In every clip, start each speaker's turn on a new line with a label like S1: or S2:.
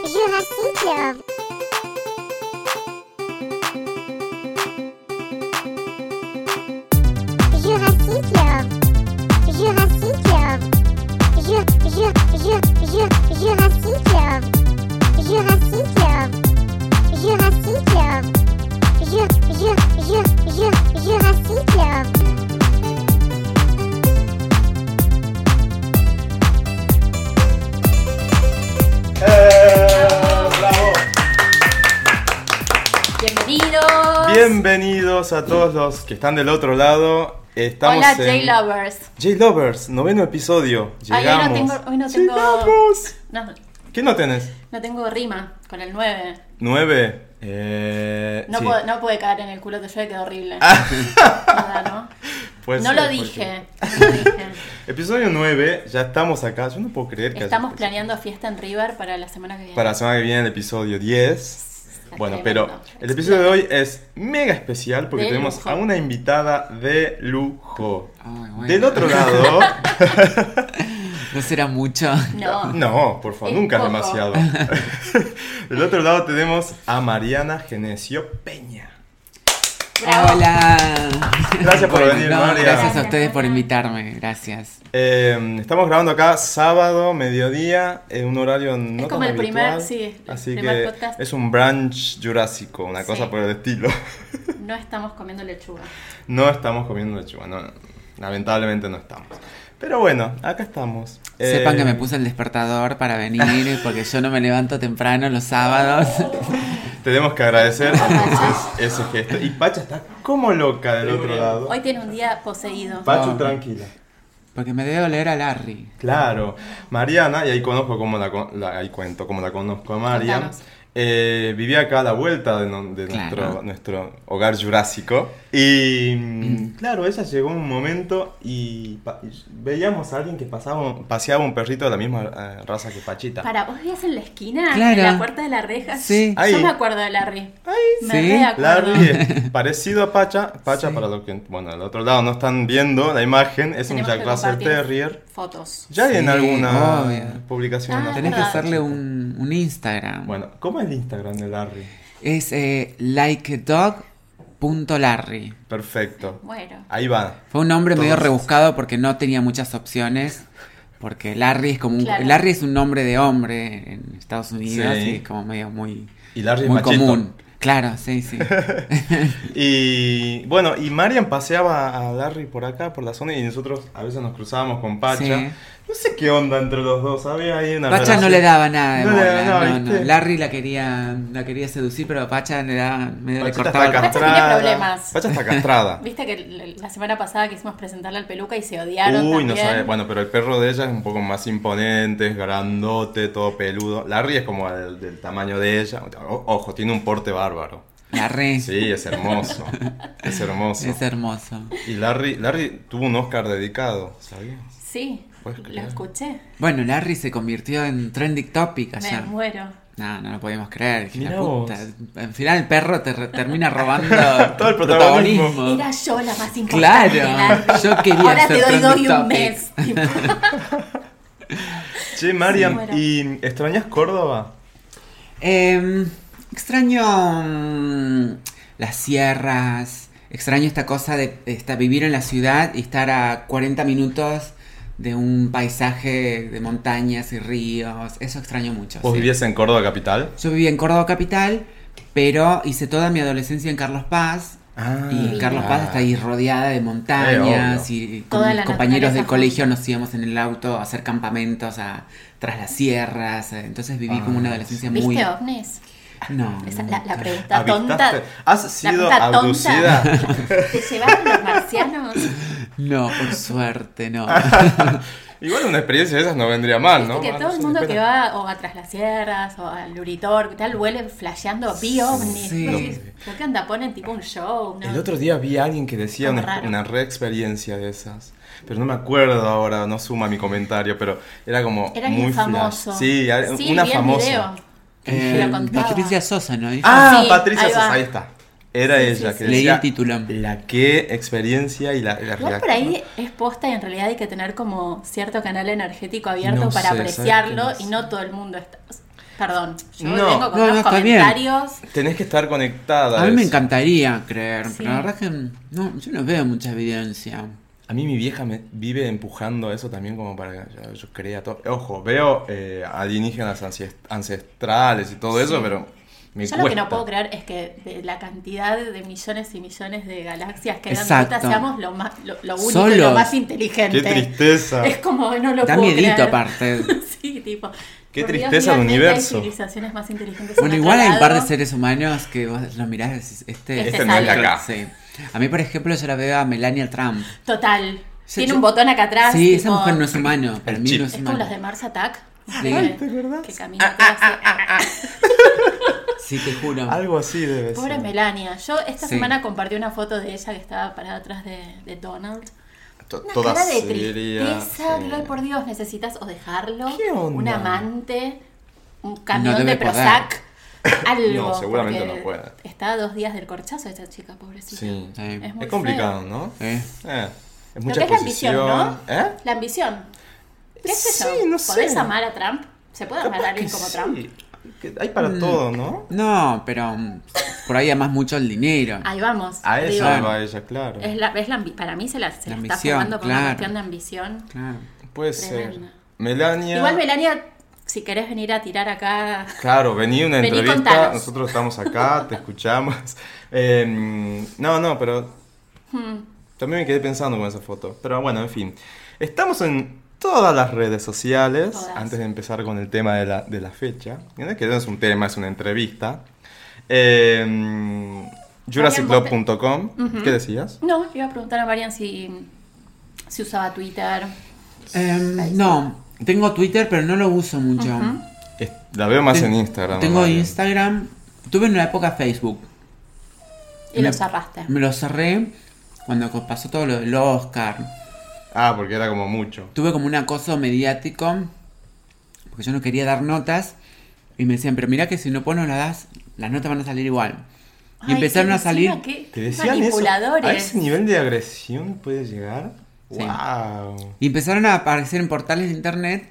S1: Jurassic. Jurassic. Jurassic. Ju- ju- ju- ju- Jurassic. Jurassic. Jurassic. Ju- ju- ju- ju- Jurassic.
S2: ¡Eh! ¡Bravo!
S3: Bienvenidos.
S2: Bienvenidos a todos los que están del otro lado. Estamos
S3: Hola,
S2: en...
S3: J-Lovers.
S2: J-Lovers, noveno episodio.
S3: Ay,
S2: Llegamos.
S3: hoy no tengo. Hoy no tengo.
S2: Llegamos.
S3: No,
S2: ¿Qué no tenés?
S3: no tengo rima con el 9.
S2: ¿Nueve? Eh,
S3: No,
S2: sí. Ah.
S3: puedo- no puede caer en el culo tuyo, que quedó horrible. Nada, ¿no?
S2: Puede
S3: no
S2: ser,
S3: lo
S2: puede
S3: dije. no lo dije.
S2: ser. Episodio 9, ya estamos acá. Yo no puedo creer que
S3: Estamos
S2: haya-
S3: planeando fiesta en River para la semana que viene.
S2: Para la semana que viene el episodio 10.
S3: Está
S2: Bueno, pero
S3: tremendo.
S2: el episodio de hoy es mega especial porque
S3: De
S2: tenemos
S3: lujo.
S2: a una invitada de lujo.
S4: Ay, bueno.
S2: Del otro lado,
S4: No será mucho.
S3: No.
S2: no, por favor,
S3: Es
S2: nunca es
S3: poco.
S2: demasiado. Del otro lado tenemos a Mariana Genesio Peña.
S3: Bravo.
S4: Hola.
S2: Gracias por venir,
S4: no,
S2: María.
S4: Gracias a ustedes por invitarme. Gracias.
S2: Eh, estamos grabando acá sábado, mediodía, en un horario no
S3: como
S2: tan
S3: el primer-
S2: habitual,
S3: sí, el
S2: así
S3: primer
S2: que
S3: podcast.
S2: es un brunch jurásico, una cosa
S3: Sí.
S2: por el estilo.
S3: No estamos comiendo lechuga.
S2: No estamos comiendo lechuga, no, no, lamentablemente no estamos. Pero bueno, acá estamos.
S4: Sepan
S2: Eh,
S4: que me puse el despertador para venir porque yo no me levanto temprano los sábados.
S2: Tenemos que agradecer entonces ese gesto. Y Pacha está como loca del otro lado.
S3: Hoy tiene un día poseído.
S2: Pachu, tranquila.
S4: Porque me debe oler a Larry.
S2: Claro, Mariana, y ahí conozco cómo la, con- la- ahí cuento cómo la conozco a Mariana.
S3: Contanos.
S2: vivía acá a la vuelta de, no- de
S4: Claro.
S2: nuestro, nuestro hogar jurásico. Y mm, claro, ella llegó en un momento y pa- y veíamos a alguien que pasaba, un- paseaba un perrito de la misma eh, raza que Pachita.
S3: Para, ¿vos vivías en la esquina?
S4: Claro.
S3: En la puerta de la reja.
S4: Sí.
S3: Yo
S2: Ahí.
S3: me acuerdo de Larry. Me
S4: Sí.
S3: reacuerdo.
S2: Larry es parecido a Pacha. Pacha,
S4: Sí.
S2: para los que, bueno, del otro lado no están viendo la imagen, es un
S3: Tenemos
S2: Jack
S3: que
S2: Russell
S3: compartir
S2: Terrier.
S3: Fotos.
S2: Ya hay en
S4: Sí,
S2: alguna
S4: obvio.
S2: publicación. en la
S3: Ah,
S4: Tenés que
S3: verdad.
S4: hacerle un, un Instagram.
S2: Bueno, ¿cómo es el Instagram de Larry?
S4: Es eh, likedog.larry.
S2: Perfecto.
S3: Bueno.
S2: Ahí va.
S4: Fue un nombre medio
S2: Todos.
S4: rebuscado porque no tenía muchas opciones. Porque Larry es como un,
S3: Claro.
S4: Larry es un nombre de hombre en Estados Unidos
S2: Sí.
S4: y es como medio muy,
S2: Y Larry es
S4: muy
S2: machito.
S4: común. Claro, sí, sí.
S2: Y bueno, y Marian paseaba a Larry por acá, por la zona, y nosotros a veces nos cruzábamos con Pacha.
S4: Sí.
S2: No sé qué onda entre los dos, había ahí una
S4: Pacha no
S2: relación.
S4: le daba nada de
S2: No le
S4: bola,
S2: daba nada,
S4: no, no.
S2: ¿viste?
S4: Larry la quería, la quería seducir, pero Pacha le daba, medio le
S2: Pachita
S4: cortaba
S2: está
S3: Pacha
S4: el rastro.
S3: tenía
S2: castrada.
S3: problemas.
S2: Pacha está castrada.
S3: Viste que l- la semana pasada quisimos presentarle al peluca y se odiaron.
S2: Uy, no
S3: también.
S2: sabe. Bueno, pero el perro de ella es un poco más imponente, es grandote, todo peludo. Larry es como del, del tamaño de ella. O- ojo, tiene un porte bárbaro.
S4: Larry
S2: Sí, es hermoso. Es hermoso.
S4: es hermoso.
S2: Y Larry, Larry tuvo un Oscar dedicado, ¿sabías?
S3: Sí,
S2: Puedes
S3: lo
S2: creer.
S3: escuché.
S4: Bueno, Larry se convirtió en trending topic
S3: Me
S4: ayer.
S3: muero.
S4: No, no lo podíamos creer. dije,
S2: Mirá
S4: la
S2: vos.
S4: puta. Al final el perro te re- termina robando
S2: Todo el protagonismo.
S3: Era yo la más importante.
S4: Claro,
S3: Larry.
S4: yo quería
S3: Ahora
S4: ser
S3: te doy dos y
S4: trending
S3: un
S4: topic.
S3: mes. Tipo,
S2: Che, Marian,
S3: muero.
S2: ¿y extrañas Córdoba?
S4: Eh, extraño mm, las sierras, extraño esta cosa de esta- vivir en la ciudad y estar a 40 minutos de un paisaje de montañas y ríos, eso extraño mucho.
S2: ¿Vos
S4: sí.
S2: vivías en Córdoba capital?
S4: Yo viví en Córdoba capital, pero hice toda mi adolescencia en Carlos Paz.
S2: Ah,
S4: Y Carlos Paz está ahí rodeada
S2: Eh,
S4: de montañas y con
S3: Toda
S4: mis
S3: la
S4: compañeros del
S3: naturaleza
S4: colegio nos íbamos en el auto a hacer campamentos a, tras las sierras. eh, Entonces viví
S2: Ah,
S4: como una adolescencia
S3: ¿Viste
S4: muy...
S3: ovnis?
S4: No.
S3: Esa- la,
S4: nunca.
S3: la pregunta
S2: Ah, ¿Habitaste?
S3: tonta.
S2: ¿Has
S3: La
S2: sido
S3: pregunta
S2: abducida?
S3: tonta. ¿Te llevaron los marcianos?
S4: No, por suerte, no.
S2: Igual una experiencia de esas no vendría mal, ¿no? Ah,
S3: Viste que
S2: no
S3: todo el
S2: sé,
S3: mundo que
S2: espera.
S3: va o a Tras las Sierras o al Uritor, que tal, huele flasheando vi ovnis.
S4: Sí.
S3: Vos decís, ¿Por qué anda? Ponen tipo un show. ¿no?
S2: El otro día vi a alguien que decía
S3: Como
S2: una,
S3: raro.
S2: una re experiencia de esas. Pero no me acuerdo ahora, no suma mi comentario, pero era como
S3: Era
S2: muy
S3: alguien
S2: flash.
S3: famoso.
S2: Sí, a-
S3: Sí,
S2: una
S3: vi el
S2: famosa.
S3: video.
S4: Eh,
S3: Lo contaba.
S4: Patricia Sosa, ¿no? dijo?
S2: Ah,
S3: Sí,
S2: Patricia
S3: ahí
S2: Sosa,
S3: va.
S2: ahí está. Era
S3: Sí,
S2: ella
S3: sí,
S2: que
S4: sí. Leí
S2: decía
S4: el título.
S2: la qué experiencia y la, la
S3: Igual por ahí es posta y en realidad hay que tener como cierto canal energético abierto
S2: No
S3: para
S2: sé, ¿sabes
S3: apreciarlo
S2: qué no sé?
S3: y no todo el mundo está. Perdón, yo
S2: No.
S3: vengo con
S4: No, no,
S3: unos
S4: está bien.
S3: comentarios.
S2: Tenés que estar conectada.
S4: A mí me
S2: es-
S4: encantaría creer,
S3: Sí.
S4: pero la verdad es que no, yo no veo mucha evidencia.
S2: A mí mi vieja me vive empujando eso también como para que yo, yo crea todo. Ojo, veo eh, alienígenas ancest- ancestrales y todo eso, pero me
S3: Yo
S2: cuesta.
S3: lo que no puedo creer es que de la cantidad de millones y millones de galaxias que dan
S4: Exacto.
S3: vueltas seamos lo, más, lo, lo único y
S4: Solos.
S3: lo más inteligente.
S2: Qué tristeza.
S3: Es como, no lo
S4: Da
S3: puedo
S4: miedito
S3: creer.
S4: aparte.
S3: sí, tipo.
S2: Qué
S3: por
S2: tristeza del
S3: díganme que
S2: universo.
S3: Hay civilizaciones más inteligentes.
S4: Bueno,
S3: en
S4: igual
S3: otro
S4: hay un par de
S3: lado.
S4: seres humanos que vos los mirás y decís, este,
S3: Este Este no es
S2: sale. de acá.
S4: Sí. A mí, por ejemplo, yo la veo a Melania Trump.
S3: Total.
S4: Sí,
S3: Tiene
S4: yo-
S3: un botón acá atrás.
S4: sí, esa
S3: tipo,
S4: mujer no es humano. Para
S2: El
S4: mí
S2: chip.
S4: no es
S2: Es
S3: Es como
S4: humana.
S3: los de Mars Attack.
S4: Sí. Ay,
S2: ¿te acordás?
S3: Que camina todo así.
S4: Sí, te juro.
S2: Algo así debe
S3: Pobre
S2: ser.
S3: Melania. Yo esta
S4: Sí.
S3: semana compartí una foto de ella que estaba parada atrás de, de Donald.
S2: To-
S3: Una
S2: toda
S3: cara de
S2: seria,
S3: tristeza.
S2: sí.
S3: que, ay, por Dios, necesitas o dejarlo.
S2: ¿Qué onda?
S3: Un amante. Un camión
S4: No debe
S3: de
S4: poder.
S3: Prozac. Algo.
S2: No, seguramente
S3: porque
S2: no puede.
S3: Está a dos días del corchazo esta chica, pobrecita.
S2: Sí.
S4: Sí.
S3: muy
S4: Es
S2: Es
S3: feo.
S2: complicado, ¿no?
S4: Eh,
S2: Eh, es
S3: Lo
S2: mucha
S3: que es la ambición, ¿no?
S2: exposición. ¿Eh?
S3: La ambición. ¿Qué sé
S2: Sí,
S3: yo?
S2: no sé.
S3: ¿Podés amar a Trump? ¿Se puede amar a
S2: Capaz que
S3: alguien como Trump?
S2: sí, que Hay para
S4: Mm.
S2: todo, ¿no?
S4: No, pero mm, por ahí además mucho el dinero.
S3: Ahí vamos.
S2: A eso
S3: digo.
S2: va ella, claro.
S3: Es la, es la ambi- para mí se la, se
S4: La
S3: la está
S4: ambición,
S3: jugando con
S4: claro.
S3: una cuestión de ambición.
S4: Claro.
S2: Puede ser.
S3: Tremenda.
S2: Melania.
S3: Igual Melania, si querés venir a tirar acá,
S2: Claro, vení una
S3: Vení,
S2: entrevista,
S3: contanos.
S2: nosotros estamos acá, te escuchamos. Eh, no, no, pero
S3: Hmm.
S2: también me quedé pensando con esa foto. Pero bueno, en fin. Estamos en todas las redes sociales,
S3: Todas.
S2: antes de empezar con el tema de la, de la fecha, ¿entiendes? que no es un tema, es una entrevista. Eh, JurassicClub.com,
S3: Ujú.
S2: ¿qué decías?
S3: no, le iba a preguntar a Marian si, si usaba Twitter.
S4: Em, no, tengo Twitter, pero no lo uso mucho.
S3: Ujú.
S2: Es- La veo más
S4: Ten-
S2: en Instagram.
S4: Tengo
S2: más bien.
S4: Instagram. Tuve una época Facebook.
S3: Y lo
S4: Me-
S3: cerraste.
S4: Me lo cerré cuando co- pasó todo lo del Oscar.
S2: Ah, porque era como mucho.
S4: Tuve como un acoso mediático. Porque yo no quería dar notas. Y me decían, pero mirá que si no pones las das, las notas van a salir igual. Y
S3: Ay,
S4: empezaron
S3: sí,
S4: a salir.
S3: encima, qué
S2: ¿Te decían eso? ¿A
S3: manipuladores.
S2: ese nivel de agresión puede llegar?
S4: Sí.
S2: ¡Wow!
S4: Y empezaron a aparecer en portales de internet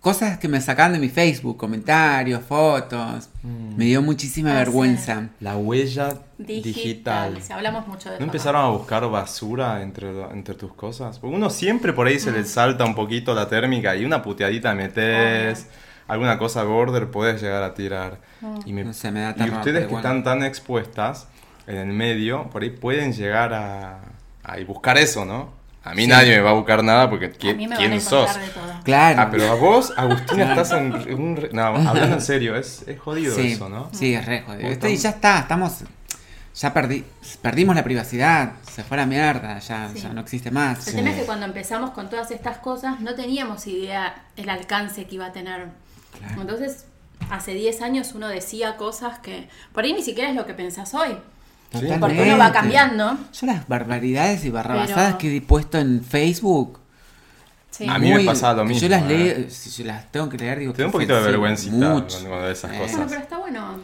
S4: cosas que me sacaban de mi Facebook, comentarios, fotos.
S2: Mm.
S4: Me dio muchísima
S3: Ah,
S4: vergüenza.
S2: La huella
S3: Digital.
S2: digital.
S3: Si hablamos mucho de
S2: ¿No
S3: eso.
S2: empezaron a buscar basura entre, lo- entre tus cosas? Porque uno siempre por ahí se
S3: Mm.
S2: le salta un poquito la térmica y una puteadita metes, alguna cosa border puedes llegar a tirar.
S3: Mm.
S2: Y, me-
S4: No sé, me da
S2: y
S4: terror, pero
S2: ustedes que
S4: bueno.
S2: están tan expuestas en el medio, por ahí pueden llegar a, a y buscar eso, ¿no? A mí
S4: Sí.
S2: nadie me va a buscar nada porque
S3: A
S2: ¿quién,
S3: mí me van a
S2: quién sos?
S3: encontrar de todo.
S4: Claro.
S2: Ah, pero a vos, Agustina, estás en re- un... re- No, hablando en serio, es, es jodido
S4: sí,
S2: eso, ¿no?
S4: sí, es re jodido.
S2: Vos
S4: Este- y
S2: tam-
S4: ya está, estamos. Ya perdi- perdimos la privacidad, se fue a la mierda, ya,
S3: Sí.
S4: ya no existe más.
S3: El
S2: Sí.
S3: tema es que cuando empezamos con todas estas cosas no teníamos idea el alcance que iba a tener.
S4: Claro.
S3: Entonces, hace 10 años uno decía cosas que por ahí ni siquiera es lo que pensás hoy.
S2: Totalmente.
S3: Porque uno va cambiando.
S4: Yo las barbaridades y barrabasadas
S3: Pero-
S4: que he puesto en Facebook.
S3: Sí.
S2: A mí me pasa lo
S4: que Yo
S2: mismo,
S4: las
S2: eh.
S4: leo, si yo las tengo que leer, digo
S2: Te da un
S4: qué
S2: poquito de vergüencita
S4: ofensivo, mucho.
S2: cuando cuando esas
S4: Eh,
S3: Bueno,
S2: cosas.
S3: pero está bueno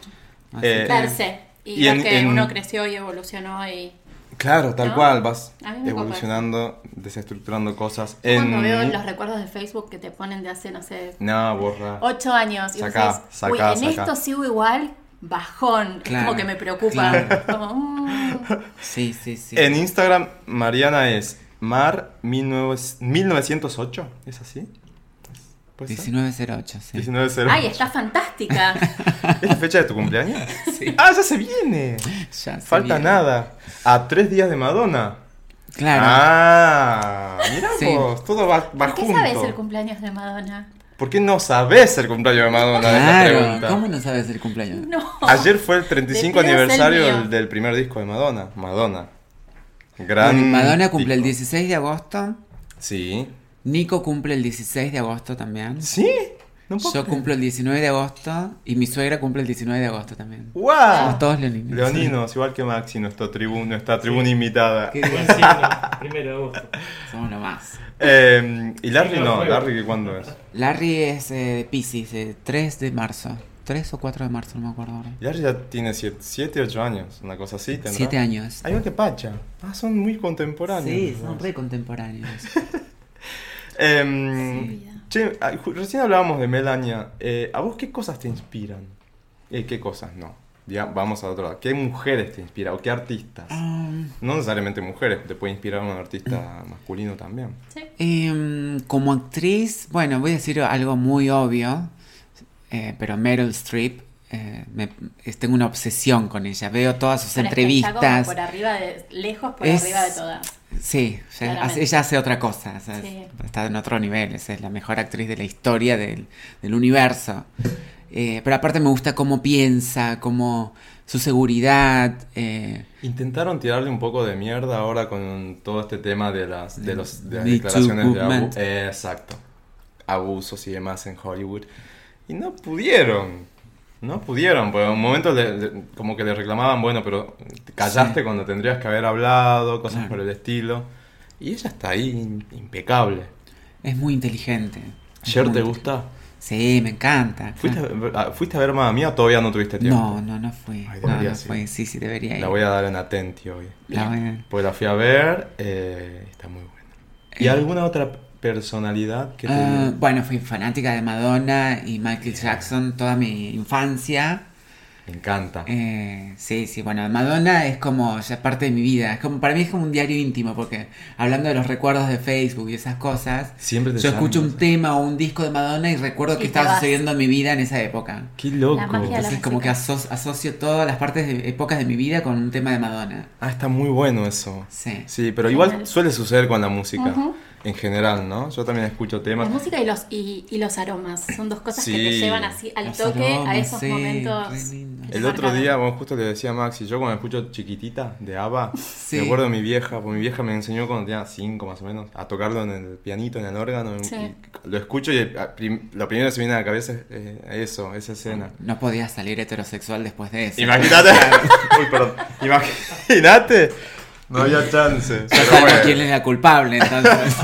S4: Así
S2: Eh,
S4: que-
S3: verse y,
S2: Y
S3: ver
S2: en-
S3: que
S2: en-
S3: uno creció y evolucionó y
S2: Claro, tal
S3: ¿No?
S2: cual, vas
S3: A mí me
S2: evolucionando, desestructurando cosas.
S3: yo cuando
S2: en-
S3: veo los recuerdos de Facebook que te ponen de hace, no sé,
S2: No, borra.
S3: 8 años y vos
S2: Sacá,
S3: decís, "Uy,
S2: sacá,
S3: en
S2: sacá".
S3: esto sigo igual, bajón, es
S4: Claro,
S3: como que me preocupa.
S4: claro.
S3: Como, mm,
S4: Sí, sí, sí.
S2: En Instagram, Mariana es mar1908, ¿es así? ¿Puede ser?
S4: 1908, sí.
S2: 1908.
S3: Ay, está fantástica.
S2: ¿Es la fecha de tu cumpleaños?
S4: Sí.
S2: ¡Ah, ya se viene!
S4: Ya se
S2: Falta
S4: viene.
S2: nada. A tres días de Madonna.
S4: Claro.
S2: Ah, mirá
S4: Sí.
S2: vos, todo va, va
S3: ¿Por qué
S2: junto.
S3: sabes el cumpleaños de Madonna?
S2: ¿Por qué no sabes el cumpleaños de Madonna? Es la
S4: Claro,
S2: pregunta.
S4: ¿cómo no sabes el cumpleaños?
S3: No.
S2: Ayer fue el 35
S3: Decías el
S2: aniversario
S3: mío.
S2: del, del primer disco de Madonna. Madonna. Gran.
S4: Bueno, Madonna cumple el
S2: disco.
S4: 16 de agosto.
S2: Sí.
S4: Nico cumple el 16 de agosto también.
S2: ¿Sí? No puedo
S4: Yo
S2: creer.
S4: cumplo el 19 de agosto y mi suegra cumple el 19 de agosto también.
S2: ¡Guau!
S4: Somos todos leoninos.
S2: Leoninos, igual que Maxi, nuestro tribu- nuestra tribuna invitada.
S4: Qué
S5: Buen
S4: bien,
S5: signo, primero de agosto.
S4: Somos lo más.
S2: Eh, y Larry
S5: Sí, no,
S2: no,
S5: fue.
S2: Larry, ¿cuándo es?
S4: Larry es eh, de Pisces, eh, 3 de marzo. 3 o 4 de marzo, no me acuerdo ahora.
S2: Larry ya tiene 7, 8 años, una cosa así, ¿tendrá?
S4: 7 años.
S2: Hay un que pacha. Ah, son muy contemporáneos.
S4: Sí, son re contemporáneos.
S2: Em,
S3: Vida.
S2: Che, ah, ju- recién hablábamos de Melania. Eh, ¿A vos qué cosas te inspiran? Eh, ¿Qué cosas no? Ya, vamos a otro lado. ¿Qué mujeres te inspiran o qué artistas?
S4: Um,
S2: No necesariamente mujeres, te puede inspirar un artista masculino también.
S3: Sí.
S4: em, como actriz, bueno, voy a decir algo muy obvio, eh, pero Meryl Streep, eh, me- es- tengo una obsesión con ella. Veo todas sus
S3: Pero es que está como
S4: entrevistas.
S3: por arriba de, lejos por
S4: Es-
S3: arriba de todas.
S4: Sí, o sea,
S3: Claramente.
S4: hace- ella hace otra cosa, o sea, es-
S3: Sí.
S4: está en otro nivel, es es la mejor actriz de la historia del, del universo. Eh, pero aparte me gusta cómo piensa, cómo su seguridad. eh,
S2: Intentaron tirarle un poco de mierda ahora con todo este tema de las, de los, de las
S4: Me Too
S2: declaraciones de
S4: movement.
S2: abusos. exacto. Abusos y demás en Hollywood. Y no pudieron. No pudieron. Porque en un momento le- le- como que le reclamaban, bueno, pero te callaste
S4: Sí.
S2: cuando tendrías que haber hablado, cosas
S4: Claro.
S2: por el estilo. Y ella está ahí, im- impecable.
S4: es muy inteligente. Es
S2: ¿Cher
S4: muy
S2: te
S4: inte-
S2: gusta?
S4: Sí, me encanta.
S2: ¿Fuiste a, ver- a- ¿Fuiste a ver Mamma Mía o todavía no tuviste tiempo?
S4: No, no, no fui.
S2: Ay,
S4: no,
S2: debería,
S4: no
S2: sí.
S4: fui. Sí, sí, debería ir.
S2: La voy a dar en Atenti hoy.
S4: Eh. La voy a-
S2: Pues la fui a ver, eh, está muy buena. ¿Y
S4: Eh.
S2: alguna otra personalidad que te...
S4: Ah, bueno, fui fanática de Madonna y Michael Jackson toda mi infancia.
S2: Me encanta.
S4: Eh, sí, sí, bueno, Madonna es como ya parte de mi vida. Es como, para mí es como un diario íntimo, porque hablando de los recuerdos de Facebook y esas cosas,
S2: Siempre te
S4: yo
S2: llaman,
S4: escucho un
S2: ¿no?
S4: tema o un disco de Madonna y recuerdo
S3: Y
S4: que
S3: te
S4: estaba
S3: vas.
S4: sucediendo en mi vida en esa época.
S2: Qué loco.
S3: La magia de la-
S4: Entonces, como que aso- asocio todas las partes de épocas de mi vida con un tema de Madonna.
S2: Ah, está muy bueno eso.
S4: Sí.
S2: Sí, pero
S3: Genial.
S2: igual suele suceder con la música.
S3: Ujú.
S2: En general, ¿no? Yo también escucho
S3: La
S2: temas.
S3: música y los, y, y los aromas son dos cosas que te
S2: Sí.
S3: llevan así al
S4: Los
S3: toque
S4: aromas,
S3: a esos
S4: sí,
S3: momentos.
S4: re lindo.
S3: que te
S2: El otro
S3: marcaron.
S2: día, bueno, justo le decía a Maxi, yo cuando escucho chiquitita de ABBA,
S4: Sí.
S2: me acuerdo de mi vieja, porque mi vieja me enseñó cuando tenía 5 más o menos, a tocarlo en el pianito, en el órgano. y-
S3: Sí.
S2: y lo escucho y a, prim- lo primero que se viene a la cabeza es eh, eso, esa escena.
S4: No podía salir heterosexual después de eso.
S2: Imagínate. Uy, perdón. Imagínate. No había chance.
S4: Ya
S2: pero
S4: sabemos
S2: bueno.
S4: quién es la culpable, entonces.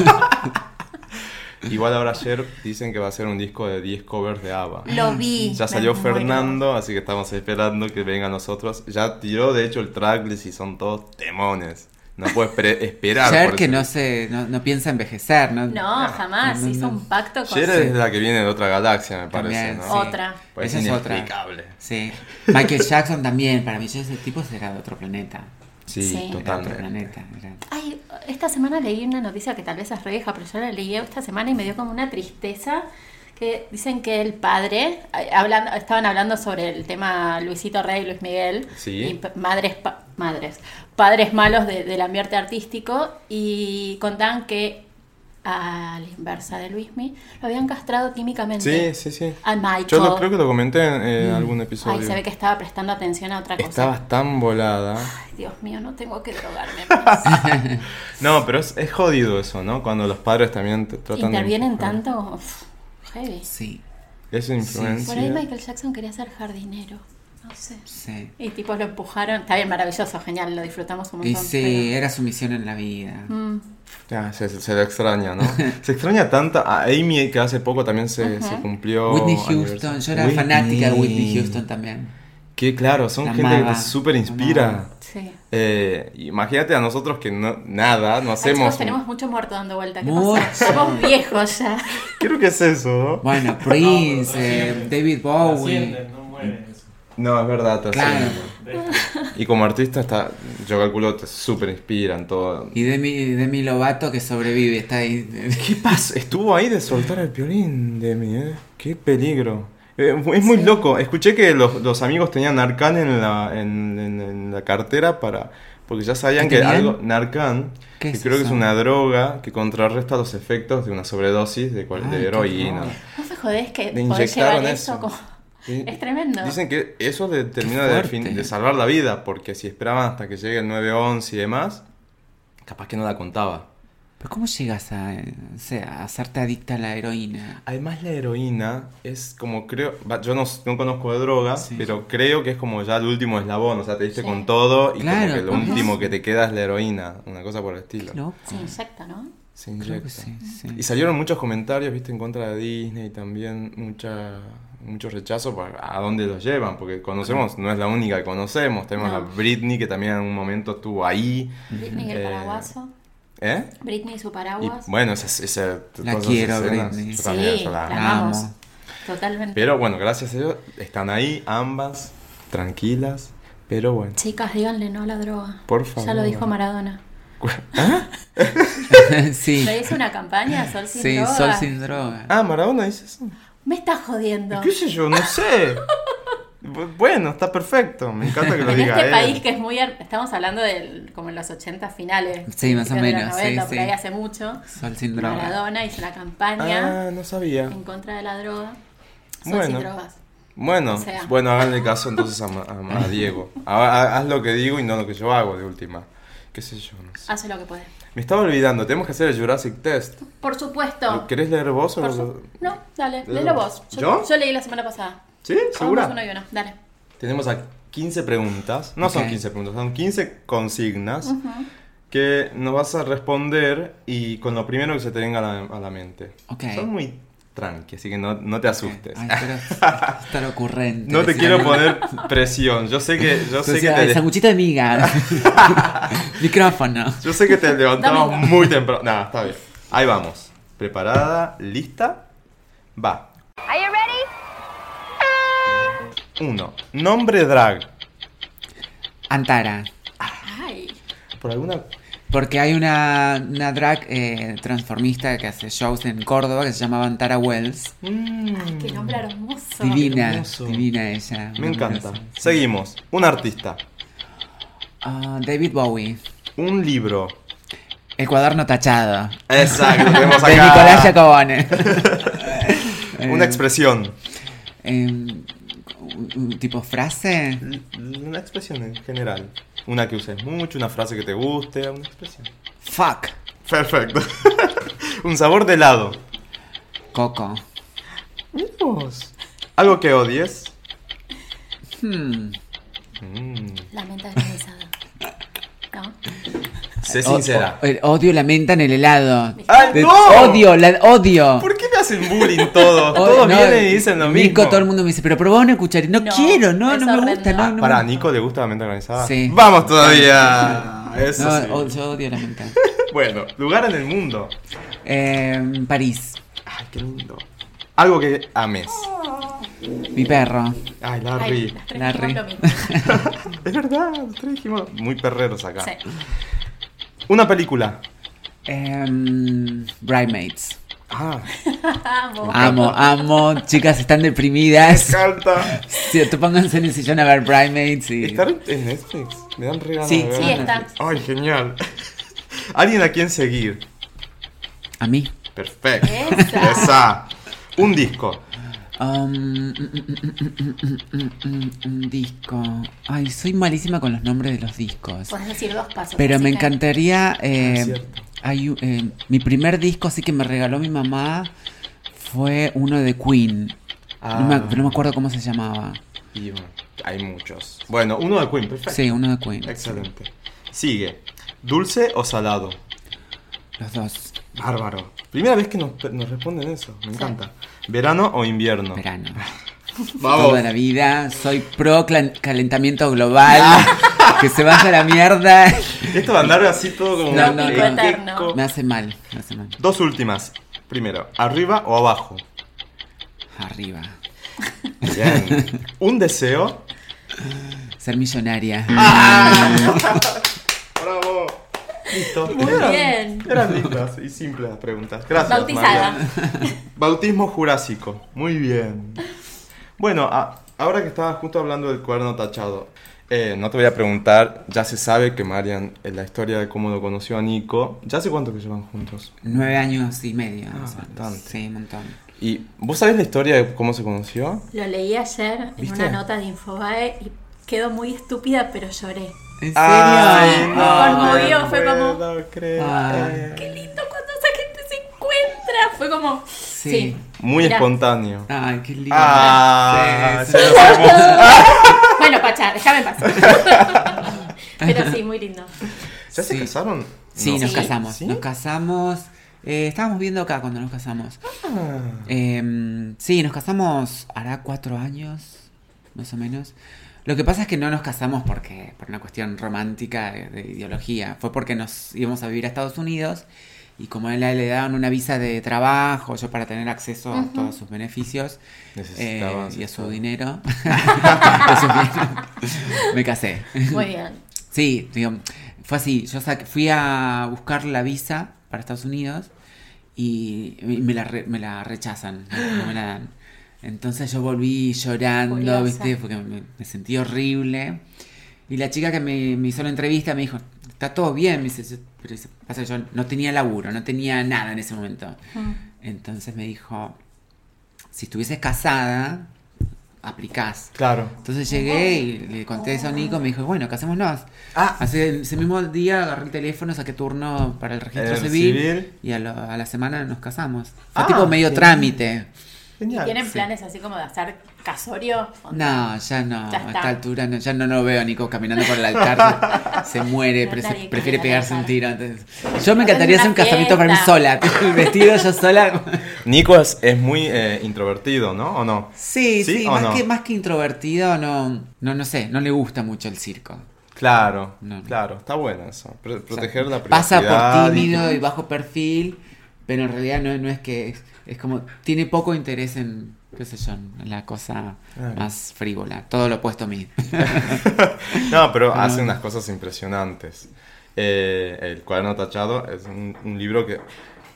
S2: Igual ahora ayer dicen que va a ser un disco de 10 covers de ABBA.
S3: Lo vi.
S2: Ya
S3: me
S2: salió
S3: muero.
S2: Fernando, así que estamos esperando que venga a nosotros. Ya tiró, de hecho, el tracklist y son todos temones. No puedes pre- esperar.
S4: Cher
S2: por
S4: que
S2: eso.
S4: no, se, no, no piensa envejecer, ¿no?
S3: No, jamás.
S4: no, no,
S3: Hizo
S4: no.
S3: un pacto con
S2: Cher es la que viene de otra galaxia, me parece,
S4: También,
S2: ¿no?
S4: sí.
S3: Otra.
S2: Pues
S4: Esa es otra.
S2: inexplicable.
S4: Sí. Michael Jackson también, para mí ese tipo será de otro planeta.
S2: Sí,
S3: Sí.
S4: Era de otro
S2: totalmente.
S4: planeta. era-
S3: Ay, esta semana leí una noticia que tal vez es re vieja, pero yo la leí esta semana y me dio como una tristeza. Que dicen que el padre, eh, hablando, estaban hablando sobre el tema Luisito Rey, Luis Miguel,
S2: Sí.
S3: y p- madres, pa- madres, padres malos de- del ambiente artístico, y contaban que a la inversa de Luismi lo habían castrado químicamente
S2: Sí, sí, sí.
S3: a Michael.
S2: Yo lo- creo que lo comenté en eh,
S4: Mm.
S2: algún episodio.
S3: Ah, Ay, se ve que estaba prestando atención a otra cosa.
S2: Estabas tan volada.
S3: Ay, Dios mío, no tengo que drogarme.
S2: No, pero es, es jodido eso, ¿no? Cuando los padres también t- tratan de
S3: Intervienen
S2: empujar.
S3: tanto. uf, heavy.
S4: Sí,
S2: Eso influencia.
S3: Por ahí Michael Jackson quería ser jardinero. No sé.
S4: sí.
S3: Y tipo lo empujaron. Está bien, maravilloso, genial, lo disfrutamos un
S4: Y
S3: montón.
S4: sí, era su misión en la vida.
S3: pero- Mm,
S2: Ah, se, se lo extraña, ¿no? se extraña tanto a Amy que hace poco también se,
S3: Ujú.
S2: se cumplió.
S4: Whitney Houston,
S2: aniversario.
S4: yo era
S2: Oh, Whitney.
S4: fanática de Whitney Houston también.
S2: Que claro, son
S4: La
S2: gente
S4: amaba,
S2: que te súper
S4: la
S2: inspira.
S4: amaba.
S3: sí. Ay,
S2: Eh, imagínate a nosotros que no, nada, no hacemos.
S3: Ah, chicos, tenemos mucho muerto dando vuelta. ¿Qué
S4: Mucho.
S3: pasa? Somos viejos ya.
S2: Creo que es eso, ¿no?
S4: Bueno, Prince, eh, David
S5: Oh,
S4: Bowie.
S5: Ascienden, no mueren eso.
S2: No, es verdad, te
S4: Claro.
S2: hacen- Y como artista, está, yo calculo te súper inspiran todo.
S4: Y Demi, Demi Lovato que sobrevive, está ahí.
S2: ¿Qué pasa? Estuvo ahí de soltar el violín de mí, ¿eh? Qué peligro. Eh, es muy loco. Escuché que los, los amigos tenían Narcan en la, en, en- en la cartera para. Porque ya sabían
S4: ¿Qué
S2: que
S4: tenían?
S2: algo. Narcan,
S4: ¿Qué
S2: que
S4: es
S2: creo que es
S4: eso?
S2: una droga que contrarresta los efectos de una sobredosis de, cual- de
S4: Ay, Ah, qué
S2: heroína.
S4: horror.
S3: No me jodés que
S2: Le
S3: podés llevar
S2: inyectaron
S3: eso.
S2: eso.
S3: como-
S2: Sí.
S3: Es tremendo.
S2: Dicen que eso le termina
S4: Qué
S2: de,
S4: fuerte.
S2: fin- de salvar la vida, porque si esperaban hasta que llegue el 9-11 y demás, capaz que no la contaba.
S4: Pero ¿cómo llegas a, eh, o sea, a hacerte adicta a la heroína?
S2: Además la heroína es como creo, va, yo no, no conozco de droga,
S4: Sí.
S2: pero creo que es como ya el último eslabón, o sea, te diste
S3: Sí.
S2: con todo y
S4: Claro,
S2: como que lo
S4: ajá.
S2: último que te queda es la heroína, una cosa por el estilo.
S4: Qué loco.
S3: Se inyecta, ¿no?
S2: Se
S4: Creo
S2: inyecta.
S4: que sí, sí.
S2: Y salieron muchos comentarios, viste, en contra de Disney y también mucha, mucho rechazo para a dónde los llevan, porque conocemos, no es la única que conocemos, tenemos
S3: No.
S2: a Britney que también en un momento estuvo ahí.
S3: Miguel
S2: Eh,
S3: Paraguaso.
S2: ¿Eh?
S3: Britney y su
S2: Y
S3: paraguas.
S2: bueno, esa, esa,
S4: La
S2: todas esas
S4: quiero,
S2: escenas,
S4: Britney.
S2: yo
S3: sí,
S2: también, yo
S3: la
S2: la-
S3: amamos.
S4: amo.
S3: Totalmente.
S2: Pero bueno, gracias a Dios están ahí ambas, tranquilas, pero bueno.
S3: Chicas, díganle no a la droga.
S2: Por
S3: Ya
S2: favor.
S3: lo dijo Maradona.
S2: ¿Ah?
S4: sí,
S3: Le hizo una campaña Sol sin
S4: sí,
S3: droga.
S4: Sol sin droga.
S2: Ah, Maradona dice eso.
S3: Me estás jodiendo.
S2: ¿Qué sé yo? No sé. Bu- Bueno, está perfecto. Me encanta que lo
S3: En
S2: diga
S3: este
S2: él.
S3: país que es muy... ar- Estamos hablando del, como en los 80 finales.
S4: Sí, más o
S3: principios de los
S4: menos, sí,
S3: 90,
S4: sí.
S3: Por ahí hace mucho.
S4: Sol sin droga.
S3: Maradona hizo una campaña
S2: Ah, no sabía.
S3: en contra de la droga. Sol
S2: Bueno.
S3: sin drogas.
S2: Bueno,
S3: O sea.
S2: bueno, háganle caso entonces a, Ma- a, Ma- a Diego. Ha- ha- haz lo que digo y no lo que yo hago de última. ¿Qué sé yo? No sé.
S3: Hace lo que puede.
S2: Me estaba olvidando. Tenemos que hacer el Jurassic Test.
S3: Por
S2: ¿Lo
S3: supuesto.
S2: querés leer vos o
S3: Por
S2: lo-
S3: su- No, dale,
S2: ¿Lo-
S3: léelo vos.
S2: ¿Yo?
S3: leí la semana pasada.
S2: ¿Sí? ¿Segura?
S3: Vamos uno y uno. Dale.
S2: Tenemos a 15 preguntas. No
S4: Ok.
S2: son 15 preguntas, son 15 consignas que nos vas a responder y con lo primero que se te venga a la, a la mente.
S4: Ok.
S2: Son muy tranqui, así que no, no te asustes.
S4: Ay, pero estar ocurrente.
S2: No te
S4: Sí,
S2: quiero
S4: la-
S2: poner presión. Yo sé que, yo sé que
S4: Entonces,
S2: te,
S4: ay, sanguchito de miga. Micrófono.
S2: yo sé que te levantamos
S3: Dame.
S2: muy temprano. Nada, está bien. Ahí vamos. ¿Preparada? ¿Lista? Va.
S1: Are you ready?
S2: Uno. Nombre drag.
S4: Antara.
S3: Ay,
S2: Por alguna.
S4: Porque hay una, una drag eh, transformista que hace shows en Córdoba que se llamaba Antara Wells.
S2: Mm,
S3: qué nombre hermoso.
S4: Divina,
S2: hermoso.
S4: divina ella.
S2: me encanta.
S4: Maravillosa.
S2: Seguimos. Un artista.
S4: Ah, David Bowie.
S2: Un libro.
S4: El cuaderno tachado.
S2: Exacto, tenemos
S4: De
S2: acá.
S4: Nicolás Jacobone.
S2: Una expresión.
S4: Eh, un- un tipo frase.
S2: Una expresión en general. Una que uses mucho, una frase que te guste, una expresión.
S4: Fuck.
S2: Perfecto. Un sabor de helado.
S4: Coco.
S2: Algo que odies.
S4: Hmm.
S2: Mm.
S3: La menta granizada. ¿No?
S2: Sé
S4: O-
S2: sincera.
S4: o- el odio la menta en el helado.
S2: ¡Ay,
S4: De-
S2: no!
S4: Odio, la odio.
S2: ¿Por qué me hacen bullying todo?
S4: O-
S2: Todos
S4: no,
S2: vienen y dicen lo
S4: Nico,
S2: mismo.
S4: todo el mundo me dice, pero probá una cucharita. No,
S3: No,
S4: quiero, no,
S3: es
S4: no me gusta.
S3: horrendo.
S4: No, no
S2: Para, ¿a
S4: me-
S2: Nico le gusta la menta organizada?
S4: Sí.
S2: ¡Vamos todavía! Eso
S4: No,
S2: sí.
S4: o- yo odio la menta.
S2: Bueno, lugar en el mundo.
S4: Eh, París,
S2: Ay, qué lindo. Algo que ames.
S4: mi perro.
S2: Ay,
S3: Ay,
S2: Larry.
S3: las tres dijimos lo mismo.
S4: Larry.
S2: Es verdad, nosotros dijimos muy perreros acá.
S3: Sí.
S2: Una película.
S4: Eh, Bridemates.
S2: Ah,
S3: Amo.
S4: Amo, amo. Chicas están deprimidas.
S2: encanta.
S4: Sí, tú pónganse en el sillón a ver Bridemates y.
S2: ¿Estar en Netflix? Me dan regalos.
S4: Sí, sí,
S3: está.
S2: Ay, genial. Alguien a quien seguir.
S4: A mí.
S2: Perfecto.
S3: Esa.
S2: Esa. Un disco.
S4: Um, mm, mm, mm, mm, mm, mm, un disco. Ay, soy malísima con los nombres de los discos.
S3: Podés decir dos pasos.
S4: Pero
S3: así
S4: me
S3: que-
S4: encantaría. eh,
S2: Ah, es cierto.
S4: hay un- eh, mi primer disco, así que me regaló mi mamá, fue uno de Queen.
S2: Ah.
S4: No, me, ac- no me acuerdo cómo se llamaba.
S2: Y bueno, hay muchos. Bueno, uno de Queen, perfecto.
S4: Sí, uno de Queen.
S2: Excelente. Sigue. ¿Dulce o salado?
S4: Los dos.
S2: Bárbaro. Primera vez que nos, nos responden eso. Me encanta. ¿Verano o invierno?
S4: Verano.
S2: Vamos.
S4: Toda la vida. Soy pro clan- calentamiento global.
S2: Ah.
S4: que se vaya a la mierda.
S2: Esto va a andar así todo como
S4: No,
S2: un
S4: no, no.
S2: elenqueco.
S4: Me hace mal. Me hace mal.
S2: Dos últimas. Primero, ¿arriba o abajo?
S4: Arriba.
S2: Bien. Un deseo.
S4: Ser millonaria.
S2: Ah. Bravo. Listo.
S3: Muy
S2: Eran-
S3: bien.
S2: Eran listas y simples las preguntas. Gracias.
S3: Bautizada.
S2: María. Bautismo jurásico. Muy bien. Bueno, a- ahora que estabas justo hablando del cuerno tachado, eh, no te voy a preguntar, ya se sabe que Marian, en la historia de cómo lo conoció a Nico, ¿ya hace cuánto que llevan juntos?
S4: Nueve años y medio.
S2: Ah,
S4: o sea,
S2: bastante.
S4: Sí, un montón.
S2: ¿Y vos sabés la historia de cómo se conoció?
S3: Lo leí ayer en
S2: ¿Viste?
S3: una nota de Infobae y quedó muy estúpida, pero lloré.
S4: ¿En serio? Ah,
S2: Ay, no,
S3: Me conmovió,
S2: te
S3: fue como-
S2: puedo creer.
S4: Ay.
S3: Qué lindo cuando esa gente se encuentra. Fue como. Sí.
S2: Muy
S3: Mirá.
S2: espontáneo.
S4: Ay, qué lindo.
S2: Ah,
S4: Sí,
S2: se
S4: sí.
S2: nos hemos-
S3: Bueno, Pacha, déjame pasar. pero sí, muy lindo.
S2: ¿Ya se
S4: Sí.
S2: casaron?
S4: Sí,
S2: No.
S4: nos casamos.
S2: ¿Sí?
S4: Nos casamos. eh, estábamos viendo acá cuando nos casamos. Em,
S2: Ah,
S4: Eh, sí, nos casamos hará cuatro años, más o menos. Lo que pasa es que no nos casamos porque por una cuestión romántica de, de ideología. Fue porque nos íbamos a vivir a Estados Unidos y como a él le daban una visa de trabajo, yo para tener acceso a
S3: Ujú.
S4: todos sus beneficios eh,
S2: Necesitabas
S4: y a su
S2: esto.
S4: dinero, a su dinero, me casé.
S3: Muy bien.
S4: Sí, digo, fue así. Yo sa- fui a buscar la visa para Estados Unidos y y me la, re- me la rechazan, no no me la dan. Entonces yo volví llorando,
S3: Furiosa.
S4: ¿viste? Porque me, me sentí horrible. Y la chica que me, me hizo la entrevista me dijo, está todo bien. Me dice, "Yo- pero dice, pasa que yo no tenía laburo, no tenía nada en ese momento. Entonces me dijo, si estuvieses casada, aplicás.
S2: Claro.
S4: Entonces llegué y le conté eso a Nico, me dijo, bueno, casémonos.
S2: Ah.
S4: Hace ese mismo día agarré el teléfono, saqué turno para el registro
S2: El
S4: civil,
S2: civil.
S4: y a, lo- a la semana nos casamos. Fue
S2: Ah,
S4: tipo medio
S2: genial.
S4: trámite.
S2: Genial.
S3: ¿Tienen
S2: Sí.
S3: planes así como de hacer casorio?
S4: No, ya no,
S3: Ya
S4: a
S3: está.
S4: esta altura no, ya no lo veo Nico caminando por el altar, se muere,
S3: No,
S4: pre- se-
S3: nadie
S4: prefiere
S3: camina
S4: pegarse
S3: al
S4: un
S3: altar.
S4: tiro. antes. Yo me encantaría
S3: Hacer
S4: hacer un
S3: una
S4: casamiento para mí
S3: fiesta.
S4: sola, el vestido yo sola.
S2: Nico es, es muy eh, introvertido, ¿no? ¿O no?
S4: Sí, sí,
S2: ¿o
S4: más,
S2: no?
S4: que, más que introvertido, no, no, no sé, no le gusta mucho el circo.
S2: Claro,
S4: No, no.
S2: claro, está bueno eso. Pro-
S4: O sea,
S2: proteger la privacidad.
S4: Pasa por
S2: y-
S4: tímido y bajo perfil, pero en realidad no, no es que. Es, es como. Tiene poco interés en. ¿Qué sé yo? En la cosa
S2: Ah.
S4: más frívola. Todo lo opuesto a mí.
S2: No, pero
S4: No,
S2: hace
S4: no.
S2: unas cosas impresionantes. Eh, el cuaderno tachado es un, un libro que...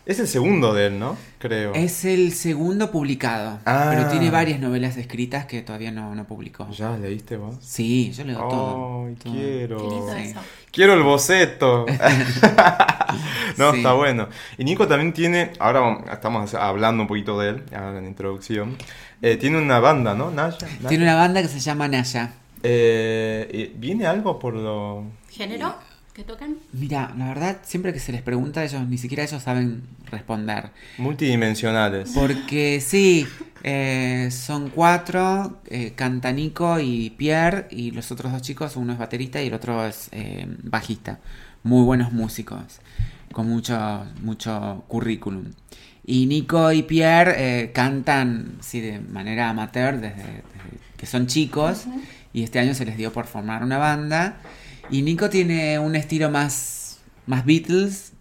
S2: Es el segundo de él, ¿no? Creo.
S4: es el segundo publicado,
S2: Ah.
S4: pero tiene varias novelas escritas que todavía no, no publicó.
S2: ¿Ya Oh, leíste vos?
S4: Sí, yo leo todo.
S2: Ay,
S4: todo.
S3: Qué
S2: quiero.
S3: lindo
S4: Sí.
S3: eso.
S2: Quiero el boceto. no,
S4: Sí.
S2: está bueno. Y Nico también tiene, ahora vam- estamos hablando un poquito de él, ahora en la introducción. Eh, tiene una banda, ¿no? Naya. Naya.
S4: Tiene una banda que se llama Naya.
S2: Eh, eh, ¿Viene algo por lo...?
S3: ¿Género? ¿Que tocan?
S4: Mira, la verdad, siempre que se les pregunta, ellos ni siquiera ellos saben responder.
S2: Multidimensionales.
S4: Porque sí, eh, son cuatro, eh, canta Nico y Pierre, y los otros dos chicos, uno es baterista y el otro es eh, bajista. Muy buenos músicos, con mucho, mucho currículum. Y Nico y Pierre eh, cantan sí, de manera amateur desde, desde que son chicos, y este año se les dio por formar una banda. Y Nico tiene un estilo más, más Beatles,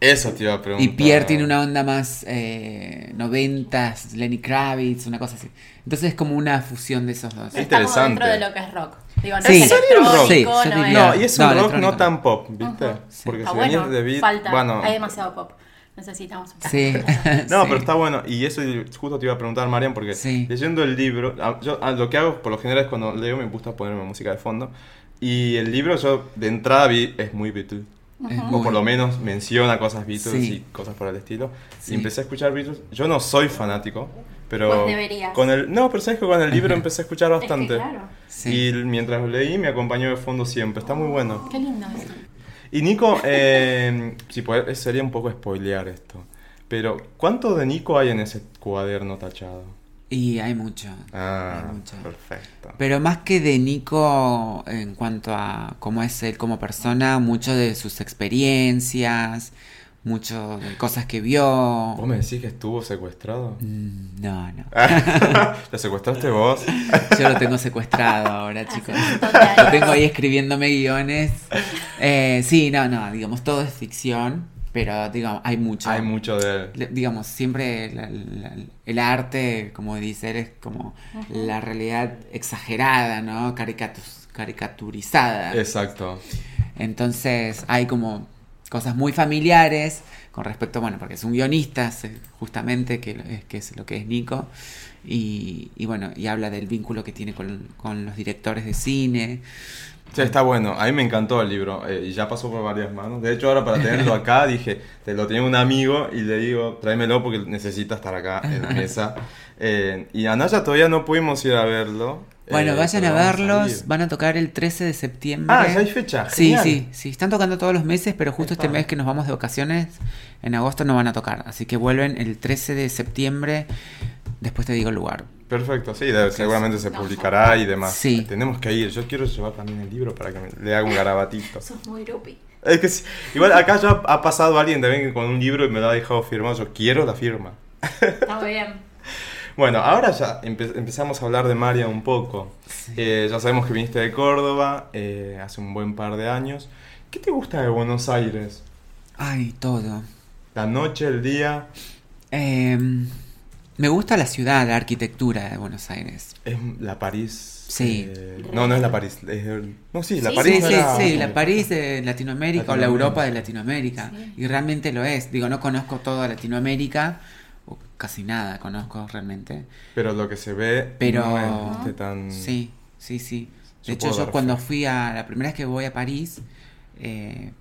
S2: Eso te iba a preguntar.
S4: y Pierre tiene una onda más eh, noventas, Lenny Kravitz, una cosa así. Entonces es como una fusión de esos dos.
S2: Sí.
S3: Estamos
S2: Interesante.
S3: dentro de lo que es rock. Digo, no
S4: Sí.
S3: es
S4: ¿En serio
S2: el rock?
S3: electrónico,
S4: Sí, yo
S3: no es...
S4: diría-
S2: No, Ah, y es
S4: No,
S2: un rock
S4: electrónico
S2: no
S4: no.
S2: tan pop, ¿viste?
S3: Ajá.
S4: Sí.
S2: Porque
S3: Está
S2: si venís
S3: Ah, bueno,
S2: de beat,
S3: falta.
S2: bueno,
S3: Hay demasiado pop. Necesitamos un
S4: Sí.
S2: No,
S4: Sí.
S2: pero está bueno. Y eso justo te iba a preguntar, Marian, porque
S4: Sí.
S2: leyendo el libro, a- yo a- lo que hago por lo general es cuando leo me gusta ponerme música de fondo. Y el libro yo de entrada vi es muy Beatles.
S4: Es
S2: O por
S4: muy-
S2: lo menos menciona cosas Beatles
S4: Sí.
S2: y cosas por el estilo.
S4: Sí.
S2: Y empecé a escuchar Beatles. Yo no soy fanático, pero...
S3: Pues deberías.
S2: Con el, no, pero sabes que con el libro empecé a escuchar
S3: Es que,
S2: bastante.
S3: claro.
S4: Sí.
S2: Y mientras lo leí me acompañó de fondo siempre. Está muy bueno.
S3: Qué lindo eso.
S2: Y Nico, eh, si poder- sería un poco spoilear esto, pero ¿cuánto de Nico hay en ese cuaderno tachado?
S4: Y hay mucho.
S2: Ah,
S4: Hay mucho.
S2: perfecto.
S4: Pero más que de Nico en cuanto a cómo es él como persona, mucho de sus experiencias, mucho de cosas que vio.
S2: ¿Vos me decís que estuvo secuestrado?
S4: Mm, No, no.
S2: ¿Lo secuestraste vos?
S4: Yo lo tengo secuestrado ahora, chicos.
S3: Total.
S4: Lo tengo ahí escribiéndome guiones. Eh, sí, no, no, digamos, todo es ficción, pero digamos, hay mucho.
S2: Hay mucho de él.
S4: Le- digamos, siempre la- la- el arte, como dice él, es como la realidad exagerada, ¿no? Caricatus- caricaturizada.
S2: Exacto.
S4: Entonces hay como cosas muy familiares con respecto, bueno, porque es un guionista, se- justamente, que, lo- es- que es lo que es Nico, y, y bueno, y habla del vínculo que tiene con, con los directores de cine.
S2: Sí, está bueno. A mí me encantó el libro eh, y ya pasó por varias manos. De hecho, ahora para tenerlo acá dije, te lo tiene un amigo y le digo, tráemelo porque necesita estar acá en la mesa. Eh, y a Naya todavía no pudimos ir a verlo.
S4: Bueno,
S2: eh,
S4: vayan a
S2: pero vamos
S4: verlos,
S2: ir.
S4: van a tocar el 13 de septiembre.
S2: Ah, ya hay fecha.
S4: Sí,
S2: genial.
S4: sí, sí, están tocando todos los meses, pero justo este
S2: Epa.
S4: mes que nos vamos de vacaciones, en agosto no van a tocar, así que vuelven el 13 de septiembre, después te digo el lugar.
S2: Perfecto, sí, debe- seguramente se
S3: No.
S2: publicará y demás.
S4: Sí.
S2: Tenemos que ir. Yo quiero llevar también el libro para que me- le haga un garabatito.
S3: Sos muy grupi.
S2: Es que sí. Igual acá ya ha pasado alguien también con un libro y me lo ha dejado firmado. Yo quiero la firma.
S3: Está muy bien.
S2: Bueno, ahora ya empe- empezamos a hablar de María un poco. Eh, ya sabemos que viniste de Córdoba eh, hace un buen par de años. ¿Qué te gusta de Buenos Aires?
S4: Ay, todo.
S2: La noche, el día,
S4: Em, me gusta la ciudad, la arquitectura de Buenos Aires.
S2: es la París.
S4: Sí.
S2: eh, no, no es la París. es el- no, sí, la
S3: Sí,
S2: París.
S4: Sí,
S2: no
S4: sí,
S2: era-
S4: sí, la París de Latinoamérica o la
S2: Latinoamérica.
S4: Europa de Latinoamérica.
S3: Sí.
S4: Y realmente lo es. Digo, no conozco toda Latinoamérica, o casi nada conozco realmente.
S2: Pero lo que se ve
S4: Pero-
S2: no es viste, tan...
S4: Sí, sí, sí.
S2: Yo
S4: De hecho,
S2: puedo
S4: yo
S2: dar
S4: cuando
S2: fe.
S4: fui a. La primera vez que voy a París, eh,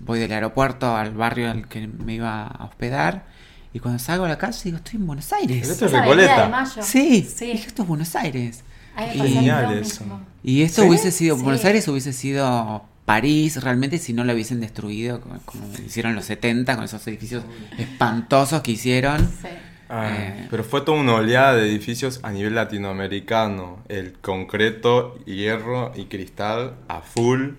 S4: voy del aeropuerto al barrio al que me iba a hospedar. Y cuando salgo a la calle, digo, estoy en Buenos
S2: Pero
S4: Aires.
S2: esto es
S3: Esa avenida
S2: Recoleta.
S3: de mayo.
S4: Sí,
S3: Sí.
S4: dije, esto es Buenos Aires.
S3: Ahí me
S4: Y-
S3: pasó lo
S2: Genial
S3: mismo.
S2: eso.
S4: Y esto
S2: ¿Sí?
S4: hubiese sido,
S3: Sí.
S4: Buenos Aires hubiese sido París realmente si no lo hubiesen destruido como, como hicieron los 70 con esos edificios espantosos que hicieron.
S3: Sí.
S2: Ah,
S4: Eh.
S2: Pero fue toda una oleada de edificios a nivel latinoamericano. El concreto, hierro y cristal a full.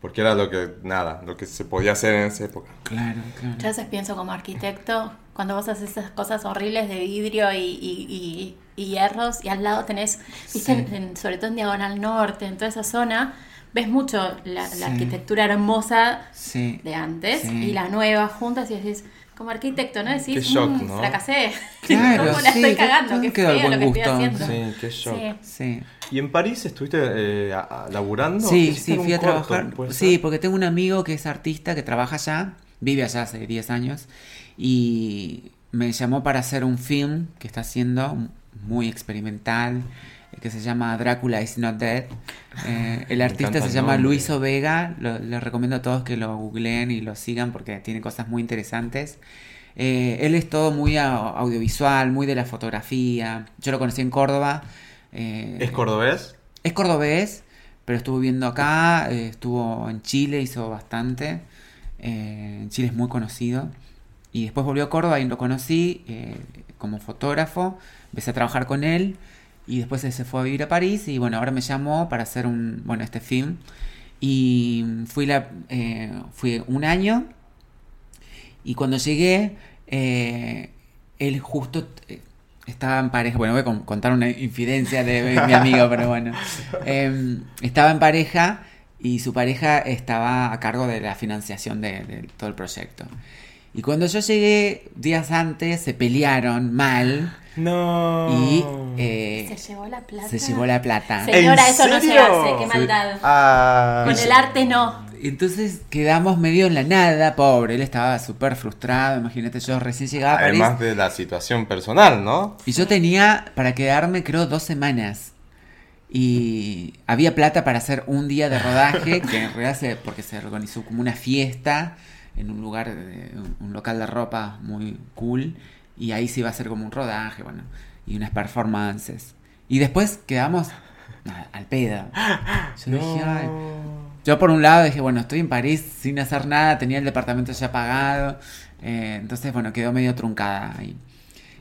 S2: Porque era lo que, nada, lo que se podía hacer en esa época.
S4: Claro, claro.
S3: Yo a veces pienso como arquitecto, cuando vos haces esas cosas horribles de vidrio y, y- y- y hierros, y al lado tenés, viste, en-
S4: Sí.
S3: en- sobre todo en Diagonal Norte, en toda esa zona, ves mucho la, la
S4: Sí.
S3: arquitectura hermosa
S4: Sí.
S3: de antes
S4: Sí.
S3: y la nueva juntas, y decís, como arquitecto, ¿no? Decís,
S2: Qué shock,
S3: "Mm,
S2: ¿no?
S3: fracasé.
S4: Claro,
S3: ¿Cómo la
S4: sí,
S3: estoy
S4: ¿cómo-
S3: cagando?
S4: cómo
S3: Qué
S4: quedó el
S3: feo lo
S4: buen
S3: que estoy
S4: gusto?
S3: haciendo.
S2: Sí, qué shock.
S3: Sí.
S4: Sí.
S2: ¿Y en París estuviste eh, a- a- laburando?
S4: Sí,
S2: Hiciste
S4: sí,
S2: un
S4: fui a
S2: corto,
S4: trabajar.
S2: ¿puede
S4: Sí,
S2: ser?
S4: porque tengo un amigo que es artista, que trabaja allá, vive allá hace 10 años, y me llamó para hacer un film que está haciendo, muy experimental, eh, que se llama Drácula is not dead. Eh, el artista
S2: encanta
S4: se
S2: el
S4: llama
S2: nombre.
S4: Luis Ovega, lo- les recomiendo a todos que lo googleen y lo sigan porque tiene cosas muy interesantes. Eh, él es todo muy a- audiovisual, muy de la fotografía. Yo lo conocí en Córdoba. eh,
S2: ¿Es cordobés?
S4: es cordobés, pero estuvo viviendo acá, eh, estuvo en Chile, hizo bastante. eh, en Chile es muy conocido. Y después volvió a Córdoba y lo conocí eh, como fotógrafo. Empecé a trabajar con él y después él se fue a vivir a París y bueno, ahora me llamó para hacer un, bueno, este film. Y fui, la, eh, fui un año y cuando llegué, eh, él justo eh, estaba en pareja. Bueno, voy a con- contar una infidencia de mi amigo, pero bueno. Eh, estaba en pareja y su pareja estaba a cargo de la financiación de, de todo el proyecto. Y cuando yo llegué días antes, se pelearon mal
S2: No.
S4: y
S2: Oh.
S4: eh,
S3: Se llevó la plata.
S4: se llevó la plata.
S3: Sí. Señora, eso no se
S2: serio?
S3: hace, qué maldad.
S2: Ah,
S3: Con el arte no.
S4: Entonces quedamos medio en la nada, pobre. Él estaba súper frustrado. Imagínate, yo recién llegaba a París.
S2: Además de la situación personal, ¿no?
S4: Y yo tenía para quedarme, creo, dos semanas. Y había plata para hacer un día de rodaje, que en realidad se, porque se organizó como una fiesta en un lugar, eh, un- un local de ropa muy cool. Y ahí se iba a hacer como un rodaje, bueno, y unas performances. Y después quedamos nada, al pedo. Yo dije, "Ay, yo por un lado dije, bueno, estoy en París sin hacer nada, tenía el departamento ya pagado, eh, entonces bueno, quedó medio truncada ahí.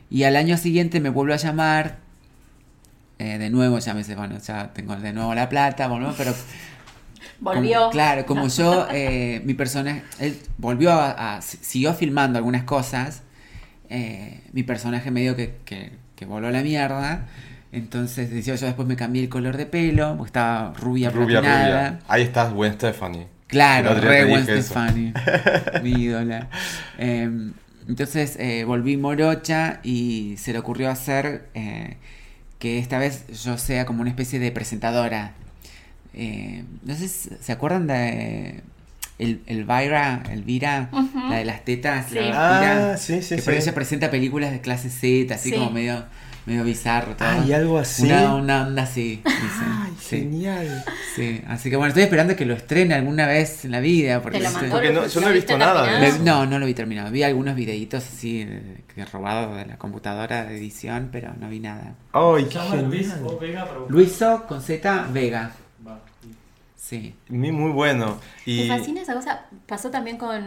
S4: Y al año siguiente me vuelvo a llamar, eh, de nuevo ya me dice, bueno, ya tengo de nuevo la plata, volvemos, pero... como-
S3: Volvió.
S4: claro, como yo, eh, mi personaje, él volvió a, a- si- siguió filmando algunas cosas, eh, mi personaje medio que, que, que voló a la mierda. Entonces, decía yo, después me cambié el color de pelo, porque estaba rubia,
S2: Rubia,
S4: platinada.
S2: rubia. Ahí estás, Gwen Stephanie.
S4: Claro,
S2: El otro día
S4: re
S2: te
S4: Gwen
S2: dije eso.
S4: Stefani, mi ídola. Eh, entonces eh, volví morocha y se le ocurrió hacer eh, que esta vez yo sea como una especie de presentadora. Eh, no sé, si- ¿se acuerdan de el, Elvira, Elvira,
S3: Ujú.
S4: la de las tetas?
S3: Sí.
S4: La vampira?
S2: Ah, sí, sí,
S4: que
S2: sí.
S4: por ella presenta películas de clase Z, así
S3: Sí.
S4: como medio, medio bizarro. Todo.
S2: Ay, algo así.
S4: Una, una onda así. dicen. Sí.
S2: Genial.
S4: Sí, así que bueno, estoy esperando que lo estrene alguna vez en la vida. Porque
S3: Te lo
S4: estoy-
S3: mandó.
S2: Porque no- yo no he visto nada de
S4: Me-
S2: eso.
S4: no, no lo vi terminado. Vi algunos videitos así eh, que robados de la computadora de edición, pero no vi nada.
S2: Ay, qué
S5: Llama Luis
S2: genial.
S5: o Vega para buscar.
S4: Luiso con Z Vega.
S5: Va, sí.
S4: Sí.
S2: Muy muy bueno.
S3: Me
S2: Y
S3: fascina esa cosa. Pasó también con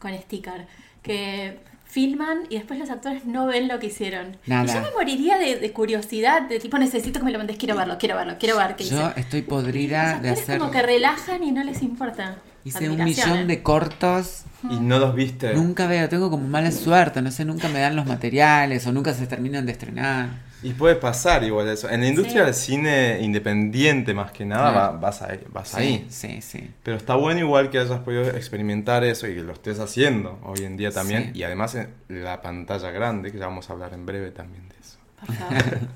S3: con sticker, que filman y después los actores no ven lo que hicieron.
S4: Nada.
S3: Y yo me moriría de, de curiosidad, de tipo, necesito que me lo mandes, quiero verlo, quiero verlo, quiero ver qué
S4: Yo
S3: hice.
S4: estoy
S3: Los
S4: podrida de
S3: actores
S4: hacer.
S3: como que relajan y no les importa.
S4: Hice un
S3: Admiración,
S4: millón
S3: ¿eh?
S4: de cortos.
S2: Y no los viste.
S4: Nunca veo, tengo como mala suerte, no sé, nunca me dan los materiales o nunca se terminan de estrenar.
S2: Y puede pasar igual eso. En la industria
S3: Sí.
S2: del cine independiente, más que nada,
S4: Claro.
S2: va- vas, ahí, vas
S4: Sí,
S2: ahí.
S4: sí, sí.
S2: Pero está bueno igual que hayas podido experimentar eso y que lo estés haciendo hoy en día también.
S4: Sí.
S2: Y además en la pantalla grande, que ya vamos a hablar en breve también de eso.
S3: Por favor.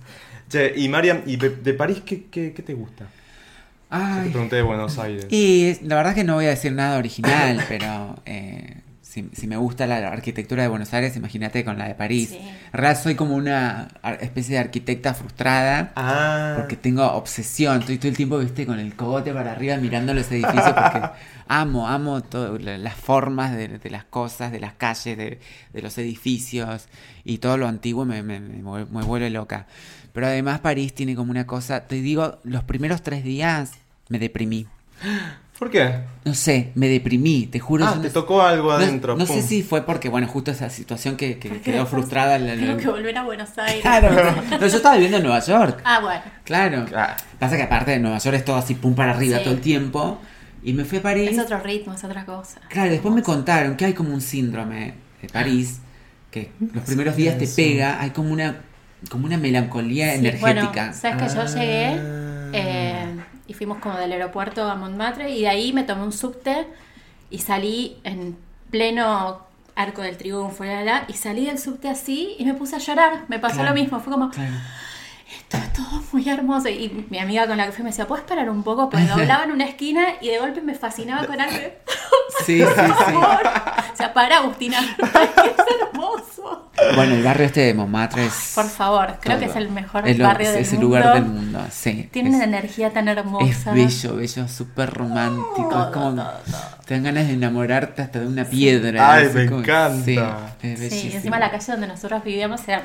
S2: Che, y Mariam, ¿y de, de París qué, qué- qué te gusta? Yo te
S4: Ay.
S2: pregunté de Buenos Aires.
S4: Y la verdad es que no voy a decir nada original, pero eh, si, si me gusta la arquitectura de Buenos Aires, imagínate con la de París.
S3: Sí.
S4: En realidad soy como una ar- especie de arquitecta frustrada.
S2: Ah,
S4: Porque tengo obsesión, estoy todo el tiempo, viste, con el cogote para arriba mirando los edificios porque amo, amo todo, la- las formas de, de las cosas, de las calles, de, de los edificios y todo lo antiguo me, me- me vuel- me vuelve loca. Pero además París tiene como una cosa, te digo, los primeros tres días me deprimí.
S2: ¿por qué?
S4: No sé, me deprimí, te juro.
S2: Ah,
S4: yo
S2: te
S4: no-
S2: tocó algo
S4: no-
S2: adentro.
S4: No, sé
S2: pum.
S4: si fue porque, bueno, justo esa situación que, que
S3: Porque
S4: quedó
S3: después
S4: frustrada. la- la-
S3: Tengo que volver a Buenos Aires.
S4: Claro, no, yo estaba viviendo en Nueva York.
S3: Ah, bueno.
S4: Claro.
S2: Ah,
S4: Pasa que aparte de Nueva York es todo así pum para arriba
S3: Sí.
S4: todo el tiempo. Y me fui a París.
S3: Es otro ritmo, es otra cosa.
S4: Claro, después me contaron que hay como un síndrome de París, que los primeros días te pega, hay como una, como una melancolía
S3: Sí,
S4: energética.
S3: Bueno, sabes que yo
S2: Ah.
S3: llegué eh, y fuimos como del aeropuerto a Montmartre y de ahí me tomé un subte y salí en pleno arco del triunfo la, la, la, y salí del subte así y me puse a llorar. Me pasó lo
S4: Claro.
S3: mismo, fue como,
S4: Claro.
S3: esto es todo muy hermoso. Y mi amiga con la que fui me decía, ¿puedes parar un poco? Pues doblaba en una esquina y de golpe me fascinaba con algo.
S4: Sí, sí, sí.
S3: O sea, para Agustina, es hermoso.
S4: Bueno, el barrio este de Montmartre es.
S3: Por favor, creo que es
S4: todo.
S3: el mejor
S4: Es lo-
S3: barrio del
S4: es el
S3: mundo.
S4: lugar del mundo, sí.
S3: Tiene
S4: es-
S3: una energía tan
S4: Es
S3: hermosa.
S4: bello, bello, súper romántico. es como. Te dan ganas de enamorarte hasta de una piedra.
S2: Ay,
S4: así
S2: me
S4: como-
S2: encanta.
S4: Sí, es
S3: Sí,
S4: bellísimo.
S3: encima la calle donde nosotros vivíamos era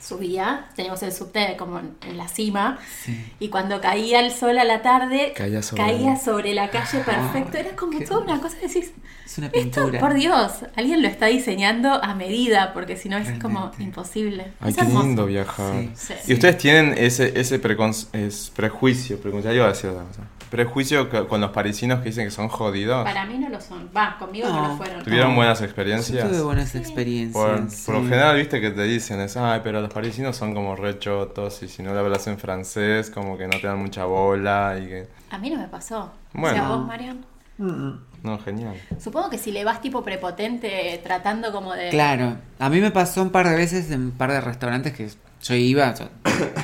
S3: subía, teníamos el subte como en en la cima
S4: Sí.
S3: y cuando caía el sol a la tarde
S2: Caía sobre-
S3: caía sobre la calle perfecto, era como
S4: Ah, qué-
S3: toda una cosa que decís,
S4: Es una
S3: esto
S4: pintura.
S3: por Dios, alguien lo está diseñando a medida porque si no es como
S4: Realmente.
S3: imposible.
S2: Ay,
S3: Es
S2: qué
S3: hermoso.
S2: lindo viajar.
S4: Sí,
S3: Sí.
S2: Y ustedes tienen ese, ese precon- es prejuicio, prejuicio, iba a decir otra cosa. Prejuicio co- con los parisinos que dicen que son jodidos.
S3: Para mí no lo son, va, conmigo no,
S4: No.
S3: lo fueron.
S2: Ah, ¿Tuvieron
S4: No.
S2: buenas
S4: Yo
S2: experiencias?
S4: tuve buenas
S2: Por,
S4: experiencias.
S2: por lo
S4: sí.
S2: general, viste que te dicen es, ay, pero los parisinos son como rechotos y si no le hablas en francés, como que no te dan mucha bola y que...
S3: A mí no me pasó.
S2: Bueno.
S3: O sea, vos, Marian. Mm,
S2: No, genial.
S3: Supongo que si le vas tipo prepotente tratando como de...
S4: Claro, a mí me pasó un par de veces en un par de restaurantes que yo iba, yo-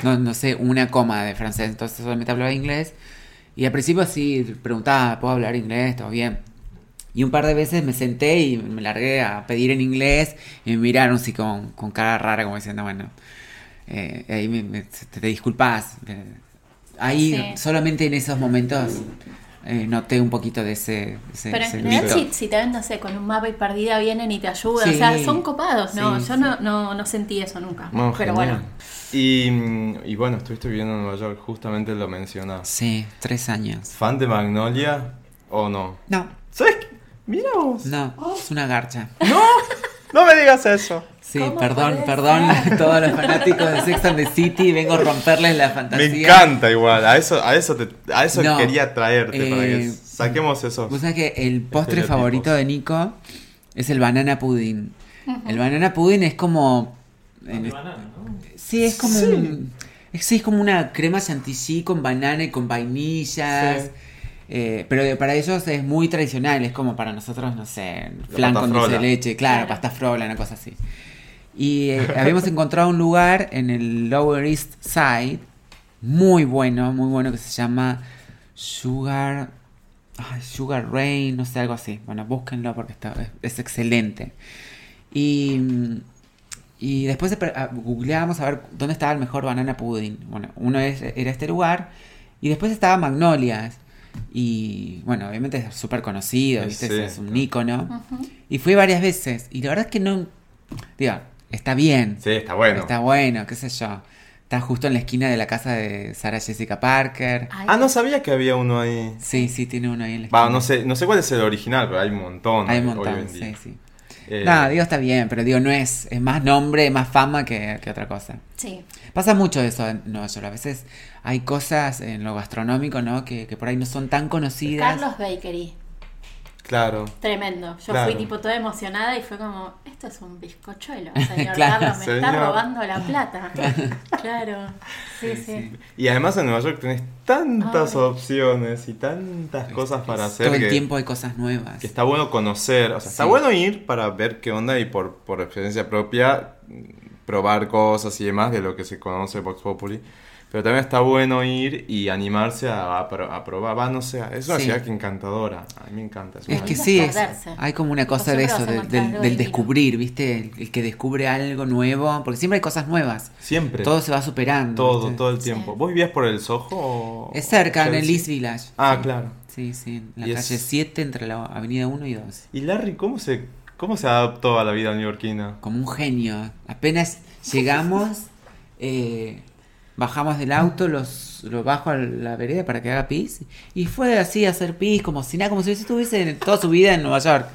S4: no, no sé, una coma de francés, entonces solamente hablaba inglés. Y al principio así preguntaba, ¿puedo hablar inglés? ¿Todo bien? Y un par de veces me senté y me largué a pedir en inglés y me miraron así con, con cara rara como diciendo, bueno, eh, ahí me- me- te, te disculpas. Eh, Ahí
S3: Sí.
S4: solamente en esos momentos eh, noté un poquito de ese... ese-
S3: Pero en
S4: este, ese
S3: general,
S4: grito.
S2: grito.
S3: si, si te ven, no sé, con un mapa y perdida vienen y te ayudan.
S4: Sí.
S3: O sea, son copados, ¿no?
S4: Sí,
S3: Yo
S4: sí.
S3: no, no, no sentí eso nunca.
S2: No, genial.
S3: Pero bueno,
S2: Y, mm, y bueno, estuviste viviendo en Nueva York, justamente lo mencionas.
S4: Sí, tres años.
S2: ¿Fan de Magnolia o no?
S4: No,
S2: ¿Sabes qué? Mira vos.
S4: No, es una garcha.
S2: No me digas eso.
S4: Sí,
S3: ¿Cómo
S4: perdón,
S3: puede
S4: perdón a todos los fanáticos de Sex and the City, vengo a romperles la fantasía.
S2: Me encanta igual, a eso, a eso, te- a eso
S4: No.
S2: quería traerte, para que
S4: Eh,
S2: saquemos esos.
S4: Vos sabés que el postre
S2: Estereotipos.
S4: favorito de Nico es el banana pudding. El banana pudding es como... en-
S2: eh,
S4: Sí, es como... un- es- sí, es como una crema chantilly con banana y con vainillas.
S2: Sí.
S4: Eh, pero de- para ellos es muy tradicional, es como para nosotros, no sé,
S2: La
S4: flan
S2: pasta
S4: con dulce de
S2: frola.
S4: leche, claro,
S3: Claro.
S4: pasta frola, una cosa así. Y eh, habíamos encontrado un lugar en el Lower East Side, muy bueno, muy bueno, que se llama Sugar, ay, Sugar Rain, no sé, algo así. Bueno, búsquenlo porque está, es, es excelente. Y, mm, y después de pre- a- googleábamos a ver dónde estaba el mejor banana pudding. Bueno, uno es- era este lugar y después estaba Magnolias. Y bueno, obviamente es súper conocido,
S2: Sí,
S4: ¿viste?
S2: sí.
S4: es un ícono.
S3: Ujú.
S4: Y fui varias veces. Y la verdad es que no. Digo, está bien.
S2: Sí, está bueno.
S4: Está bueno, qué sé yo. Está justo en la esquina de la casa de Sarah Jessica Parker.
S3: Ay,
S2: Ah, no sabía que había uno ahí.
S4: Sí, sí, tiene uno ahí en la esquina.
S2: Va, no sé, no sé cuál es el original, pero hay un montón.
S4: Hay un
S2: hoy
S4: montón,
S2: en día.
S4: sí, sí.
S2: Eh,
S4: No, digo, está bien, pero digo, no es, es más nombre, más fama que, que otra cosa.
S3: Sí.
S4: Pasa mucho eso en Nueva York. A veces hay cosas en lo gastronómico, ¿no? Que, que por ahí no son tan conocidas.
S3: Carlos Bakery.
S2: Claro.
S3: Tremendo. Yo
S2: Claro.
S3: fui tipo toda emocionada y fue como, esto es un bizcochuelo, señor
S4: Claro,
S3: Carlos, me
S2: señor.
S3: está robando la plata. claro. Sí, sí.
S2: Y además en Nueva York tenés tantas
S3: Ay.
S2: opciones y tantas cosas para
S4: Es-
S2: hacer
S4: Todo
S2: que,
S4: el tiempo hay cosas nuevas.
S2: que está bueno conocer. O sea, está
S4: Sí.
S2: bueno ir para ver qué onda y por, por experiencia propia mm, probar cosas y demás de lo que se conoce Vox Populi. Pero también está bueno ir y animarse a, a pro- a probar. Va, no sé, es una
S4: Sí.
S2: ciudad que encantadora. A mí me encanta. Es
S4: Es
S2: una-
S4: que
S3: No
S4: sí, es-
S3: perderse.
S4: hay como una cosa
S3: Siempre
S4: de
S3: vas
S4: eso,
S3: a
S4: de-
S3: encontrar
S4: del,
S3: algo
S4: del
S3: divino.
S4: descubrir, ¿viste? El, el que descubre algo nuevo, porque siempre hay cosas nuevas.
S2: Siempre.
S4: Todo se va superando.
S2: Todo,
S4: ¿viste?
S2: todo el tiempo. ¿Vos vivías por el Soho? o-
S4: Es cerca, en el
S2: Chelsea?
S4: East Village.
S2: Ah,
S4: Sí.
S2: claro.
S4: Sí, sí, en la
S2: Y es-
S4: calle 7, entre la avenida 1 y 2.
S2: ¿Y Larry cómo se, cómo se adaptó a la vida neoyorquina?
S4: Como un genio. Apenas llegamos, eh, bajamos del auto, los, lo bajo a la vereda para que haga pis. Y fue así a hacer pis, como si nada, como si estuviese en- toda su vida en Nueva York.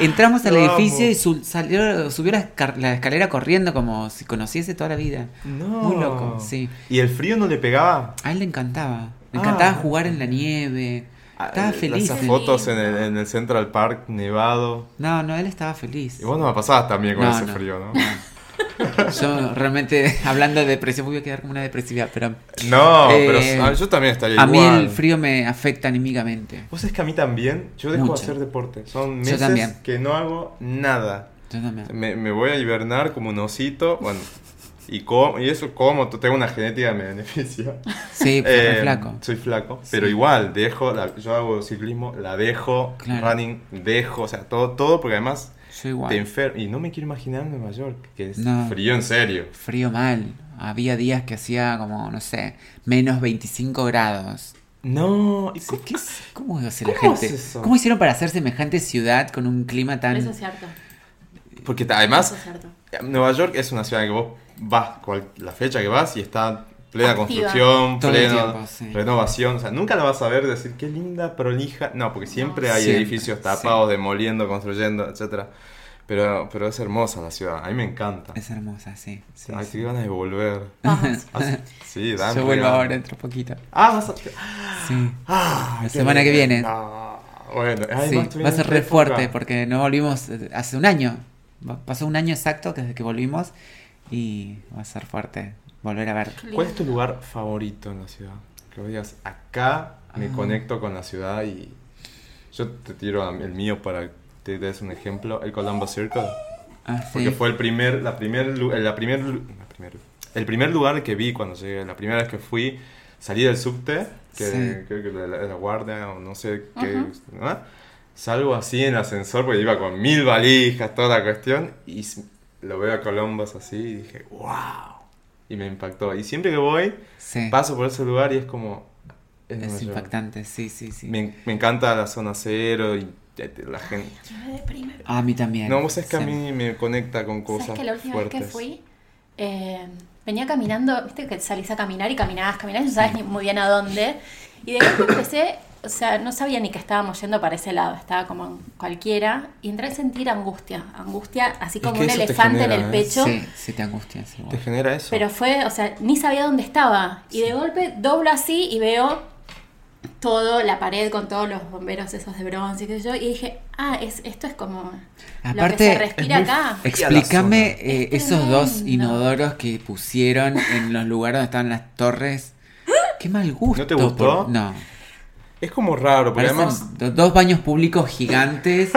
S4: Entramos al
S2: Lo
S4: edificio
S2: amo.
S4: y su- salió, subió la, esca- la escalera corriendo como si conociese toda la vida.
S2: No.
S4: Muy loco, sí.
S2: ¿Y el frío no le pegaba?
S4: A él le encantaba. Le
S2: Ah.
S4: encantaba jugar en la nieve. Estaba
S2: Ah,
S4: feliz.
S2: Las
S3: Sí.
S2: fotos en el, en el Central Park nevado.
S4: No, no, él estaba feliz.
S2: Y vos no me pasabas también con
S4: No,
S2: ese
S4: no.
S2: frío, ¿no?
S4: Yo realmente, hablando de depresión, voy a quedar como una depresividad, pero
S2: No,
S4: Eh,
S2: pero ah, yo también estaría
S4: a mí
S2: igual.
S4: el frío me afecta anímicamente.
S2: Vos sabés que a mí también, yo dejo de
S4: Mucho.
S2: hacer deporte. Son
S4: Yo
S2: meses
S4: también. Ah.
S2: que no hago nada.
S4: Yo también.
S2: Me, me voy a hibernar como un osito, bueno, y, co- y eso como, tengo una genética que me beneficia.
S4: Sí, porque
S2: Eh,
S4: soy flaco.
S2: Soy flaco,
S4: Sí.
S2: pero igual, dejo, la- yo hago ciclismo, la dejo,
S4: Claro.
S2: running, dejo, o sea, todo, todo, porque además
S4: Yo igual.
S2: te enfermo. Y no me quiero imaginar Nueva York, que es
S4: No.
S2: frío en serio.
S4: Frío mal. Había días que hacía como, no sé, menos 25 grados.
S2: No, ¿y
S4: Sí,
S2: cómo-
S4: ¿qué es- ¿Cómo hace la
S2: ¿Cómo
S4: gente?
S2: es eso?
S4: ¿Cómo hicieron para hacer semejante ciudad con un clima tan...
S3: Eso es cierto.
S2: porque ta-
S3: Eso es
S2: además,
S3: cierto.
S2: Nueva York es una ciudad que vos vas, cual- la fecha que vas, y está plena
S3: Activa.
S2: construcción,
S4: Todo el
S2: plena
S4: tiempo, sí.
S2: renovación, o sea, nunca la vas a ver decir qué linda, prolija, no, porque siempre
S3: No.
S2: hay
S4: Siempre,
S2: edificios tapados, demoliendo, construyendo, etcétera. Pero, pero es hermosa la ciudad, a mí me encanta.
S4: Es hermosa, sí. sí,
S2: Ay,
S4: sí.
S2: te ganas de volver.
S3: Vamos.
S2: Ah, sí, sí, dame.
S4: Yo vuelvo
S2: dame.
S4: ahora dentro poquito.
S2: Ah, vas a.
S4: Sí.
S2: Ah,
S4: La
S2: qué
S4: semana que
S2: bien.
S4: viene.
S2: Ah, bueno,
S4: Sí,
S2: además
S4: va a ser re
S2: tuvieron
S4: fuerte
S2: época.
S4: porque no volvimos eh, hace un año. Va- Pasó un año exacto que desde que volvimos y va a ser fuerte volver a ver.
S3: Qué lindo.
S2: ¿Cuál es tu lugar favorito en la ciudad? Que vos digas, acá me
S4: Ah.
S2: conecto con la ciudad y. Yo te tiro a- el mío para que te des un ejemplo: el Columbus Circle.
S4: Ah, sí.
S2: Porque fue el primer, la primer, lu- eh, la primer, lu- la primer- el primer lugar que vi cuando llegué, la primera vez que fui, salí del subte, que
S4: Sí.
S2: creo que de la, de la guardia o no sé qué,
S3: Ujú.
S2: ¿no? salgo así en ascensor porque iba con mil valijas, toda la cuestión, y s- lo veo a Columbus así y dije, wow, y me impactó. Y siempre que voy,
S4: Sí.
S2: paso por ese lugar y es como... es Nueva
S4: Es
S2: York.
S4: impactante, sí, sí, sí.
S2: Me, en- me encanta la zona cero y eh, la gente...
S3: Yo me deprime.
S4: A mí también.
S2: No, vos sabés que a
S4: sí.
S2: mí me conecta con cosas
S3: ¿Sabes que la última
S2: fuertes.
S3: vez que fui, eh, venía caminando, viste que salís a caminar y caminabas, caminabas y no sabes ni muy bien a dónde. Y de repente empecé, o sea, no sabía ni que estábamos yendo para ese lado, estaba como en cualquiera. Y entré a sentir angustia, angustia así
S2: Es
S3: como
S2: que
S3: un
S2: eso te
S3: elefante en
S2: genera,
S3: el
S2: ¿eh?
S3: pecho.
S4: Sí, sí te angustias. igual.
S2: Te genera eso.
S3: Pero fue, o sea, ni sabía dónde estaba. Y de golpe doblo así y veo todo, la pared con todos los bomberos esos de bronce y qué sé yo. Y dije, ah, es, esto es como lo que
S4: Aparte,
S3: se
S4: es
S3: respira
S2: muy
S3: acá.
S4: Explícame
S2: Es
S4: eh,
S3: tremendo.
S4: esos dos inodoros que pusieron en los lugares donde estaban las torres. Qué mal gusto.
S2: te gustó?
S4: por- No.
S2: Es como raro, porque
S4: Parecen
S2: además.
S4: do- dos baños públicos gigantes.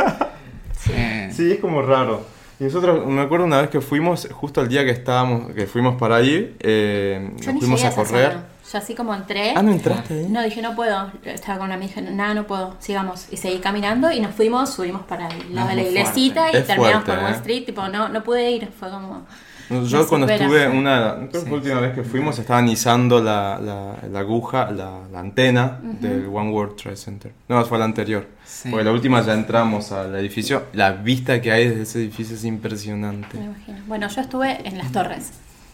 S4: Eh,
S2: Sí, es como raro. Y nosotros, me acuerdo una vez que fuimos, justo el día que estábamos, que fuimos para ir, eh,
S3: Yo
S2: nos
S3: ni
S2: fuimos a
S3: llegué esa
S2: correr.
S3: zona. Yo así como entré.
S2: Ah, no entraste ahí.
S3: No, dije, no puedo. Estaba con una amiga, dije, nada, no puedo. Sigamos. Y seguí caminando y nos fuimos, subimos para el lado de
S4: No,
S3: la
S4: es muy
S3: iglesita
S2: fuerte.
S3: y
S2: Es
S3: terminamos
S2: fuerte,
S3: por Wall
S2: eh.
S3: Street. Tipo, no, no pude ir. Fue como.
S2: No,
S3: Me
S2: Yo cuando
S3: supera,
S2: estuve
S3: sí.
S2: una, creo que fue la última vez que fuimos, estaban izando la, la- la aguja, la, la antena del One World Trade Center. No, fue la anterior.
S4: Sí.
S2: Porque la última ya entramos al edificio. La vista que hay desde ese edificio es impresionante.
S3: Me imagino. Bueno, yo estuve en las torres.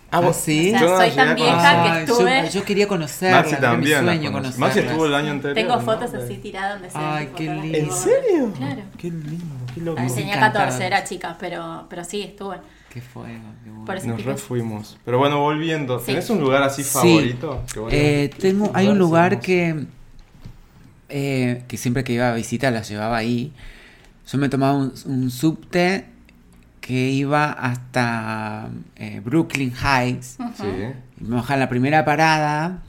S2: Ah, vos-
S4: sí?
S3: O sea,
S2: Yo no
S3: soy
S2: llegué
S3: tan
S2: a
S3: vieja que
S4: Ay, yo-
S3: estuve.
S4: Yo, quería conocerlas.
S2: Maxi
S4: era mi
S2: también. la conoce.
S4: sueño conocerlas.
S2: Maxi estuvo el año anterior.
S3: Tengo
S2: ¿no?
S3: fotos así
S2: De-
S3: tiradas donde se
S4: Ay,
S3: ven
S4: qué
S3: fotografías.
S4: lindo.
S2: ¿En serio?
S3: Claro.
S2: Qué lindo, qué loco.
S3: Ah, Tenía
S4: Encantados.
S3: 14, era chica, pero, pero sí, estuve.
S4: Qué fuego, qué bueno.
S3: Por eso
S2: Nos
S3: tipo-
S2: refuimos. Pero bueno, volviendo.
S3: Sí.
S2: ¿Tenés un lugar así
S4: Sí.
S2: favorito? Que vos
S4: Eh,
S2: digas,
S4: tengo,
S2: "Este
S4: hay un lugar
S2: hermoso"?
S4: que, eh, que siempre que iba a visitar las llevaba ahí. Yo me tomaba un, un subte que iba hasta eh, Brooklyn Heights.
S3: Ujú.
S2: Sí. ¿eh?
S4: Y Me bajaba en la primera parada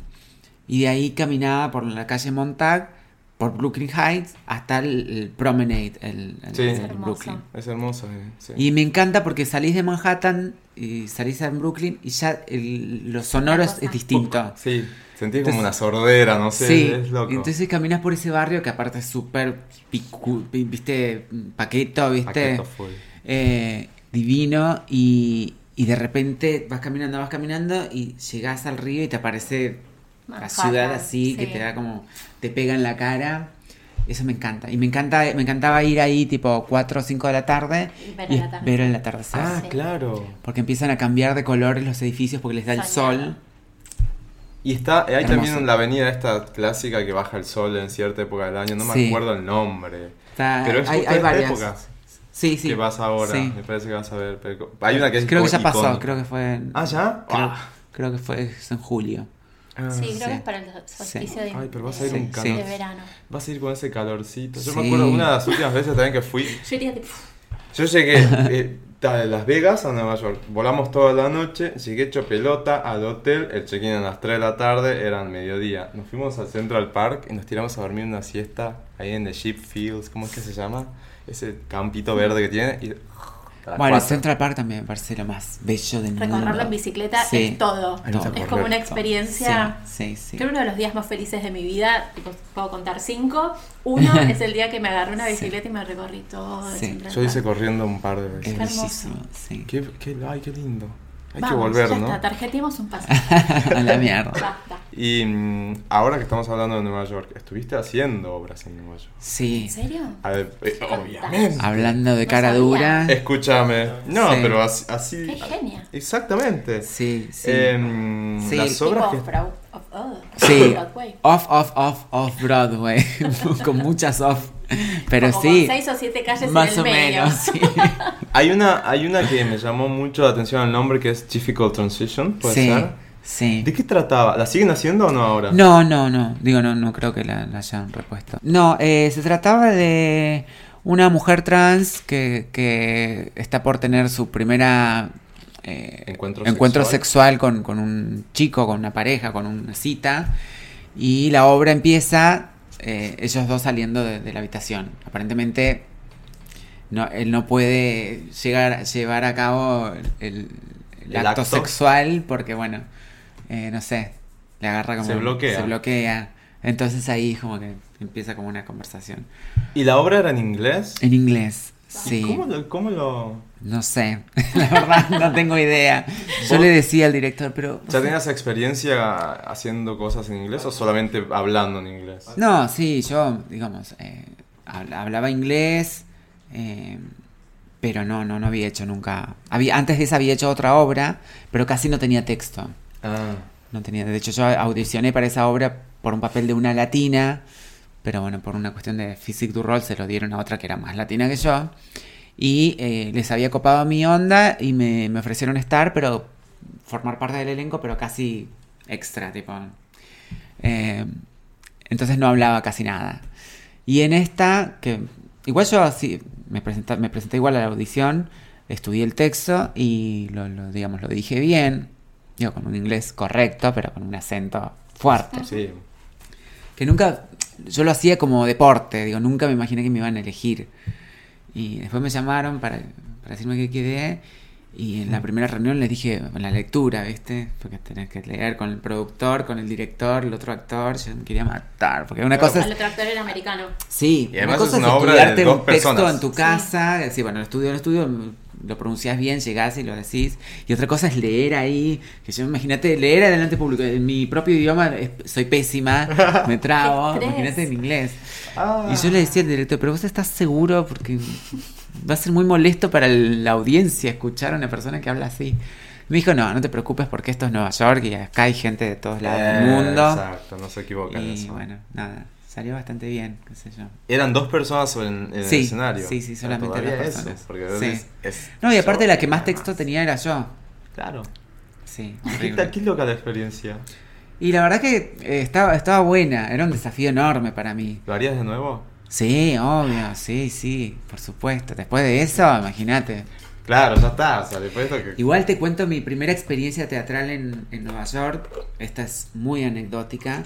S4: y de ahí caminaba por la calle Montag, por Brooklyn Heights, hasta el, el Promenade, el, el-
S2: Sí.
S4: el
S2: Es
S3: hermoso.
S4: Brooklyn.
S2: Es hermoso. eh, sí.
S4: Y me encanta porque salís de Manhattan y salís en Brooklyn y ya el- lo sonoro es, es distinto.
S2: Sí, sentí
S4: Entonces-
S2: como una sordera, no sé,
S4: sí,
S2: es loco.
S4: entonces caminas por ese barrio que aparte es súper, picu- pi- viste, paqueto, viste,
S2: Paqueto full.
S4: eh, divino y, y de repente vas caminando, vas caminando y llegás al río y te aparece la
S3: Manhattan,
S4: ciudad así que
S3: sí.
S4: te da como, te pega en la cara. Eso me encanta. Y me encanta, me encantaba ir ahí tipo 4 o 5 de la tarde
S3: Y ver
S4: y
S3: el
S4: es-
S3: atardecer.
S4: ver el atardecer.
S2: Ah,
S3: Sí.
S2: claro.
S4: Porque empiezan a cambiar de colores los edificios porque les da el
S3: Soñado.
S4: sol.
S2: Y está, hay
S4: Hermoso.
S2: también la avenida esta clásica que baja el sol en cierta época del año, no me
S4: Sí.
S2: acuerdo el nombre.
S4: Está-
S2: Pero es
S4: hay,
S2: justo
S4: hay
S2: esta
S4: varias.
S2: época
S4: Sí, sí.
S2: que vas ahora,
S4: Sí.
S2: me parece que vas a ver. pero- Hay una que es
S4: Creo que ya
S2: ico-
S4: pasó,
S2: icónica.
S4: creo que fue en...
S2: Ah, ¿ya?
S4: Creo,
S2: Ah.
S4: creo que fue es en julio.
S2: Ah,
S3: Sí, creo
S4: sí.
S3: que es para el solsticio de,
S2: Ay, pero vas a ir
S4: Sí,
S2: un
S4: sí.
S2: calor.
S3: de verano.
S2: Vas a ir con ese calorcito. Yo me
S4: Sí.
S2: acuerdo una de las últimas veces también que fui.
S3: Yo iría tipo,
S2: Yo llegué eh, de Las Vegas a Nueva York. Volamos toda la noche, llegué hecho pelota al hotel. El check-in a las 3 de la tarde, eran mediodía. Nos fuimos al Central Park y nos tiramos a dormir una siesta ahí en The Sheep Fields. ¿Cómo es que se llama? Ese campito verde que tiene. Y... a las
S4: Bueno, el
S2: cuatro.
S4: Central Park también me parece lo más bello del mundo.
S3: recorrerlo en bicicleta
S4: Mm. Sí.
S3: es todo.
S2: Ay, no sé
S3: Es
S2: correr.
S3: como una experiencia.
S4: Sí, sí, sí.
S3: Creo uno de los días más felices de mi vida, tipo, puedo contar cinco. Uno es el día que me agarré una
S4: Sí.
S3: bicicleta y me recorrí todo. el
S4: Sí.
S3: Central
S2: Yo hice
S3: Park.
S2: corriendo un par de veces.
S4: Es
S3: hermoso.
S4: bellísimo, sí.
S2: Qué, qué- ay, qué lindo. Hay que
S3: Vamos,
S2: volver,
S3: ya
S2: ¿no?
S3: Está, tarjeteamos un pasaje.
S4: A la mierda.
S3: Basta.
S2: Y mm, ahora que estamos hablando de Nueva York, estuviste haciendo obras en Nueva York.
S4: Sí.
S3: ¿En serio?
S2: A ver, eh, obviamente.
S4: Hablando de
S3: No
S4: cara
S3: sabía.
S4: dura.
S2: Escúchame. No,
S4: Sí.
S2: pero así. así-
S3: Qué genia.
S2: Exactamente.
S4: Sí, sí.
S2: Em,
S4: Sí.
S2: Las
S4: Tipo
S2: obras
S3: Tipo
S2: que.
S3: Off-Broad- Off- oh,
S4: Sí,
S3: Broadway.
S4: off, off, off, off Broadway, con muchas off, pero
S3: Como
S4: sí,
S3: seis o siete calles
S4: más
S3: en el
S4: o
S3: medio.
S4: menos, sí.
S2: Hay una, hay una que me llamó mucho la atención el nombre que es Difficult Transition, ¿puede
S4: sí,
S2: ser?
S4: sí.
S2: ¿De qué trataba? ¿La siguen haciendo o no ahora?
S4: No, no, no. Digo, no, no creo que la, la hayan repuesto. No, eh, se trataba de una mujer trans que, que está por tener su primera eh,
S2: Encuentro
S4: sexual, con, con un chico, con una pareja, con una cita. Y la obra empieza eh, ellos dos saliendo de, de la habitación. Aparentemente no, él no puede llegar, llevar a cabo el, el
S2: El
S4: acto
S2: acto.
S4: sexual porque, bueno, eh, no sé, le agarra como...
S2: Se bloquea.
S4: Se bloquea. Entonces ahí es como que empieza como una conversación.
S2: ¿Y la obra era en inglés?
S4: En inglés,
S2: ¿Y
S4: sí.
S2: ¿Cómo lo.? Cómo lo...
S4: No sé, la verdad no tengo idea. Yo
S2: ¿Vos-
S4: le decía al director, pero...
S2: ¿Ya tenías experiencia haciendo cosas en inglés o solamente hablando en inglés?
S4: No, sí, yo, digamos, eh, habla- hablaba inglés, eh, pero no, no, no había hecho nunca. Había, antes de esa había hecho otra obra, pero casi no tenía texto.
S2: Ah.
S4: No tenía, de hecho, yo audicioné para esa obra por un papel de una latina, pero bueno, por una cuestión de physique du rol se lo dieron a otra que era más latina que yo. Y eh, les había copado mi onda y me, me ofrecieron estar, pero formar parte del elenco, pero casi extra, tipo. Eh, entonces no hablaba casi nada. Y en esta, que igual yo así, me, presenta- me presenté igual a la audición, estudié el texto y lo, lo, digamos, lo dije bien, digo, con un inglés correcto, pero con un acento fuerte.
S2: Sí.
S4: Que nunca, yo lo hacía como deporte, digo, nunca me imaginé que me iban a elegir. Y después me llamaron para, para decirme que quedé. Y en la primera reunión les dije, en la lectura, ¿viste? Porque tenés que leer con el productor, con el director, el otro actor. Yo me quería matar. Porque una cosa es
S3: Al otro actor era americano.
S4: Sí,
S2: Y además
S4: una cosa
S2: es
S4: es,
S2: una obra de
S4: estudiarte
S2: dos
S4: un texto
S2: personas.
S4: en tu casa, decir, bueno, lo estudio, lo estudio, lo pronuncias bien, llegás y lo decís. Y otra cosa es leer ahí, que yo imagínate leer adelante público, en mi propio idioma es- soy pésima, me trabo,
S3: Qué estrés.
S4: imagínate en inglés.
S2: Ah.
S4: Y yo le decía al director, pero vos estás seguro porque va a ser muy molesto para el- la audiencia escuchar a una persona que habla así. Me dijo, no, no te preocupes porque esto es Nueva York y acá hay gente de todos lados del
S2: Eh,
S4: mundo.
S2: Exacto, no se equivocan. en
S4: Y
S2: eso.
S4: bueno, nada, salió bastante bien, qué sé yo.
S2: Eran dos personas en, en
S4: Sí,
S2: el escenario.
S4: sí, sí,
S2: Ah,
S4: solamente
S2: todavía
S4: dos
S2: eso,
S4: personas.
S2: porque a
S4: Sí.
S2: veces es
S4: No, y aparte
S2: show
S4: la que más
S2: y
S4: texto
S2: demás.
S4: tenía era yo.
S2: Claro.
S4: Sí,
S2: ¿Qué
S4: horrible.
S2: tal, qué loca la experiencia?
S4: Y la verdad que eh, estaba, estaba buena, era un desafío enorme para mí.
S2: ¿Lo harías de nuevo?
S4: Sí, obvio, sí, sí, por supuesto. Después de eso, imagínate.
S2: Claro, ya está. O sea, después de esto que...
S4: Igual te cuento mi primera experiencia teatral en, en Nueva York. Esta es muy anecdótica.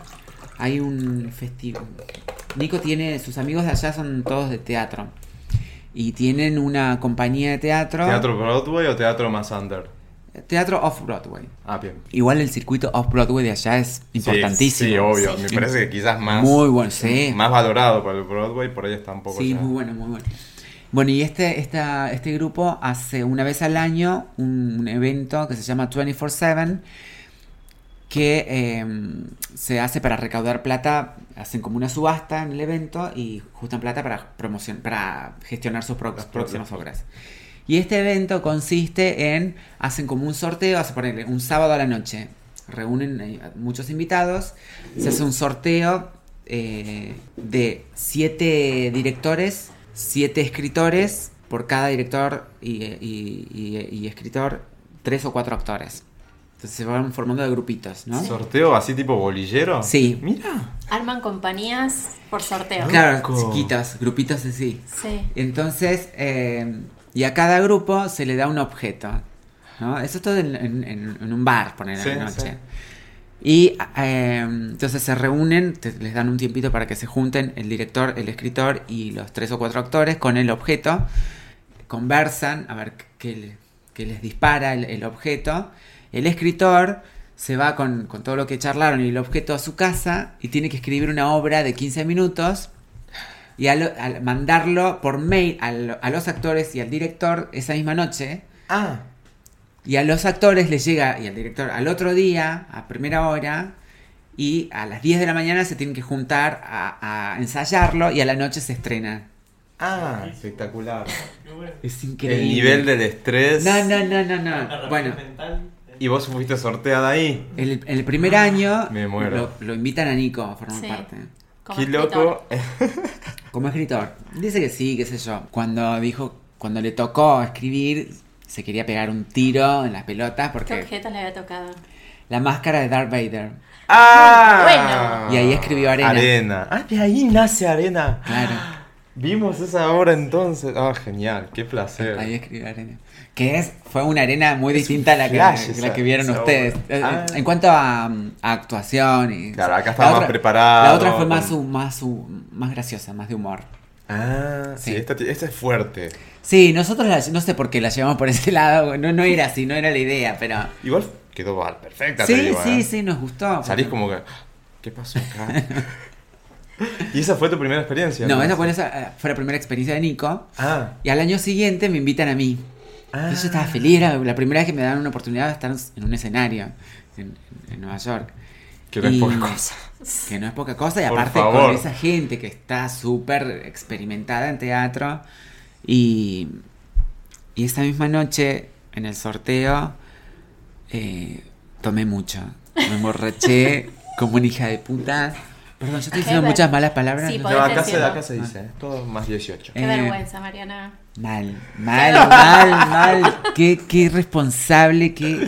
S4: Hay un festival. Nico tiene. Sus amigos de allá son todos de teatro. Y tienen una compañía de teatro.
S2: ¿Teatro Broadway o teatro más under?
S4: Teatro Off-Broadway.
S2: Ah, bien.
S4: Igual el circuito Off-Broadway de allá es importantísimo.
S2: Sí, sí, obvio. Me
S4: Sí.
S2: parece que quizás más,
S4: Muy bueno, sí.
S2: más valorado por el Broadway, por ahí está un poco
S4: Sí,
S2: ya.
S4: muy bueno, muy bueno. Bueno, y este, esta, este grupo hace una vez al año un, un evento que se llama 24-7, que eh, se hace para recaudar plata, hacen como una subasta en el evento y juntan plata para, promoción, para gestionar sus pro-
S2: Las
S4: próximas
S2: propias.
S4: obras. Y este evento consiste en, hacen como un sorteo, hace ponerle un sábado a la noche, reúnen eh, a muchos invitados, se hace un sorteo eh, de siete directores, siete escritores, por cada director y, y- y- y escritor, tres o cuatro actores. Entonces se van formando de grupitos, ¿no?
S2: ¿Sorteo así tipo bolillero?
S4: Sí.
S2: Mira.
S3: Arman compañías por sorteo.
S4: Claro,
S2: Loco.
S4: chiquitos, grupitos así.
S3: Sí.
S4: Entonces, eh, y a cada grupo se le da un objeto. ¿no? Eso es todo en, en- en- en un bar, poner
S2: Sí,
S4: la noche.
S2: sí.
S4: Y eh, entonces se reúnen, te- les dan un tiempito para que se junten el director, el escritor y los tres o cuatro actores con el objeto. Conversan a ver qué, le- qué les dispara el, el objeto. El escritor se va con, con todo lo que charlaron y el objeto a su casa y tiene que escribir una obra de 15 minutos y al, al mandarlo por mail al- a los actores y al director esa misma noche.
S2: Ah.
S4: Y a los actores les llega, y al director, al otro día, a primera hora, y a las 10 de la mañana se tienen que juntar a, a ensayarlo y a la noche se estrena.
S2: Ah, espectacular.
S4: Es increíble.
S2: El nivel del estrés.
S4: No, no, no, no, no. Bueno,
S5: eh,
S2: Y vos fuiste sorteada ahí.
S4: el, el primer año
S2: Ah, Me muero.
S4: Lo, lo invitan a Nico a formar
S3: Sí.
S4: parte.
S3: Como
S2: Qué
S3: escritor.
S2: loco.
S4: Como escritor. Dice que sí, qué sé yo. Cuando dijo, cuando le tocó escribir, se quería pegar un tiro en las pelotas
S3: ¿Qué
S4: porque
S3: objetos le había tocado?
S4: la máscara de Darth Vader.
S2: Ah.
S4: Bueno. Y ahí escribió Arena.
S2: Arena. Ah, de ahí nace Arena.
S4: Claro.
S2: Vimos esa obra entonces. Ah, genial. Qué placer.
S4: Ahí escribe arena. Que es, fue una arena muy distinta a la que,
S2: flash
S4: la
S2: esa-
S4: que vieron
S2: esa
S4: ustedes.
S2: obra.
S4: Eh,
S2: Ah.
S4: En cuanto a, mm, a actuación y.
S2: Claro, acá estaba más preparado,
S4: La otra fue más,
S2: con-
S4: hu- más, hu- más graciosa, más de humor.
S2: Ah, sí.
S4: Sí.
S2: Esta, ti- esta es fuerte.
S4: Sí, nosotros la- no sé por qué la llevamos por ese lado. No, no era así, no era la idea, pero.
S2: Igual quedó bar- perfecta. te
S4: Sí,
S2: digo,
S4: sí,
S2: ¿eh?
S4: sí, nos gustó.
S2: Salís como que. ¿Qué pasó acá? ¿Y esa fue tu primera experiencia?
S4: No, esa
S2: entonces?
S4: fue, esa eh, fue la primera experiencia de Nico.
S2: Ah.
S4: Y al año siguiente me invitan a mí. Entonces yo estaba feliz, era la primera vez que me dan una oportunidad de estar en un escenario en, en Nueva York.
S2: Que no es
S4: Y-
S2: poca cosa.
S4: Que no es poca cosa, y
S2: Por
S4: aparte
S2: favor.
S4: con esa gente que está súper experimentada en teatro. Y, y esa misma noche, en el sorteo, eh, tomé mucho. Me emborraché como una hija de puta. Perdón, yo estoy diciendo
S3: ver-
S4: muchas malas palabras.
S3: Sí,
S4: ¿no?
S2: No,
S3: podés
S2: acá se,
S3: decirlo.
S2: acá se
S4: Ah.
S2: dice, ¿eh? todo más 18.
S3: Qué
S4: Eh.
S3: vergüenza, Mariana.
S4: Mal, mal, mal, mal. Qué, qué irresponsable, qué,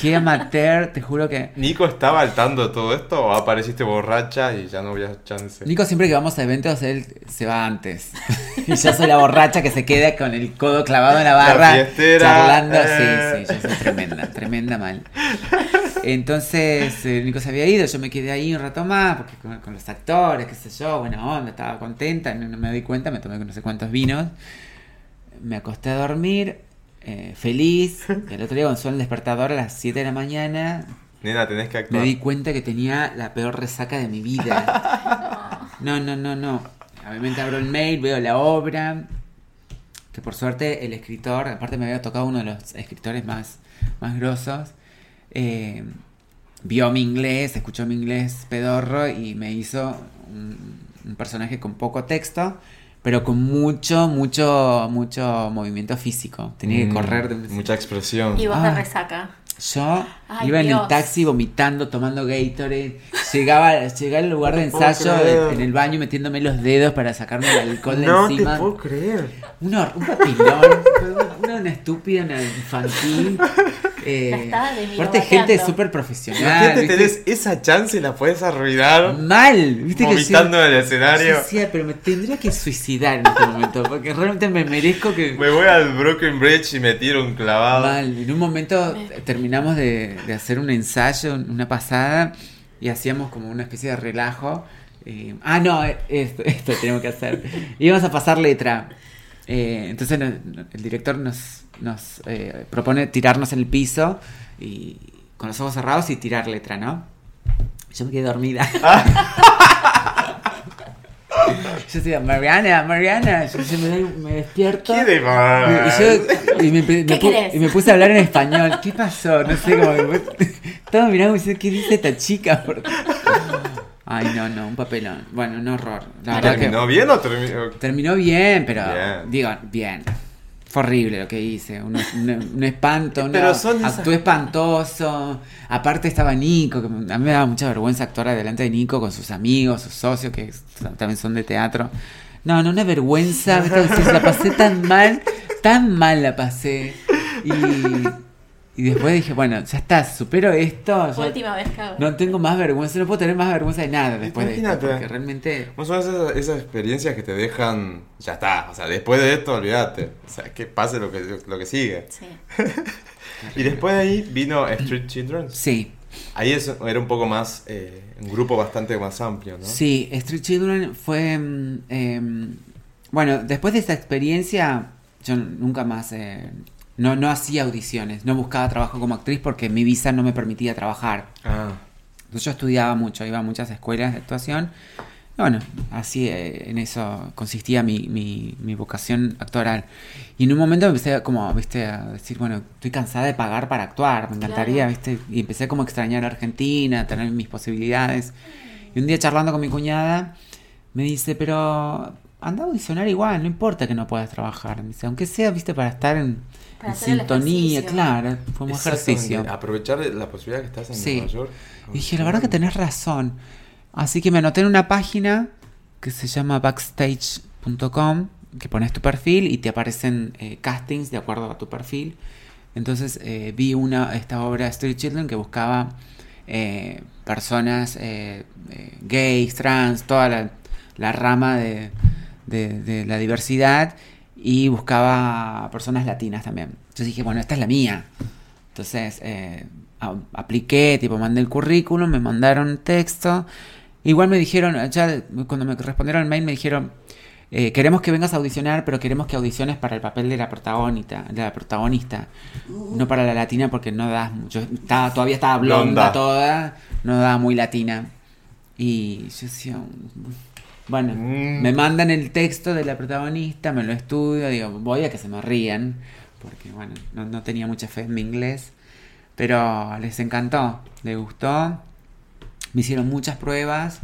S4: qué amateur, te juro que.
S2: ¿Nico estaba al tanto de todo esto o apareciste borracha y ya no había chance?
S4: Nico siempre que vamos a eventos, él se va antes. y yo soy la borracha que se queda con el codo clavado en la barra.
S2: fiestera,
S4: charlando.
S2: eh.
S4: Sí, sí, yo soy tremenda, tremenda mal. Entonces, eh, Nico se había ido, yo me quedé ahí un rato más, porque con, con los actores, qué sé yo, buena onda, estaba contenta, no, no me di cuenta, me tomé no sé cuántos vinos. Me acosté a dormir, eh, feliz. El otro día Gonzalo el despertador a las 7 de la mañana,
S2: Nena, tenés que
S4: me
S2: actuar.
S4: di cuenta que tenía la peor resaca de mi vida. No, no, no, no. Obviamente abro el mail, veo la obra. Que por suerte el escritor, aparte me había tocado uno de los escritores más, más grosos, eh, vio mi inglés, escuchó mi inglés pedorro y me hizo un, un personaje con poco texto, pero con mucho, mucho, mucho movimiento físico. Tenía que
S2: Mm,
S4: correr de un...
S2: Mucha expresión.
S3: Y vos
S4: Ah.
S3: de resaca.
S4: Yo
S3: Ay,
S4: iba en el
S3: Dios.
S4: taxi vomitando, tomando Gatorade. Llegaba, llegaba al lugar
S2: No
S4: de
S2: te puedo
S4: ensayo
S2: creer.
S4: en el baño metiéndome los dedos para sacarme el alcohol de
S2: No te
S4: encima.
S2: puedo creer.
S4: Una- un papilón, una, una estúpida, una infantil. Eh,
S3: La estaba de mí,
S4: aparte,
S3: bateando.
S4: gente súper profesional.
S2: Imagínate,
S4: Ah, ¿viste?
S2: tenés esa chance y la puedes arruinar
S4: Mal, viste que sí.
S2: vomitando en el escenario.
S4: Sí, sí, pero me tendría que suicidar en este momento, porque realmente me merezco que.
S2: Me voy al Broken Bridge y me tiro un clavado.
S4: Mal, en un momento terminamos de, de hacer un ensayo, una pasada, y hacíamos como una especie de relajo. Eh, ah, no, eh, esto, esto tenemos que hacer. Íbamos a pasar letra. Eh, entonces no- no- el director nos, nos eh, propone tirarnos en el piso y con los ojos cerrados y tirar letra, ¿no? Yo me quedé dormida. Yo decía, Mariana, Mariana, yo, yo me, me despierto.
S2: ¿Qué
S4: Y
S2: demás?
S4: yo y me, empe- me
S3: ¿Qué
S4: pu-
S3: querés?
S4: y me puse a hablar en español. ¿Qué pasó? No sé cómo. Estaba mirando y diciendo, ¿qué dice esta chica? Por- Ay, no, no, un papelón. Bueno, un horror. La verdad que-
S2: ¿Terminó bien o terminó?
S4: terminó bien, pero
S2: Bien.
S4: digo, bien. Fue horrible lo que hice. Un, un- un espanto. una-
S2: Pero son esas-
S4: actué espantoso. Aparte estaba Nico. Que a mí me daba mucha vergüenza actuar delante de Nico con sus amigos, sus socios, que s- también son de teatro. No, no, una vergüenza. ¿viste? O sea, la pasé tan mal, tan mal la pasé. Y, y después dije, bueno, ya está, supero esto. ya-
S3: Última vez que hago.
S4: no tengo más vergüenza, no puedo tener más vergüenza de nada después de esto.
S2: Imagínate.
S4: Porque realmente
S2: ¿Cómo son esas, esas experiencias que te dejan? Ya está, o sea, después de esto, olvídate. O sea, que pase lo que, lo que sigue.
S3: Sí.
S2: Y después de ahí vino Street Children.
S4: sí.
S2: Ahí es- era un poco más, eh, un grupo bastante más amplio, ¿no?
S4: Sí, Street Children fue... mm, em, bueno, después de esa experiencia, yo nunca más... eh, no, no hacía audiciones, no buscaba trabajo como actriz porque mi visa no me permitía trabajar.
S2: Ah,
S4: Entonces yo estudiaba mucho, iba a muchas escuelas de actuación. Y bueno, así eh, en eso consistía mi, mi, mi vocación actoral. Y en un momento empecé a como, viste, a decir, bueno, estoy cansada de pagar para actuar, me encantaría,
S3: Claro.
S4: viste. Y empecé como a extrañar a Argentina, a tener mis posibilidades. Y un día charlando con mi cuñada, me dice, pero anda a audicionar igual, no importa que no puedas trabajar. Me dice, aunque sea, viste, para estar en,
S3: Para
S4: en
S3: hacer el
S4: sintonía,
S3: ejercicio.
S4: claro, como
S2: exactamente.
S4: ejercicio.
S2: Aprovechar la posibilidad que estás en
S4: Sí.
S2: Nueva York.
S4: Y dije, la verdad que tenés razón. Así que me anoté en una página que se llama backstage.com, que pones tu perfil y te aparecen eh, castings de acuerdo a tu perfil. Entonces eh, vi una, esta obra Street Children que buscaba eh, personas eh, eh, gays, trans, toda la, la rama de, de- de la diversidad y buscaba personas latinas también. Entonces dije, bueno, esta es la mía. Entonces eh, a- apliqué, tipo mandé el currículum, me mandaron texto. Igual me dijeron, ya cuando me respondieron el mail me dijeron, eh, queremos que vengas a audicionar, pero queremos que audiciones para el papel de la protagonista, de la protagonista, no para la latina porque no das mucho. Estaba, todavía estaba blonda,
S2: Blonda.
S4: toda, no daba muy latina. Y yo decía, bueno,
S2: Mm.
S4: me mandan el texto de la protagonista, me lo estudio, digo, voy a que se me rían, porque bueno, no, no tenía mucha fe en mi inglés, pero les encantó, les gustó, me hicieron muchas pruebas.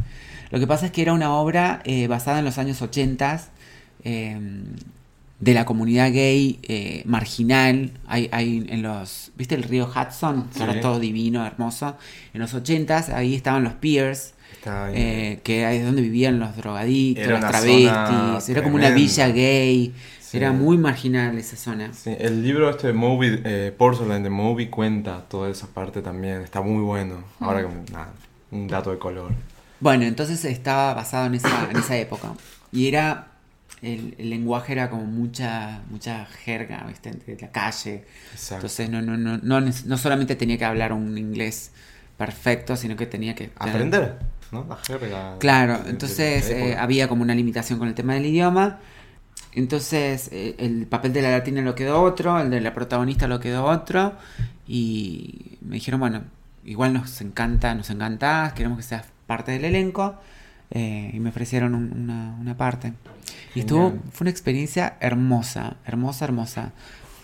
S4: Lo que pasa es que era una obra eh, basada en los años 80 de la comunidad gay eh, marginal. Hay, hay en los. ¿Viste el río Hudson? Que ahora
S2: Sí.
S4: es todo divino, hermoso. En los 80 ahí estaban los peers.
S2: Está bien.
S4: Eh, que ahí es donde vivían los drogadictos,
S2: Era
S4: las
S2: una
S4: travestis,
S2: zona
S4: era como una
S2: tremenda.
S4: villa gay,
S2: Sí.
S4: era muy marginal esa zona.
S2: Sí, el libro este de Movie, eh, Porcelain de Movie cuenta toda esa parte también. Está muy bueno. Ahora
S4: Mm.
S2: que, me- nada, un dato de color.
S4: Bueno, entonces estaba basado en esa, en esa época. Y era. El, el lenguaje era como mucha, mucha jerga, ¿viste? De la calle.
S2: Exacto.
S4: Entonces no, no, no, no, neces- no solamente tenía que hablar un inglés perfecto, sino que tenía que
S2: Aprender, ¿no? La jerga.
S4: Claro,
S2: de- de-
S4: entonces
S2: de la
S4: eh,
S2: época.
S4: había como una limitación con el tema del idioma. Entonces eh, el papel de la latina lo quedó otro, el de la protagonista lo quedó otro. Y me dijeron, bueno, igual nos encanta, nos encantás, queremos que seas parte del elenco. eh, y me ofrecieron un- una, una parte. Y estuvo,
S2: Genial.
S4: fue una experiencia hermosa, hermosa, hermosa.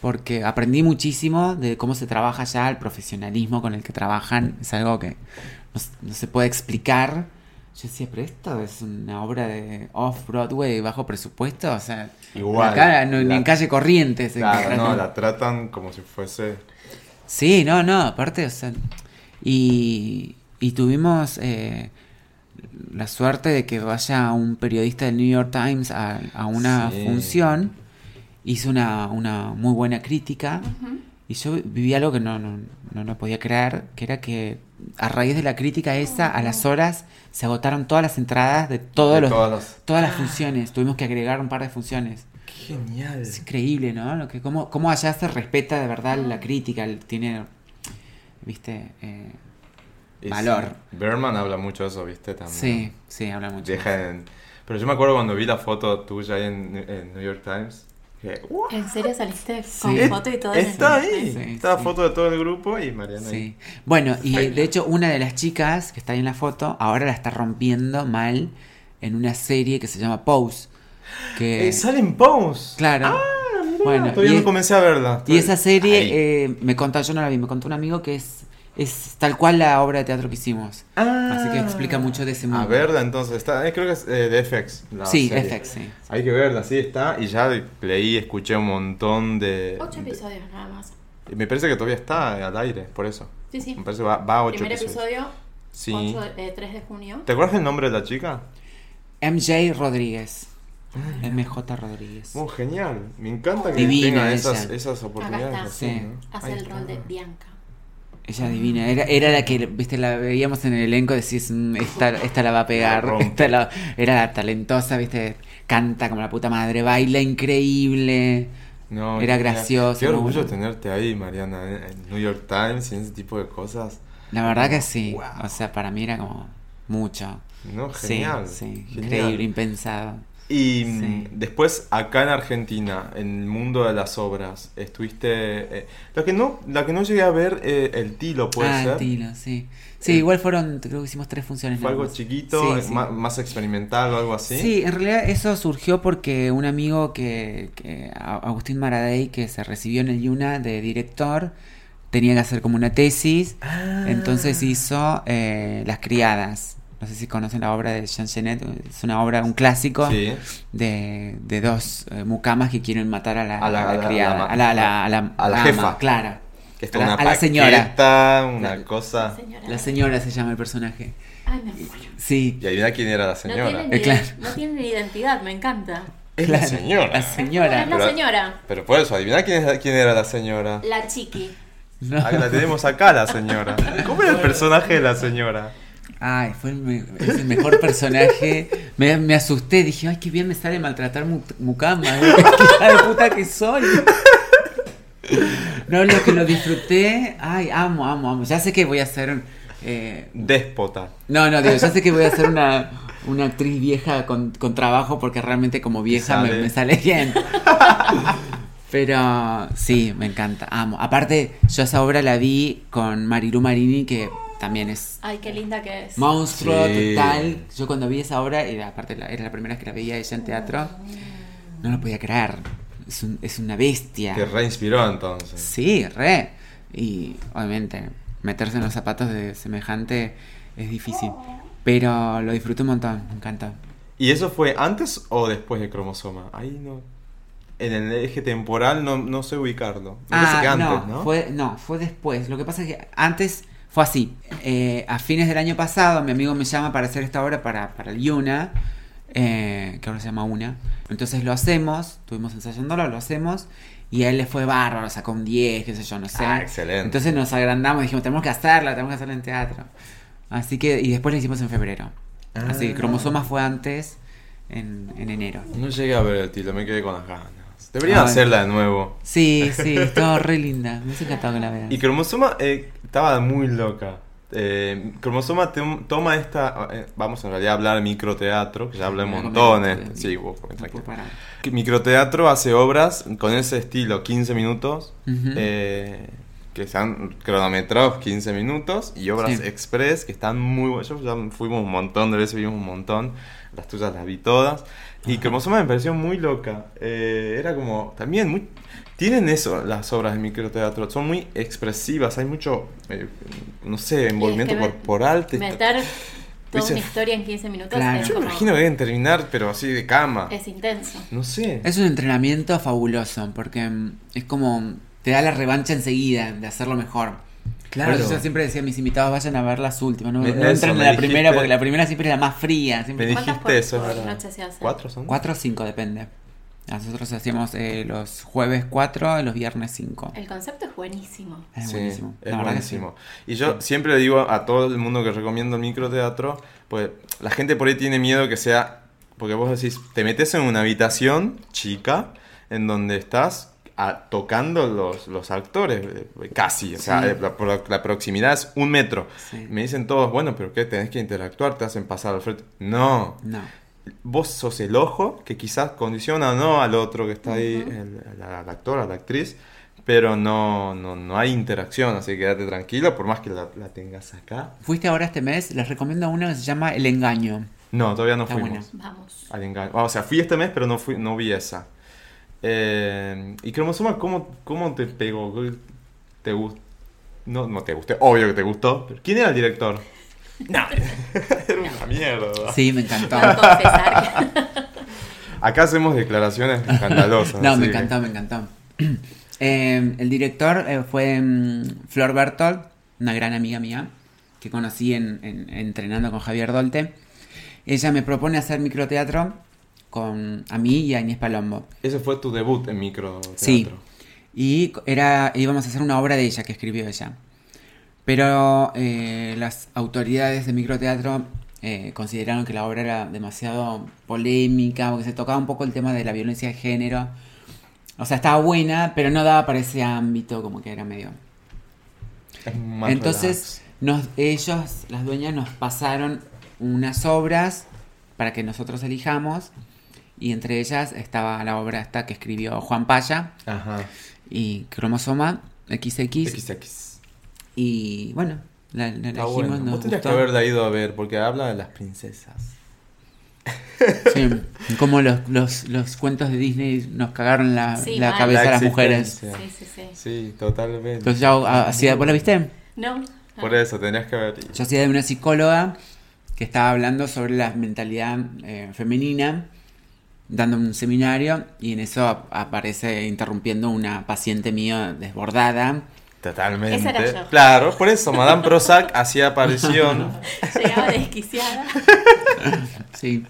S4: Porque aprendí muchísimo de cómo se trabaja ya, el profesionalismo con el que trabajan. Es algo que no, s- no se puede explicar. Yo decía, pero esto es una obra de off-Broadway, bajo presupuesto. O sea,
S2: Igual.
S4: acá no- ni
S2: La-
S4: en calle Corrientes. se
S2: Claro,
S4: encuentra,
S2: no,
S4: ¿no?
S2: la tratan como si fuese
S4: Sí, no, no, aparte, o sea, y, y tuvimos eh, la suerte de que vaya un periodista del New York Times a, a una
S2: Sí.
S4: función, hizo una, una muy buena crítica, y yo viví algo que no, no, no, no podía creer, que era que a raíz de la crítica esa, a las horas se agotaron todas las entradas de todos
S2: De
S4: los,
S2: todas las-
S4: todas las funciones, tuvimos que agregar un par de funciones.
S2: Ah. Qué genial.
S4: Es increíble, ¿no? Lo que, cómo, cómo allá se respeta de verdad
S2: Ah.
S4: la crítica, el- tiene, viste, eh,
S2: Y
S4: Valor.
S2: sí, Berman habla mucho de eso, ¿viste? También.
S4: sí, sí, habla mucho.
S2: Deja en- Pero yo me acuerdo cuando vi la foto tuya ahí en, en New York Times. Que, "Wow,
S3: ¿En serio saliste con
S4: Sí.
S3: foto y todo? en el
S2: Está
S3: New York
S2: ahí.
S3: Times?
S4: Sí,
S2: está la
S4: sí.
S2: foto de todo el grupo y Mariana. ahí.
S4: Sí. Bueno, y de hecho una de las chicas que está ahí en la foto ahora la está rompiendo mal en una serie que se llama Pose. Que,
S2: Eh, salen Pose.
S4: claro. bueno,
S2: Todavía
S4: y
S2: no
S4: es-
S2: comencé a verla.
S4: Y esa
S2: Ahí.
S4: serie eh, me contó, yo no la vi, me contó un amigo que es, es tal cual la obra de teatro que hicimos.
S2: Ah.
S4: Así que explica mucho de ese mundo.
S2: A verla entonces, está, eh, creo que es eh, de FX. la
S4: sí,
S2: serie.
S4: FX, sí.
S2: Hay que verla, sí está. Y ya leí, escuché un montón de.
S3: Ocho episodios nada más.
S2: de- Me parece que todavía está al aire, por eso.
S3: Sí, sí.
S2: Me parece que va, va a ocho
S3: Primer
S2: episodios.
S3: episodio,
S2: Sí.
S3: 8 de- eh, 3 de junio.
S2: ¿Te acuerdas el nombre de la chica?
S4: MJ Rodríguez. MJ Rodríguez.
S2: Oh, genial. Me encanta que
S4: Divina
S2: tenga
S4: ella.
S2: esas, esas oportunidades.
S3: Acá está.
S2: así,
S4: Sí.
S2: ¿no?
S3: Hace
S2: Ahí
S3: el
S2: está.
S3: rol de Bianca.
S4: Ella divina. Era, era la que, viste, la veíamos en el elenco, decís, "Mm, esta, esta la va a
S2: La
S4: pegar.
S2: rompe.
S4: Esta la- era la talentosa, viste, canta como la puta madre, baila increíble.
S2: No,
S4: Era
S2: qué genial.
S4: gracioso,
S2: Qué
S4: ¿no?
S2: orgullo tenerte ahí, Mariana, en- en New York Times y en ese tipo de cosas.
S4: La verdad que sí.
S2: Wow.
S4: O sea, para mí era como mucho.
S2: No,
S4: Sí,
S2: genial.
S4: sí,
S2: genial.
S4: increíble, impensado.
S2: Y mm,
S4: Sí.
S2: después acá en Argentina, en el mundo de las obras, estuviste... eh, la, que no, la que no llegué a ver, eh, El Tilo, puede
S4: ah,
S2: ser.
S4: Tilo, sí. Sí,
S2: Eh,
S4: igual fueron, creo que hicimos tres funciones.
S2: Fue
S4: nada
S2: algo
S4: más.
S2: chiquito,
S4: Sí,
S2: eh,
S4: sí.
S2: ma- Más, experimental o algo así.
S4: Sí, en realidad eso surgió porque un amigo que, que- A- Agustín Maradei, que se recibió en el Yuna de director, tenía que hacer como una tesis,
S2: Ah.
S4: entonces hizo eh, Las Criadas. No sé si conocen la obra de Jean Genet, es una obra, un clásico
S2: Sí.
S4: de, de dos eh, mucamas que quieren matar a la,
S2: A la-
S4: a la
S2: a la-
S4: criada, a la, a la, a la,
S2: a la
S4: ama,
S2: jefa.
S4: Clara.
S2: Que está
S4: a la-
S2: una
S4: a la señora.
S2: paqueta, una cosa...
S3: Señora.
S4: La señora se llama el personaje.
S3: Ay, me muero.
S4: Sí,
S2: Y adivina quién era la
S3: No
S2: señora.
S3: tienen,
S4: Eh, claro.
S3: iden- no tienen identidad, me encanta.
S2: Es la
S4: claro,
S2: señora.
S4: La
S3: Bueno,
S4: señora.
S3: es la
S2: Pero-
S3: señora,
S2: Pero por eso, adivina quién, es- quién era la señora.
S3: la chiqui.
S4: No.
S2: Ah, La tenemos acá, la señora. ¿Cómo era el personaje de la señora?
S4: Ay, fue el, me- es el mejor personaje. Me, me asusté, dije, ay, qué bien me sale maltratar mu- mucama. ¿eh? Qué hija de puta que soy. No, lo que lo disfruté. Ay, amo, amo, amo. Ya sé que voy a ser. eh,
S2: Déspota.
S4: no, no, digo, ya sé que voy a ser una, una actriz vieja con, con trabajo porque realmente como vieja me,
S2: Sale.
S4: me sale bien. Pero sí, me encanta, amo. Aparte, yo esa obra la vi con Marilu Marini, que también es
S3: Ay, qué linda que es.
S4: Monstruo
S2: Sí.
S4: total. Yo cuando vi esa obra, era, aparte la- era la primera vez que la veía ella en teatro, no lo podía creer. Es, un- es una bestia.
S2: Te reinspiró entonces.
S4: Sí, re. Y obviamente, meterse en los zapatos de semejante es difícil. Pero lo disfruté un montón, me encantó.
S2: ¿Y eso fue antes o después de cromosoma? Ahí no. En el eje temporal no, no sé ubicarlo. Me parece que antes, ¿no?
S4: Fue, Ah, no, fue después. Lo que pasa es que antes fue así. Eh, a fines del año pasado, mi amigo me llama para hacer esta obra para, para el Yuna, eh, que ahora se llama Una. Entonces lo hacemos, estuvimos ensayándolo, lo hacemos, y a él le fue bárbaro, sacó un 10, qué sé yo, no sé.
S2: Ah, excelente.
S4: Entonces nos agrandamos, dijimos, tenemos que hacerla, tenemos que hacerla en teatro. Así que, y después la hicimos en febrero. Así que
S2: Ah.
S4: Cromosoma fue antes, en, en enero.
S2: No llegué a ver el título, me quedé con las ganas. Deberían
S4: Ay.
S2: hacerla de nuevo.
S4: Sí, sí, estuvo re linda. Me ha encantado que la veas.
S2: Y cromosoma eh, estaba muy loca. Eh, cromosoma tem- toma esta. eh, vamos en realidad a hablar microteatro, que ya hablé
S4: Bueno,
S2: montones.
S4: me-
S2: Sí, vos,
S4: No
S2: tranquilo.
S4: puedo parar.
S2: Que Microteatro hace obras con ese estilo, 15 minutos,
S4: Ujú.
S2: eh, que están cronometrados 15 minutos, y obras
S4: Sí.
S2: express que están muy buenas. Yo ya fuimos un montón de veces, vimos un montón, las tuyas las vi todas. Y Cromosoma me pareció muy loca. eh, era como, también, muy, tienen eso las obras de microteatro, son muy expresivas, hay mucho, eh, no sé, envolvimiento
S3: me-
S2: corporal. te-
S3: Meter toda
S2: Dice-
S3: una historia en 15 minutos
S4: Claro.
S3: es,
S2: Yo me
S3: como-
S2: imagino que deben terminar, pero así de cama.
S3: es intenso.
S2: No sé.
S4: Es un entrenamiento fabuloso porque mm, es como te da la revancha enseguida de hacerlo mejor.
S2: Claro.
S4: Por eso yo siempre decía a mis invitados, vayan a ver las últimas, no,
S2: Me-
S4: no
S2: eso,
S4: entren en
S2: me
S4: la primera
S2: dijiste-
S4: porque la primera siempre es la más fría.
S2: Me
S4: Siempre...
S2: dijiste
S3: ¿Cuántas
S2: eso, es
S3: por
S2: verdad.
S3: noche se hacen?
S2: ¿Cuatro son?
S4: Cuatro o cinco, depende. Nosotros hacíamos eh, los jueves cuatro, los viernes cinco.
S3: El concepto es buenísimo.
S4: Es
S2: Sí,
S4: buenísimo.
S2: es
S4: la verdad que sí.
S2: buenísimo. Y yo siempre le digo a todo el mundo que recomiendo el microteatro, pues la gente por ahí tiene miedo que sea, porque vos decís, te metes en una habitación chica en donde estás a- tocando los, los actores, eh, casi, o sea,
S4: Sí.
S2: eh, la, pro- la proximidad es un metro.
S4: Sí.
S2: Me dicen todos, bueno, pero ¿qué? Tenés que interactuar, te hacen pasar al frente. No,
S4: No.
S2: vos sos el ojo que quizás condiciona o no al otro que está ahí, el- al, al actor, a la actriz, pero no, no, no hay interacción, así que quédate tranquilo, por más que la, la tengas acá.
S4: Fuiste ahora este mes, les recomiendo una que se llama El Engaño.
S2: No, todavía no
S4: Está
S2: fuimos.
S3: Vamos.
S2: Al engaño. Ah, O sea, fui este mes, pero no, fui, no vi esa. Eh, y cromosoma, ¿cómo, ¿cómo te pegó? ¿Te gustó? No, no te gustó, obvio que te gustó. pero ¿Quién era el director? No. era una mierda.
S4: Sí, me encantó.
S3: Puedo confesar que
S2: Acá hacemos declaraciones escandalosas.
S4: No, me
S2: así que-
S4: encantó, me encantó. Eh, el director eh, fue mm, Flor Bertolt, una gran amiga mía, que conocí en, en- entrenando con Javier Dolte. Ella me propone hacer microteatro con a mí y a Inés Palombo.
S2: Ese fue tu debut en micro teatro.
S4: Sí. Y era, íbamos a hacer una obra de ella que escribió ella. Pero eh, las autoridades de microteatro eh, consideraron que la obra era demasiado polémica, porque se tocaba un poco el tema de la violencia de género. O sea, estaba buena, pero no daba para ese ámbito, como que era medio.
S2: Es más
S4: Entonces, nos, ellos, las dueñas, nos pasaron unas obras para que nosotros elijamos. Y entre ellas estaba la obra esta que escribió Juan Paya,
S2: relax. Ajá.
S4: y cromosoma XX,
S2: XX.
S4: y bueno, la, la
S2: Está
S4: elegimos,
S2: bueno.
S4: nos
S2: Vos tendrías que
S4: gustó.
S2: haberla ido a ver porque habla de las princesas.
S4: Sí, como los, los, los cuentos de Disney nos cagaron la,
S3: Sí,
S4: la
S3: mal.
S4: cabeza
S2: La
S4: a las mujeres.
S2: existencia.
S3: sí, sí, sí.
S2: Sí, totalmente.
S4: Entonces yo ah, hacía, ¿vos la viste?
S3: No.
S2: Por eso tendrías que haber ido.
S4: Yo hacía de una psicóloga que estaba hablando sobre la mentalidad eh, femenina, dando un seminario, y en eso ap- aparece interrumpiendo una paciente mía desbordada.
S2: Totalmente.
S3: Esa era yo.
S2: Claro, por eso Madame Prozac hacía aparición.
S3: Llegaba desquiciada.
S4: Sí,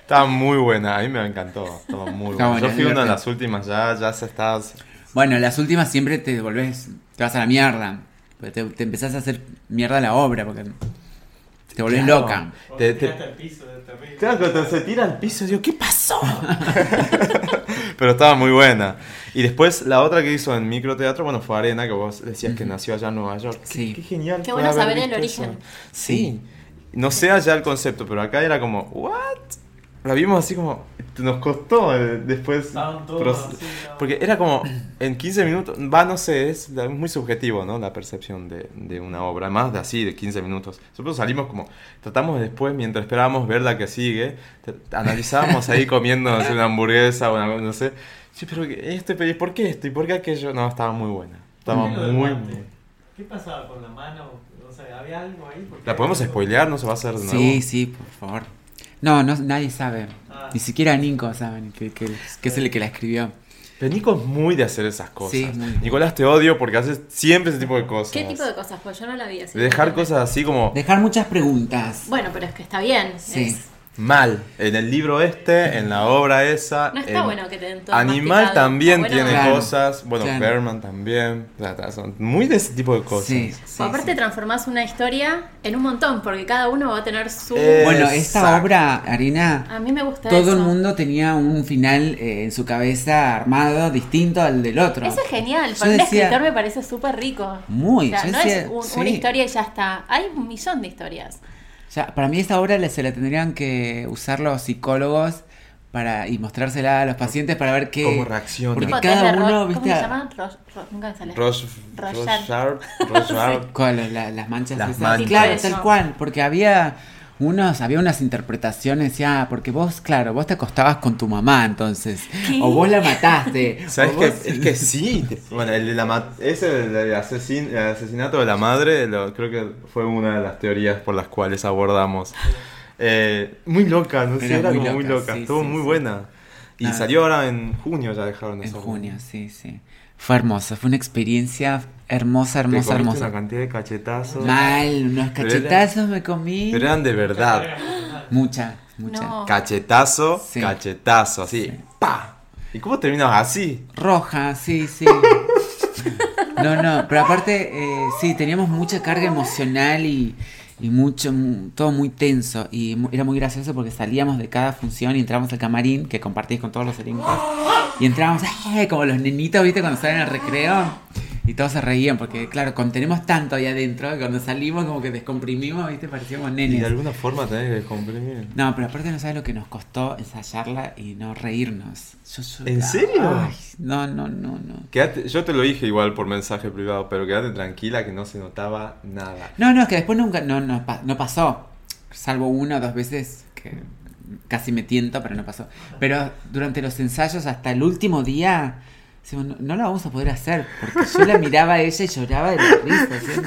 S2: Estaba muy buena, a mí me encantó. Estaba muy
S4: Está
S2: buena. Yo fui
S4: buena,
S2: una de
S4: divertida.
S2: las últimas, ya, ya se estaba.
S4: Bueno, las últimas siempre te volvés, te vas a la mierda. Porque te, te empezás a hacer mierda la obra, porque te volvés
S2: Claro.
S4: loca.
S5: Vos
S2: Te-
S5: te,
S2: te-
S5: tiraste al piso de terrible.
S2: Claro, cuando se tira al piso, digo, ¿qué pasó? Pero estaba muy buena. Y después la otra que hizo en microteatro, bueno, fue Arena, que vos decías que nació allá en Nueva York. Qué-
S4: Sí.
S2: Qué, genial.
S3: Qué
S2: fue
S3: bueno
S2: haber
S3: saber el
S2: visto
S3: origen.
S2: eso. Sí. No sé allá el concepto, pero acá era como, ¿what? La vimos así como, nos costó eh, después.
S5: Estaban todos
S2: pros-
S5: así, ¿no?
S2: Porque era como, en 15 minutos, va, no sé, es la- muy subjetivo, ¿no? La percepción de, de una obra, más de así, de 15 minutos. Nosotros salimos como, tratamos después, mientras esperábamos ver la que sigue, te- analizábamos ahí comiendo no sé, una hamburguesa o una, no sé. Sí, pero ¿qué- esto, pero ¿y ¿por qué esto? ¿Y por qué aquello? No, estaba muy buena. Estaba
S5: ¿Qué era lo del
S2: muy
S5: guante?
S2: buena.
S5: ¿Qué pasaba con la mano? O sea, había algo ahí. Porque
S2: ¿La podemos spoilear? ¿No se va a hacer de nuevo?
S4: Sí, sí, por favor. No, no, nadie sabe.
S5: Ah.
S4: Ni siquiera Nico sabe que, que- que es el que la escribió.
S2: Pero Nico es muy de hacer esas cosas.
S4: Sí, muy.
S2: Nicolás, te odio porque haces siempre ese tipo de cosas.
S3: ¿Qué tipo de cosas? Pues yo no la vi así.
S2: De dejar cosas así como
S4: Dejar muchas preguntas.
S3: Bueno, pero es que está bien.
S4: Sí.
S3: es-
S2: mal. En el libro este, en la obra esa.
S3: No está
S2: en-
S3: bueno que te den todo
S2: Eh, Animal
S3: masticado.
S2: también
S3: Está bueno-
S2: tiene
S4: Claro.
S2: cosas. Bueno,
S4: Claro.
S2: Berman también. O sea, Son muy de ese tipo de cosas.
S4: Sí, sí,
S3: O Pues aparte transformás una historia en un montón, porque cada uno va a tener su...
S4: sí.
S2: Eh,
S4: Bueno, esta
S2: Exacto.
S4: obra, Arena,
S3: a mí me gusta
S4: todo
S3: Ah, eso.
S4: el mundo tenía un final eh, en su cabeza armado distinto al del otro.
S3: Eso es genial,
S4: Yo
S3: para un
S4: decía-
S3: escritor me parece súper rico.
S4: Muy,
S3: O sea,
S4: yo
S3: no
S4: decía-
S3: es un-
S4: sí.
S3: una historia y ya está. Hay un millón de historias.
S4: Ya, para mí esta obra le- se la tendrían que usar los psicólogos para y mostrársela a los pacientes para ver qué
S2: Cómo reacciona.
S4: Porque
S3: Tipo,
S4: cada
S3: Taylor Roy-
S4: uno,
S3: ¿Cómo
S4: viste,
S3: se
S4: a-
S3: llama? Ro- Ro- nunca me sale.
S2: Roche,
S3: Rochard.
S2: Roche Sharp, Roche Sharp.
S4: con la- la- las manchas
S2: Las
S4: esas.
S2: manchas.
S4: Claro,
S3: Eso.
S4: tal cual, porque había unos había unas interpretaciones ya, porque vos, claro, vos te acostabas con tu mamá entonces
S3: ¿Qué?
S4: o vos la mataste.
S2: ¿Sabes
S4: o
S2: qué?
S4: vos-
S2: Es que sí. te- Bueno, el, de la ma- ese el, del asesin- el asesinato de la madre lo- creo que fue una de las teorías por las cuales abordamos. Eh, muy loca, no sé,
S4: Era
S2: era
S4: muy
S2: como muy
S4: loca,
S2: loca.
S4: sí,
S2: Estuvo
S4: sí,
S2: muy
S4: sí.
S2: buena. Y
S4: Nada.
S2: salió ahora en junio, ya dejaron
S4: En
S2: eso.
S4: junio, sí, sí. Fue hermoso, fue una experiencia hermosa,
S2: Te
S4: hermosa,
S2: comiste
S4: hermosa.
S2: Una cantidad de cachetazos.
S4: Mal, unos
S2: Pero
S4: cachetazos me comí.
S2: Pero eran de verdad.
S4: Mucha, mucha.
S3: No.
S2: Cachetazo,
S4: Sí.
S2: cachetazo, así.
S4: Sí.
S2: ¡Pa! ¿Y cómo terminas así?
S4: Roja, sí, sí. No, no, pero aparte, eh, sí, teníamos mucha carga emocional y, y mucho, mu- todo muy tenso. Y mu- era muy gracioso porque salíamos de cada función y entrábamos al camarín que compartís con todos los elencos. Y entrábamos, ¡eh! como los nenitos, ¿viste? Cuando salen al recreo. Y todos se reían porque, claro, contenemos tanto ahí adentro que cuando salimos como que descomprimimos, ¿viste? Parecíamos
S2: Y de
S4: nenes.
S2: alguna forma tenés que comprimir.
S4: No, pero aparte no sabes lo que nos costó ensayarla y no reírnos. Yo lloraba.
S2: ¿En serio?
S4: Ay, no, no, no, no.
S2: Quédate, yo te lo dije igual por mensaje privado, pero quédate tranquila que no se notaba nada.
S4: No, no, es que después nunca, no, no, pa- no pasó. Salvo una o dos veces que casi me tiento, pero no pasó. Pero durante los ensayos, hasta el último día, decimos, no, no la vamos a poder hacer. Porque yo la miraba a ella y lloraba de la risa. ¿sí?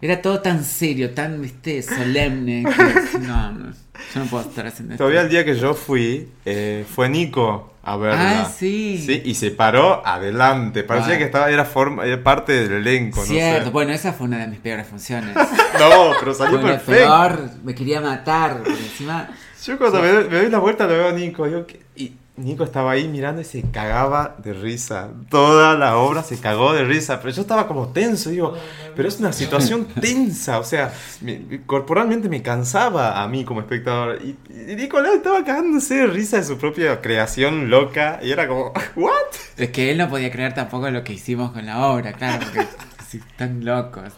S4: Era todo tan serio, tan, viste, solemne. que- no, no, yo no puedo estar haciendo esto.
S2: Todavía el día que yo fui, eh, fue Nico a verla.
S4: Ah, sí.
S2: Y se paró adelante. Parecía
S4: Ah.
S2: que estaba, era, forma- era parte del elenco,
S4: Cierto, pues.
S2: no sé.
S4: bueno, esa fue una de mis peores funciones.
S2: No, pero salió
S4: Fue lo
S2: perfecto.
S4: peor, me quería matar, porque encima...
S2: Yo cuando me, doy- me doy la vuelta lo veo a Nico. digo, ¿qué? y Nico estaba ahí mirando y se cagaba de risa. Toda la obra se cagó de risa. Pero yo estaba como tenso. Digo, pero es una situación tensa. O sea, me- corporalmente me cansaba a mí como espectador. Y, y Nicolás estaba cagándose de risa de su propia creación loca. Y era como, ¿what?
S4: Es que él no podía creer tampoco lo que hicimos con la obra, claro, porque si están locos.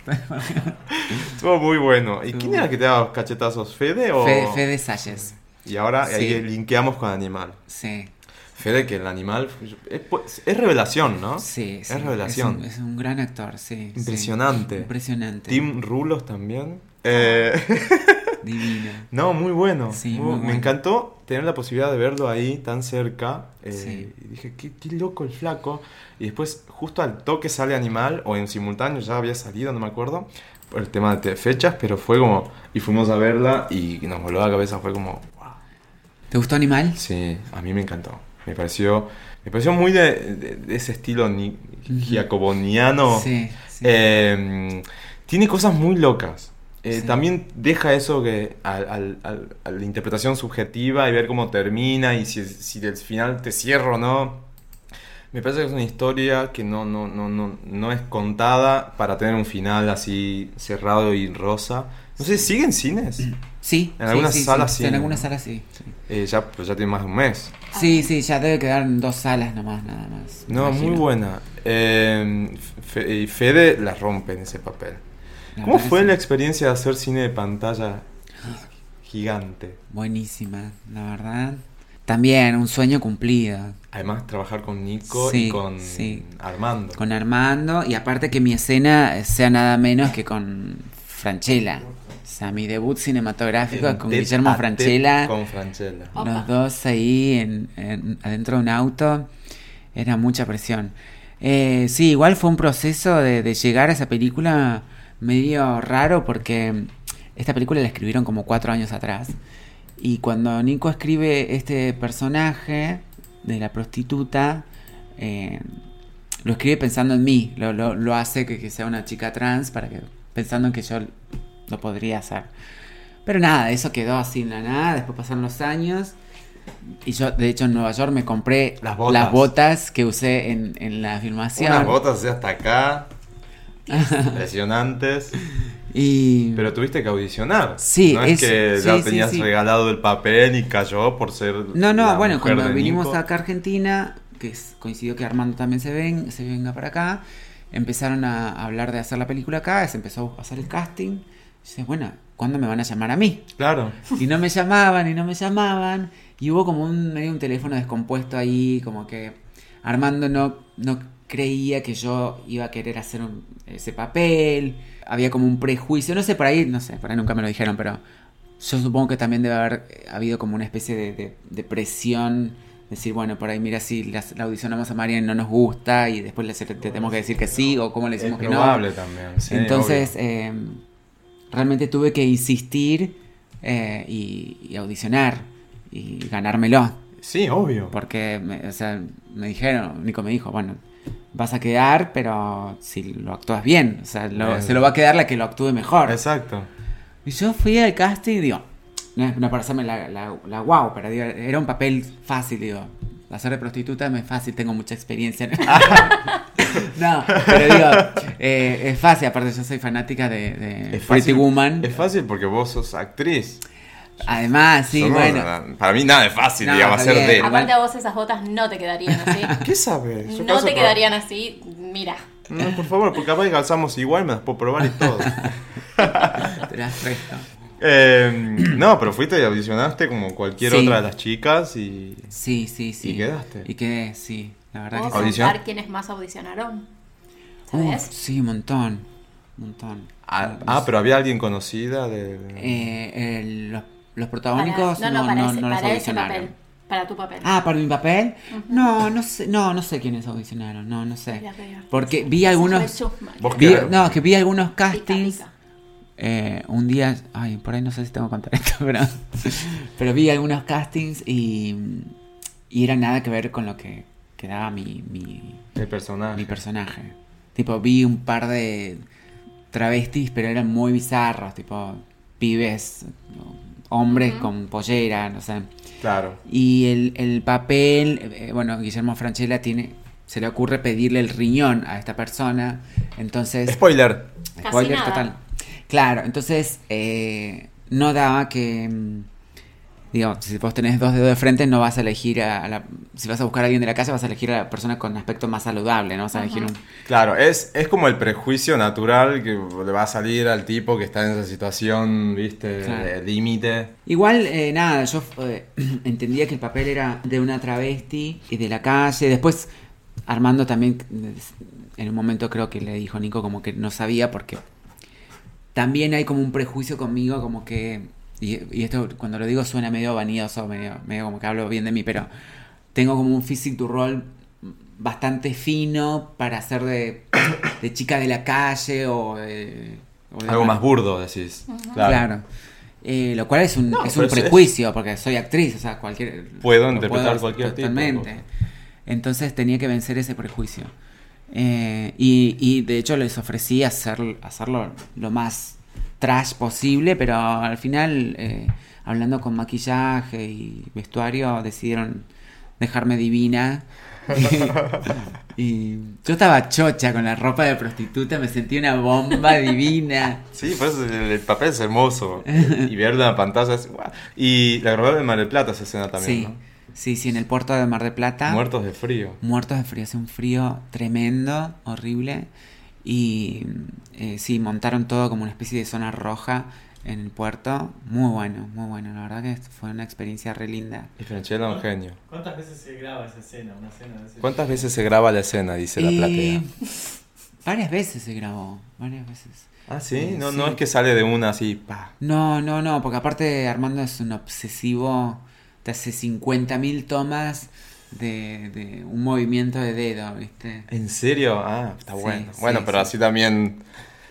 S2: Estuvo muy bueno. ¿Y quién era que te daba los cachetazos? ¿Fede o...?
S4: Fede, Fede Salles,
S2: Y ahora
S4: Sí.
S2: ahí linkeamos con Animal.
S4: sí,
S2: Fede, que el animal... Es, pues, es revelación, ¿no?
S4: sí. sí,
S2: Es revelación.
S4: Es un, es un gran actor, sí. sí.
S2: Impresionante.
S4: Impresionante.
S2: Team Rulos también. Eh,
S4: Divino.
S2: no, muy bueno.
S4: Sí,
S2: Muy-
S4: muy
S2: Me
S4: bueno.
S2: encantó tener la posibilidad de verlo ahí tan cerca. eh,
S4: Sí.
S2: Y dije, qué, qué loco el flaco. Y después, justo al toque sale Animal, o en simultáneo ya había salido, no me acuerdo, por el tema de fechas, pero fue como... Y fuimos a verla y nos voló la cabeza, fue como... "Wow".
S4: ¿Te gustó Animal?
S2: Sí, a mí me encantó. Me pareció, me pareció muy de, de- de ese estilo ni, giacoboniano.
S4: Sí, sí.
S2: Eh, tiene cosas muy locas. Eh,
S4: Sí.
S2: También deja eso que al- al- al- a la interpretación subjetiva y ver cómo termina y si, si del final te cierro o no. Me parece que es una historia que no, no, no, no, no es contada para tener un final así cerrado y rosa. No sé, ¿siguen cines?
S4: Sí.
S2: En
S4: sí,
S2: algunas
S4: sí, sí,
S2: salas sí,
S4: En
S2: ¿no?
S4: algunas salas sí. sí.
S2: Eh, ya, pero ya tiene más de un mes.
S4: Sí, sí, ya debe quedar en dos salas nomás, nada más. me
S2: No,
S4: imagino.
S2: muy buena. Eh, Fe- y Fede la rompe en ese papel.
S4: La
S2: ¿Cómo
S4: verdad
S2: fue
S4: que
S2: la
S4: sí.
S2: experiencia de hacer cine de pantalla gigante?
S4: Buenísima, la verdad. También un sueño cumplido.
S2: Además, trabajar con Nico
S4: Sí,
S2: y con
S4: sí.
S2: Armando.
S4: Con Armando, y aparte que mi escena sea nada menos que con Franchella. O sea, mi debut cinematográfico
S2: En
S4: con
S2: tete
S4: Guillermo
S2: a
S4: Franchella.
S2: tete Con Franchella.
S3: Oh. Opa.
S4: Los dos ahí en, en- adentro de un auto. Era mucha presión. Eh, sí, igual fue un proceso de, de llegar a esa película medio raro porque esta película la escribieron como cuatro años atrás. Y cuando Nico escribe este personaje de la prostituta, eh, lo escribe pensando en mí. Lo, lo- lo hace que, que sea una chica trans para que pensando en que yo lo podría hacer. Pero nada, eso quedó así en la nada, después pasaron los años. Y yo, de hecho, en Nueva York me compré
S2: Las botas.
S4: botas que usé en, en la filmación.
S2: Unas botas así hasta acá. Impresionantes.
S4: Y...
S2: Pero tuviste que audicionar.
S4: Sí,
S2: No es
S4: es-
S2: que
S4: sí,
S2: ya
S4: sí,
S2: tenías
S4: sí.
S2: regalado el papel y cayó por ser. la
S4: No, no, bueno,
S2: mujer
S4: cuando
S2: de
S4: vinimos
S2: Nico.
S4: acá a Argentina, que es- coincidió que Armando también se, ven, se venga para acá, empezaron a, a hablar de hacer la película acá, se empezó a hacer el casting. Y dices, bueno, ¿cuándo me van a llamar a mí?
S2: Claro.
S4: Y no me llamaban, y no me llamaban, y hubo como un medio un teléfono descompuesto ahí, como que Armando no, no creía que yo iba a querer hacer un- ese papel, había como un prejuicio, no sé, por ahí, no sé, por ahí nunca me lo dijeron, pero yo supongo que también debe haber eh, habido como una especie de, de- de presión. Decir, bueno, por ahí mira si la, la audicionamos a Marian y no nos gusta y después le, le tenemos que decir que sí o cómo le
S2: Es
S4: decimos que no.
S2: probable también. sí,
S4: Entonces,
S2: obvio.
S4: eh, realmente tuve que insistir eh, y, y audicionar y ganármelo.
S2: Sí, obvio.
S4: Porque, me, o sea, me dijeron, Nico me dijo, bueno, vas a quedar, pero si lo actúas bien, o sea, lo-
S2: Bien.
S4: se lo va a quedar la que lo actúe mejor.
S2: Exacto.
S4: Y yo fui al casting y digo, no es una persona, la, la, la wow, pero digo, era un papel fácil, digo. Hacer de prostituta me es fácil, tengo mucha experiencia. no, pero digo, eh, es fácil, aparte yo soy fanática de, de
S2: fácil-
S4: Eh, Pretty Woman.
S2: Es fácil porque vos sos actriz.
S4: Además, sí,
S2: Yo no-
S4: bueno.
S2: ah, Para mí nada es fácil,
S4: No,
S2: digamos,
S4: está
S2: hacer de.
S4: bien.
S3: Aparte a vos esas botas no te quedarían así.
S2: Ah, ¿Qué sabes? Yo
S3: no
S2: paso
S3: te
S2: por-
S3: quedarían así, mira.
S2: No, por favor, porque capaz que calzamos igual, me las puedo probar y todo.
S4: Te las presto.
S2: Eh, no, pero fuiste y audicionaste como cualquier
S4: Sí.
S2: otra de las chicas y.
S4: Sí, sí, sí.
S2: ¿Y quedaste?
S4: Y quedé, sí, la verdad
S3: ¿Puedo
S4: que sí.
S2: Audición.
S3: contar quiénes más audicionaron?
S4: Uh,
S3: ¿Sabes?
S4: sí, un montón. Un montón.
S2: Ah,
S4: No
S2: ah,
S4: sé.
S2: pero había alguien conocida de.
S4: Eh, el- los, los
S3: Para-
S4: protagónicos
S3: no,
S4: Uh, no,
S3: no, para,
S4: no-
S3: ese,
S4: no los
S3: para ese
S4: audicionaron.
S3: papel. Para tu papel.
S4: Ah, para mi papel. No, no sé, no, no sé quiénes audicionaron, no, no sé.
S3: Mira, pero-
S4: Porque vi
S3: Se
S4: algunos,
S3: fue Schumann.
S2: Vos
S4: vi-
S2: Claro.
S4: no, que vi algunos
S3: Pica,
S4: castings.
S3: pica.
S4: eh, un día, ay, por ahí no sé si tengo que contar esto, pero, pero vi algunos castings y, y era nada que ver con lo que quedaba mi, mi,
S2: El personaje.
S4: mi personaje. Tipo, vi un par de travestis, pero eran muy bizarros, tipo, pibes, hombres con pollera, no sé.
S2: Claro.
S4: Y el, el papel, eh, bueno, Guillermo Franchella tiene, se le ocurre pedirle el riñón a esta persona, entonces...
S2: Spoiler.
S3: Casi nada.
S4: Claro, entonces eh, no daba que... mm, Digo, si vos tenés dos dedos de frente, no vas a elegir a, a la... Si vas a buscar a alguien de la calle, vas a elegir a la persona con aspecto más saludable, no vas a elegir un...
S2: Claro, es, es como el prejuicio natural que le va a salir al tipo que está en esa situación, viste,
S4: Claro.
S2: de límite.
S4: Igual, eh, nada, yo eh, entendía que el papel era de una travesti y de la calle. Después, Armando también, mm, en un momento creo que le dijo a Nico como que no sabía porque también hay como un prejuicio conmigo, como que... Y, y esto cuando lo digo suena medio vanidoso, medio, medio como que hablo bien de mí, pero tengo como un physique du rol bastante fino para ser de, de chica de la calle o de... o de-
S2: Algo más burdo, decís. Claro.
S4: Claro. Eh, lo cual es un,
S2: No,
S4: es
S2: pero
S4: un
S2: es- es-
S4: prejuicio, porque soy actriz, o sea, cualquier...
S2: Puedo
S4: lo
S2: interpretar cualquier tipo de
S4: Totalmente.
S2: cosa.
S4: Entonces tenía que vencer ese prejuicio. Eh, y, y de hecho les ofrecí hacer, hacerlo lo más trash posible, pero al final, eh, hablando con maquillaje y vestuario, decidieron dejarme divina. y yo estaba chocha con la ropa de prostituta, me sentí una bomba divina.
S2: Sí, por eso el, el papel es hermoso. y ver la pantalla es. ¡guau! Y la grabaron en Mar del Plata esa escena también,
S4: sí, sí, sí, en el puerto de Mar de Plata.
S2: ¿no? Muertos de frío.
S4: Muertos de frío, hace un frío tremendo, horrible. Y eh, sí, montaron todo como una especie de zona roja en el puerto. Muy bueno, muy bueno. La verdad que esto fue una experiencia re linda.
S2: Y Franchella un genio.
S5: ¿Cuántas veces se graba esa escena? Una escena de ese-
S2: ¿Cuántas veces se graba la escena? Dice la
S4: Eh,
S2: platea.
S4: varias veces se grabó, varias veces.
S2: Ah, sí,
S4: eh,
S2: no,
S4: sí.
S2: no es que sale de una así, pa.
S4: No, no, no, porque aparte Armando es un obsesivo, te hace 50.000 tomas de, de un movimiento de dedo, ¿viste?
S2: ¿En serio? Ah, está
S4: Sí,
S2: bueno.
S4: sí,
S2: Bueno, pero
S4: sí.
S2: así también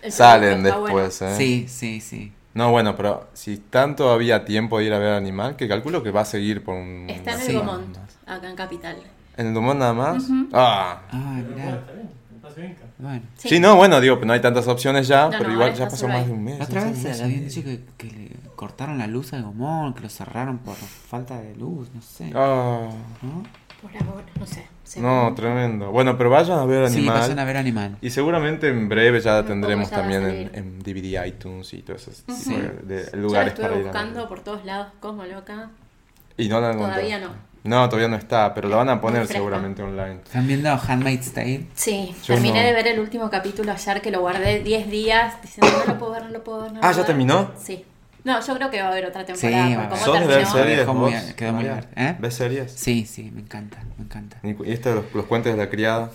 S3: El
S2: salen
S3: producto está
S2: después, ¿eh?
S4: Sí, sí, sí.
S2: No, bueno, pero si tan todavía tiempo de ir a ver Animal, que calculo que va a seguir por un...
S3: Está en el
S4: Sí.
S3: Gomont, acá en Capital.
S2: ¿En el Dumont nada más?
S3: Ujú.
S2: Ah.
S4: Ay,
S5: Pero bueno,
S4: mirá.
S5: está bien, me paso bien, ca.
S4: Bueno.
S2: Sí. no, bueno, digo, no hay tantas opciones ya,
S3: No,
S2: pero
S3: no,
S2: igual
S3: ahora
S2: ya
S3: está
S2: pasó
S3: solo
S2: más
S3: ahí.
S2: de un mes.
S4: La otra
S2: no sé,
S4: vez
S2: un mes
S4: le
S2: y
S4: habían
S2: medio.
S4: dicho que, que le cortaron la luz al Gomón, que lo cerraron por falta de luz, no sé.
S2: Ah,
S4: ¿no?
S3: Por ahora, no sé.
S2: no, tremendo. Bueno, pero vayan a ver
S4: Sí,
S2: Animal.
S4: vayan a ver Animal.
S2: Y seguramente en breve ya la tendremos
S3: ya va a
S2: también en,
S3: salir.
S2: en DVD, iTunes y todos esos
S3: Ujú.
S2: tipo de, de
S3: Yo la
S2: lugares
S3: estuve
S2: para ir a
S3: buscando
S2: ver.
S3: por todos lados, como loca.
S2: Y no la encontré.
S3: Todavía no.
S2: No, todavía no está, pero la van a
S3: Muy
S2: poner
S3: fresca.
S2: seguramente online.
S4: ¿Están viendo Handmaid's Tale?
S3: Sí,
S2: Yo
S3: terminé
S2: no.
S3: de ver el último capítulo ayer que lo guardé 10 días diciendo no lo puedo ver, no lo puedo ver. No lo
S2: Ah,
S3: puedo
S2: ¿ya
S3: ver".
S2: terminó?
S3: Sí. No, yo creo que va a haber otra
S4: va a
S3: temporada.
S4: haber.
S3: porque como
S2: ¿Sos de ver
S3: terminó,
S2: series?
S4: Dejó muy-
S2: vos,
S4: quedó muy
S2: María?
S4: larga, ¿eh?
S2: ¿Ves series?
S4: Sí, sí, me encanta, me encanta.
S2: ¿Y esto de los, los cuentos de la criada?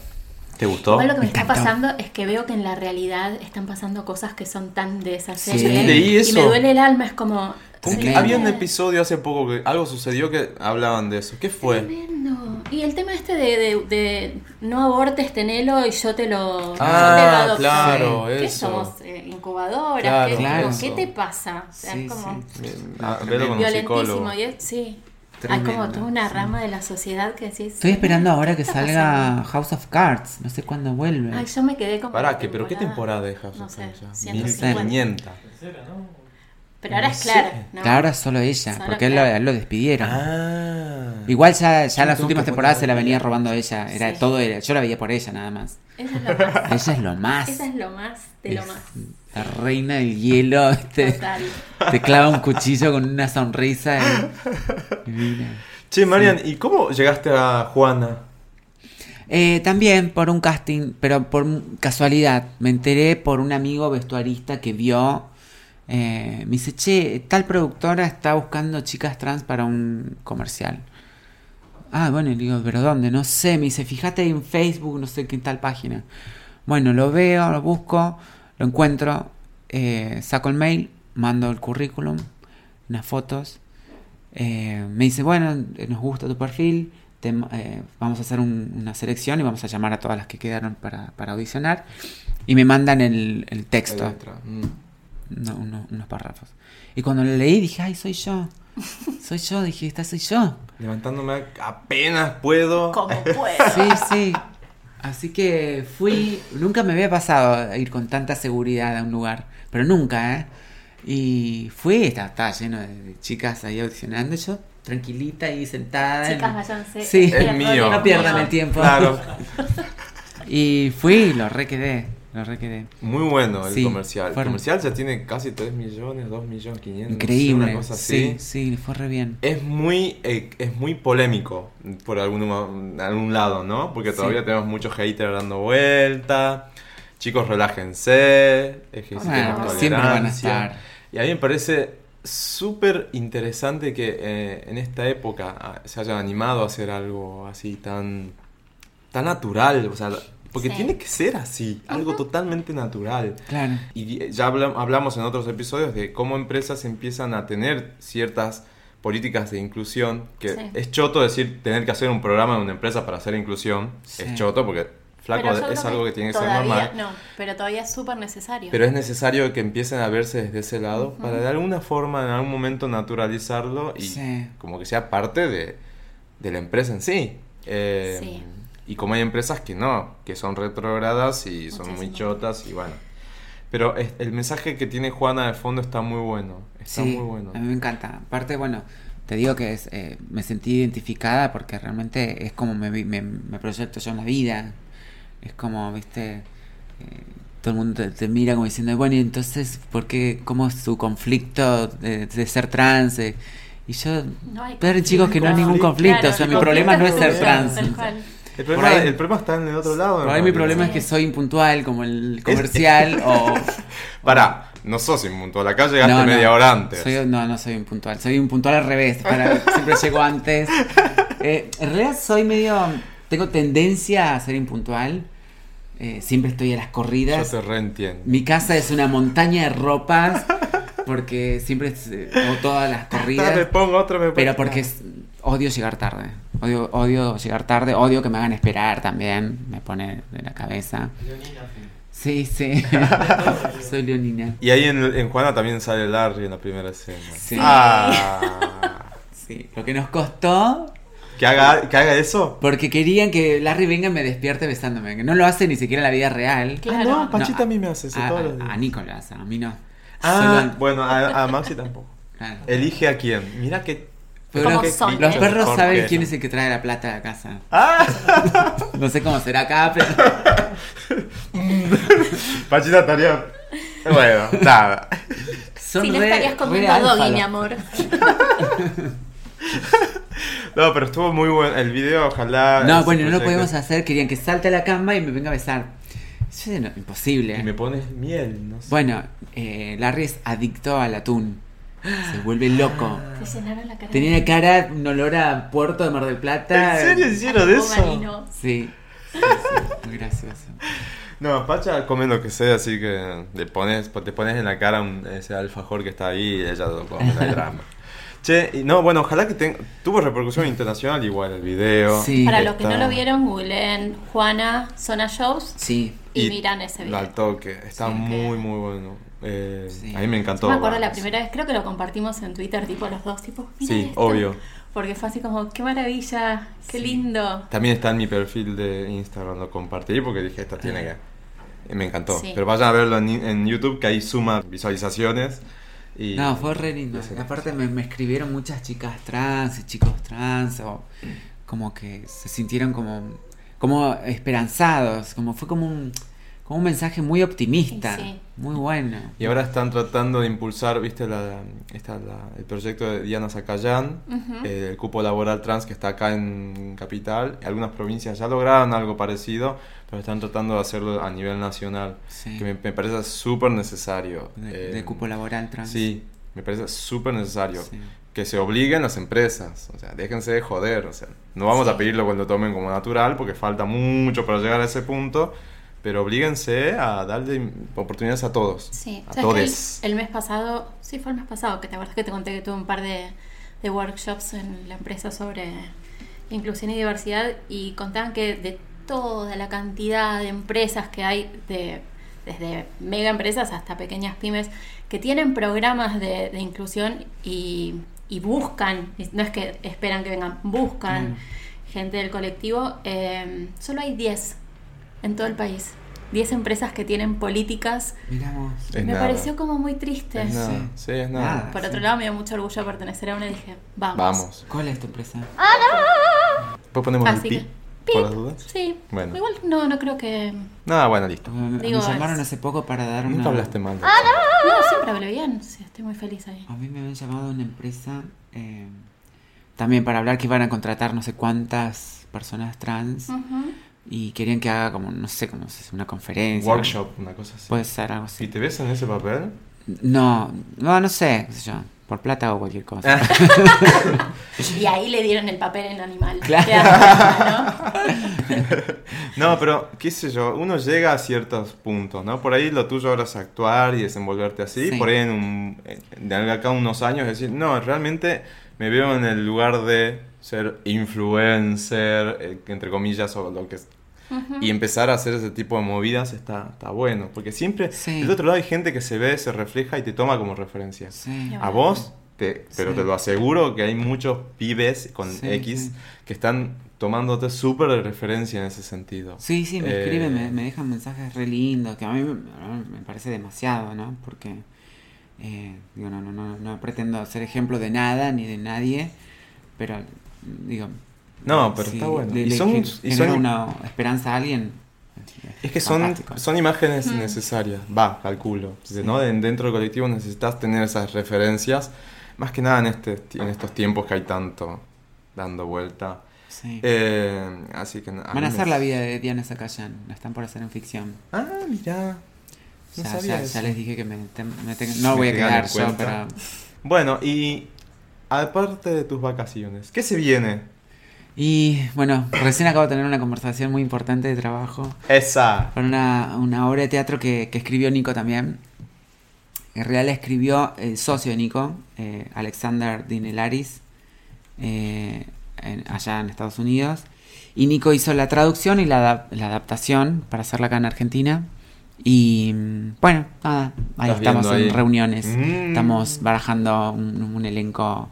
S2: ¿Te gustó?
S3: Igual lo que me,
S4: Me
S3: está
S4: encantó.
S3: pasando es que veo que en la realidad están pasando cosas que son tan de esa
S4: Sí.
S3: serie.
S4: Yo leí
S3: Y
S2: eso.
S3: me duele el alma, es como.
S2: ¿Cómo que
S3: sí.
S2: había un episodio hace poco que algo sucedió que hablaban de eso. ¿Qué fue?
S3: Tremendo. Y el tema este de, de- de no abortes, tenelo y yo te lo,
S2: Ah,
S3: yo te lo
S2: claro,
S3: ¿Qué
S2: eso.
S3: somos? Eh, ¿Incubadoras?
S2: Claro,
S3: ¿Qué,
S4: claro.
S3: ¿Qué te pasa? O sea,
S4: Sí,
S3: es como
S4: sí.
S2: Ah, velo con un
S3: violentísimo.
S2: psicólogo.
S3: Y es- sí. Hay
S4: Tremendo,
S3: como toda una
S4: sí.
S3: rama de la sociedad que decís.
S4: Estoy esperando ahora que
S3: ¿qué está
S4: salga
S3: pasando?
S4: House of Cards. No sé cuándo vuelve.
S3: Ay, yo me quedé como.
S2: Pará,
S3: en
S2: que, pero ¿qué temporada de House
S3: No
S2: of
S3: sé,
S2: Cards ya?
S3: 150.
S2: 1500.
S5: Tercera, ¿no?
S3: Pero ahora
S2: No
S3: es
S2: sé.
S3: Clara, ¿no?
S4: Claro, ahora solo ella,
S3: Solo
S4: porque él lo,
S3: Clara.
S4: lo despidieron.
S2: Ah.
S4: Igual ya, ya
S2: Yo
S4: las
S2: tengo
S4: últimas
S2: que
S4: temporadas
S2: poner
S4: se la
S2: al
S4: venía
S2: día.
S4: robando ella. Era
S3: Sí.
S4: todo, era- yo la veía por ella nada más.
S3: Eso es lo más.
S4: Ella
S3: Esa
S4: es lo más.
S3: es lo más de lo
S4: Es
S3: más.
S4: La reina del hielo. este, Te,
S3: Total.
S4: te clava un cuchillo con una sonrisa. y- y mira.
S2: Che, Marian, ¿y cómo llegaste a Juana?
S4: Eh, también por un casting, pero por un- casualidad. Me enteré por un amigo vestuarista que vio. eh, me dice, che, tal productora está buscando chicas trans para un comercial. Ah, bueno, y le digo, pero ¿dónde? No sé. Me dice, fíjate en Facebook, no sé qué tal página. Bueno, lo veo, lo busco, lo encuentro, eh, saco el mail, mando el currículum, unas fotos. Eh, me dice, bueno, eh, nos gusta tu perfil, te ma- eh, vamos a hacer un- una selección y vamos a llamar a todas las que quedaron para, para audicionar. Y me mandan el, el texto,
S2: Ahí entra. Mm.
S4: no, uno- unos párrafos. Y cuando lo leí dije, ay, soy yo. Soy yo, dije, esta soy yo.
S2: Levantándome apenas puedo.
S3: Como puedo.
S4: Sí, sí. Así que fui, nunca me había pasado ir con tanta seguridad a un lugar, pero nunca, ¿eh? Y fui, estaba, estaba lleno de, de chicas ahí audicionando, yo tranquilita ahí sentada. en-
S3: Chicas, váyanse.
S4: Sí.
S3: Este
S4: Es
S3: error
S2: mío.
S3: es
S4: No pierdan el tiempo.
S2: Claro.
S4: Y fui, lo re quedé, lo re quedé.
S2: Muy bueno el
S4: Sí,
S2: comercial. El
S4: fueron-
S2: comercial ya tiene casi 3 millones, 2 millones 500.
S4: Increíble.
S2: Una cosa
S4: sí,
S2: así.
S4: sí, le fue re bien.
S2: Es muy, eh, es muy polémico por algún, algún lado, ¿no? Porque
S4: Sí.
S2: todavía tenemos muchos haters dando vuelta. Chicos, relájense. Ejerciten
S4: Bueno,
S2: la
S4: siempre van a
S2: tolerancia.
S4: estar.
S2: Y a mí me parece súper interesante que eh, en esta época ah, se hayan animado a hacer algo así tan, tan natural. O sea, porque
S3: Sí.
S2: tiene que ser así, algo totalmente natural.
S4: Claro.
S2: Y ya habla- hablamos en otros episodios de cómo empresas empiezan a tener ciertas políticas de inclusión, que
S3: Sí.
S2: es choto decir tener que hacer un programa de una empresa para hacer inclusión,
S4: Sí.
S2: es choto porque flaco
S3: Pero yo
S2: es
S3: creo
S2: algo que tiene que ser
S3: todavía-
S2: normal,
S3: No, pero todavía es súper necesario.
S2: pero es necesario que empiecen a verse desde ese lado para de alguna forma en algún momento naturalizarlo y
S4: Sí.
S2: como que sea parte de, de la empresa en sí. Eh,
S3: Sí.
S2: Y como hay empresas que no, que son retrógradas y son muy
S3: Muchísimo.
S2: chotas y bueno. Pero es- el mensaje que tiene Juana de fondo está muy bueno. Está
S4: Sí,
S2: muy bueno.
S4: a mí me encanta. Aparte, bueno, te digo que es, eh, me sentí identificada porque realmente es como me, vi- me, me proyecto yo en la vida. Es como, viste, eh, todo el mundo te, te mira como diciendo, bueno, y entonces, ¿por qué? ¿Cómo es su conflicto de, de ser trans? Eh, y yo,
S3: No hay
S4: pero chicos, que no hay
S3: conflicto.
S4: ningún conflicto.
S3: Claro,
S4: o sea,
S3: el
S4: mi problema no es
S3: conflicto
S4: ser
S2: es
S4: trans.
S3: tal cual.
S2: El problema,
S4: ahí-
S2: el problema está en el otro lado.
S4: Por ahí mi problema es
S3: Sí.
S4: que soy impuntual, como el comercial, o
S2: Para, no sos inmundo, la calle llegaste
S4: No, no.
S2: media hora antes.
S4: Soy- no, no soy impuntual. Soy impuntual al revés. para- siempre llego antes. Eh, en realidad soy medio. Tengo tendencia a ser impuntual. Eh, siempre estoy a las
S2: Yo
S4: corridas.
S2: te reentiendo.
S4: Mi casa es una montaña de ropas. Porque siempre es, eh, hago todas las
S2: Ah, me
S4: corridas.
S2: pongo otra, me pongo
S4: Pero porque
S2: otra.
S4: es- odio llegar tarde. Odio, odio llegar tarde. Odio que me hagan esperar también. Me pone de la cabeza.
S5: Leonina, sí.
S4: Sí, sí. soy leonina.
S2: Y ahí en, en Juana también sale Larry en la primera escena.
S4: Sí.
S2: Ah,
S4: Sí. Lo que nos costó
S2: ¿que, haga, ¿Que haga eso?
S4: Porque querían que Larry venga y me despierte besándome. Que no lo hace ni siquiera en la vida real.
S3: Claro.
S2: Ah, no, Pachita
S4: No,
S2: a mí me hace eso
S4: a,
S2: todos los
S4: a-
S2: días.
S4: a Nico lo hace, a mí no.
S2: Ah,
S4: Solo-
S2: bueno, a, a Maxi tampoco.
S4: claro.
S2: Elige a quién. Mira que.
S4: Pero
S3: ¿Cómo
S4: los,
S3: son,
S4: los
S3: eh?
S4: perros
S2: Mejor
S4: saben
S2: que
S4: quién
S2: no.
S4: es el que trae la plata a la casa.
S2: ¡Ah!
S4: No sé cómo será acá, pero...
S2: Pachita estaría. Bueno, nada.
S4: Son
S3: si no
S4: re-
S3: estarías
S4: re
S3: comiendo
S4: alfa
S3: doggy,
S4: los-
S3: mi amor.
S2: No, pero estuvo muy bueno. El video, ojalá.
S4: Ah,
S3: Ah,
S4: No,
S2: se
S3: pues
S4: bueno, no lo
S2: proyecte.
S4: podemos hacer. Querían que salte a la cama y me venga a besar. Eso es no- imposible.
S2: Y me pones miel, no sé.
S4: Bueno, eh, Larry es adicto al atún. Se vuelve loco.
S3: Te llenaron la cara.
S4: Tenía cara, un olor a puerto de Mar del Plata.
S2: ¿En serio hicieron
S3: de
S2: eso?
S3: marino.
S4: Sí. sí, sí, Muy gracioso.
S2: No, Pacha come lo que sea, así que le pones, te pones en la cara un- ese alfajor que está ahí y ella lo come, no hay drama. Che, y no, bueno, ojalá que ten- tuvo repercusión internacional igual el video.
S4: Sí.
S3: Para los que no
S2: Está-
S3: lo vieron, googleen Juana Zona Shows
S4: Sí.
S3: y, miran ese video.
S2: Al toque, está
S4: Sí.
S2: muy, muy bueno. Eh,
S4: Sí.
S2: A mí me
S3: Yo
S2: encantó.
S3: me acuerdo la
S2: verlo, sí.
S3: primera vez, creo que lo compartimos en Twitter, tipo los dos, tipo. "Miren
S2: Sí,
S3: esto".
S2: obvio.
S3: porque fue así como, qué maravilla, qué
S4: Sí.
S3: lindo.
S2: También está en mi perfil de Instagram, lo compartí porque dije, esta tiene que... y Me encantó.
S3: Sí.
S2: Pero vayan a verlo en, en YouTube, que ahí suma visualizaciones. Y
S4: No, fue re lindo.
S2: Ese-
S4: Y aparte me, me escribieron muchas chicas trans y chicos trans, o como que se sintieron como, como esperanzados, como fue como un, como un mensaje muy optimista,
S3: Sí.
S4: muy bueno.
S2: Y ahora están tratando de impulsar, viste, la, esta- la- el proyecto de Diana Zacayán,
S3: Ujú.
S2: eh, el cupo laboral trans que está acá en Capital. Algunas provincias ya lograron algo parecido, pero están tratando de hacerlo a nivel nacional,
S4: Sí.
S2: que me, me parece súper necesario.
S4: de,
S2: Eh,
S4: de cupo laboral trans.
S2: Sí, me parece súper necesario.
S4: Sí.
S2: Que se obliguen las empresas, o sea, déjense de joder, o sea, no vamos a pedirlo cuando tomen como natural, porque falta mucho para llegar a ese punto, pero oblíguense a darle oportunidades a todos.
S3: Sí,
S2: a
S3: ¿Sabes que
S2: todes.
S3: El, el mes pasado, sí, fue el mes pasado, que te acuerdas que te conté que tuve un par de, de workshops en la empresa sobre inclusión y diversidad y contaban que de toda la cantidad de empresas que hay, de, desde mega empresas hasta pequeñas pymes, que tienen programas de, de inclusión y, y buscan, y no es que esperan que vengan, buscan
S2: Mm.
S3: gente del colectivo, eh, solo hay 10 en todo el país. 10 empresas que tienen políticas
S4: Miramos.
S2: Es
S3: me
S2: nada.
S3: pareció como muy triste.
S2: Es nada.
S4: Sí.
S2: Sí, es nada.
S4: Nada.
S3: Por
S4: Sí.
S3: otro lado, me dio mucho orgullo pertenecer a una y dije, vamos.
S2: Vamos.
S4: ¿Cuál es tu empresa?
S3: Ah,
S2: Después ponemos
S3: Así
S2: el
S3: que-
S2: pi,
S3: Pip.
S2: por las dudas.
S3: Sí.
S2: Bueno.
S3: Igual no, no creo que.
S2: Nada, bueno, listo.
S4: Me, me
S3: Digo,
S4: llamaron
S3: es-
S4: hace poco para dar una...
S2: Nunca hablaste mal. de eso.
S3: Ah, No, siempre hablé bien. Sí, estoy muy feliz ahí.
S4: A mí me habían llamado de una empresa eh, también para hablar que iban a contratar no sé cuántas personas trans
S3: Ujú.
S4: y querían que haga como, no sé, como no sé, una conferencia.
S2: Workshop, una cosa así.
S4: Puede ser algo así.
S2: ¿Y te ves en ese papel?
S4: No, no, no sé, qué sé yo, por plata o cualquier cosa.
S3: Y ahí le dieron el papel en animal.
S4: Claro.
S3: Queda perfecta,
S2: No, pero qué sé yo, uno llega a ciertos puntos, ¿no? Por ahí lo tuyo ahora es actuar y desenvolverte así,
S4: Sí.
S2: por ahí en un, en- de acá a unos años decir, no, realmente me veo en el lugar de ser influencer, eh, entre comillas, o lo que es.
S3: ¿no? Ujú.
S2: Y empezar a hacer ese tipo de movidas está, está bueno, porque siempre
S4: Sí.
S2: del otro lado hay gente que se ve, se refleja y te toma como referencia.
S4: Sí.
S2: A vos, te- pero
S4: Sí.
S2: te lo aseguro que hay muchos pibes con
S4: Sí,
S2: X
S4: sí.
S2: que están tomándote súper de referencia en ese sentido.
S4: Sí, sí, me
S2: Eh,
S4: escriben, me, me dejan mensajes re lindos, que a mí me, me parece demasiado, ¿no? Porque eh, digo, no, no, no, no pretendo ser ejemplo de nada ni de nadie, pero digo...
S2: No, pero
S4: si
S2: está bueno.
S4: le-
S2: Y
S4: le
S2: son-
S4: gen-
S2: y
S4: genera
S2: son-
S4: una esperanza a alguien.
S2: Es que son,
S4: fantástico.
S2: son imágenes necesarias, va, calculo. ¿no? De- Dentro del colectivo necesitas tener esas referencias, más que nada en, este, en estos tiempos que hay tanto dando vuelta.
S4: Sí.
S2: Eh, así que
S4: Van a hacer la vida de Diana Zacayán, la están por hacer en ficción.
S2: Ah, mirá. No
S4: ya,
S2: sabía
S4: ya-
S2: eso.
S4: ya les dije que me, te- me te- no
S2: Me
S4: voy a
S2: tengan en
S4: quedar yo,
S2: cuenta.
S4: pero...
S2: Bueno, y aparte de tus vacaciones, ¿qué se viene?
S4: Y bueno, recién acabo de tener una conversación muy importante de trabajo.
S2: Esa.
S4: Fue una, una obra de teatro que, que escribió Nico también. En realidad la escribió el socio de Nico, eh, Alexander Dinelaris, eh, en- allá en Estados Unidos. Y Nico hizo la traducción y la, adap- la adaptación para hacerla acá en Argentina. Y mm, bueno, nada, ahí
S2: Estás
S4: estamos en
S2: viendo ahí.
S4: reuniones.
S2: Mm.
S4: Estamos barajando un, un elenco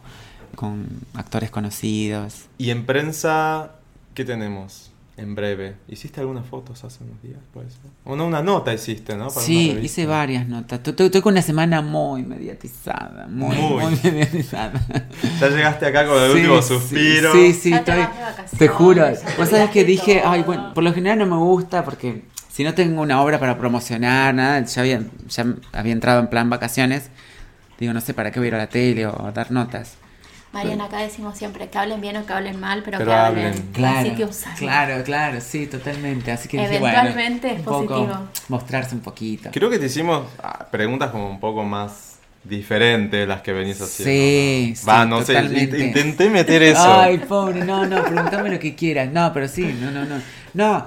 S4: con actores conocidos.
S2: Y en prensa, ¿qué tenemos? En breve. ¿Hiciste algunas fotos hace unos días? Puede ser? O no, una nota hiciste, ¿no? Para una
S4: Sí,
S2: revista.
S4: hice varias notas. Tu- tu- Estoy con una semana muy mediatizada, muy,
S2: Muy.
S4: muy, mediatizada.
S2: Ya llegaste acá con el
S4: Sí,
S2: último
S4: sí,
S2: suspiro.
S4: Sí, sí,
S3: Ya te
S4: estoy.
S3: vas de vacaciones,
S4: Te juro.
S3: ya te
S4: Vos sabés
S3: olvidaste
S4: que dije,
S3: todo.
S4: ay, bueno, por lo general no me gusta porque si no tengo una obra para promocionar, nada, ya había, ya había entrado en plan vacaciones. Digo, no sé para qué voy a ir a la tele o a dar notas.
S3: Mariana, acá decimos siempre que hablen bien o que hablen mal, pero,
S2: Pero
S3: que
S2: hablen.
S3: hablen.
S4: Claro,
S3: Así que usalo.
S4: claro, claro, sí, totalmente. Así que dije, bueno,
S3: Eventualmente es
S4: un poco
S3: positivo.
S4: mostrarse un poquito.
S2: Creo que te hicimos ah, preguntas como un poco más diferentes de las que venís haciendo.
S4: Sí,
S2: ¿no?
S4: sí,
S2: Va, no
S4: totalmente.
S2: sé, int- intenté meter eso.
S4: Ay, pobre, no, no, pregúntame lo que quieras. No, pero sí, no, no, no. No,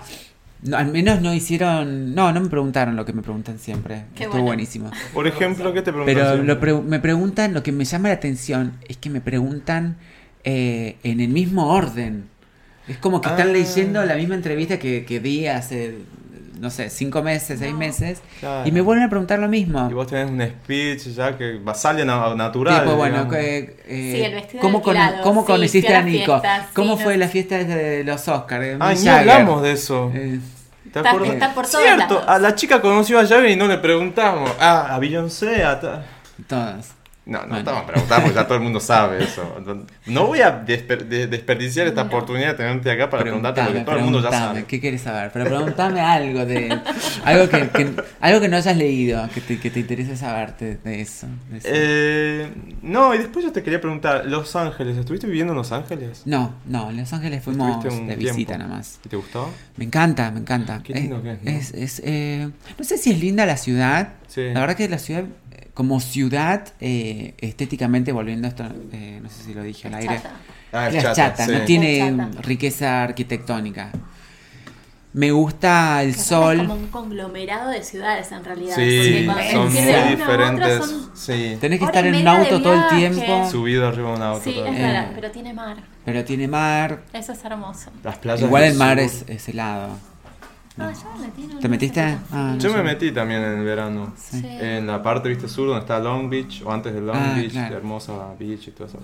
S4: no, al menos no hicieron. No, no me preguntaron lo que me preguntan siempre.
S3: Qué
S4: Estuvo
S3: bueno.
S4: buenísimo.
S2: Por ejemplo, ¿qué te
S4: Pero
S2: preguntaron?
S4: lo pre- me preguntan, lo que me llama la atención es que me preguntan eh, en el mismo orden. Es como que
S2: Ah.
S4: están leyendo la misma entrevista que, que di hace no sé, cinco meses, seis
S3: No.
S4: meses,
S2: Claro.
S4: y me vuelven a preguntar lo mismo.
S2: Y vos tenés un speech ya que va- sale na- natural.
S4: Tipo, bueno,
S2: digamos.
S4: que, eh,
S3: Sí, el vestido
S4: ¿cómo,
S3: alquilado,
S4: ¿cómo
S3: sí,
S4: conociste
S3: fui a
S4: a
S3: la
S4: Nico?
S3: fiesta, sí,
S4: ¿Cómo
S3: no
S4: fue
S3: sé.
S4: la fiesta de los Oscars? de
S2: Ah,
S4: Mick
S2: ni
S4: Jagger?
S2: hablamos de eso.
S4: Eh,
S2: ¿Te
S3: Está-
S2: acuerdas?
S3: está por todos
S2: Cierto,
S3: lados.
S2: a la chica conoció a Jagger y no le preguntamos. Ah, a Beyoncé, a ta-
S4: todas.
S2: No, no
S4: Bueno.
S2: estamos preguntando porque ya todo el mundo sabe eso. No voy a desper- de- desperdiciar esta oportunidad de tenerte acá para preguntarte lo que todo el mundo ya
S4: preguntame,
S2: sabe.
S4: ¿Qué quieres saber? Pero preguntame algo de algo que, que- algo que no hayas leído, que te, que te interese saberte de eso. de eso.
S2: Eh, no, y después yo te quería preguntar, Los Ángeles, ¿estuviste viviendo en Los Ángeles?
S4: No, no, en Los Ángeles fuimos
S2: Estuviste un
S4: de visita
S2: tiempo.
S4: nada más.
S2: ¿Y te gustó?
S4: Me encanta, me encanta.
S2: Qué lindo que es, ¿no?
S4: es- es, eh, no sé si es linda la ciudad.
S2: Sí.
S4: La verdad que la ciudad, eh, como ciudad, eh, estéticamente, volviendo a esto, eh, no sé si lo dije al aire.
S3: Chata.
S2: Ah,
S4: es chata,
S2: sí.
S4: no tiene
S3: Es chata.
S4: riqueza arquitectónica. Me gusta el
S3: Capaz Es
S4: sol.
S3: como un conglomerado de ciudades en realidad.
S2: Sí,
S3: porque
S2: son
S3: cuando se
S2: muy
S3: pierde una u otra,
S2: diferentes.
S3: son-
S2: Sí,
S4: Tenés que
S3: Hora
S4: estar
S3: y
S4: en un
S3: media de
S4: auto todo el
S3: viaje.
S4: tiempo,
S2: subido arriba de un auto.
S3: Sí,
S2: todo.
S3: es
S4: Eh.
S3: rara, pero tiene mar.
S4: pero tiene mar.
S3: Eso es hermoso.
S2: Las playas
S4: Igual
S2: del
S4: el mar
S2: sur.
S4: es, es helado.
S3: Ah, yo me metí en
S4: ¿Te
S3: un-
S4: metiste? Ah, no Eh,
S2: Yo me
S4: sé.
S2: metí también en el verano.
S3: Sí.
S2: En la parte, viste, sur donde está Long Beach, o antes de Long
S4: Ah,
S2: Beach,
S4: claro.
S2: hermosa beach y todo eso.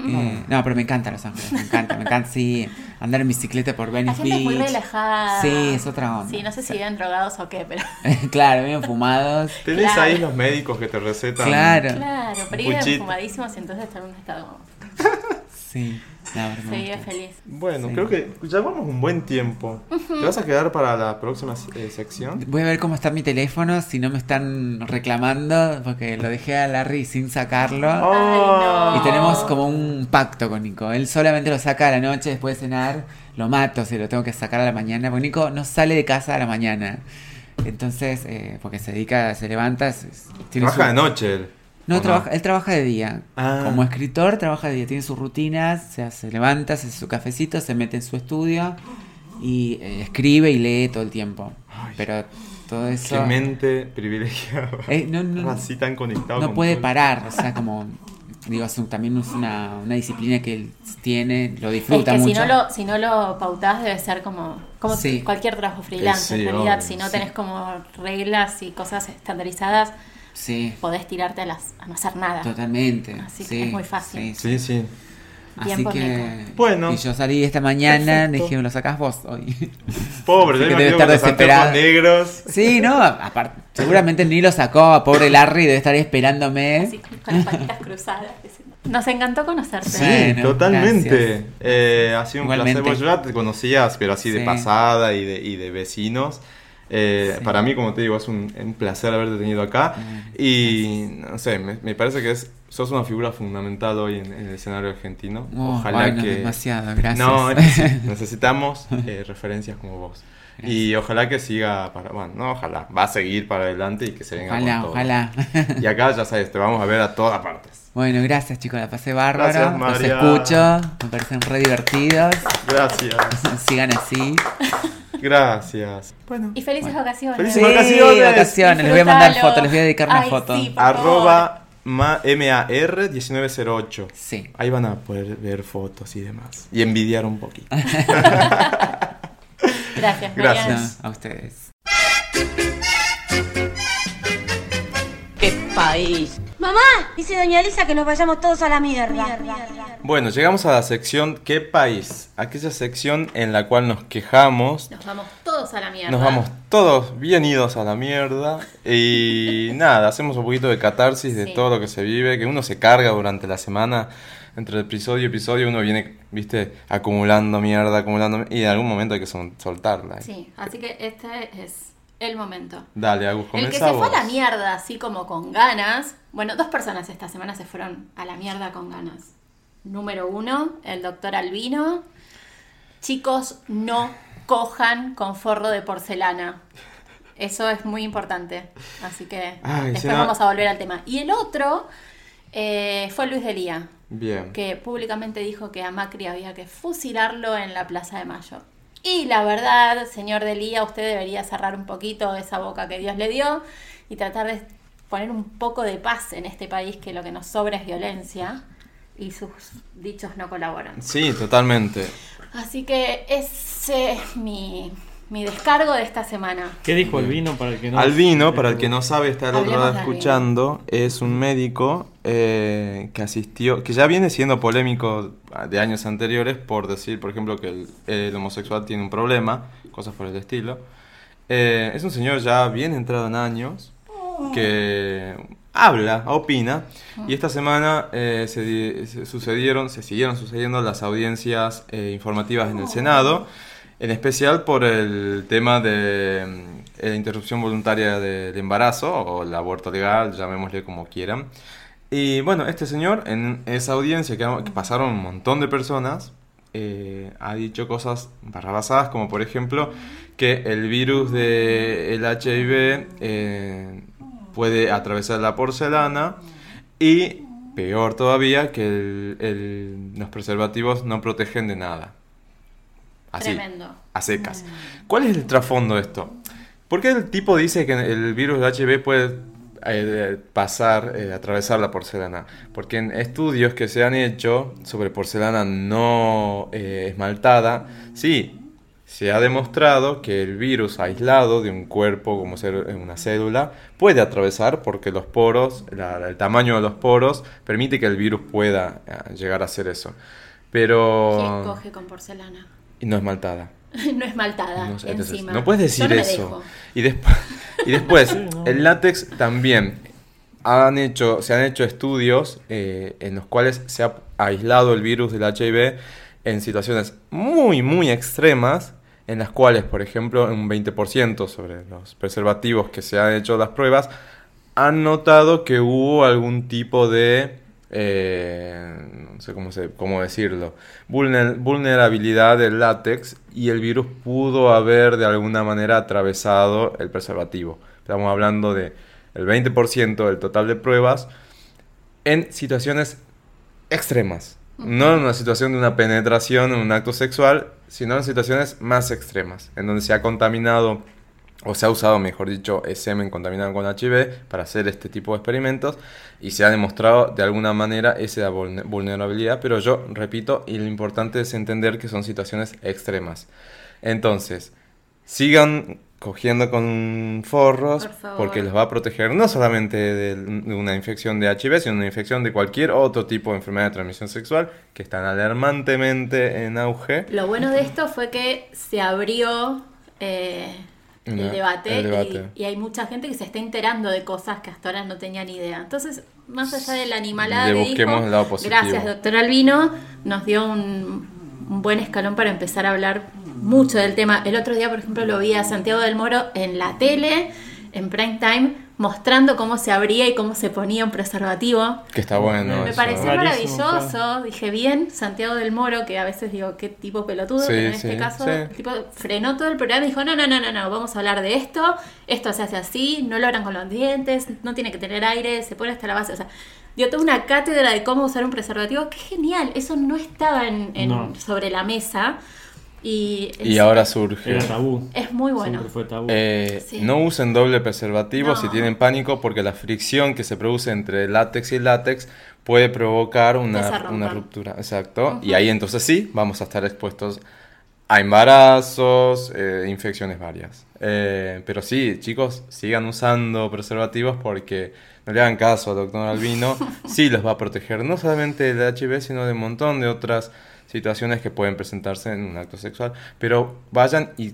S4: Eh, no, pero me encanta Los Ángeles, me encanta, me encanta, sí. Andar en bicicleta por
S3: La
S4: Venice
S3: gente es muy
S4: Beach.
S3: relajada.
S4: Sí, es otra onda.
S3: Sí, no sé si
S4: Sí.
S3: viven drogados o qué, pero.
S4: claro, bien fumados.
S2: Tenés
S3: Claro.
S2: ahí los médicos que te recetan.
S4: Claro.
S3: Claro, pero
S2: Puchito.
S3: viven fumadísimos, entonces están en un estado.
S4: Sí, la verdad.
S3: Se vive feliz.
S2: Bueno,
S4: Sí.
S2: creo que llevamos un buen tiempo. ¿Te vas a quedar para la próxima eh, sección?
S4: Voy a ver cómo está mi teléfono, si no me están reclamando, porque lo dejé a Larry sin sacarlo.
S2: Oh.
S4: Y tenemos como un pacto con Nico. Él solamente lo saca a la noche después de cenar, lo mato si lo tengo que sacar a la mañana, porque Nico no sale de casa a la mañana. Entonces, eh, porque se dedica, se levanta, se- tiene
S2: Trabaja de
S4: su-
S2: noche él. ¿o
S4: No, trabaja, él trabaja de día.
S2: Ah.
S4: Como escritor trabaja de día, tiene sus rutinas, se, hace- levanta, se hace su cafecito, se mete en su estudio y eh, escribe y lee todo el tiempo. Pero todo eso...
S2: Qué mente privilegiada.
S4: Eh, no, no, no.
S2: Así tan conectado.
S4: no
S2: con
S4: puede
S2: todo.
S4: parar, o sea, como... Digo, es un- también es una, una disciplina que él tiene, lo disfruta
S3: es que
S4: mucho.
S3: Si no, lo, si no lo pautás debe ser como, como
S4: Sí.
S3: cualquier trabajo freelance.
S2: Eh, sí,
S3: en realidad,
S2: obvio,
S3: si no
S4: sí.
S3: tenés como reglas y cosas estandarizadas,
S4: Sí,
S3: podés tirarte a, las, a no hacer nada.
S4: totalmente.
S3: Así que
S4: sí,
S3: es muy fácil.
S4: sí,
S2: Sí,
S4: sí.
S2: sí.
S4: Así
S3: Bien por
S4: que...
S3: Nico.
S2: Bueno.
S4: Y yo salí esta mañana,
S2: Perfecto.
S4: dije, lo sacás vos hoy.
S2: Pobre,
S4: Así
S2: yo
S4: que
S2: me
S4: debe
S2: quedo
S4: estar
S2: con los anteojos
S4: desesperado.
S2: negros.
S4: Sí, no, aparte, seguramente ni lo sacó, pobre Larry, debe estar
S3: Así,
S4: esperándome.
S3: con las patitas cruzadas. diciendo, Nos encantó conocerte.
S2: Sí,
S4: Bueno, gracias.
S2: totalmente. Eh, ha sido un
S4: Igualmente.
S2: placer. Vos ya te conocías, pero así de
S4: Sí.
S2: pasada y de, y de vecinos. Eh,
S4: Sí.
S2: Para mí, como te digo, es un, un placer haberte tenido acá.
S4: Mm,
S2: Y no sé, me, me parece que es, sos una figura fundamental hoy en, en el escenario argentino.
S4: Oh,
S2: Ojalá
S4: bueno,
S2: que.
S4: demasiado, gracias.
S2: No, neces- necesitamos eh, referencias como vos. Y ojalá que siga para. Bueno, no, ojalá. Va a seguir para adelante y que se venga
S4: ojalá,
S2: con todo.
S4: ojalá.
S2: Y acá, ya sabes, te vamos a ver a todas partes.
S4: Bueno, gracias chicos, la pasé bárbaro,
S2: Gracias,
S4: los
S2: María.
S4: escucho, me parecen re divertidos,
S2: Gracias.
S4: sigan así.
S2: Gracias. Bueno.
S3: Y felices ocasiones.
S2: Felices Sí, ocasiones.
S4: ocasiones, les voy a mandar
S3: Disfrútalo.
S4: fotos, les voy a dedicar una
S3: Ay,
S4: foto.
S3: sí, por
S2: Arroba ma- MAR1908.
S4: Sí.
S2: Ahí van a poder ver fotos y demás. Y envidiar un poquito. Gracias.
S3: Gracias, Mariana.
S4: No, a ustedes.
S6: ¡Qué país!
S7: Mamá, dice doña Elisa que nos vayamos todos a la mierda.
S2: Bueno, llegamos a la sección ¿Qué país? Aquella sección en la cual nos quejamos.
S3: Nos vamos todos a la mierda.
S2: Nos vamos todos bien idos a la mierda. Y nada, hacemos un poquito de catarsis de
S3: Sí.
S2: todo lo que se vive, que uno se carga durante la semana. Entre episodio y episodio uno viene, viste, acumulando mierda, acumulando... Y en algún momento hay que sol- soltarla.
S3: Sí, así que este es el momento.
S2: Dale, Agus,
S3: El que
S2: comenzá
S3: se fue a
S2: vos.
S3: la mierda así como con ganas. Bueno, dos personas esta semana se fueron a la mierda con ganas. Número uno, el doctor Albino. Chicos, no cojan con forro de porcelana. Eso es muy importante. Así que
S2: Ay,
S3: después
S2: será-
S3: vamos a volver al tema. Y el otro eh, fue Luis de Lía,
S2: Bien.
S3: que públicamente dijo que a Macri había que fusilarlo en la Plaza de Mayo. Y la verdad, señor Delía, usted debería cerrar un poquito esa boca que Dios le dio y tratar de poner un poco de paz en este país que lo que nos sobra es violencia y sus dichos no colaboran.
S2: Sí, totalmente.
S3: Así que ese es mi, Mi descargo de esta semana.
S5: ¿Qué dijo Albino para el que no
S2: Albino, para el que no sabe, está al otro
S3: Hablemos
S2: lado
S3: de Albino.
S2: escuchando, es un médico eh, que asistió, que ya viene siendo polémico de años anteriores por decir, por ejemplo, que el, el homosexual tiene un problema, cosas por el estilo. Eh, es un señor ya bien entrado en años, que habla, opina, y esta semana eh, se, di- se sucedieron, se siguieron sucediendo las audiencias eh, informativas en
S3: Oh.
S2: el Senado, en especial por el tema de mm, eh, interrupción voluntaria del embarazo o el aborto legal, llamémosle como quieran. Y bueno, este señor en esa audiencia que, que pasaron un montón de personas eh, ha dicho cosas barrabasadas como por ejemplo que el virus del HIV eh, puede atravesar la porcelana y peor todavía que el- el- los preservativos no protegen de nada. Así
S3: Tremendo.
S2: a secas. ¿Cuál es el trasfondo de esto? ¿Por qué el tipo dice que el virus del HIV puede eh, pasar, eh, atravesar la porcelana? Porque en estudios que se han hecho sobre porcelana no eh, esmaltada, sí, se ha demostrado que el virus aislado de un cuerpo como ser una célula puede atravesar porque los poros, la- el tamaño de los poros permite que el virus pueda eh, llegar a hacer eso.
S3: ¿Quién
S2: Pero...
S3: coge con porcelana?
S2: Y no esmaltada.
S3: no esmaltada.
S2: No, sé, entonces,
S3: encima.
S2: no puedes
S3: Yo
S2: decir
S3: no me
S2: eso.
S3: dejo.
S2: Y, después y después, el látex también. Han hecho, se han hecho estudios eh, en los cuales se ha aislado el virus del HIV en situaciones muy, muy extremas, en las cuales, por ejemplo, en un 20% sobre los preservativos que se han hecho las pruebas, han notado que hubo algún tipo de, eh, no sé cómo, se, cómo decirlo, vulner- vulnerabilidad del látex y el virus pudo haber de alguna manera atravesado el preservativo. Estamos hablando de el 20% del total de pruebas en situaciones extremas. No en una situación de una penetración, en un acto sexual, sino en situaciones más extremas, en donde se ha contaminado o se ha usado, mejor dicho, eh, semen contaminado con HIV para hacer este tipo de experimentos y se ha demostrado de alguna manera esa vulne- vulnerabilidad, pero yo repito, y lo importante es entender que son situaciones extremas. Entonces, sigan cogiendo con forros
S3: Por favor.
S2: porque los va a proteger no solamente de de una infección de HIV, sino de una infección de cualquier otro tipo de enfermedad de transmisión sexual que están alarmantemente en auge.
S3: Lo bueno de esto fue que se abrió eh,
S2: Una-
S3: el debate,
S2: el debate.
S3: Y, y hay mucha gente que se está enterando de cosas que hasta ahora no tenía ni idea. Entonces, más allá de la animalada,
S2: Le
S3: que
S2: busquemos
S3: dijo,
S2: el lado positivo.
S3: gracias, doctor Albino, nos dio un, un buen escalón para empezar a hablar mucho del tema. El otro día, por ejemplo, lo vi a Santiago del Moro en la tele, en prime time, mostrando cómo se abría y cómo se ponía un preservativo.
S2: Que está bueno.
S3: Me
S2: eso.
S3: pareció
S5: Rarísimo,
S3: maravilloso, dije bien, Santiago del Moro, que a veces digo, qué tipo pelotudo,
S2: Sí,
S3: pero en
S2: sí,
S3: este caso
S2: sí.
S3: el tipo frenó todo el programa y dijo, no, no, no, no, no, vamos a hablar de esto, esto se hace así, no lo harán con los dientes, no tiene que tener aire, se pone hasta la base, o sea, dio toda una cátedra de cómo usar un preservativo, qué genial, eso no estaba en, en-
S5: No.
S3: sobre la mesa y,
S2: Y
S3: es,
S2: ahora surge.
S5: Era tabú.
S3: es muy bueno.
S5: Siempre fue tabú.
S2: Eh,
S3: Sí.
S2: No usen doble preservativo
S3: No.
S2: si tienen pánico porque la fricción que se produce entre látex y látex puede provocar
S3: Que se
S2: una,
S3: rompan.
S2: una ruptura. Exacto. Y ahí entonces sí, vamos a estar expuestos a embarazos, eh, infecciones varias. Eh, pero sí, chicos, sigan usando preservativos porque no le hagan caso al doctor Albino. Sí los va a proteger no solamente del HIV, sino de un montón de otras situaciones que pueden presentarse en un acto sexual. Pero vayan y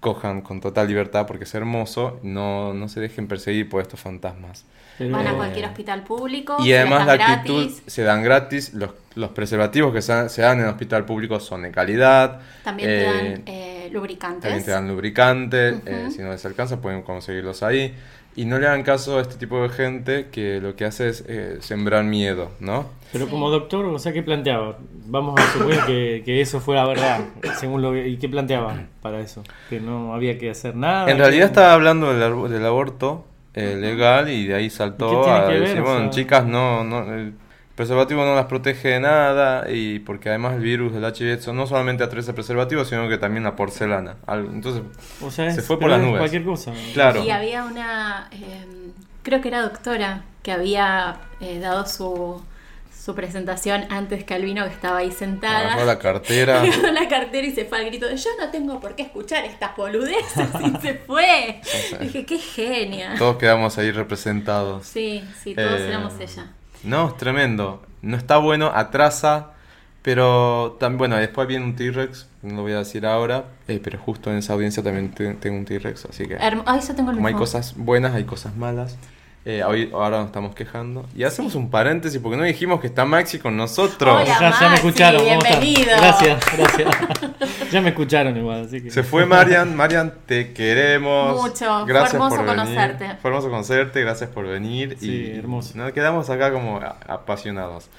S2: cojan con total libertad porque es hermoso. No, no se dejen perseguir por estos fantasmas.
S5: Pero-
S3: Van a
S2: Eh,
S3: cualquier hospital público,
S2: Y
S3: se
S2: además la
S3: las dan
S2: actitud
S3: gratis.
S2: se dan gratis, los, los preservativos que se, se dan en el hospital público son de calidad.
S3: también
S2: eh,
S3: te dan eh, lubricantes.
S2: también te dan lubricante,
S3: Ujú.
S2: eh, si no les alcanza pueden conseguirlos ahí. Y no le hagan caso a este tipo de gente que lo que hace es eh, sembrar miedo, ¿no?
S5: Pero como doctor, o sea, ¿qué planteaba? Vamos a suponer que, que eso fuera verdad, según lo que- ¿Y qué planteaba para eso? Que no había que hacer nada.
S2: En realidad estaba hablando del, arbo- del aborto eh, legal y de ahí
S5: ¿Y qué
S2: saltó
S5: tiene
S2: a
S5: que ver?
S2: decir,
S5: O
S2: bueno,
S5: sea-
S2: chicas, no, no, el preservativo no las protege de nada y porque además el virus del HIV so- no solamente atraviesa el preservativo, sino que también la porcelana. Al- Entonces,
S5: O sea, es-
S2: se fue por
S5: pero
S2: las
S5: es
S2: nubes.
S5: Cualquier cosa.
S2: claro.
S3: Y había em, una, eh, creo que era doctora, que había eh, dado su, su presentación antes que al vino que estaba ahí sentada.
S2: Agarró la cartera.
S3: Agarró la cartera y se fue al grito de yo no tengo por qué escuchar estas boludeces y se fue. Dije, qué genia.
S2: Todos quedamos ahí representados.
S3: Sí, sí, todos
S2: Eh,
S3: éramos ella.
S2: No, es tremendo. No está bueno, atrasa. Pero también, bueno, después viene un T-Rex, no lo voy a decir ahora, eh, pero justo en esa audiencia también te- tengo un T-Rex, así que
S3: Hermo- Ay, yo tengo el
S2: como hay
S3: mismo.
S2: cosas buenas, hay cosas malas. Eh, hoy, ahora nos estamos quejando. Y hacemos un paréntesis porque no dijimos que está Maxi con nosotros.
S3: Hola.
S5: ya, ya me
S3: Maxi,
S5: escucharon. ¿cómo están?
S3: bienvenido.
S5: Gracias, gracias. ya me escucharon igual, así que.
S2: Se fue Marian, Marian, te queremos.
S3: Mucho, fue hermoso conocerte.
S2: Fue hermoso conocerte, gracias por venir.
S5: Sí,
S2: y
S5: hermoso.
S2: Nos quedamos acá como a- apasionados.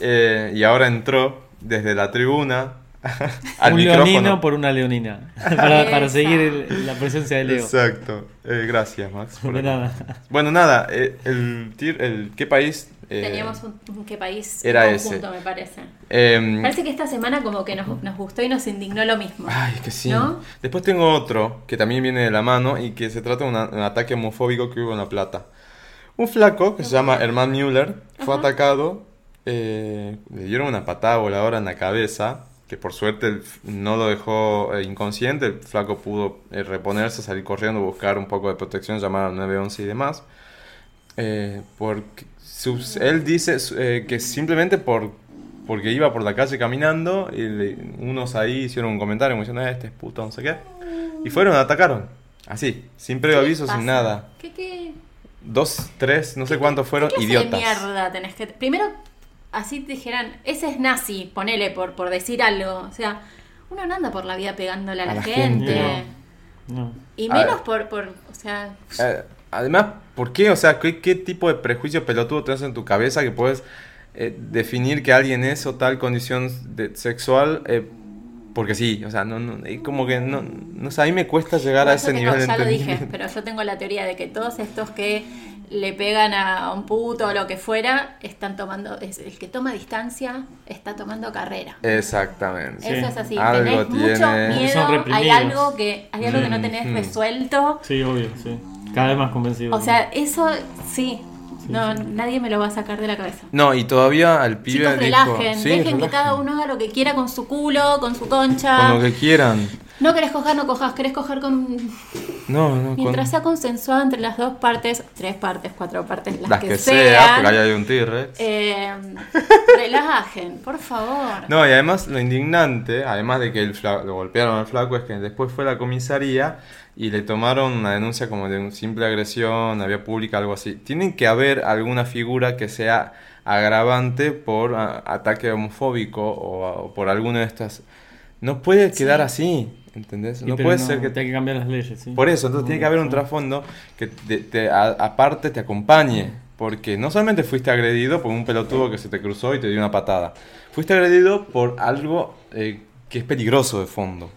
S2: Eh, y ahora entró desde la tribuna al
S5: un
S2: micrófono.
S5: leonino por una leonina. para, para
S3: Esa.
S5: seguir el- la presencia de Leo.
S2: Exacto. Eh, gracias, Max. por
S5: De
S2: el-
S5: nada.
S2: Bueno, nada, eh, el, tir- el- ¿qué país? Eh,
S3: Teníamos un, un- qué país
S2: era
S3: un
S2: ese.
S3: conjunto, me parece.
S2: em,
S3: Parece que esta semana como que nos, nos gustó y nos indignó lo mismo.
S2: Ay, es que sí.
S3: ¿No?
S2: Después tengo otro que también viene de la mano y que se trata de una- un ataque homofóbico que hubo en La Plata. Un flaco que se llama Herman Müller fue atacado, eh, le dieron una patada voladora en la cabeza, que por suerte el f- no lo dejó eh, inconsciente, el flaco pudo eh, reponerse, salir corriendo, buscar un poco de protección, llamar al 911 y demás. Eh, porque sus- él dice su- eh, que simplemente por, porque iba por la calle caminando y le- unos ahí hicieron un comentario como diciendo, "Ah, este es puto, no sé qué. Y fueron, atacaron. Así, sin previo aviso,
S3: Pasa.
S2: sin nada.
S3: ¿Qué, qué,
S2: Dos, tres, no sé cuántos fueron
S3: ¿Qué clase de
S2: idiotas.
S3: mierda tenés que.? Primero, así te dijeran, ese es nazi, ponele por, por decir algo. O sea, uno no anda por la vida pegándole a la,
S2: la
S3: gente.
S2: gente,
S5: No.
S3: Y
S2: A
S3: menos
S2: ver.
S3: por, por. O sea,
S2: Eh, además, ¿por qué? O sea, ¿qué, qué tipo de prejuicio pelotudo tenés en tu cabeza que puedes eh, definir que alguien es o tal condición de- sexual? eh, porque sí, o sea, no, no, eh, como que no, no sé, a mí me cuesta llegar
S3: Por
S2: a
S3: eso
S2: ese
S3: tengo-
S2: nivel de
S3: Ya lo dije,
S2: entendimiento.
S3: pero yo tengo la teoría de que todos estos que le pegan a un puto o lo que fuera, están tomando, es el que toma distancia está tomando carrera.
S2: Exactamente.
S3: Eso es así,
S2: Algo
S3: tenés mucho
S2: tiene.
S5: Son
S3: miedo, hay
S5: reprimidos.
S3: algo que, hay algo que no tenés
S2: Mm, mm.
S3: resuelto.
S5: Sí, obvio, sí. Cada vez más convencido.
S3: O sea, eso sí, no, nadie me lo va a sacar de la cabeza.
S2: No, y todavía al pibe
S3: Chicos,
S2: dijo,
S3: relajen,
S2: sí,
S3: dejen que
S2: relajen,
S3: cada uno haga lo que quiera con su culo, con su concha.
S2: Con lo que quieran.
S3: No querés coger, no cojas, querés coger con
S2: No, no, con-
S3: Mientras sea consensuado entre las dos partes, tres partes, cuatro partes, las,
S2: las
S3: que,
S2: que sea,
S3: sean,
S2: porque ahí hay un T-Rex.
S3: eh, relajen, por favor.
S2: No, y además lo indignante, además de que el fla- lo golpearon al flaco, es que después fue a la comisaría y le tomaron una denuncia como de un simple agresión, había pública, algo así. Tienen que haber alguna figura que sea agravante por ah, ataque homofóbico o, o por alguna de estas. No puede quedar así, ¿entendés?
S5: Sí,
S2: No
S5: pero
S2: puede ser que
S5: Hay que cambiar las leyes, sí.
S2: Por eso, entonces tiene que haber un trasfondo que te, te- a- aparte te acompañe. Porque no solamente fuiste agredido por un pelotudo que se te cruzó y te dio una patada. Fuiste agredido por algo eh, que es peligroso de fondo.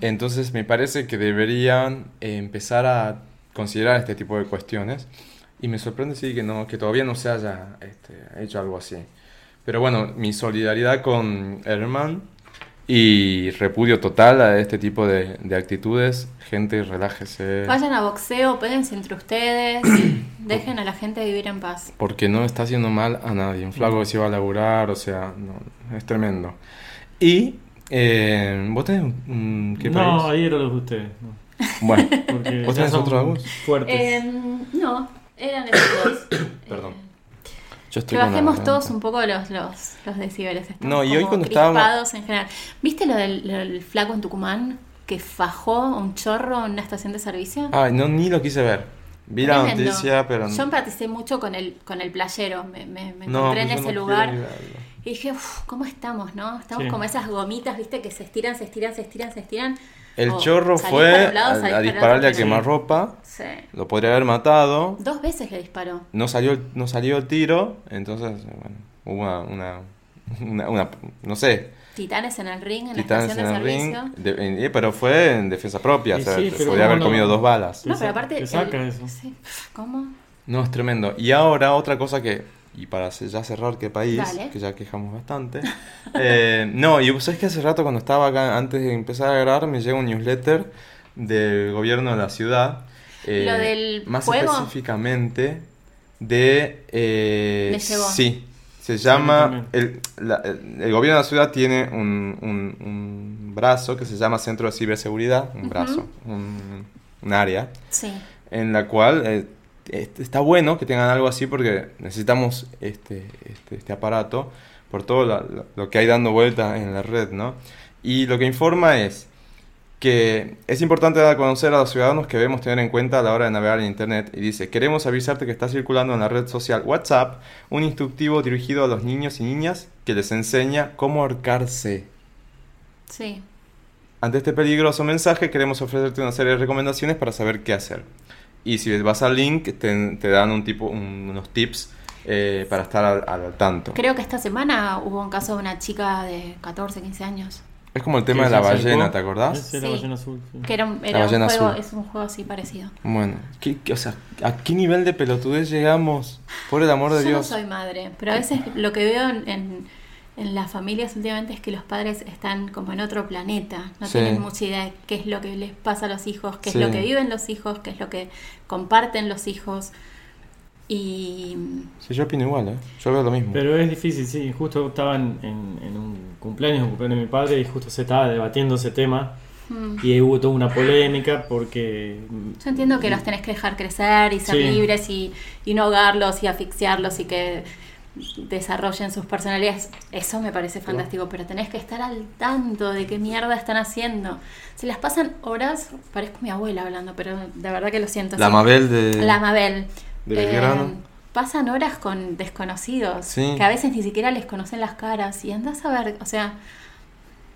S2: Entonces me parece que deberían eh, empezar a considerar este tipo de cuestiones. Y me sorprende sí que, no, que todavía no se haya este, hecho algo así. Pero bueno, mi solidaridad con Herman y repudio total a este tipo de, de actitudes. Gente, relájese.
S3: Vayan a boxeo, péguense entre ustedes, dejen a la gente vivir en paz.
S2: Porque no está haciendo mal a nadie. Un flaco que se iba a laburar, o sea, no, es tremendo. Y, eh, ¿vos tenés un- un- qué
S5: no,
S2: país?
S5: ahí era lo de ustedes. no.
S2: Bueno,
S5: Porque
S2: ¿Vos
S5: ya
S2: tenés
S5: son
S2: otro, Agus?
S5: Fuertes.
S3: Eh, no, eran esos dos.
S2: perdón.
S3: Eh,
S2: Yo
S3: Que
S2: estoy con la
S3: bajemos
S2: garganta.
S3: todos un poco los, los, los decibeles. estamos
S2: No, y hoy
S3: como
S2: cuando estábamos-
S3: crispados en general. ¿Viste lo del, lo del flaco en Tucumán que fajó un chorro en una estación de servicio?
S2: Ay, no, ni lo quise ver. Ah, Vi la
S3: Tremendo.
S2: noticia, pero
S3: Yo empaticé mucho con el, con el playero, me, me- me
S2: no,
S3: encontré en
S2: pues yo
S3: ese
S2: no
S3: lugar
S2: quiero ni verlo.
S3: y dije, uff, ¿cómo estamos, no? Estamos
S5: Sí.
S3: como esas gomitas, viste, que se estiran, se estiran, se estiran, se estiran.
S2: El
S3: O
S2: chorro
S3: salís
S2: fue
S3: para un lado,
S2: a,
S3: salís
S2: a
S3: para el
S2: dispararle a
S3: otro.
S2: quemarropa.
S3: Sí.
S2: Lo podría haber matado.
S3: Dos veces le disparó.
S2: No salió, el- no salió el tiro. Entonces, bueno, hubo una, una, una- una- no sé,
S3: Titanes en el ring, en la
S2: titanes en
S3: estación
S2: el
S3: de
S2: ring.
S3: servicio.
S2: de- en- eh, pero fue en defensa propia.
S5: Y
S2: o sea,
S5: sí,
S2: te
S5: pero
S2: podría haber
S5: ¿cómo no?
S2: comido dos balas.
S5: Sí.
S3: No,
S5: Te
S3: pero
S5: sa-
S3: aparte.
S5: te
S3: el-
S5: saca eso.
S3: sí, ¿Cómo?
S2: No, es tremendo. Y ahora otra cosa que, y para ce- ya cerrar qué país,
S3: Dale.
S2: que ya quejamos bastante. Eh, no, y vos sabés que hace rato cuando estaba acá, antes de empezar a grabar, me llega un newsletter del gobierno de la ciudad. eh,
S3: ¿Lo del
S2: Más
S3: fuego?
S2: específicamente de... eh,
S3: Me llegó.
S2: Sí, Se
S5: también.
S2: llama. El, la- el- el gobierno de la ciudad tiene un, un- un brazo que se llama Centro de Ciberseguridad, un brazo, un, un área,
S3: Sí.
S2: en la cual eh, est- está bueno que tengan algo así porque necesitamos este, este, este aparato por todo la- la- lo que hay dando vueltas en la red, ¿no? Y lo que informa es que es importante dar a conocer a los ciudadanos que debemos tener en cuenta a la hora de navegar en Internet. Y dice, queremos avisarte que está circulando en la red social WhatsApp un instructivo dirigido a los niños y niñas que les enseña cómo ahorcarse.
S3: Sí.
S2: Ante este peligroso mensaje queremos ofrecerte una serie de recomendaciones para saber qué hacer. Y si vas al link te, te dan un tipo, un- unos tips eh, para estar al, al tanto.
S5: Mm.
S3: Creo que esta semana hubo un caso de una chica de 14, 15 años.
S2: Es como el tema de la
S5: Que se acercó.
S2: ballena, ¿te acordás?
S5: Sí, la
S3: Sí.
S5: ballena azul. sí.
S3: Que era, un- era
S2: La
S3: un
S2: ballena
S3: juego,
S2: azul.
S3: es un juego así parecido.
S2: Bueno, ¿qué- qué- o sea, ¿a qué nivel de pelotudez llegamos? Por el amor de
S3: Yo no
S2: Dios.
S3: soy madre, pero a veces lo que veo en, en- en las familias últimamente es que los padres están como en otro planeta, no
S2: Sí.
S3: tienen mucha idea de qué es lo que les pasa a los hijos, qué
S2: Sí.
S3: es lo que viven los hijos, qué es lo que comparten los hijos. Y
S2: Sí, yo opino igual, ¿eh? Yo veo lo mismo.
S5: Pero es difícil, sí. Justo estaba en, en- en un cumpleaños, un cumpleaños de mi padre, y justo se estaba debatiendo ese tema.
S3: Mm.
S5: Y ahí hubo toda una polémica porque.
S3: yo entiendo que los tenés que dejar crecer y ser
S5: Sí.
S3: libres y, y no ahogarlos y asfixiarlos y que desarrollen sus personalidades. Eso me parece fantástico, pero tenés que estar al tanto de qué mierda están haciendo. Se las pasan horas, parezco mi abuela hablando, pero de verdad que lo siento.
S2: la
S3: sí.
S2: Mabel de...
S3: La Mabel. Em,
S2: de Belgrano.
S3: pasan horas con desconocidos
S2: Sí.
S3: que a veces ni siquiera les conocen las caras y andás a ver, o sea,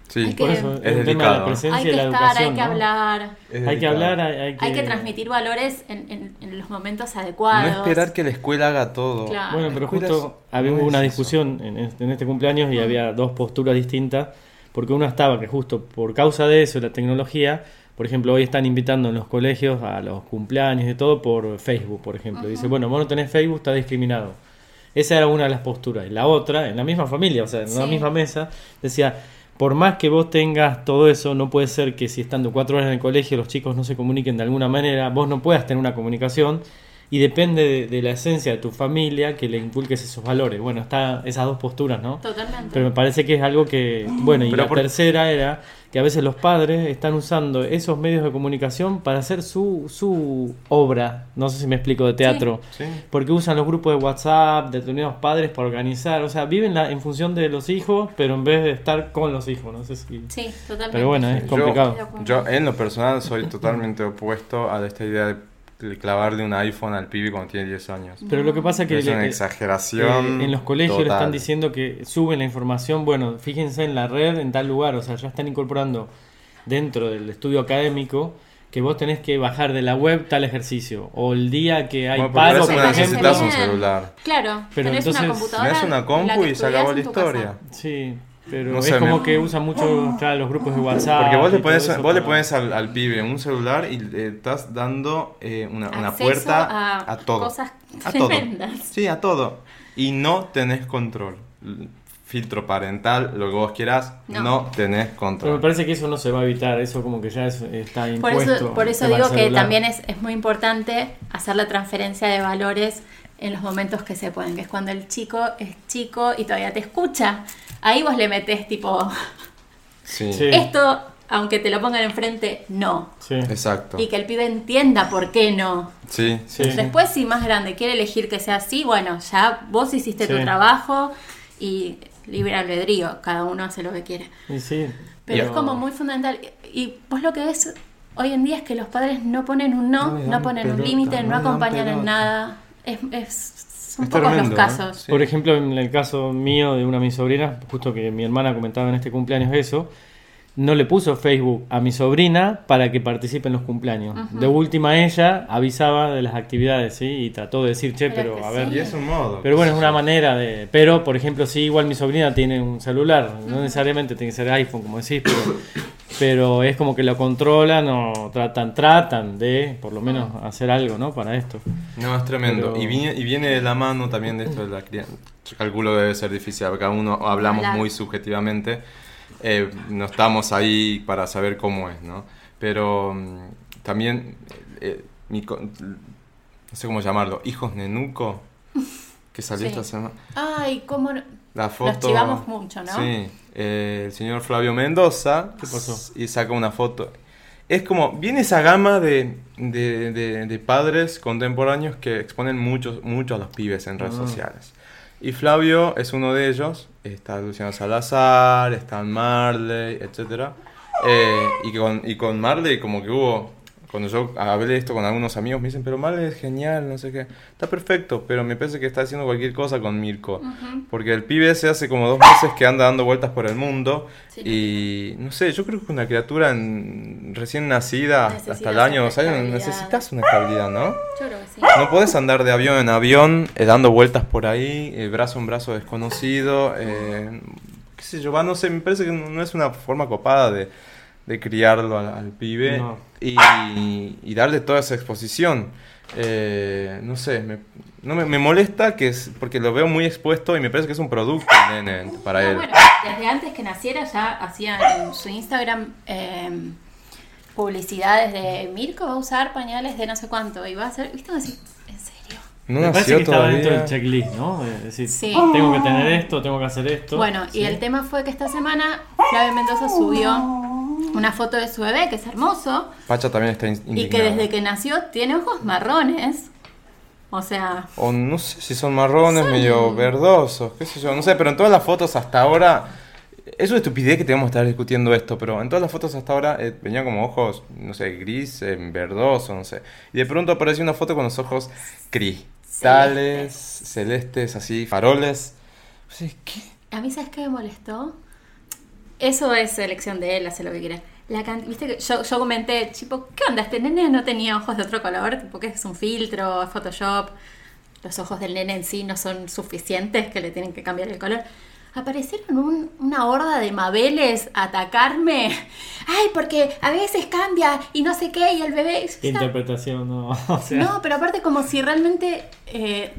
S2: Sí,
S3: Hay que-
S5: Por eso
S2: es
S5: es un tema de
S2: delicado, ¿no?
S5: la presencia
S3: hay
S5: y
S3: que
S5: la
S3: estar,
S5: educación.
S3: hay que
S5: ¿no?
S3: hablar,
S2: es
S5: Hay que
S2: delicado.
S5: hablar, hay, hay que.
S3: hay que transmitir valores en, en- en los momentos
S2: No
S3: adecuados.
S2: esperar que la escuela haga todo.
S3: Claro.
S5: Bueno, pero
S2: Escuelas
S5: justo había
S2: no es
S5: una
S2: eso.
S5: discusión en, este- en este cumpleaños y había dos posturas distintas, porque una estaba que justo por causa de eso, la tecnología, por ejemplo, hoy están invitando en los colegios a los cumpleaños y todo por Facebook, por ejemplo. Dice, bueno, vos no tenés Facebook, está discriminado. Esa era una de las posturas. Y la otra, en la misma familia, o sea, en la
S3: Sí.
S5: misma mesa, decía, por más que vos tengas todo eso, no puede ser que si estando cuatro horas en el colegio los chicos no se comuniquen de alguna manera, vos no puedas tener una comunicación. Y depende de, de la esencia de tu familia que le inculques esos valores. Bueno, está esas dos posturas, ¿no?
S3: Totalmente.
S5: Pero me parece que es algo que... Bueno, y
S2: Pero
S5: la
S2: por-
S5: tercera era que a veces los padres están usando esos medios de comunicación para hacer su, su obra, no sé si me explico, de teatro.
S2: Sí.
S5: Porque usan los grupos de WhatsApp, de determinados padres para organizar. O sea, viven la- en función de los hijos, pero en vez de estar con los hijos. No sé si.
S3: Sí, totalmente.
S5: Pero bueno, es complicado.
S2: Yo, eh, en lo personal, soy totalmente opuesto a esta idea de clavarle un iPhone al pibe cuando tiene 10 años.
S5: Pero lo que pasa es que.
S2: es una
S5: que-
S2: exageración.
S5: Eh, en los colegios le
S2: total.
S5: están diciendo que suben la información, bueno, fíjense en la red, en tal lugar, o sea, ya están incorporando dentro del estudio académico que vos tenés que bajar de la web tal ejercicio, o el día que hay
S2: Bueno, pero para
S5: paro, por
S2: eso no
S5: ejemplo.
S2: necesitas un celular.
S3: Claro,
S5: Pero
S3: tenés
S5: entonces,
S3: una computadora.
S2: Me das una
S3: en la
S2: compu
S3: que
S2: y se acabó la
S3: estudiás en tu
S2: historia.
S3: casa.
S5: Sí, pero
S2: No
S5: es
S2: sé,
S5: como
S2: me-
S5: que usan mucho claro, los grupos de WhatsApp.
S2: Porque vos le
S5: y todo
S2: pones,
S5: eso
S2: vos le
S5: para-
S2: pones al, al pibe un celular y le estás dando eh, una, una
S3: Acceso
S2: puerta
S3: a
S2: a, todo.
S3: cosas
S2: a todo.
S3: tremendas.
S2: Sí, a todo. Y no tenés control. L- Filtro parental, lo que vos quieras,
S3: No.
S2: no, tenés
S5: Pero me
S2: control.
S5: parece que eso no se va a evitar, eso como que ya es- está
S3: Por
S5: impuesto.
S3: eso, por eso
S5: el tema
S3: digo
S5: del
S3: que
S5: celular.
S3: también es, es muy importante hacer la transferencia de valores en los momentos que se pueden, que es cuando el chico es chico y todavía te escucha. Ahí vos le metés tipo,
S2: Sí,
S5: Sí.
S3: esto, aunque te lo pongan enfrente, no.
S5: Sí.
S2: exacto.
S3: Y que el pibe entienda por qué no.
S2: Sí, sí.
S5: Sí.
S3: Después, si más grande quiere elegir que sea así, bueno, ya vos hiciste
S5: Sí.
S3: tu trabajo y libre albedrío, cada uno hace lo que quiere.
S5: Y sí,
S3: Pero es como muy fundamental. Y y vos lo que ves hoy en día es que los padres no ponen un no,
S2: No le
S3: no,
S2: dan
S3: ponen un
S2: pelota,
S3: límite, no,
S2: no le dan
S3: acompañan en
S2: pelota.
S3: nada. Es, es- son
S2: Es
S3: pocos
S2: tremendo,
S3: los
S2: ¿eh?
S3: casos.
S2: Sí.
S5: Por ejemplo, en el caso mío de una de mis sobrinas, justo que mi hermana comentaba en este cumpleaños eso, no le puso Facebook a mi sobrina para que participe en los cumpleaños. De última ella avisaba de las actividades, ¿sí? Y trató de decir, che,
S3: Pero
S5: pero,
S3: es que
S5: a ver.
S2: Y es un modo.
S5: Pero bueno, es una manera de... Pero, por ejemplo, sí, igual mi sobrina tiene un celular, no necesariamente tiene que ser iPhone, como decís, pero, pero es como que lo controlan o tratan, tratan de, por lo menos, hacer algo, ¿no? Para esto.
S2: No, es tremendo.
S5: Pero-
S2: Y, viene, y viene de la mano también de esto de la crianza. Calculo que debe ser difícil, cada uno hablamos
S3: Hablar.
S2: muy subjetivamente. Eh, no estamos ahí para saber cómo es, ¿no? Pero mm, también, eh, eh, mi co- no sé cómo llamarlo, hijos nenuco, que salió
S3: Sí.
S2: esta semana.
S3: Ay, cómo... no-
S2: La foto.
S3: Nos chivamos mucho, ¿no?
S2: Sí. Eh, el señor Flavio Mendoza.
S5: ¿Qué pasó?
S2: Y saca una foto. Es como, viene esa gama de, de, de- de padres contemporáneos que exponen mucho, mucho a los pibes en redes
S5: Ah.
S2: sociales. Y Flavio es uno de ellos. Está Luciano Salazar, está Marley, etc. Eh, y, con, y con Marley como que hubo... Cuando yo hablé esto con algunos amigos me dicen, pero Marley es genial, no sé qué. Está perfecto, pero me parece que está haciendo cualquier cosa con Mirko. Porque el pibe se hace como dos meses que anda dando vueltas por el mundo.
S3: Sí.
S2: Y no sé, yo creo que una criatura en- recién nacida hasta- hasta
S3: Necesita
S2: el año
S3: cierta
S2: dos años
S3: estabilidad.
S2: necesitas una estabilidad, ¿no?
S3: Yo creo que sí.
S2: No podés andar de avión en avión eh, dando vueltas por ahí, eh, brazo en brazo desconocido. eh, qué sé yo, va, no sé, me parece que no no es una forma copada de, de criarlo al, al pibe
S5: No.
S2: y, y darle toda esa exposición. Eh, no sé, me, no me, me molesta que es porque lo veo muy expuesto y me parece que es un producto nene, para
S3: No,
S2: él.
S3: Ah, bueno, desde antes que naciera ya hacía en su Instagram eh, publicidades de Mirko va a usar pañales de no sé cuánto y va a hacer, ¿viste? Como así, en serio.
S2: No
S5: Me parece
S2: nació
S5: que estaba dentro
S2: todavía.
S5: del checklist, ¿no? Es decir,
S3: Sí.
S5: tengo que tener esto, tengo que hacer esto.
S3: Bueno, y el tema fue que esta semana Flavio Mendoza subió una foto de su bebé, que es hermoso,
S2: Pacha también está in-
S3: y que
S2: indignada.
S3: desde que nació tiene ojos marrones. O sea,
S2: O no sé si son marrones, medio verdosos, qué sé yo, no sé, pero en todas las fotos hasta ahora, es una estupidez que tenemos que estar discutiendo esto, pero en todas las fotos hasta ahora eh, venían como ojos, no sé, gris, eh, verdoso, no sé. Y de pronto apareció una foto con los ojos cristales, celestes, así, faroles. Pues Sí, ¿qué?
S3: a mí sabes qué me molestó. Eso es elección de él, hace lo que quiera. La can- Viste que yo, yo comenté, tipo, ¿qué onda? Este nene no tenía ojos de otro color, porque es un filtro, es Photoshop. Los ojos del nene en sí no son suficientes, que le tienen que cambiar el color. Aparecieron un- una horda de mabeles a atacarme. Ay, porque a veces cambia y no sé qué, y el bebé.
S5: ¿Qué interpretación, no. O sea,
S3: No, pero aparte, como si realmente eh,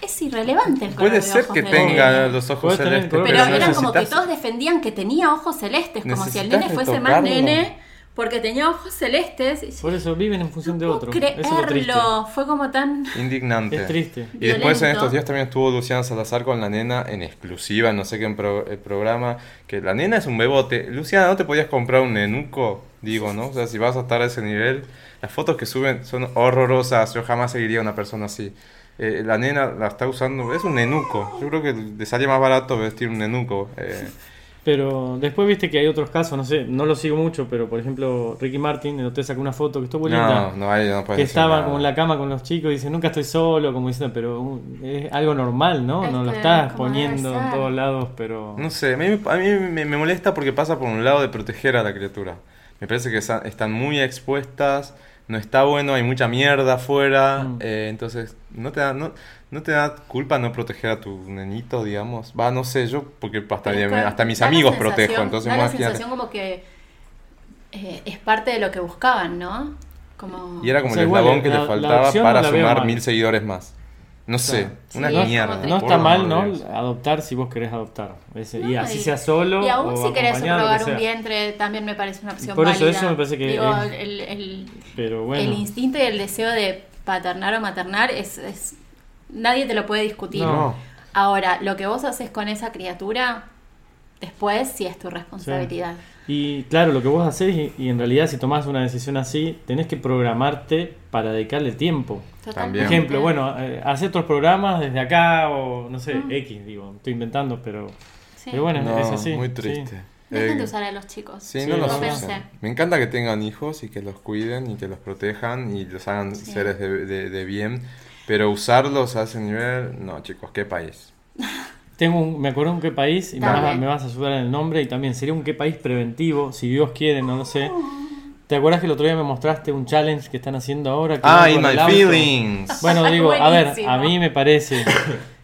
S3: es irrelevante el color.
S2: Puede
S3: de
S2: ser
S3: ojos
S2: que
S3: del
S2: tenga
S3: nene.
S2: los ojos
S5: Puede tener
S2: celestes,
S5: color,
S3: Pero
S5: no
S3: eran como que
S2: necesitas-
S3: todos defendían que tenía ojos celestes, como si el
S2: Necesitas
S3: nene fuese más
S2: retocarlo.
S3: nene porque tenía ojos celestes. Y yo,
S5: Por eso viven en función de
S3: "No
S5: otro.
S3: puedo
S5: Eso es lo triste.
S3: creerlo. Fue como tan.
S2: Indignante.
S5: Es triste.
S2: Y después en
S3: Violento.
S2: estos días también estuvo Luciana Salazar con la nena en exclusiva, no sé qué en pro- el programa, que la nena es un bebote. Luciana, ¿no te podías comprar un nenuco? Digo, ¿no? O sea, si vas a estar a ese nivel, las fotos que suben son horrorosas, yo jamás seguiría a una persona así. Eh, la nena la está usando, es un nenuco. Yo creo que le sale más barato vestir un nenuco. eh.
S5: Pero después viste que hay otros casos, no sé, no lo sigo mucho, pero por ejemplo, Ricky Martin en hotel sacó una foto que estuvo muy linda.
S2: no, no, ahí no puedes
S5: que
S2: decir
S5: estaba
S2: nada.
S5: como en la cama con los chicos y dice, nunca estoy solo, como diciendo, pero uh, es algo normal, ¿no?
S3: Es
S5: No lo
S3: que
S5: estás
S3: como debe
S5: poniendo en
S3: ser.
S5: todos lados, pero...
S2: No sé, a mí, a mí me, me molesta porque pasa por un lado de proteger a la criatura. Me parece que esa- están muy expuestas, no está bueno, hay mucha mierda afuera,
S5: Mm.
S2: eh, entonces no te, da, no, no te da culpa no proteger a tu nenito, digamos. Va, no sé, yo porque hasta,
S3: Pero es que
S2: hasta mis
S3: da la
S2: amigos
S3: sensación-
S2: protejo, entonces
S3: da la
S2: imagínate.
S3: sensación como que eh, es parte de lo que buscaban, ¿no? Como...
S2: Y era como
S5: O sea,
S2: el
S5: igual,
S2: eslabón que
S5: la-
S2: le
S5: la
S2: faltaba
S5: adopción
S2: para
S5: no la veo
S2: sumar
S5: mal.
S2: mil seguidores más. No sé,
S3: Sí,
S2: una
S3: es como
S2: mierda.
S3: triste.
S5: No
S2: por
S5: está
S2: el
S5: mal,
S2: amor de
S5: ¿no?
S2: Dios.
S5: Adoptar si vos querés adoptar. Es- y
S3: No,
S5: así sea solo.
S3: Y aún
S5: o
S3: si querés
S5: acompañado, lo que
S3: probar un
S5: sea.
S3: vientre, también me parece una opción
S5: Por eso,
S3: válida.
S5: eso me parece que
S3: Digo,
S5: es-
S3: el, el-
S5: Pero bueno.
S3: el instinto y el deseo de paternar o maternar es, es- nadie te lo puede discutir.
S2: No.
S3: Ahora, lo que vos haces con esa criatura, después sí es tu responsabilidad.
S5: Y claro, lo que vos hacés, y, y en realidad si tomás una decisión así, tenés que programarte para dedicarle tiempo. Por
S2: Bien.
S5: ejemplo, bueno, eh, hacer otros programas desde acá o no sé,
S3: Mm.
S5: X, digo, estoy inventando, pero,
S3: Sí.
S5: pero bueno,
S2: No,
S5: es así.
S2: muy
S5: sí.
S2: triste.
S3: Dejen de
S2: Eh,
S3: usar a los chicos.
S2: Sí,
S5: Sí,
S2: no los
S5: no
S2: usan.
S3: pensé.
S2: Me encanta que tengan hijos y que los cuiden y que los protejan y los hagan
S3: Sí.
S2: seres de, de- de bien, pero usarlos a ese nivel, no, chicos, qué país.
S5: Tengo un, me acuerdo un qué país y me
S3: Dale.
S5: vas, a- me vas a ayudar en el nombre y también sería un qué país preventivo, si Dios quiere, no lo sé. ¿Te acuerdas que el otro día me mostraste un challenge que están haciendo ahora? Que van
S2: ¡Ay,
S5: con
S2: Ah, my
S5: el auto?
S2: feelings!
S5: Bueno, digo, a ver,
S3: Buenísimo.
S5: a mí me parece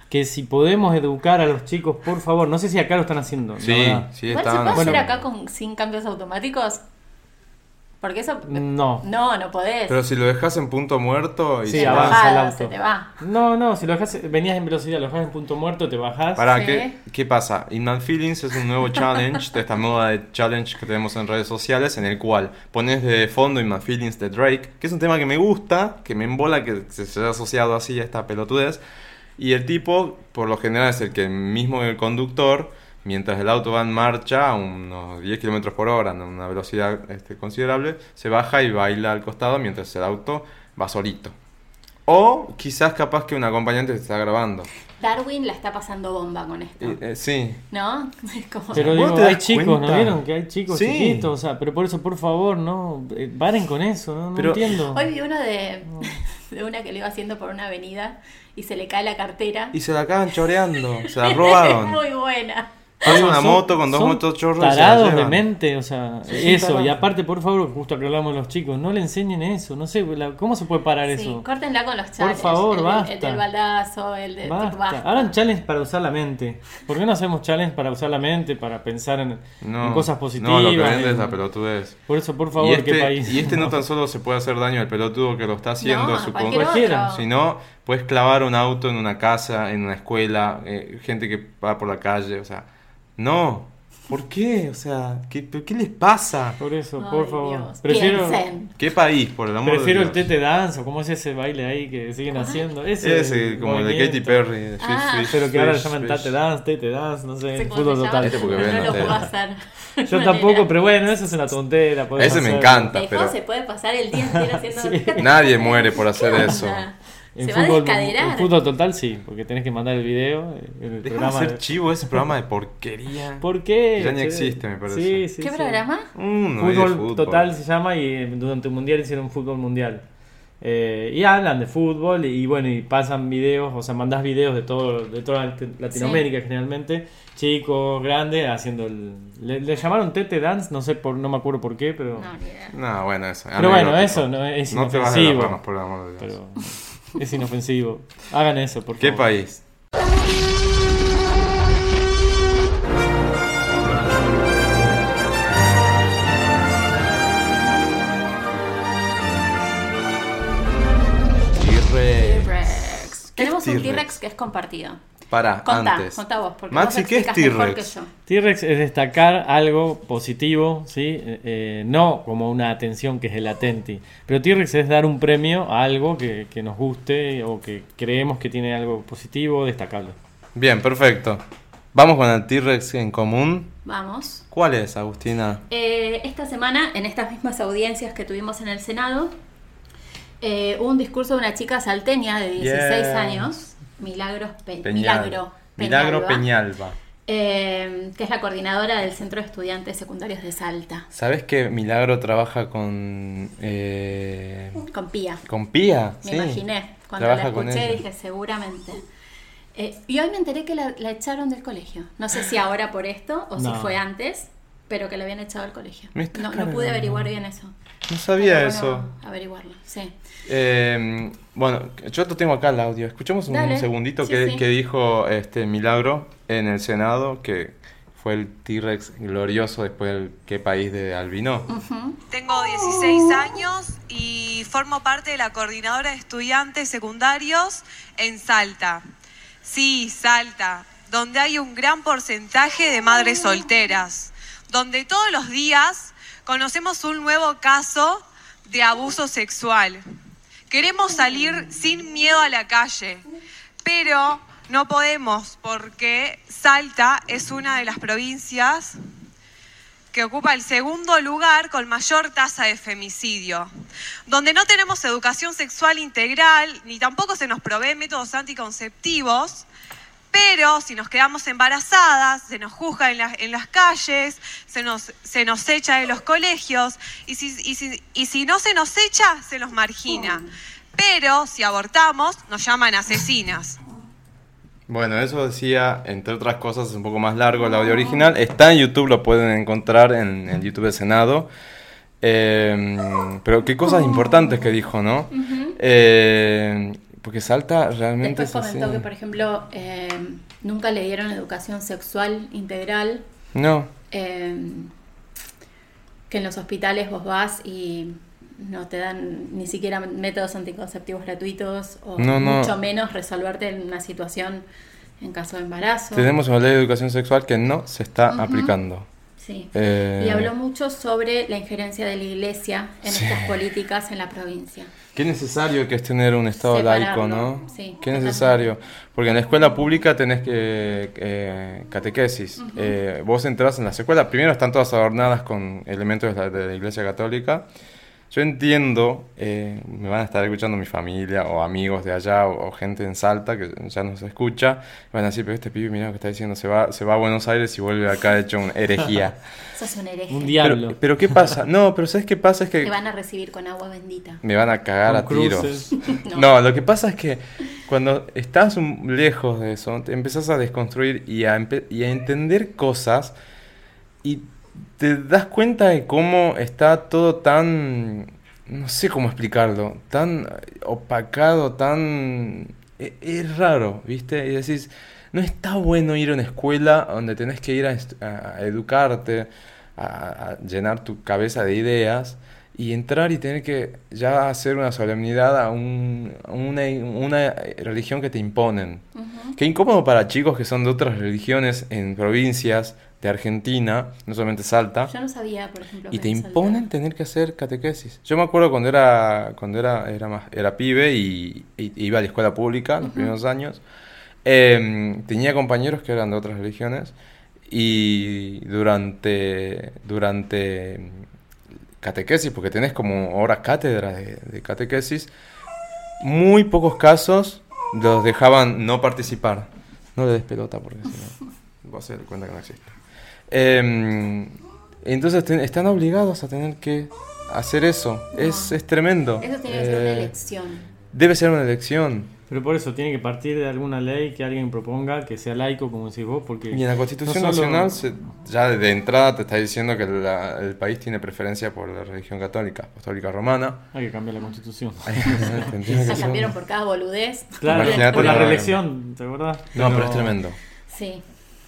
S5: que si podemos educar a los chicos, por favor, no sé si acá lo están haciendo. la
S2: Sí,
S5: verdad.
S2: sí,
S3: Igual se
S2: estaban
S3: puede hacer
S5: Bueno.
S3: acá con, sin cambios automáticos. Porque eso. eh,
S5: Mm, No.
S3: No, no podés.
S2: Pero si lo dejas en punto muerto y
S5: Sí,
S2: se-
S3: Te
S5: avanza
S3: bajás,
S5: el auto.
S3: Se te va.
S5: No, no, si lo dejas, venías en velocidad, lo dejas en punto muerto, te bajás.
S2: Pará,
S3: Sí.
S2: ¿qué, qué pasa? In My Feelings es un nuevo challenge de esta moda de challenge que tenemos en redes sociales, en el cual pones de fondo In My Feelings de Drake, que es un tema que me gusta, que me embola que se sea asociado así a esta pelotudez. Y el tipo, por lo general, es el que mismo el conductor, mientras el auto va en marcha a unos 10 kilómetros por hora, a una velocidad este, considerable, se baja y baila al costado mientras el auto va solito. O quizás capaz que un acompañante te está grabando.
S3: Darwin la está pasando bomba con esto.
S2: Y, eh, sí.
S3: ¿No? Es como-
S5: Pero
S2: ¿Vos
S5: digo,
S2: te das
S5: hay chicos, ¿no
S2: cuenta?
S5: vieron? Que hay chicos
S2: Sí.
S5: chiquitos, o sea, pero por eso, por favor, no, eh, paren con eso, no, No
S2: Pero-
S5: entiendo.
S3: Hoy vi uno de, de una que le iba haciendo por una avenida y se le cae la cartera.
S2: Y se la acaban choreando, se la
S3: Es
S2: robaron.
S3: muy buena.
S2: Pasa
S5: Digo,
S2: una
S5: son-
S2: moto con dos
S5: son
S2: motos chorros. y se la
S5: Tarados de
S2: llevan.
S5: mente, o sea,
S2: Sí, sí,
S5: eso.
S2: tarados.
S5: Y aparte, por favor, justo que hablamos de los chicos, no le enseñen eso. No sé, la- ¿cómo se puede parar
S3: Sí,
S5: eso?
S3: córtenla con los challenges.
S5: favor,
S3: el, del-
S5: basta.
S3: El del baldazo, el de
S5: Basta.
S3: Eh, basta.
S5: Hagan challenge para usar la mente. ¿Por qué no hacemos challenge para usar la mente, para pensar en,
S2: No,
S5: en cosas
S2: No,
S5: positivas?
S2: lo que vende
S5: en-
S2: es la pelotudez.
S5: Por eso, por favor,
S2: y este,
S5: qué país.
S2: y este no tan solo se puede hacer daño al pelotudo que lo está haciendo,
S3: No, a
S2: supongo.
S3: cualquier
S5: Cualquiera,
S3: otro.
S2: sino puedes clavar un auto en una casa, en una escuela, eh, gente que va por la calle, o sea, no. ¿Por qué? O sea, ¿qué, pero qué les pasa?
S5: Por eso,
S3: Ay,
S5: por favor.
S3: Dios.
S5: Prefiero,
S3: Piensen.
S2: ¿Qué país, por el amor
S5: prefiero
S2: de
S5: el
S2: Dios?
S5: tete dance o cómo es ese baile ahí que siguen haciendo. Ese,
S2: Ese, como el de
S5: movimiento.
S2: Katy Perry. de Swish,
S3: Ah.
S2: swish,
S5: Pero que ahora le
S2: swish,
S5: llaman
S2: swish.
S5: tate dance, tete dance, no
S3: No
S5: sé,
S3: sé cómo
S5: fútbol
S3: se llama,
S5: total.
S2: Este porque
S3: pero
S2: ven
S3: no lo
S2: ustedes.
S3: puedo hacer.
S5: Yo tampoco, pero bueno, eso es una tontera. podés
S2: Ese me
S5: hacer.
S2: encanta,
S3: Dejó,
S2: pero
S3: se puede pasar el día entero haciendo... Fíjate,
S2: nadie muere por hacer eso.
S3: onda.
S5: En
S3: Se va a
S5: fútbol,
S3: descaderar.
S5: en fútbol total sí, porque tenés que mandar el video. eh, en
S2: Deja
S5: El
S2: de
S5: programa
S2: hacer
S5: de-
S2: chivo ese programa de porquería.
S5: ¿Por qué?
S2: Ya ni
S5: Sí.
S2: existe, me parece.
S5: Sí, sí,
S3: ¿Qué
S5: sí.
S3: programa?
S2: Uno, Mm, hay de
S5: Fútbol,
S2: fútbol.
S5: total se llama y eh, durante un mundial hicieron un fútbol mundial. Eh, y hablan de fútbol y, bueno, y pasan videos, o sea, mandás videos de todo de toda Lat- Latinoamérica generalmente, chicos, grandes, haciendo el... Le, le llamaron Tete Dance, no sé, por no me acuerdo por qué, pero...
S3: No, ni idea.
S2: No, bueno, eso.
S5: Pero bueno, eso no es
S2: No te vas de las
S5: inofensivo.
S2: ramas, por el amor de Dios.
S5: Pero es inofensivo. Hagan eso, por
S2: ¿Qué
S5: favor.
S2: país? T-Rex.
S3: T-Rex.
S2: ¿Qué
S3: Tenemos
S2: es
S3: un
S2: T-Rex?
S3: T-Rex que es compartido.
S2: Para,
S3: Contá,
S2: antes.
S3: contá vos, porque
S2: Maxi,
S3: vos
S2: ¿qué es
S3: explicás mejor que
S2: T-Rex?
S3: yo.
S5: T-Rex es destacar algo positivo, ¿sí? Eh, eh, no como una atención que es el atenti. Pero T-Rex es dar un premio a algo que, que nos guste o que creemos que tiene algo positivo, destacable.
S2: Bien, perfecto. Vamos con el T-Rex en común.
S3: Vamos.
S2: ¿Cuál es, Agustina?
S3: Eh, esta semana, en estas mismas audiencias que tuvimos en el Senado, eh, hubo un discurso de una chica salteña de 16
S2: Yeah.
S3: años, Milagros Pe- Milagro
S2: Milagro
S3: Peñalba,
S2: Peñalba.
S3: eh, que es la coordinadora del Centro de Estudiantes Secundarios de Salta,
S2: ¿Sabes que Milagro trabaja con. eh,
S3: con Pía.
S2: con Pía?
S3: Me
S2: Sí.
S3: imaginé. Cuando
S2: Trabaja
S3: la
S2: con
S3: escuché
S2: ella.
S3: dije, seguramente. Eh, y hoy me enteré que la, la echaron del colegio. No sé si ahora por esto o
S5: No.
S3: si fue antes, pero que la habían echado del colegio.
S2: Me estás
S3: No, no
S2: cargando.
S3: pude averiguar bien eso.
S2: No sabía
S3: Pero
S2: eso.
S3: bueno, averiguarlo, sí.
S2: Eh, bueno, yo lo tengo acá el audio. Escuchemos un
S3: Dale.
S2: segundito
S3: Sí,
S2: que,
S3: sí.
S2: que dijo este Milagro en el Senado, que fue el T-Rex glorioso después del qué país de Albino.
S3: Mm.
S8: Tengo 16 años y formo parte de la coordinadora de estudiantes secundarios en Salta. Sí, Salta, donde hay un gran porcentaje de madres solteras, donde todos los días conocemos un nuevo caso de abuso sexual. Queremos salir sin miedo a la calle, pero no podemos porque Salta es una de las provincias que ocupa el segundo lugar con mayor tasa de femicidio, donde no tenemos educación sexual integral, ni tampoco se nos provee métodos anticonceptivos, pero si nos quedamos embarazadas, se nos juzga en, las- en las calles, se nos, se nos echa de los colegios, y si, y si- y si no se nos echa, se nos margina. Pero si abortamos, nos llaman asesinas.
S2: Bueno, eso decía, entre otras cosas, es un poco más largo el audio original. Está en YouTube, lo pueden encontrar en el YouTube del Senado. Eh, pero qué cosas importantes que dijo, ¿no? Eh, porque Salta realmente
S3: Después
S2: es así.
S3: comentó que, por ejemplo, eh, nunca le dieron educación sexual integral,
S2: No,
S3: eh, que en los hospitales vos vas y no te dan ni siquiera métodos anticonceptivos gratuitos o
S2: No, no.
S3: mucho menos resolverte en una situación en caso de embarazo.
S2: tenemos una ley de educación sexual que no se está aplicando.
S3: Sí.
S2: Eh,
S3: Y habló mucho sobre la injerencia de la iglesia en
S2: Sí.
S3: estas políticas en la provincia.
S2: Qué necesario que es tener un Estado
S3: Separarlo,
S2: laico, ¿no?
S3: sí,
S2: Qué
S3: totalmente.
S2: necesario. Porque en la escuela pública tenés que eh, catequesis. Eh, vos entras en las escuelas, primero están todas adornadas con elementos de la, de la Iglesia Católica. Yo entiendo, eh, me van a estar escuchando mi familia o amigos de allá o, o gente en Salta que ya nos escucha. Van a decir, pero este pibe, mira lo que está diciendo, se va, se va a Buenos Aires y vuelve acá hecho una herejía.
S3: Sos un hereje.
S5: Un
S2: pero,
S5: diablo.
S2: pero ¿qué pasa? No, pero ¿sabes qué pasa? Es que
S3: Te van a recibir con agua bendita.
S2: me van a cagar a
S5: Con
S2: tiros.
S5: cruces.
S2: No. lo que pasa es que cuando estás un- lejos de eso, te empezás a desconstruir y a, empe- y a entender cosas y te das cuenta de cómo está todo tan, no sé cómo explicarlo, tan opacado, tan... e- Es raro, ¿viste? Y decís, no está bueno ir a una escuela donde tenés que ir a, est- a- a educarte, a, a llenar tu cabeza de ideas y entrar y tener que ya hacer una solemnidad a, un- a una, una religión que te imponen. Qué incómodo para chicos que son de otras religiones en provincias de Argentina, no solamente Salta,
S3: Yo no sabía, por ejemplo.
S2: y
S3: que
S2: te
S3: en Salta-
S2: imponen tener que hacer catequesis. Yo me acuerdo cuando era cuando era era más era pibe y, y- iba a la escuela pública los primeros años. em, tenía compañeros que eran de otras religiones y durante durante em, catequesis, porque tenés como horas cátedra de, de catequesis, muy pocos casos los dejaban no participar. No le des pelota porque si no vas a hacer cuenta que no existe. Em, entonces te- están obligados a tener que hacer eso. Es, es tremendo.
S3: Eso tiene que ser una
S2: Eh,
S3: elección.
S2: Debe ser una elección.
S5: Pero por eso tiene que partir de alguna ley que alguien proponga que sea laico, como decís vos, porque.
S2: Y en la Constitución
S5: no solo-
S2: Nacional se- ya de entrada te está diciendo que la- el país tiene preferencia por la religión católica, apostólica romana.
S5: Hay que cambiar la constitución.
S2: Tendría que
S3: Se
S2: ser-
S3: cambiaron por cada boludez.
S5: Claro,
S2: Imagínate
S5: por la
S2: la-
S5: reelección, ¿te acordás?
S2: No, pero es tremendo.
S3: Sí.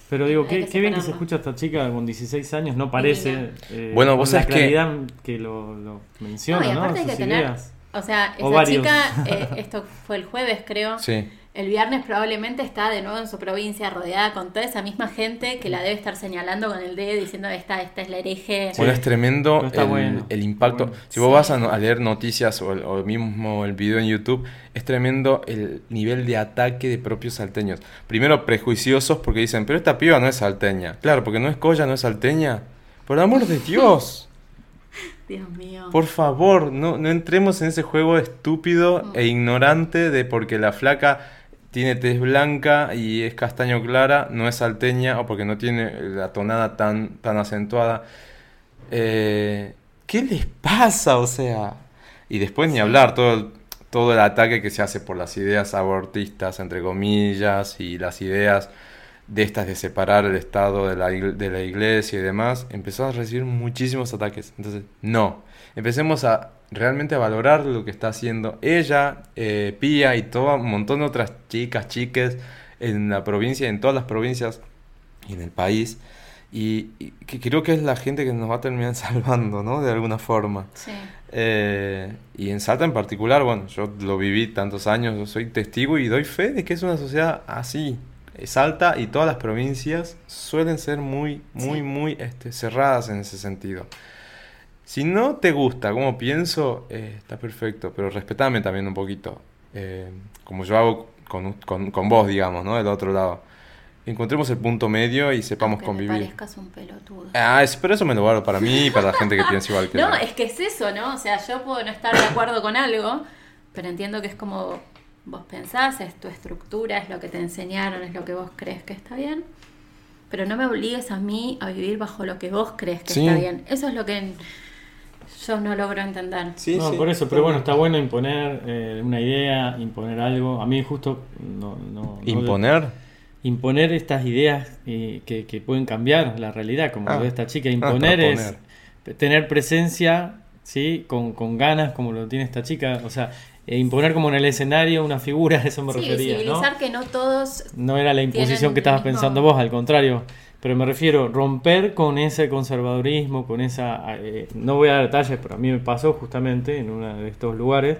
S5: Pero digo,
S3: Hay
S5: qué,
S3: que
S5: qué bien que se
S3: separarlo.
S5: escucha esta chica con 16 años, no parece.
S3: Divina.
S5: eh,
S2: Bueno,
S5: con
S2: vos
S5: la
S2: sabés que-
S5: claridad que, lo, lo
S3: No, y
S5: menciona, ¿no?
S3: aparte hay que
S5: Sus
S3: tener.
S5: ideas.
S3: O sea,
S5: O
S3: esa
S5: varios.
S3: chica, eh, esto fue el jueves, creo.
S2: Sí.
S3: El viernes probablemente está de nuevo en su provincia rodeada con toda esa misma gente que la debe estar señalando con el dedo diciendo esta, esta es la hereje.
S5: Sí.
S2: Bueno, es tremendo
S5: No está
S2: el,
S5: bueno.
S2: el impacto.
S5: Está bueno.
S2: Si vos vas a, no- a leer noticias o, el- o mismo el video en YouTube, es tremendo el nivel de ataque de propios salteños. Primero prejuiciosos porque dicen, pero esta piba no es salteña. Claro, porque no es colla, no es salteña. Por amor de Dios,
S3: Dios mío.
S2: por favor, no, no entremos en ese juego estúpido e ignorante de porque la flaca tiene tez blanca y es castaño clara, no es salteña o porque no tiene la tonada tan, tan acentuada. Eh, ¿Qué les pasa? O sea, y después ni hablar todo el, todo el ataque que se hace por las ideas abortistas, entre comillas, y las ideas de estas de separar el Estado de la, ig- de la iglesia y demás, empezó a recibir muchísimos ataques. Entonces, no, empecemos a realmente a valorar lo que está haciendo ella, eh, Pía y todo un montón de otras chicas, chiques en la provincia, en todas las provincias y en el país. Y, y que creo que es la gente que nos va a terminar salvando, ¿no? De alguna forma.
S3: Sí.
S2: Eh, y en Salta en particular, bueno, yo lo viví tantos años, yo soy testigo y doy fe de que es una sociedad así. Eh, Salta y todas las provincias suelen ser muy, muy,
S3: Sí.
S2: muy este, cerradas en ese sentido. Si no te gusta como pienso, eh, está perfecto, pero respetame también un poquito, eh, como yo hago con, con- con vos, digamos, ¿no? Del otro lado. Encontremos el punto medio y sepamos
S3: Aunque me
S2: convivir.
S3: parezcas un pelotudo.
S2: Ah, es- pero eso me lo guardo para mí y para la gente que piensa igual que
S3: No,
S2: yo.
S3: es que es eso, ¿no? O sea, yo puedo no estar de acuerdo con algo, pero entiendo que es como vos pensás, es tu estructura, es lo que te enseñaron, es lo que vos crees que está bien. Pero no me obligues a mí a vivir bajo lo que vos crees que
S2: Sí.
S3: está bien. Eso es lo que yo no logro entender.
S2: Sí,
S5: no,
S2: sí,
S5: por eso, pero bueno,
S2: totalmente.
S5: está bueno imponer eh, una idea, imponer algo. A mí justo no... no- no-
S2: ¿Imponer?
S5: imponer estas ideas eh, que, que pueden cambiar la realidad, como
S2: Ah.
S5: lo de esta chica.
S2: Ah,
S5: Imponer es
S2: proponer.
S5: p- tener presencia, ¿sí? Con, con ganas, como lo tiene esta chica. O sea, eh, imponer como en el escenario una figura, a eso me
S3: Sí,
S5: refería, ¿no?
S3: visibilizar que no todos
S5: No era la imposición
S3: tienen
S5: que estabas
S3: el mismo-
S5: pensando vos, al contrario. Pero me refiero, romper con ese conservadurismo, con esa... eh, no voy a dar detalles, pero a mí me pasó justamente en uno de estos lugares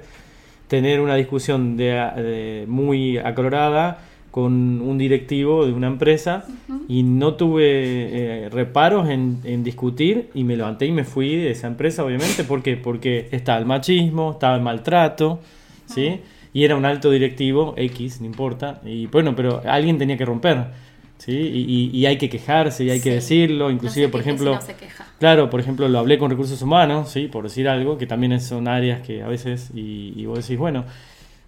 S5: tener una discusión de, de- muy eh, acalorada con un directivo de una empresa y no tuve eh, reparos en, en discutir y me levanté y me fui de esa empresa, obviamente. ¿Por qué? Porque estaba el machismo, estaba el maltrato, ¿sí? Y era un alto directivo, X, no importa. Y bueno, pero alguien tenía que romper. ¿sí? Y, y- y hay que quejarse y hay que
S3: Sí.
S5: decirlo,
S3: No
S5: inclusive,
S3: se
S5: por
S3: queje si
S5: ejemplo,
S3: no se queja.
S5: Claro, por ejemplo, lo hablé con recursos humanos, sí, por decir algo, que también es- son áreas que a veces, y, y vos decís, bueno,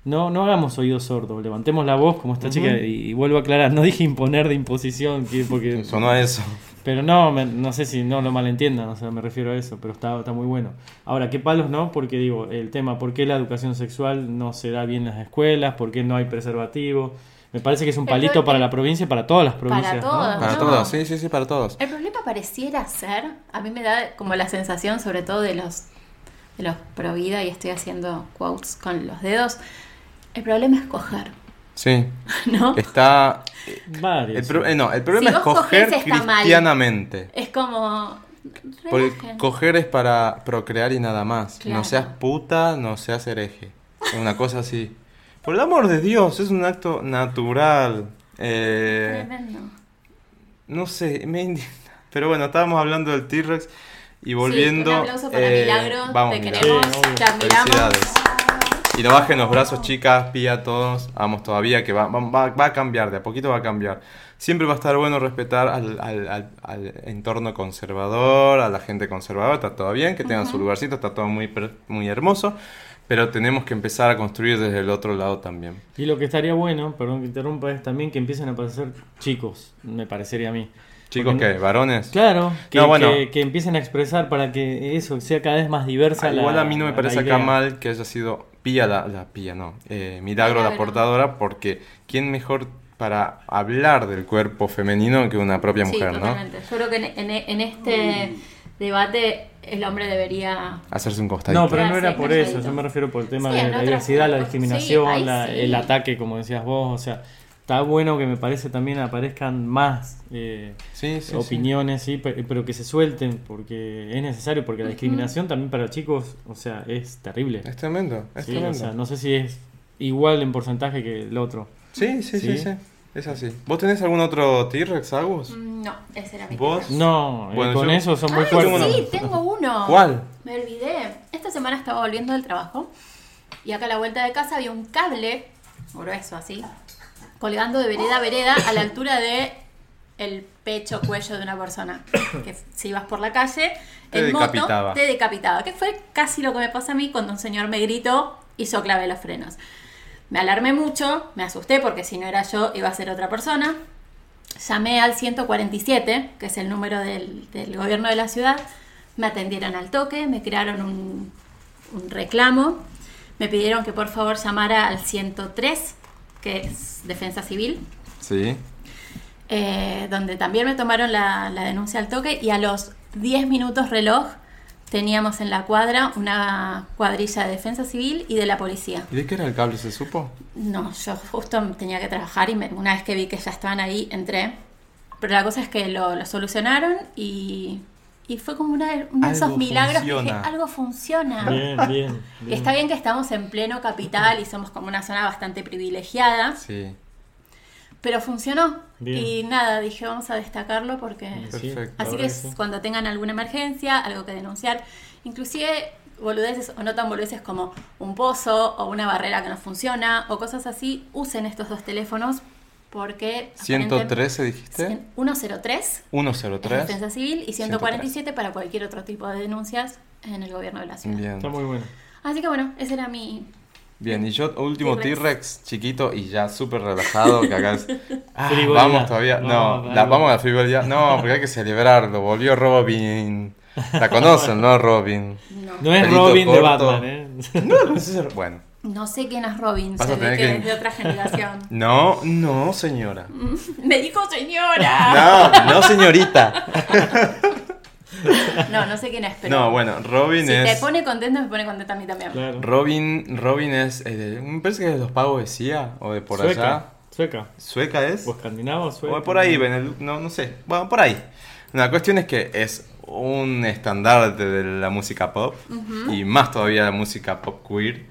S5: no, no hagamos oídos sordos, levantemos la voz como esta chica, y, y vuelvo a aclarar, no dije imponer de imposición, que- porque,
S2: Sonó a eso.
S5: pero no, me- no sé si no lo malentiendan, o sea, me refiero a eso, pero está, está muy bueno. Ahora, ¿qué palos no? Porque digo, el tema, ¿por qué la educación sexual no se da bien en las escuelas? ¿Por qué no hay preservativo? Me parece que es un
S3: Pero
S5: palito
S3: es
S5: para
S3: que-
S5: la provincia y para todas las provincias. ¿no?
S3: todas.
S2: Para
S3: No.
S2: todos, sí, sí, sí, para todos.
S3: El problema pareciera ser, a mí me da como la sensación, sobre todo de los, de los pro vida, y estoy haciendo quotes con los dedos, el problema es coger,
S2: Sí.
S3: ¿no?
S2: Está.
S5: Varios.
S2: El pro- eh, no, el problema
S3: Si
S2: es
S3: vos
S2: coger
S3: cogés, está mal.
S2: cristianamente.
S3: Es como...
S2: Porque
S3: relajen.
S2: coger es para procrear y nada más.
S3: Claro.
S2: No seas puta, no seas hereje. Una cosa así. Por el amor de Dios, es un acto natural. Eh,
S3: Tremendo.
S2: no sé, me indigna. Pero bueno, estábamos hablando del T-Rex y volviendo.
S3: Sí, un aplauso para
S2: eh,
S3: Milagro,
S2: vamos,
S3: te
S2: Milagro.
S3: queremos,
S5: Sí, obvio.
S3: te admiramos.
S2: Felicidades. Y no bajen los brazos, chicas, pía, todos. Vamos todavía, que va, va, va a cambiar, de a poquito va a cambiar. Siempre va a estar bueno respetar al, al- al- al entorno conservador, a la gente conservadora, está todo bien, que tengan su lugarcito, está todo muy, per- muy hermoso. Pero tenemos que empezar a construir desde el otro lado también.
S5: Y lo que estaría bueno, perdón que interrumpa, es también que empiecen a aparecer chicos, me parecería a mí.
S2: Chicos,
S5: Porque-
S2: ¿qué? ¿Varones?
S5: Claro, que,
S2: No, bueno.
S5: que- que empiecen a expresar para que eso sea cada vez más diversa.
S2: Ah,
S5: la-
S2: Igual a mí no me
S5: la
S2: parece
S5: idea.
S2: acá mal que haya sido Pía la, la Pía, no. eh, Milagro la
S3: Milagro.
S2: portadora, porque ¿quién mejor para hablar del cuerpo femenino que una propia
S3: Sí,
S2: mujer, no?
S3: totalmente. Yo creo que en, en- en este debate el hombre debería...
S2: Hacerse un costadito.
S5: No, pero no
S3: Claro,
S5: era
S3: sí,
S5: por
S3: calladito.
S5: eso, yo me refiero por el tema
S3: Sí,
S5: de
S3: en
S5: la
S3: otras
S5: diversidad,
S3: cosas,
S5: la
S3: sí,
S5: discriminación,
S3: ahí
S5: la-
S3: sí.
S5: el ataque, como decías vos, o sea, está bueno que me parece también aparezcan más eh,
S2: Sí, sí, sí.
S5: opiniones, sí, pe- pero que se suelten, porque es necesario, porque la discriminación también para chicos, o sea, es terrible.
S2: Es tremendo, es
S5: Sí,
S2: tremendo.
S5: o sea, no sé si es igual en porcentaje que el otro.
S2: sí, sí, sí,
S5: Sí.
S2: sí. Es así. ¿Vos tenés algún otro T-Rex, Agus?
S3: Mm, No, ese era mi
S2: ¿Vos?
S3: tema.
S5: No, eh,
S2: Bueno,
S5: con
S2: yo-
S5: eso son muy
S3: Ah,
S5: fuertes.
S3: sí, tengo uno.
S2: ¿Cuál?
S3: Me olvidé. Esta semana estaba volviendo del trabajo y acá a la vuelta de casa había un cable, grueso así, colgando de vereda a vereda a la altura de el pecho cuello de una persona. Que si ibas por la calle,
S2: Te
S3: en moto,
S2: decapitaba.
S3: te decapitaba. Que fue casi lo que me pasó a mí cuando un señor me gritó y yo clavé los frenos. Me alarmé mucho, me asusté porque si no era yo iba a ser otra persona. Llamé al 147, que es el número del, del gobierno de la ciudad. Me atendieron al toque, me crearon un, un reclamo. Me pidieron que por favor llamara al 103, que es Defensa Civil,
S2: Sí.
S3: eh, donde también me tomaron la, la denuncia al toque y a los 10 minutos reloj teníamos en la cuadra una cuadrilla de Defensa Civil y de la policía.
S2: ¿Y de qué era el cable, se supo?
S3: No, yo justo tenía que trabajar y me- una vez que vi que ya estaban ahí, entré. Pero la cosa es que lo, lo solucionaron y, y fue como una, uno de esos
S2: Algo
S3: milagros que dije,
S2: funciona.
S3: algo funciona.
S5: Bien, bien.
S3: Y
S5: bien.
S3: está bien que estamos en pleno capital y somos como una zona bastante privilegiada,
S2: Sí.
S3: pero funcionó.
S5: Bien.
S3: Y nada, dije, vamos a destacarlo porque...
S5: Sí,
S2: Perfecto.
S5: la
S3: Así que
S5: verdad
S3: es
S5: sí.
S3: cuando tengan alguna emergencia, algo que denunciar, inclusive boludeces o no tan boludeces como un pozo o una barrera que no funciona o cosas así, usen estos dos teléfonos porque... aparentemente-
S2: 113 dijiste.
S3: 103 es
S2: 103.
S3: Defensa Civil y 147 para cualquier otro tipo de denuncias en el gobierno de la ciudad.
S2: Bien.
S5: Está muy bueno.
S3: Así que bueno, ese era mi...
S2: Bien, y yo último
S3: T-Rex.
S2: T-Rex chiquito y ya súper relajado, que acá es... Ah,
S5: Frivolidad.
S2: vamos todavía, no,
S5: Vamos,
S2: la-
S5: vamos.
S2: vamos a la frivolidad, no, porque hay que celebrarlo, volvió Robin, la conocen, ¿no, Robin?
S3: No,
S5: No es
S2: Pelito
S5: Robin de
S2: corto.
S5: Batman, ¿eh?
S2: No, no sé si- bueno,
S3: no sé quién es Robin,
S2: Vas
S3: se
S2: a
S3: ve
S2: tener
S3: que
S2: que-
S3: es de otra generación.
S2: no, no, señora,
S3: Me dijo señora.
S2: no, no, señorita,
S3: No, no sé quién es, pero...
S2: no, bueno, Robin
S3: Si
S2: es,
S3: te pone contento, me pone contenta a mí también.
S5: Claro.
S2: Robin, Robin es, eh, de- me parece que es de los pagos de CIA, o de por
S5: sueca,
S2: allá,
S5: Sueca.
S2: sueca es,
S5: O escandinavo, o sueca.
S2: O por ahí, Benelux- no, no sé. Bueno, por ahí. La cuestión es que es un estandarte de la música pop y más todavía la música pop queer.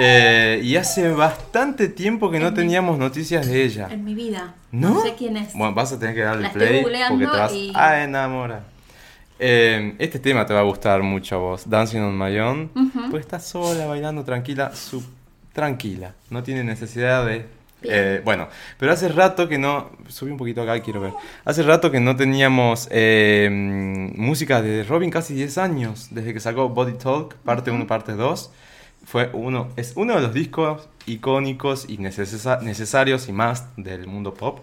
S2: Eh, y hace bastante tiempo que no teníamos noticias de ella.
S3: En mi vida.
S2: ¿No?
S3: sé quién es.
S2: Bueno, vas a tener que darle
S3: La estoy
S2: play porque
S3: googleando
S2: te vas
S3: y-
S2: a enamorar. Eh, este tema te va a gustar mucho a vos, Dancing on My Own.
S3: Ujú.
S2: Pues estás sola, bailando tranquila, su- tranquila. No tiene necesidad de.
S3: Bien.
S2: eh, bueno, pero hace rato que no. Subí un poquito acá, quiero ver. Hace rato que no teníamos eh, música de Robin, casi 10 años, desde que sacó Body Talk, parte 1, parte 2. Fue uno, es uno de los discos icónicos y necesa- necesarios y más del mundo pop.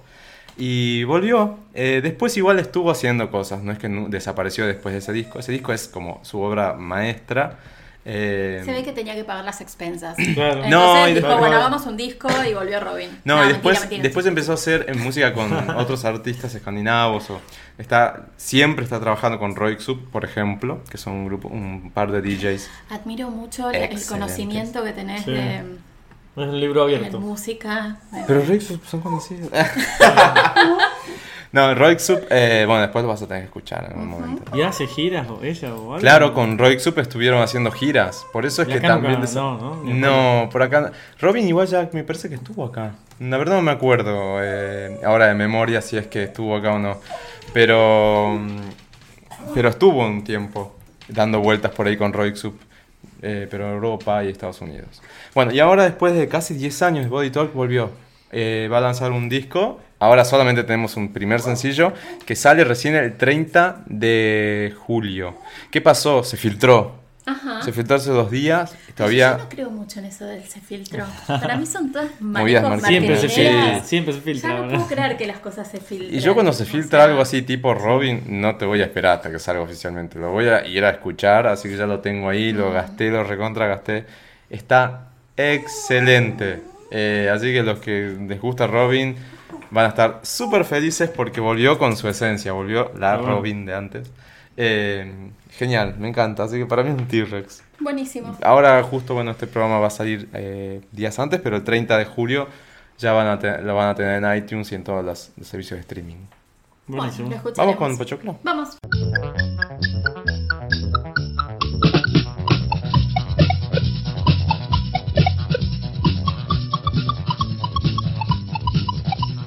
S2: Y volvió. Eh, después igual estuvo haciendo cosas, no es que nu- desapareció después de ese disco. Ese disco es como su obra maestra. Eh,
S3: Se ve que tenía que pagar las expensas.
S5: Claro.
S3: Entonces
S2: No, y
S3: dijo,
S2: después-
S3: bueno, hagamos un disco y volvió Robin.
S2: No, y después,
S3: mentira, mentira.
S2: después empezó a hacer eh, música con otros artistas escandinavos. O está, siempre está trabajando con Roy Sub, por ejemplo, que son un, grupo, un par de DJs.
S3: Admiro mucho la- el
S2: Excelentes.
S3: conocimiento que tenés
S5: Sí.
S3: de,
S5: Es un libro
S3: de
S5: abierto.
S3: música. de-
S2: Pero Roy Sub son conocidos. no, Roy Sub, eh, bueno, después lo vas a tener que escuchar en algún momento.
S5: ¿Y hace giras o ella o algo?
S2: Claro, con Roy Sup estuvieron haciendo giras. Por eso es
S5: Y
S2: que
S5: acá nunca-
S2: también.
S5: no, ¿no? Ni
S2: No, por acá. Robin igual ya me parece que estuvo acá. La verdad no me acuerdo eh, ahora de memoria si es que estuvo acá o no. Pero. mm, Pero estuvo un tiempo dando vueltas por ahí con Roy Sup. eh, pero en Europa y Estados Unidos. Bueno, y ahora después de casi 10 años, Body Talk volvió. Eh, va a lanzar un disco. Ahora solamente tenemos un primer sencillo que sale recién el 30 de julio. ¿Qué pasó? Se filtró.
S3: Ajá.
S2: Se filtró hace dos días.
S3: Yo
S2: Todavía.
S3: no creo mucho en eso del se filtró. Para mí son todas
S2: Movidas
S3: manejos
S5: Siempre se filtra.
S3: marketingeras.
S5: Siempre se filtra.
S3: Ya no
S5: ¿verdad?
S3: puedo creer que las cosas se filtran.
S2: Y yo cuando se
S3: O
S2: filtra
S3: sea,
S2: algo así tipo Robin, no te voy a esperar hasta que salga oficialmente. Lo voy a ir a escuchar, así que ya lo tengo ahí, lo gasté, lo recontra gasté. Está excelente. Eh, así que los que les gusta Robin van a estar súper felices porque volvió con su esencia, volvió la
S5: Ah, bueno.
S2: Robin de antes. Eh, genial, me encanta. Así que para mí es un T-Rex.
S3: Buenísimo.
S2: Ahora justo, bueno, este programa va a salir eh, días antes, pero el 30 de julio ya van a te- lo van a tener en iTunes y en todos los, los servicios de streaming.
S5: Buenísimo.
S3: Bueno, lo
S2: Vamos
S3: escucharemos.
S2: con Pochoclo.
S3: Vamos.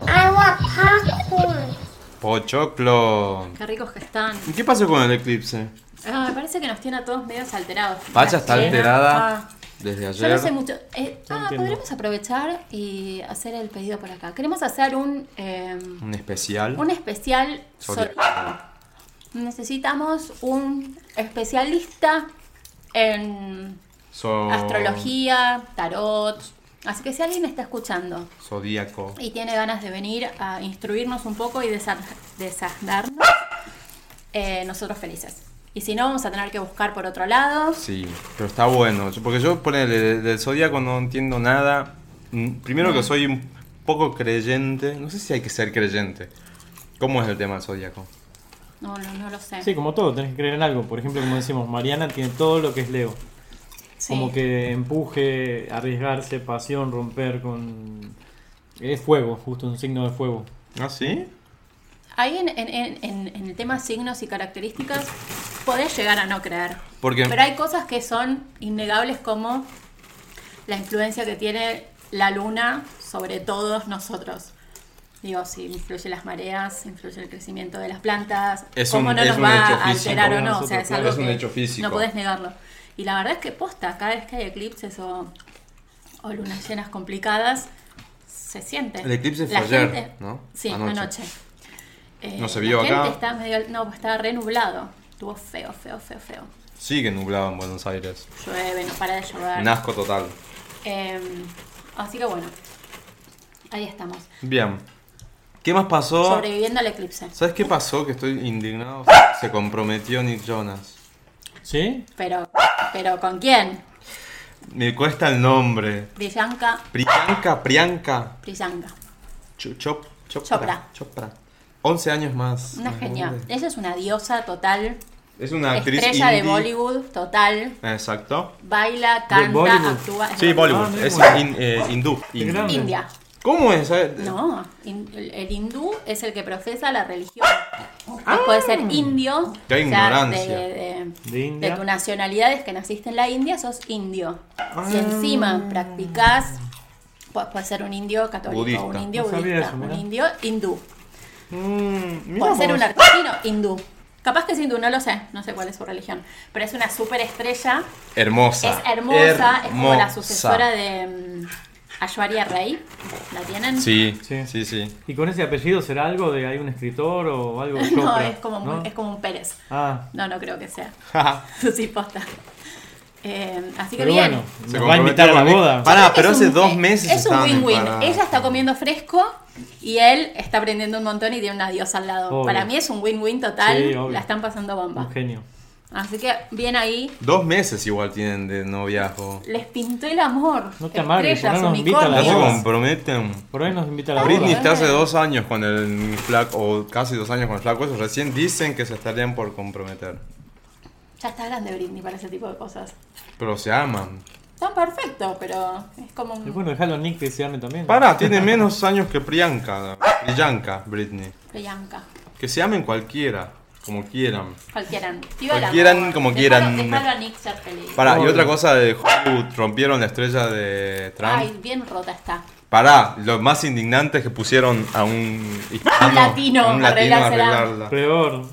S1: I want popcorn.
S2: Pochoclo.
S3: Qué ricos que están.
S2: ¿Y ¿Qué pasó con el eclipse?
S3: Ah, me parece que nos tiene a todos medios alterados.
S2: Pacha está
S3: Llena.
S2: alterada
S3: Ah,
S2: desde
S3: yo no sé
S2: ayer.
S3: mucho. Eh, ah,
S5: entiendo.
S3: podremos aprovechar y hacer el pedido por acá. Queremos hacer un, eh,
S2: Un especial.
S3: un especial
S2: sobre-
S3: sorteo. Necesitamos un especialista en
S2: so-
S3: astrología, tarot. Así que si alguien está escuchando
S2: Zodíaco.
S3: y tiene ganas de venir a instruirnos un poco y desa- desandarnos, eh, nosotros felices. Y si no, vamos a tener que buscar por otro lado.
S2: Sí, pero está bueno. Yo- Porque yo, ponele, del, del zodíaco no entiendo nada. Mm, Primero que soy un poco creyente. No sé si hay que ser creyente. ¿Cómo es el tema del zodíaco?
S3: No, no, no lo sé.
S5: Sí, como todo, tenés que creer en algo. Por ejemplo, como decimos, Mariana tiene todo lo que es Leo.
S3: Sí.
S5: Como que empuje, arriesgarse, pasión, romper con... Es fuego, justo un signo de fuego.
S2: ¿Ah, sí?
S3: Ahí en, en- en- en- en el tema signos y características podés llegar a no creer.
S2: Porque
S3: Pero hay cosas que son innegables como la influencia que tiene la luna sobre todos nosotros. Digo, si influye las mareas, influye el crecimiento de las plantas,
S2: Es
S3: cómo
S2: un-
S3: no
S2: es
S3: nos
S2: un
S3: va
S2: hecho
S3: a
S2: físico,
S3: alterar o no.
S5: nosotros,
S3: O sea, es
S5: claro,
S3: algo
S2: es un
S3: que
S2: hecho físico.
S3: no podés negarlo. Y la verdad es que posta, cada vez que hay eclipses o, o lunas llenas complicadas, se siente.
S2: El eclipse fue
S3: La
S2: ayer,
S3: gente-
S2: ¿no?
S3: Sí,
S2: Anoche.
S3: anoche. Eh,
S2: No se vio
S3: la
S2: acá.
S3: Gente estaba medio, no, estaba renublado. Estuvo feo, feo, feo, feo.
S2: sigue nublado en Buenos Aires.
S3: Llueve, no para de llover.
S2: Un asco total.
S3: Eh, así que bueno, ahí estamos.
S2: Bien. ¿Qué más pasó?
S3: Sobreviviendo al eclipse.
S2: ¿Sabes qué pasó? Que estoy indignado. Se comprometió Nick Jonas.
S5: ¿Sí?
S3: Pero, pero ¿con quién?
S2: Me cuesta el nombre.
S3: Priyanka,
S2: Priyanka, Priyanka.
S3: Priyanka.
S2: Ch- Chop,
S3: Chopra.
S2: Chopra. Chopra. 11 años más.
S3: Una
S2: más
S3: genia.
S2: grande.
S3: Ella es una diosa total.
S2: Es una actriz
S3: Estrella de
S2: indie.
S3: Bollywood total.
S2: Exacto.
S3: Baila, canta,
S5: Bollywood?
S3: actúa. es
S2: Sí,
S5: Ah,
S2: Bollywood.
S5: mira.
S2: Es in- eh, hindú. India.
S5: grande.
S3: India.
S2: ¿Cómo es? Eh,
S3: No, in- el el hindú es el que profesa la religión. Después puede ser indio.
S2: Ah. Qué ignorancia.
S3: de- de-
S5: De India.
S3: de tu nacionalidad es que naciste en la India, sos indio.
S2: Ah.
S3: Si encima practicás, pu- puede ser un indio católico,
S2: Budista.
S3: un indio
S5: No sabía
S3: budista,
S5: eso,
S3: un
S5: mirá.
S3: indio hindú.
S2: Mm, mira
S3: Puede ser
S2: vos.
S3: un argentino hindú. Capaz que es hindú, no lo sé, no sé cuál es su religión. Pero es una superestrella,
S2: Hermosa.
S3: es hermosa, es como la
S2: Hermosa.
S3: sucesora de mm, Aishwarya Rey. ¿La tienen?
S2: Sí,
S5: Sí.
S2: sí, sí.
S5: ¿Y con ese apellido será algo de hay un escritor o algo? de
S3: No,
S5: Chopra,
S3: es como, muy-
S5: ¿no?
S3: es como un Pérez.
S5: Ah,
S3: No, no creo que sea.
S2: Jaja.
S3: Susi Posta. Eh, así que
S5: pero
S3: bien.
S5: bueno, Ah,
S2: Se
S5: nos va a invitar a la
S2: comprometió
S5: boda.
S2: con- Pará, pero
S3: Es
S2: hace
S3: un-
S2: dos meses
S3: Es un
S2: estaban
S3: win-win.
S2: separados.
S3: Ella está comiendo fresco y él está aprendiendo un montón y tiene una diosa al lado.
S5: Obvio.
S3: Para mí es un win-win total.
S5: Sí, obvio.
S3: la están pasando bomba.
S5: Un genio.
S3: Así que bien ahí.
S2: Dos meses igual tienen de noviazgo.
S3: Les pintó el amor.
S5: No te amargues,
S3: Estrellas,
S5: no nos invitan a
S2: No se
S5: la boda.
S3: unicornios.
S2: comprometen.
S5: Por ahí nos invita a la
S2: Britney
S5: boda.
S2: está hace dos años con el flaco, o casi dos años con el flaco, eso recién dicen que se estarían por comprometer.
S3: Ya está grande Britney para ese tipo de cosas.
S2: Pero se aman.
S3: Está perfecto, pero es como un
S5: Y bueno, dejalo a Nick que se arme también.
S2: Pará, tiene menos años que Priyanka. Priyanka, Britney.
S3: Priyanka.
S2: Que se amen cualquiera, como quieran.
S3: Cualquieran. Viva el
S2: Cualquieran
S3: amor.
S2: como
S3: Dejalo-
S2: quieran.
S3: dejalo a Nick ser feliz.
S2: Pará, y
S5: Obvio.
S2: otra cosa de Hollywood, rompieron la estrella de Trump.
S3: Ay, bien rota está.
S2: Pará, lo más indignante es que pusieron a un hispano,
S3: latino
S2: a un latino a
S3: arreglársela.
S2: arreglarla.
S5: Peor.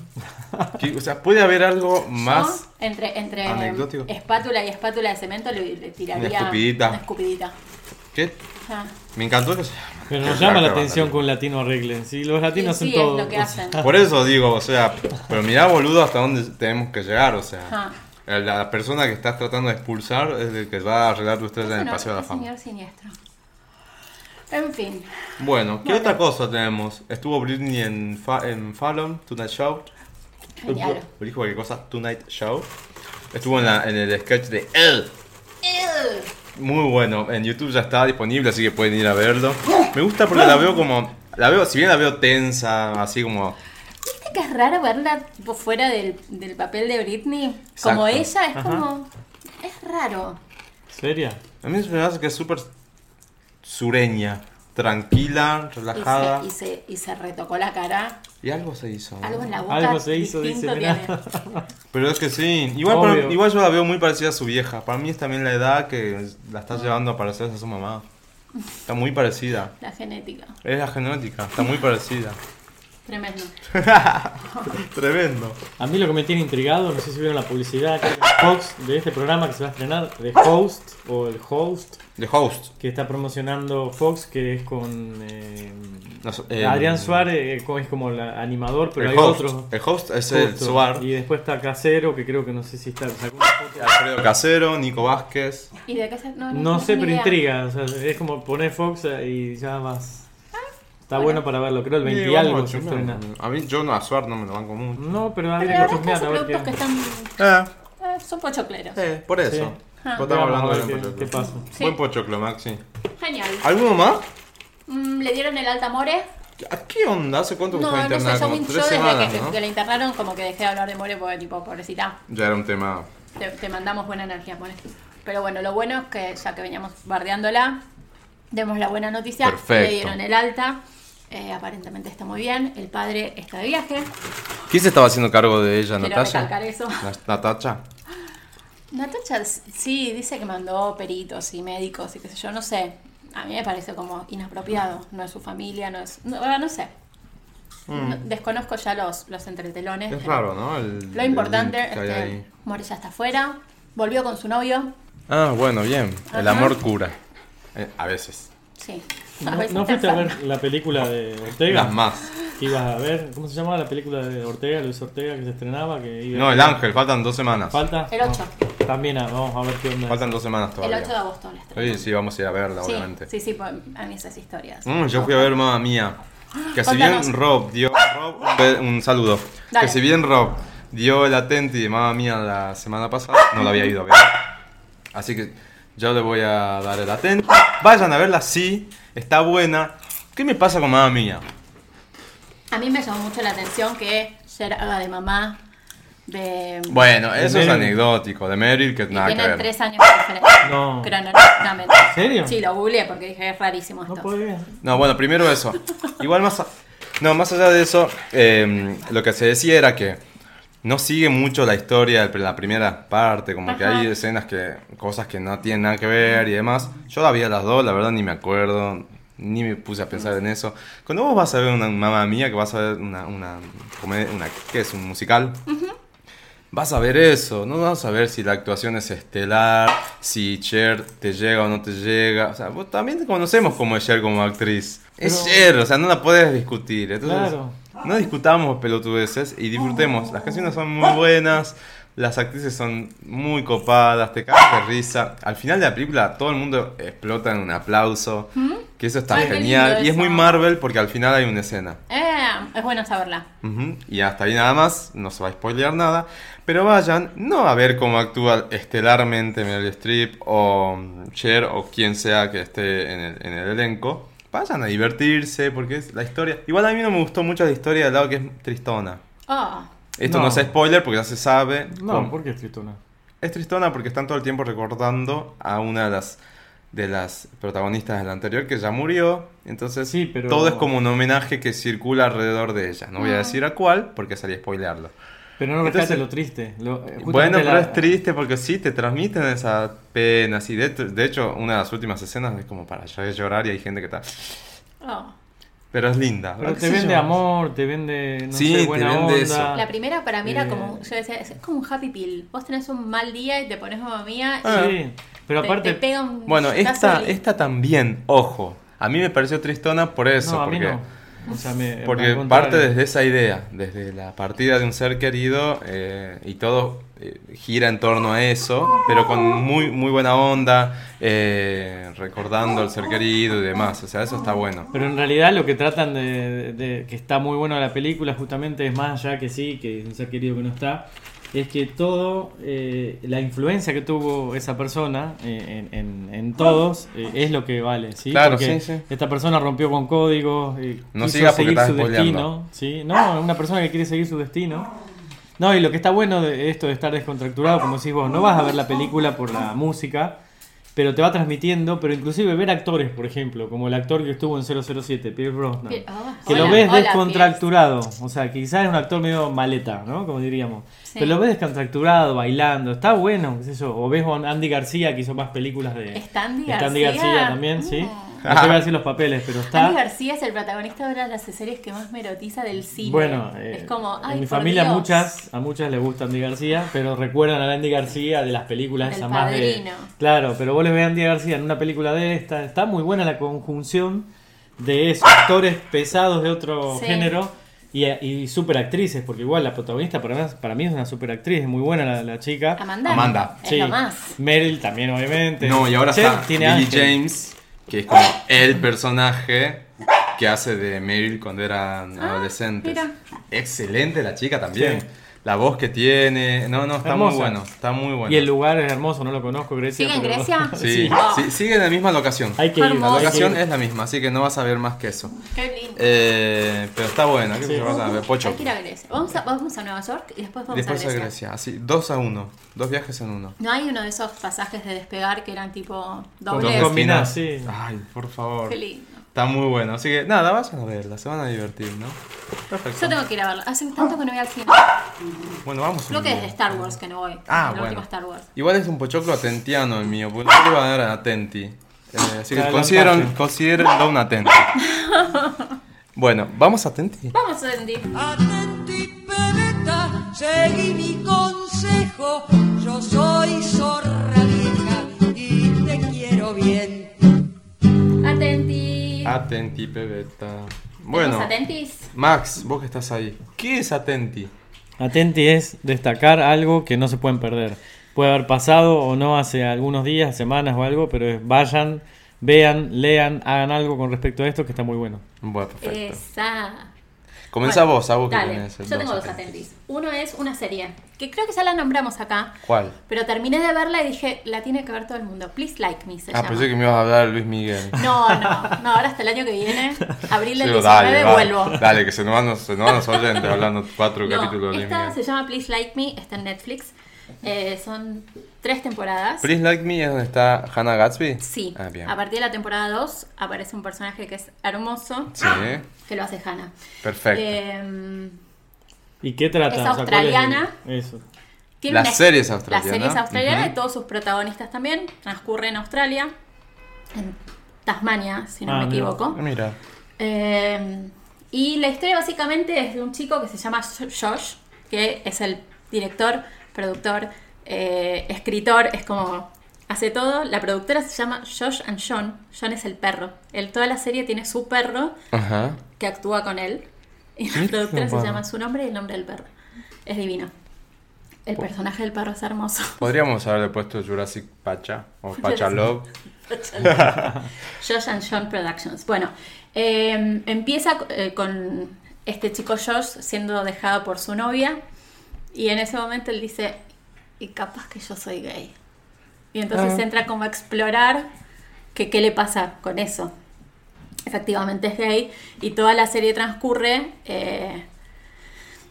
S2: Que, O sea, puede haber algo más.
S3: Yo, entre entre em,
S2: anecdótico.
S3: espátula y espátula de cemento le, le tiraría
S2: Una escupidita.
S3: una escupidita.
S2: ¿Qué?
S3: Ah,
S2: Me encantó que se-
S5: Pero
S2: que
S5: nos
S2: se
S5: llama la
S2: acaban
S5: atención
S2: de-
S5: que un latino arregle. Sí, los latinos
S3: sí,
S5: hacen
S3: sí,
S5: todo.
S3: es lo que hacen.
S2: Por eso digo, o sea, pero mirá, boludo, hasta dónde tenemos que llegar, o sea.
S3: Ajá.
S2: La persona que estás tratando de expulsar es el que va a arreglar tu estrella en el
S3: No,
S2: Paseo de la
S3: un
S2: Fama.
S3: señor siniestro. En fin,
S2: Bueno, ¿qué otra cosa tenemos? Estuvo Britney en, Fa- en Fallon, Tonight Show.
S3: genial.
S2: Uy, Dijo cualquier cosa, Tonight Show. Estuvo en, la- en el sketch de él. Muy bueno, en YouTube ya está disponible, así que pueden ir a verlo. Me gusta porque la veo como. La veo, si bien la veo tensa, así como.
S3: ¿Viste que es raro verla tipo, fuera del, del papel de Britney? Como ella, es como. Es raro.
S5: ¿Seria?
S2: A mí se me hace que es súper sureña, tranquila,
S3: Y
S2: relajada.
S3: se, y, se, y se retocó la cara.
S2: Y algo se hizo. ¿no?
S3: Algo en la boca.
S5: Algo se hizo, dice.
S3: distinto
S5: mirá.
S3: tiene.
S2: Pero es que sí. Igual, para-
S5: Obvio.
S2: igual yo la veo muy parecida a su vieja. Para mí es también la edad que la
S3: Ah.
S2: está llevando a parecerse a su mamá. Está muy parecida.
S3: La genética.
S2: Es la genética, está muy parecida.
S3: Tremendo.
S2: Tremendo.
S5: A mí lo que me tiene intrigado, no sé si vieron la publicidad que hay en Fox de este programa que se va a estrenar, The Host o el Host,
S2: The Host.
S5: que está promocionando Fox, que es con eh,
S2: No sé, eh,
S5: Adrián Suárez, eh, co- es como el animador, pero
S2: el
S5: hay
S2: host.
S5: otro.
S2: El host es el
S5: Justo.
S2: Suar.
S5: Y después está Casero, que creo que no sé si está. sacó
S3: Ah,
S5: una foto.
S2: Alfredo Casero, Nico Vázquez.
S3: ¿Y de qué se.? No, ni-
S5: No sé,
S3: ni
S5: pero
S3: idea.
S5: intriga. o sea, es como poner Fox y ya más.
S3: Ah,
S5: Está bueno para verlo, creo el 20 y
S2: Eh,
S5: algo
S2: vamos
S5: se
S2: a chusmear.
S5: estrena.
S2: A mí, yo no, a Suar no me lo banco mucho.
S5: No, pero habría
S3: Pero
S5: que
S3: la verdad es que
S5: chusmear a
S3: son
S5: ver
S3: productos que
S5: qué,
S3: están.
S5: Ah.
S2: Eh,
S3: eh, son pochocleros.
S2: eh, por eso.
S5: Sí.
S2: Pues
S5: Vamos a
S2: Estamos hablando
S5: ver
S2: de
S5: qué-
S2: Pochoclo.
S5: qué pasa.
S3: Ah. Sí.
S2: Buen Pochoclo, Maxi.
S3: Genial.
S2: ¿Alguno más?
S3: Mm, le dieron el alta more.
S2: ¿A qué onda? ¿Hace cuánto que
S3: No,
S2: fue
S3: no sé,
S2: internada?
S3: yo,
S2: Como
S3: yo
S2: tres
S3: desde
S2: semanas,
S3: que,
S2: ¿no?
S3: que la internaron como que dejé de hablar de More porque tipo, pobrecita,
S2: Ya era un tema.
S3: te, te mandamos buena energía, More. Pero bueno, lo bueno es que ya que veníamos bardeándola, demos la buena noticia,
S2: Perfecto.
S3: le dieron el alta, eh, aparentemente está muy bien, el padre está de viaje,
S2: ¿Quién se estaba haciendo cargo de ella,
S3: quiero recalcar
S2: Natalia?
S3: eso.
S2: Natacha.
S3: Natacha sí dice que mandó peritos y médicos y qué sé yo, no sé. A mí me parece como inapropiado. No es su familia, no es. No, ahora no sé. No- desconozco ya los, los entretelones.
S2: Mm. Es
S3: pero
S2: raro, ¿no? El-
S3: Este, Lo
S2: el
S3: importante este,
S2: link
S3: es
S2: que hay
S3: que
S2: ahí.
S3: More ya está afuera. Volvió con su novio.
S2: Ah, bueno, bien. El
S3: Ajá.
S2: amor cura. Eh, a veces.
S3: Sí. A
S5: No,
S3: veces
S5: ¿no fuiste a
S3: está
S5: ver la película de Ortega?
S2: Las más.
S5: Que ibas a ver, ¿cómo se llamaba la película de Ortega, Luis Ortega, que se estrenaba? Que iba-
S2: No, el ángel, faltan dos semanas.
S5: ¿Falta?
S3: El ocho.
S5: No. También ah, vamos a ver qué onda.
S2: Faltan dos semanas
S3: El
S2: todavía.
S3: 8 de agosto la estrella.
S2: Sí, sí, vamos a ir a verla, obviamente.
S3: Sí, sí, pues, a mí esas historias.
S2: Mm, yo fui a ver Mamma Mía. Que si
S3: Contanos.
S2: bien Rob dio. Rob, un be- un saludo.
S3: Dale.
S2: Que si bien Rob dio el atenti de Mamma Mía la semana pasada, no la había ido a ver. Así que yo le voy a dar el atenti. Vayan a verla, sí, está buena. ¿Qué me pasa con Mamma Mía?
S3: A mí me llamó mucho la atención que Cher haga de mamá de.
S2: Bueno, eso es
S5: Meryl.
S2: anecdótico. De Meryl, que
S3: Y
S2: nada que
S3: tienen
S2: ver.
S3: tres años de diferencia.
S5: No.
S3: Cronológicamente.
S5: ¿En serio?
S3: Sí, lo googleé porque dije, es rarísimo
S5: No
S3: esto.
S5: podía.
S2: No, bueno, primero eso. Igual más. a- No, más allá de eso, eh, lo que se decía era que no sigue mucho la historia de la primera parte, como que
S3: Ajá.
S2: hay escenas que, cosas que no tienen nada que ver y demás. Yo la vi a las dos, la verdad ni me acuerdo, ni me puse a pensar en eso. Cuando vos vas a ver una mamá mía, que vas a ver una, una, comedia- una ¿qué es? Un musical. Vas a ver eso, no vas a ver si la actuación es estelar, si Cher te llega o no te llega. O sea, vos también conocemos cómo es Cher como actriz. Es Cher, o sea, no la puedes discutir. Entonces,
S5: Claro.
S2: no discutamos pelotudeces y disfrutemos. Las canciones son muy buenas, las actrices son muy copadas, te cagas de risa. Al final de la película todo el mundo explota en un aplauso, que eso está
S3: Ay, qué
S2: genial.
S3: lindo
S2: Y es muy
S3: eso.
S2: Marvel porque al final hay una escena.
S3: Eh, es bueno saberla.
S2: Ujú, Y hasta ahí nada más, no se va a spoilear nada. Pero vayan, no a ver cómo actúa estelarmente Meryl Streep o mm, Cher o quien sea que esté en el, en el elenco. Vayan a divertirse porque es la historia. Igual a mí no me gustó mucho la historia del lado que es tristona.
S3: Oh,
S2: Esto no,
S5: No.
S2: es spoiler porque ya se sabe.
S5: No,
S2: Como-
S5: ¿por qué Tritona?
S2: Es tristona porque están todo el tiempo recordando a una de las de las protagonistas del anterior que ya murió. Entonces
S5: Sí, pero-
S2: todo es como un homenaje que circula alrededor de ella. No voy a decir a cuál porque sería spoilearlo.
S5: Pero no rescate
S2: Entonces-
S5: lo triste. lo- eh, justamente
S2: Bueno, pero
S5: la-
S2: es triste porque sí, te transmiten esa pena. Sí, de, de hecho, una de las últimas escenas es como para llorar y hay gente que está...
S3: oh.
S2: Pero es linda.
S5: Pero
S2: ¿Qué
S5: te
S2: sé
S5: vende
S2: yo?
S5: amor, te vende. No
S2: Sí,
S5: sé,
S2: te
S5: buena
S2: vende
S5: onda.
S2: eso.
S3: La primera para mí era como,
S5: Ah. Eh.
S3: yo decía, es como un happy pill. Vos tenés un mal día y te pones mamá mía y
S5: Sí, Ah. pero
S3: te-
S5: aparte.
S3: te, pega un
S2: Bueno,
S3: chutazo
S2: esta,
S3: y-
S2: esta también, ojo. A mí me pareció tristona por eso.
S5: no, a mí
S2: porque...
S5: no. O sea, me-
S2: Porque
S5: al contrario.
S2: parte desde esa idea, desde la partida de un ser querido eh, y todo eh, gira en torno a eso, pero con muy, muy buena onda, eh, recordando al ser querido y demás. O sea, eso está bueno.
S5: Pero en realidad lo que tratan de, de- de- que está muy bueno de la película justamente es más allá que sí, que es un ser querido que no está, es que todo, eh, la influencia que tuvo esa persona eh, en, en- en todos eh, es lo que vale, ¿sí?
S2: Claro,
S5: Porque
S2: sí, sí.
S5: Esta persona rompió con códigos, eh,
S2: No
S5: quiso
S2: sigas porque
S5: seguir
S2: estás
S5: su
S2: spoileando.
S5: destino, ¿sí? No, es una persona que quiere seguir su destino. No, y lo que está bueno de esto de estar descontracturado, como decís vos, no vas a ver la película por la música, pero te va transmitiendo, pero inclusive ver actores, por ejemplo, como el actor que estuvo en 007, Pierce Brosnan,
S3: Pi- ah,
S5: que
S3: hola,
S5: lo ves
S3: hola,
S5: descontracturado, o sea, que quizás es un actor medio maleta, ¿no? Como diríamos,
S3: Sí.
S5: pero lo ves descontracturado, bailando, está bueno, qué sé yo, o ves a Andy García, que hizo más películas de...
S3: ¿Está Andy
S5: Está
S3: García?
S5: también, sí.
S3: Mm.
S5: No te voy a decir los papeles, pero está...
S3: Andy García es el protagonista de una de las series que más me erotiza del cine.
S5: Bueno, eh,
S3: es como, ay,
S5: en mi
S3: por
S5: familia
S3: Dios,
S5: muchas, a muchas les gusta Andy García, pero recuerdan a Andy García de las películas
S3: Del
S5: esas más de...
S3: Padrino.
S5: Claro, pero vos le ves a Andy García en una película de esta, está muy buena la conjunción de esos actores pesados de otro
S3: ¡Ah! Sí.
S5: género y, y superactrices, porque igual la protagonista para mí, para mí es una superactriz, es muy buena la, la chica.
S3: Amanda.
S2: Amanda.
S3: Es lo más.
S5: Meryl también, obviamente.
S2: No, y ahora
S5: Cher
S2: está
S5: Este, tiene
S2: Lily
S5: ángel.
S2: James, que es como el personaje que hace de Meryl cuando eran adolescentes.
S3: mira.
S2: Excelente la chica también.
S5: Sí.
S2: La voz que tiene. No, no, está
S5: Hermosa.
S2: muy bueno. Está muy bueno.
S5: Y el lugar es hermoso, no lo conozco, Grecia.
S3: ¿Sigue en
S5: pero-
S3: Grecia? Oh,
S2: Sí, sí, sigue en la misma locación.
S5: Hay que ir.
S3: Hermoso.
S2: La
S5: hay que ir.
S2: locación es la misma, así que no vas a ver más que eso.
S3: Qué lindo.
S2: Eh, pero está buena, ¿qué
S5: Sí.
S2: se vas a ver? Pocho.
S3: Hay que ir a Grecia. Vamos a, vamos a Nueva York y después vamos
S2: Después a Grecia, así, dos a uno, dos viajes en uno.
S3: No hay uno de esos pasajes de despegar que eran tipo
S5: Con
S3: doble.
S5: dos Combinás,
S2: esquinas.
S5: sí.
S2: Ay, por favor.
S3: Qué lindo.
S2: Está muy bueno, así que nada, vayan a verla, se van a divertir, ¿no? Perfecto.
S3: Yo tengo que ir a verlo. Hace
S2: Ah.
S3: tanto que no voy al cine.
S2: Bueno, vamos. un
S3: Creo que
S2: día.
S3: desde Star Wars que no voy.
S2: Ah,
S3: El
S2: bueno.
S3: último Star Wars.
S2: Igual es un pochoclo atentiano el mío, porque yo le iba a dar a Atenti. Eh, así que
S5: Adelantaste.
S2: consideren, considérenlo un Atenti. Bueno, vamos a Atenti.
S3: Vamos, Andy.
S6: Atenti, pereta, seguí mi consejo. Yo soy zorra vieja y te quiero bien.
S3: Atenti.
S2: Atenti, Pebeta.
S3: Bueno.
S2: Ah, Bueno,
S3: Atentis.
S2: Max, vos que estás ahí, ¿qué es Atenti?
S5: Atenti es destacar algo que no se pueden perder. Puede haber pasado o no hace algunos días, semanas o algo, pero es vayan, vean, lean, hagan algo con respecto a esto que está muy bueno.
S2: Bueno, perfecto.
S3: Esa.
S2: Comienza
S3: Bueno,
S2: vos, a vos que
S3: dale.
S2: tenés el
S3: Yo tengo dos atentis. Uno es una serie que creo que ya la nombramos acá.
S2: ¿Cuál?
S3: Pero terminé de verla y dije, la tiene que ver todo el mundo. Please like me, se
S2: Ah,
S3: llama.
S2: pensé que me ibas a hablar de Luis Miguel.
S3: No, no, no, ahora hasta el año que viene, abril del
S2: Digo, dale,
S3: 19, vuelvo.
S2: Dale, que se nos van, los- se nos van los oyentes hablando cuatro
S3: No,
S2: capítulos de Luis
S3: esta
S2: Miguel.
S3: se llama Please Like Me, está en Netflix. Eh, son tres temporadas.
S2: Please Like Me es donde está Hannah Gatsby.
S3: Sí,
S2: Ah, bien.
S3: a partir de la temporada 2 aparece un personaje que es hermoso,
S2: Sí,
S3: que lo hace Hannah.
S2: perfecto.
S3: Eh,
S5: ¿Y qué trata?
S3: Es
S5: O sea, ¿cuál es el-
S3: australiana.
S5: Eso.
S3: tiene
S2: Las
S3: una-
S2: series australianas.
S3: Las series australianas
S2: Ujú.
S3: y todos sus protagonistas también. Transcurre en Australia, en Tasmania, si no
S5: Ah,
S3: me
S5: mira.
S3: equivoco.
S2: Mira.
S3: Eh, y la historia básicamente es de un chico que se llama Josh, que es el director, productor, eh, escritor, es como hace todo. La productora se llama Josh and John. John es el perro. Él, toda la serie tiene su perro
S2: Ajá.
S3: que actúa con él. Y la
S2: Qué
S3: productora se
S2: zarpado.
S3: llama su nombre y el nombre del perro. Es divino. El personaje del perro es hermoso.
S2: Podríamos haberle puesto Jurassic Pacha o Pacha
S3: Jurassic-
S2: Love.
S3: Josh and John Productions. Bueno, eh, empieza eh, con este chico Josh siendo dejado por su novia y en ese momento él dice, y capaz que yo soy gay. Y entonces entra como a explorar que qué le pasa con eso. Efectivamente es gay y toda la serie transcurre, eh,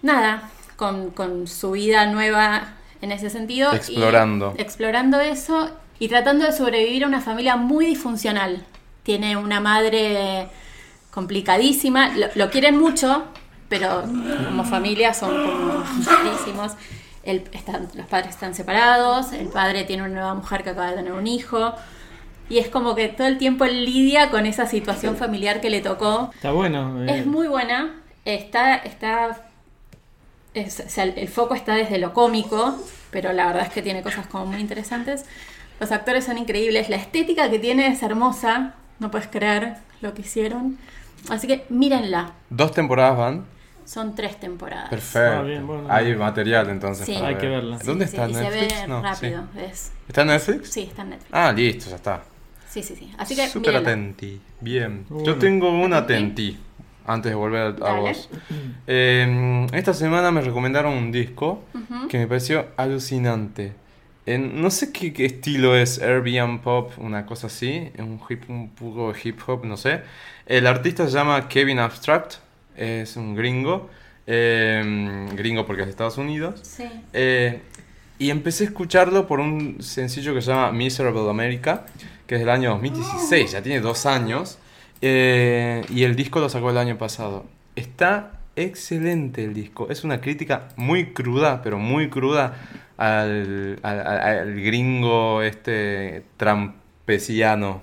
S3: nada, con, con su vida nueva en ese sentido. y-
S2: Explorando.
S3: explorando eso y tratando de sobrevivir a una familia muy disfuncional. Tiene una madre complicadísima, lo, lo quieren mucho, pero como familia son como rarísimos. El- están- los padres están separados, el padre tiene una nueva mujer que acaba de tener un hijo. Y es como que todo el tiempo él lidia con esa situación familiar que le tocó.
S5: Está bueno. eh.
S3: Es muy buena. Está, está. es- o sea, el, el foco está desde lo cómico, pero la verdad es que tiene cosas como muy interesantes. Los actores son increíbles. La estética que tiene es hermosa. No puedes creer lo que hicieron. Así que mírenla.
S2: Dos temporadas van.
S3: Ah, Son tres temporadas.
S2: Perfecto.
S5: Ah, bien, bueno.
S2: Hay material entonces.
S3: Sí.
S2: para
S5: Hay
S2: ver.
S5: que verla.
S2: ¿Dónde
S3: Sí,
S2: está
S3: y
S2: Netflix?
S3: Se ve
S2: No, sí.
S3: rápido. Es,
S2: ¿Está en Netflix?
S3: sí, está en Netflix.
S2: Ah, listo, ya está.
S3: Sí, sí, sí. Así que
S2: Súper
S3: mírenla.
S2: atenti. Bien. Yo
S5: Bueno.
S2: tengo una atenti. Antes de volver a
S3: Dale.
S2: vos. Eh, esta semana me recomendaron un disco que me pareció alucinante. En- no sé qué, qué estilo es, Airbnb Pop, una cosa así, un, hip, un poco de hip hop, no sé. El artista se llama Kevin Abstract, es un gringo, eh, gringo porque es de Estados Unidos.
S3: Sí.
S2: Eh, y empecé a escucharlo por un sencillo que se llama Miserable America, que es del año 2016, ya tiene dos años. Eh, y el disco lo sacó el año pasado. Está excelente el disco. Es una crítica muy cruda, pero muy cruda al, al- al- al gringo este trampesiano.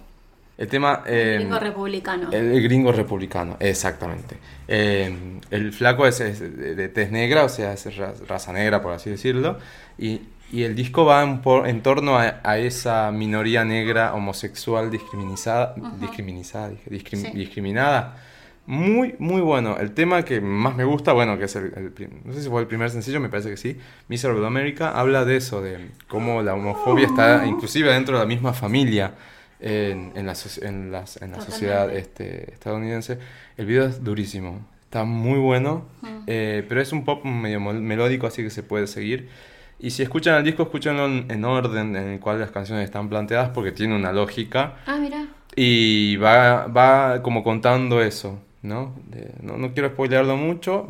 S2: El tema... eh,
S3: Gringo republicano.
S2: el, el gringo republicano, exactamente. Eh, el flaco es, es de de tez negra, o sea, es ra- raza negra, por así decirlo. Y, y el disco va en, por- en torno a, a esa minoría negra homosexual discriminizada, discriminizada, dije, discrim-
S3: Sí.
S2: discriminada. Muy, muy bueno. El tema que más me gusta, bueno, que es el, el prim- no sé si fue el primer sencillo, me parece que sí, Miserable America, habla de eso, de cómo la homofobia
S3: Oh.
S2: está inclusive dentro de la misma familia en, en la, soci- en las- en la sociedad este, estadounidense. El video es durísimo, está muy bueno, eh, pero es un pop medio mol- melódico, así que se puede seguir. Y si escuchan el disco, escúchenlo en, en orden en el cual las canciones están planteadas, porque tiene una lógica.
S3: Ah, mira.
S2: Y va, va como contando eso, ¿no? De- no, no quiero spoilearlo mucho.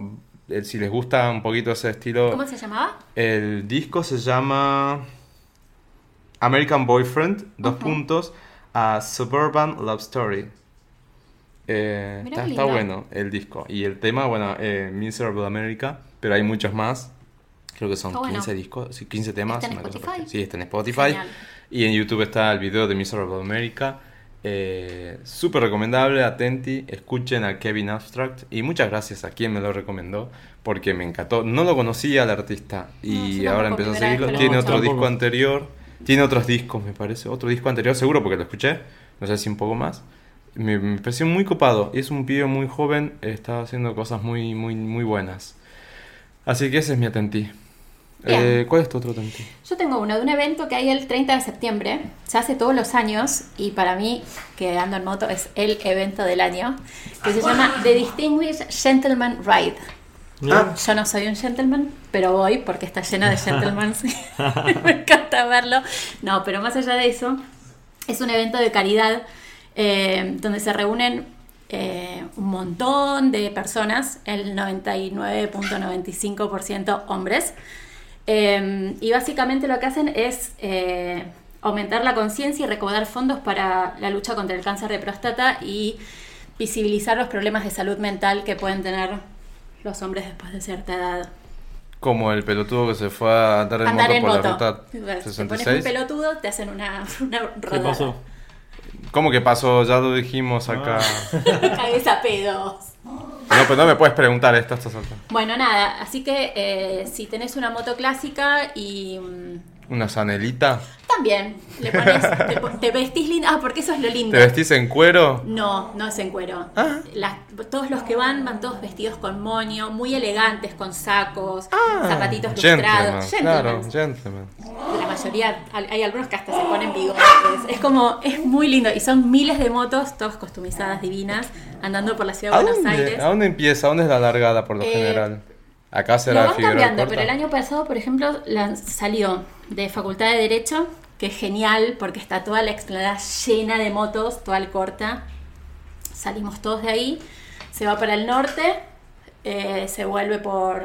S2: eh, Si les gusta un poquito ese estilo.
S3: ¿Cómo se llamaba?
S2: El disco se llama American Boyfriend, dos puntos, a Suburban Love Story. Eh,
S3: Mirá
S2: está,
S3: qué
S2: está
S3: lindo.
S2: bueno el disco. Y el tema, bueno, eh, Miserable America, pero hay muchos más. Creo que son
S3: Está bueno.
S2: 15 discos, sí, 15 temas.
S3: ¿Está en
S2: una cosa por
S3: Spotify?
S2: el- sí, está en Spotify.
S3: Genial.
S2: Y en YouTube está el video de Miserable America. Eh, Súper recomendable, atenti, escuchen a Kevin Abstract y muchas gracias a quien me lo recomendó porque me encantó. No lo conocía al artista
S3: No, yo
S2: y
S3: tampoco,
S2: ahora empecé a
S3: primera vez que
S2: seguirlo.
S3: lo
S2: Tiene otro
S5: escucho.
S2: disco
S5: Tampoco.
S2: anterior, tiene otros discos me parece, otro disco anterior seguro porque lo escuché, no sé si un poco más. Me, me pareció muy copado y es un pibe muy joven, está haciendo cosas muy, muy, muy buenas. Así que ese es mi atentí.
S3: Bien.
S2: Eh, ¿Cuál es tu otro atentí?
S3: Yo tengo uno de un evento que hay el 30 de septiembre, se hace todos los años y para mí, que ando en moto, es el evento del año, que se llama The Distinguished Gentleman Ride.
S5: Mirá.
S3: Yo no soy un gentleman, pero voy porque está lleno de gentlemen. Me encanta verlo. No, pero más allá de eso, es un evento de caridad eh, donde se reúnen eh, un montón de personas, el 99.95% hombres, Eh, y básicamente lo que hacen es eh, aumentar la conciencia y recaudar fondos para la lucha contra el cáncer de próstata y visibilizar los problemas de salud mental que pueden tener los hombres después de cierta edad.
S2: Como el pelotudo que se fue a andar en
S3: Andar
S2: moto
S3: en
S2: por la
S3: moto.
S2: ruta
S3: Te pones un
S2: 66.
S3: pelotudo, te hacen una, una
S5: ¿Qué
S3: rodada.
S5: pasó?
S2: ¿Cómo que pasó? Ya lo
S5: Ah.
S2: dijimos acá.
S3: Cabeza pedos.
S2: No, pero no me puedes preguntar esto, esto, esto.
S3: Bueno, nada, así que eh, si tenés una moto clásica y mm,
S2: Una sanelita.
S3: también le pones, te, po- te vestís lindo. Ah, porque eso es lo lindo.
S2: ¿Te vestís en cuero?
S3: No, no es en cuero.
S2: Ah.
S3: Las- todos los que van van todos vestidos con moño, muy elegantes, con sacos,
S2: Ah.
S3: zapatitos
S2: Gentleman,
S3: lustrados.
S2: claro,
S3: Gentleman.
S2: gentleman.
S3: La mayoría, al- hay algunos que hasta se ponen bigotes. Es como, es muy lindo. Y son miles de motos, todas customizadas, divinas, andando por la ciudad
S2: ¿A
S3: de Buenos
S2: dónde,
S3: Aires.
S2: ¿A dónde empieza? ¿A dónde es la largada por lo
S3: Eh,
S2: general? Acá
S3: Lo
S2: será
S3: van
S2: Figueroa
S3: cambiando,
S2: Corta.
S3: pero el año pasado, por ejemplo, lan- salió de Facultad de Derecho, que es genial porque está toda la explanada llena de motos, toda el corta. Salimos todos de ahí, se va para el norte, eh, se vuelve por,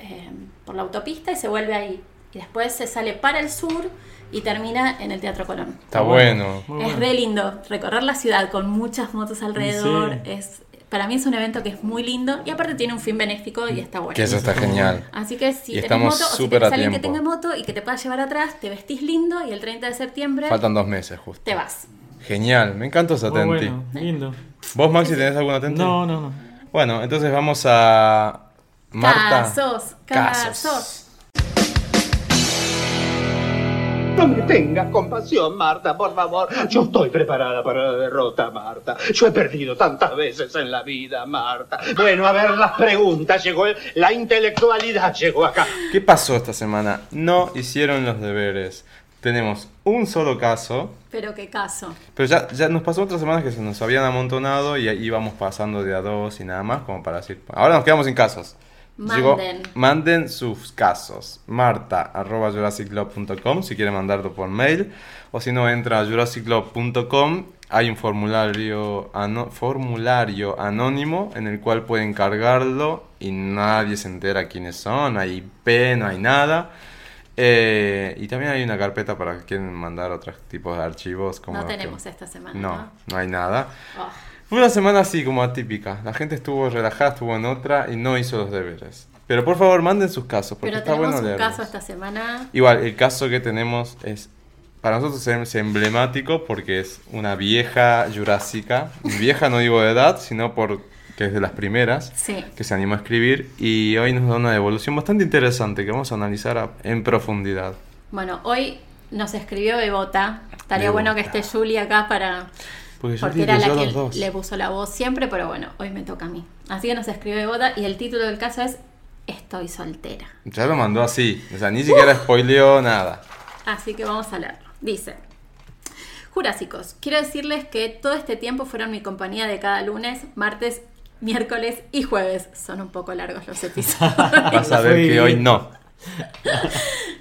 S3: eh, por la autopista y se vuelve ahí. Y después se sale para el sur y termina en el Teatro Colón.
S2: Está bueno.
S5: Muy
S3: es
S5: bueno.
S3: re lindo recorrer la ciudad con muchas motos alrededor. Es, para mí es un evento que es muy lindo y aparte tiene un fin benéfico y está bueno.
S2: Mm. Que eso está genial.
S3: Así que si
S2: Y
S3: tenés
S2: estamos
S3: moto, o si
S2: súper
S3: tenés
S2: a
S3: alguien que
S2: tiempo.
S3: tenga moto y que te pueda llevar atrás, te vestís lindo y el 30 de septiembre
S2: Faltan dos meses justo.
S3: te vas.
S2: Genial, me encanta esa
S5: Muy
S2: Tenti.
S5: bueno, lindo.
S2: ¿Vos, Maxi, tenés alguna Tenti?
S5: No, no, no.
S2: Bueno, entonces vamos a. Marta.
S3: Casos,
S2: Casos.
S3: casos.
S9: No me tengas compasión, Marta, por favor. Yo estoy preparada para la derrota, Marta. Yo he perdido tantas veces en la vida, Marta. Bueno, a ver las preguntas. Llegó el- la intelectualidad, llegó acá.
S2: ¿Qué pasó esta semana? No hicieron los deberes. Tenemos un solo caso,
S3: Pero qué caso.
S2: pero ya, ya nos pasó otras semanas que se nos habían amontonado y ahí íbamos pasando de a dos y nada más, como para decir. Ahora nos quedamos sin casos. Llegó-
S3: Manden.
S2: manden sus casos. Marta, arroba jurassiclub.com si quiere mandarlo por mail. O si no, entra a jurassiclub.com. Hay un formulario, ano- formulario anónimo en el cual pueden cargarlo y nadie se entera quiénes son. No hay IP, no hay nada. Eh, y también hay una carpeta para que quieren mandar otros tipos de archivos. Como
S3: No
S2: los que-
S3: tenemos esta semana,
S2: No,
S3: ¿no?
S2: no hay nada.
S3: Oh,
S2: Fue una semana así como atípica. La gente estuvo relajada, estuvo en otra y no hizo los deberes. Pero por favor, manden sus casos, porque
S3: Pero
S2: está
S3: tenemos
S2: bueno
S3: un
S2: leerlos.
S3: caso esta semana.
S2: Igual, el caso que tenemos es. Para nosotros es emblemático porque es una vieja jurásica. Vieja no digo de edad, sino porque es de las primeras
S3: Sí.
S2: que se animó a escribir. Y hoy nos da una evolución bastante interesante que vamos a analizar a- en profundidad.
S3: Bueno, hoy nos escribió Bebota. Estaría bueno que
S2: Bebota.
S3: esté Julie acá para.
S2: Porque yo
S3: Porque era la
S2: leyó
S3: que
S2: los dos.
S3: le puso la voz siempre, pero bueno, hoy me toca a mí. Así que nos escribe Bebota y el título del caso es Estoy soltera.
S2: Ya lo mandó así. O sea, ni siquiera spoileó nada.
S3: Así que vamos a leerlo. Dice, Jurásicos, quiero decirles que todo este tiempo fueron mi compañía de cada lunes, martes, miércoles y jueves. Son un poco largos los
S2: Vas
S3: episodios.
S2: a ver
S5: Muy
S2: que
S5: bien.
S2: hoy no.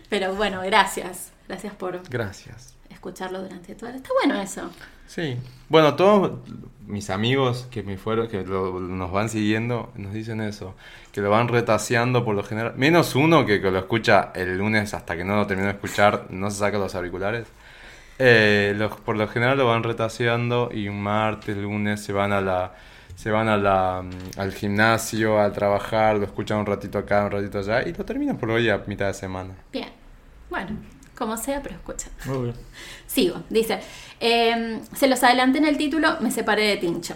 S3: Pero bueno, gracias. Gracias por
S2: Gracias.
S3: escucharlo durante toda la... Está bueno eso.
S2: Sí. Bueno, todos mis amigos que me fueron, que lo- nos van siguiendo, nos dicen eso, que lo van retaseando por lo general. Menos uno que, que lo escucha el lunes hasta que no lo termino de escuchar, no se saca los auriculares. Eh, los, por lo general lo van retaseando y un martes, lunes se van a la se van a la, mm, al gimnasio a trabajar, lo escuchan un ratito acá, un ratito allá y lo terminan por hoy a mitad de semana.
S3: Bien. Bueno, como sea, pero escucha.
S5: Muy bien.
S3: Sigo. Dice, em, se los adelanté en el título, me separé de Tincho.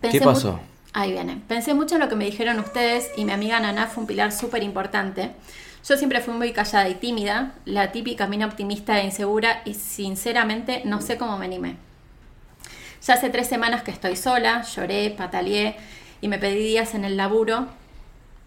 S2: ¿Qué
S3: mu-
S2: pasó?
S3: Ahí viene. Pensé mucho en lo que me dijeron ustedes y mi amiga Nana fue un pilar súper importante. Yo siempre fui muy callada y tímida, la típica mina optimista e insegura y sinceramente no sé cómo me animé. Ya hace tres semanas que estoy sola, lloré, pataleé y me pedí días en el laburo,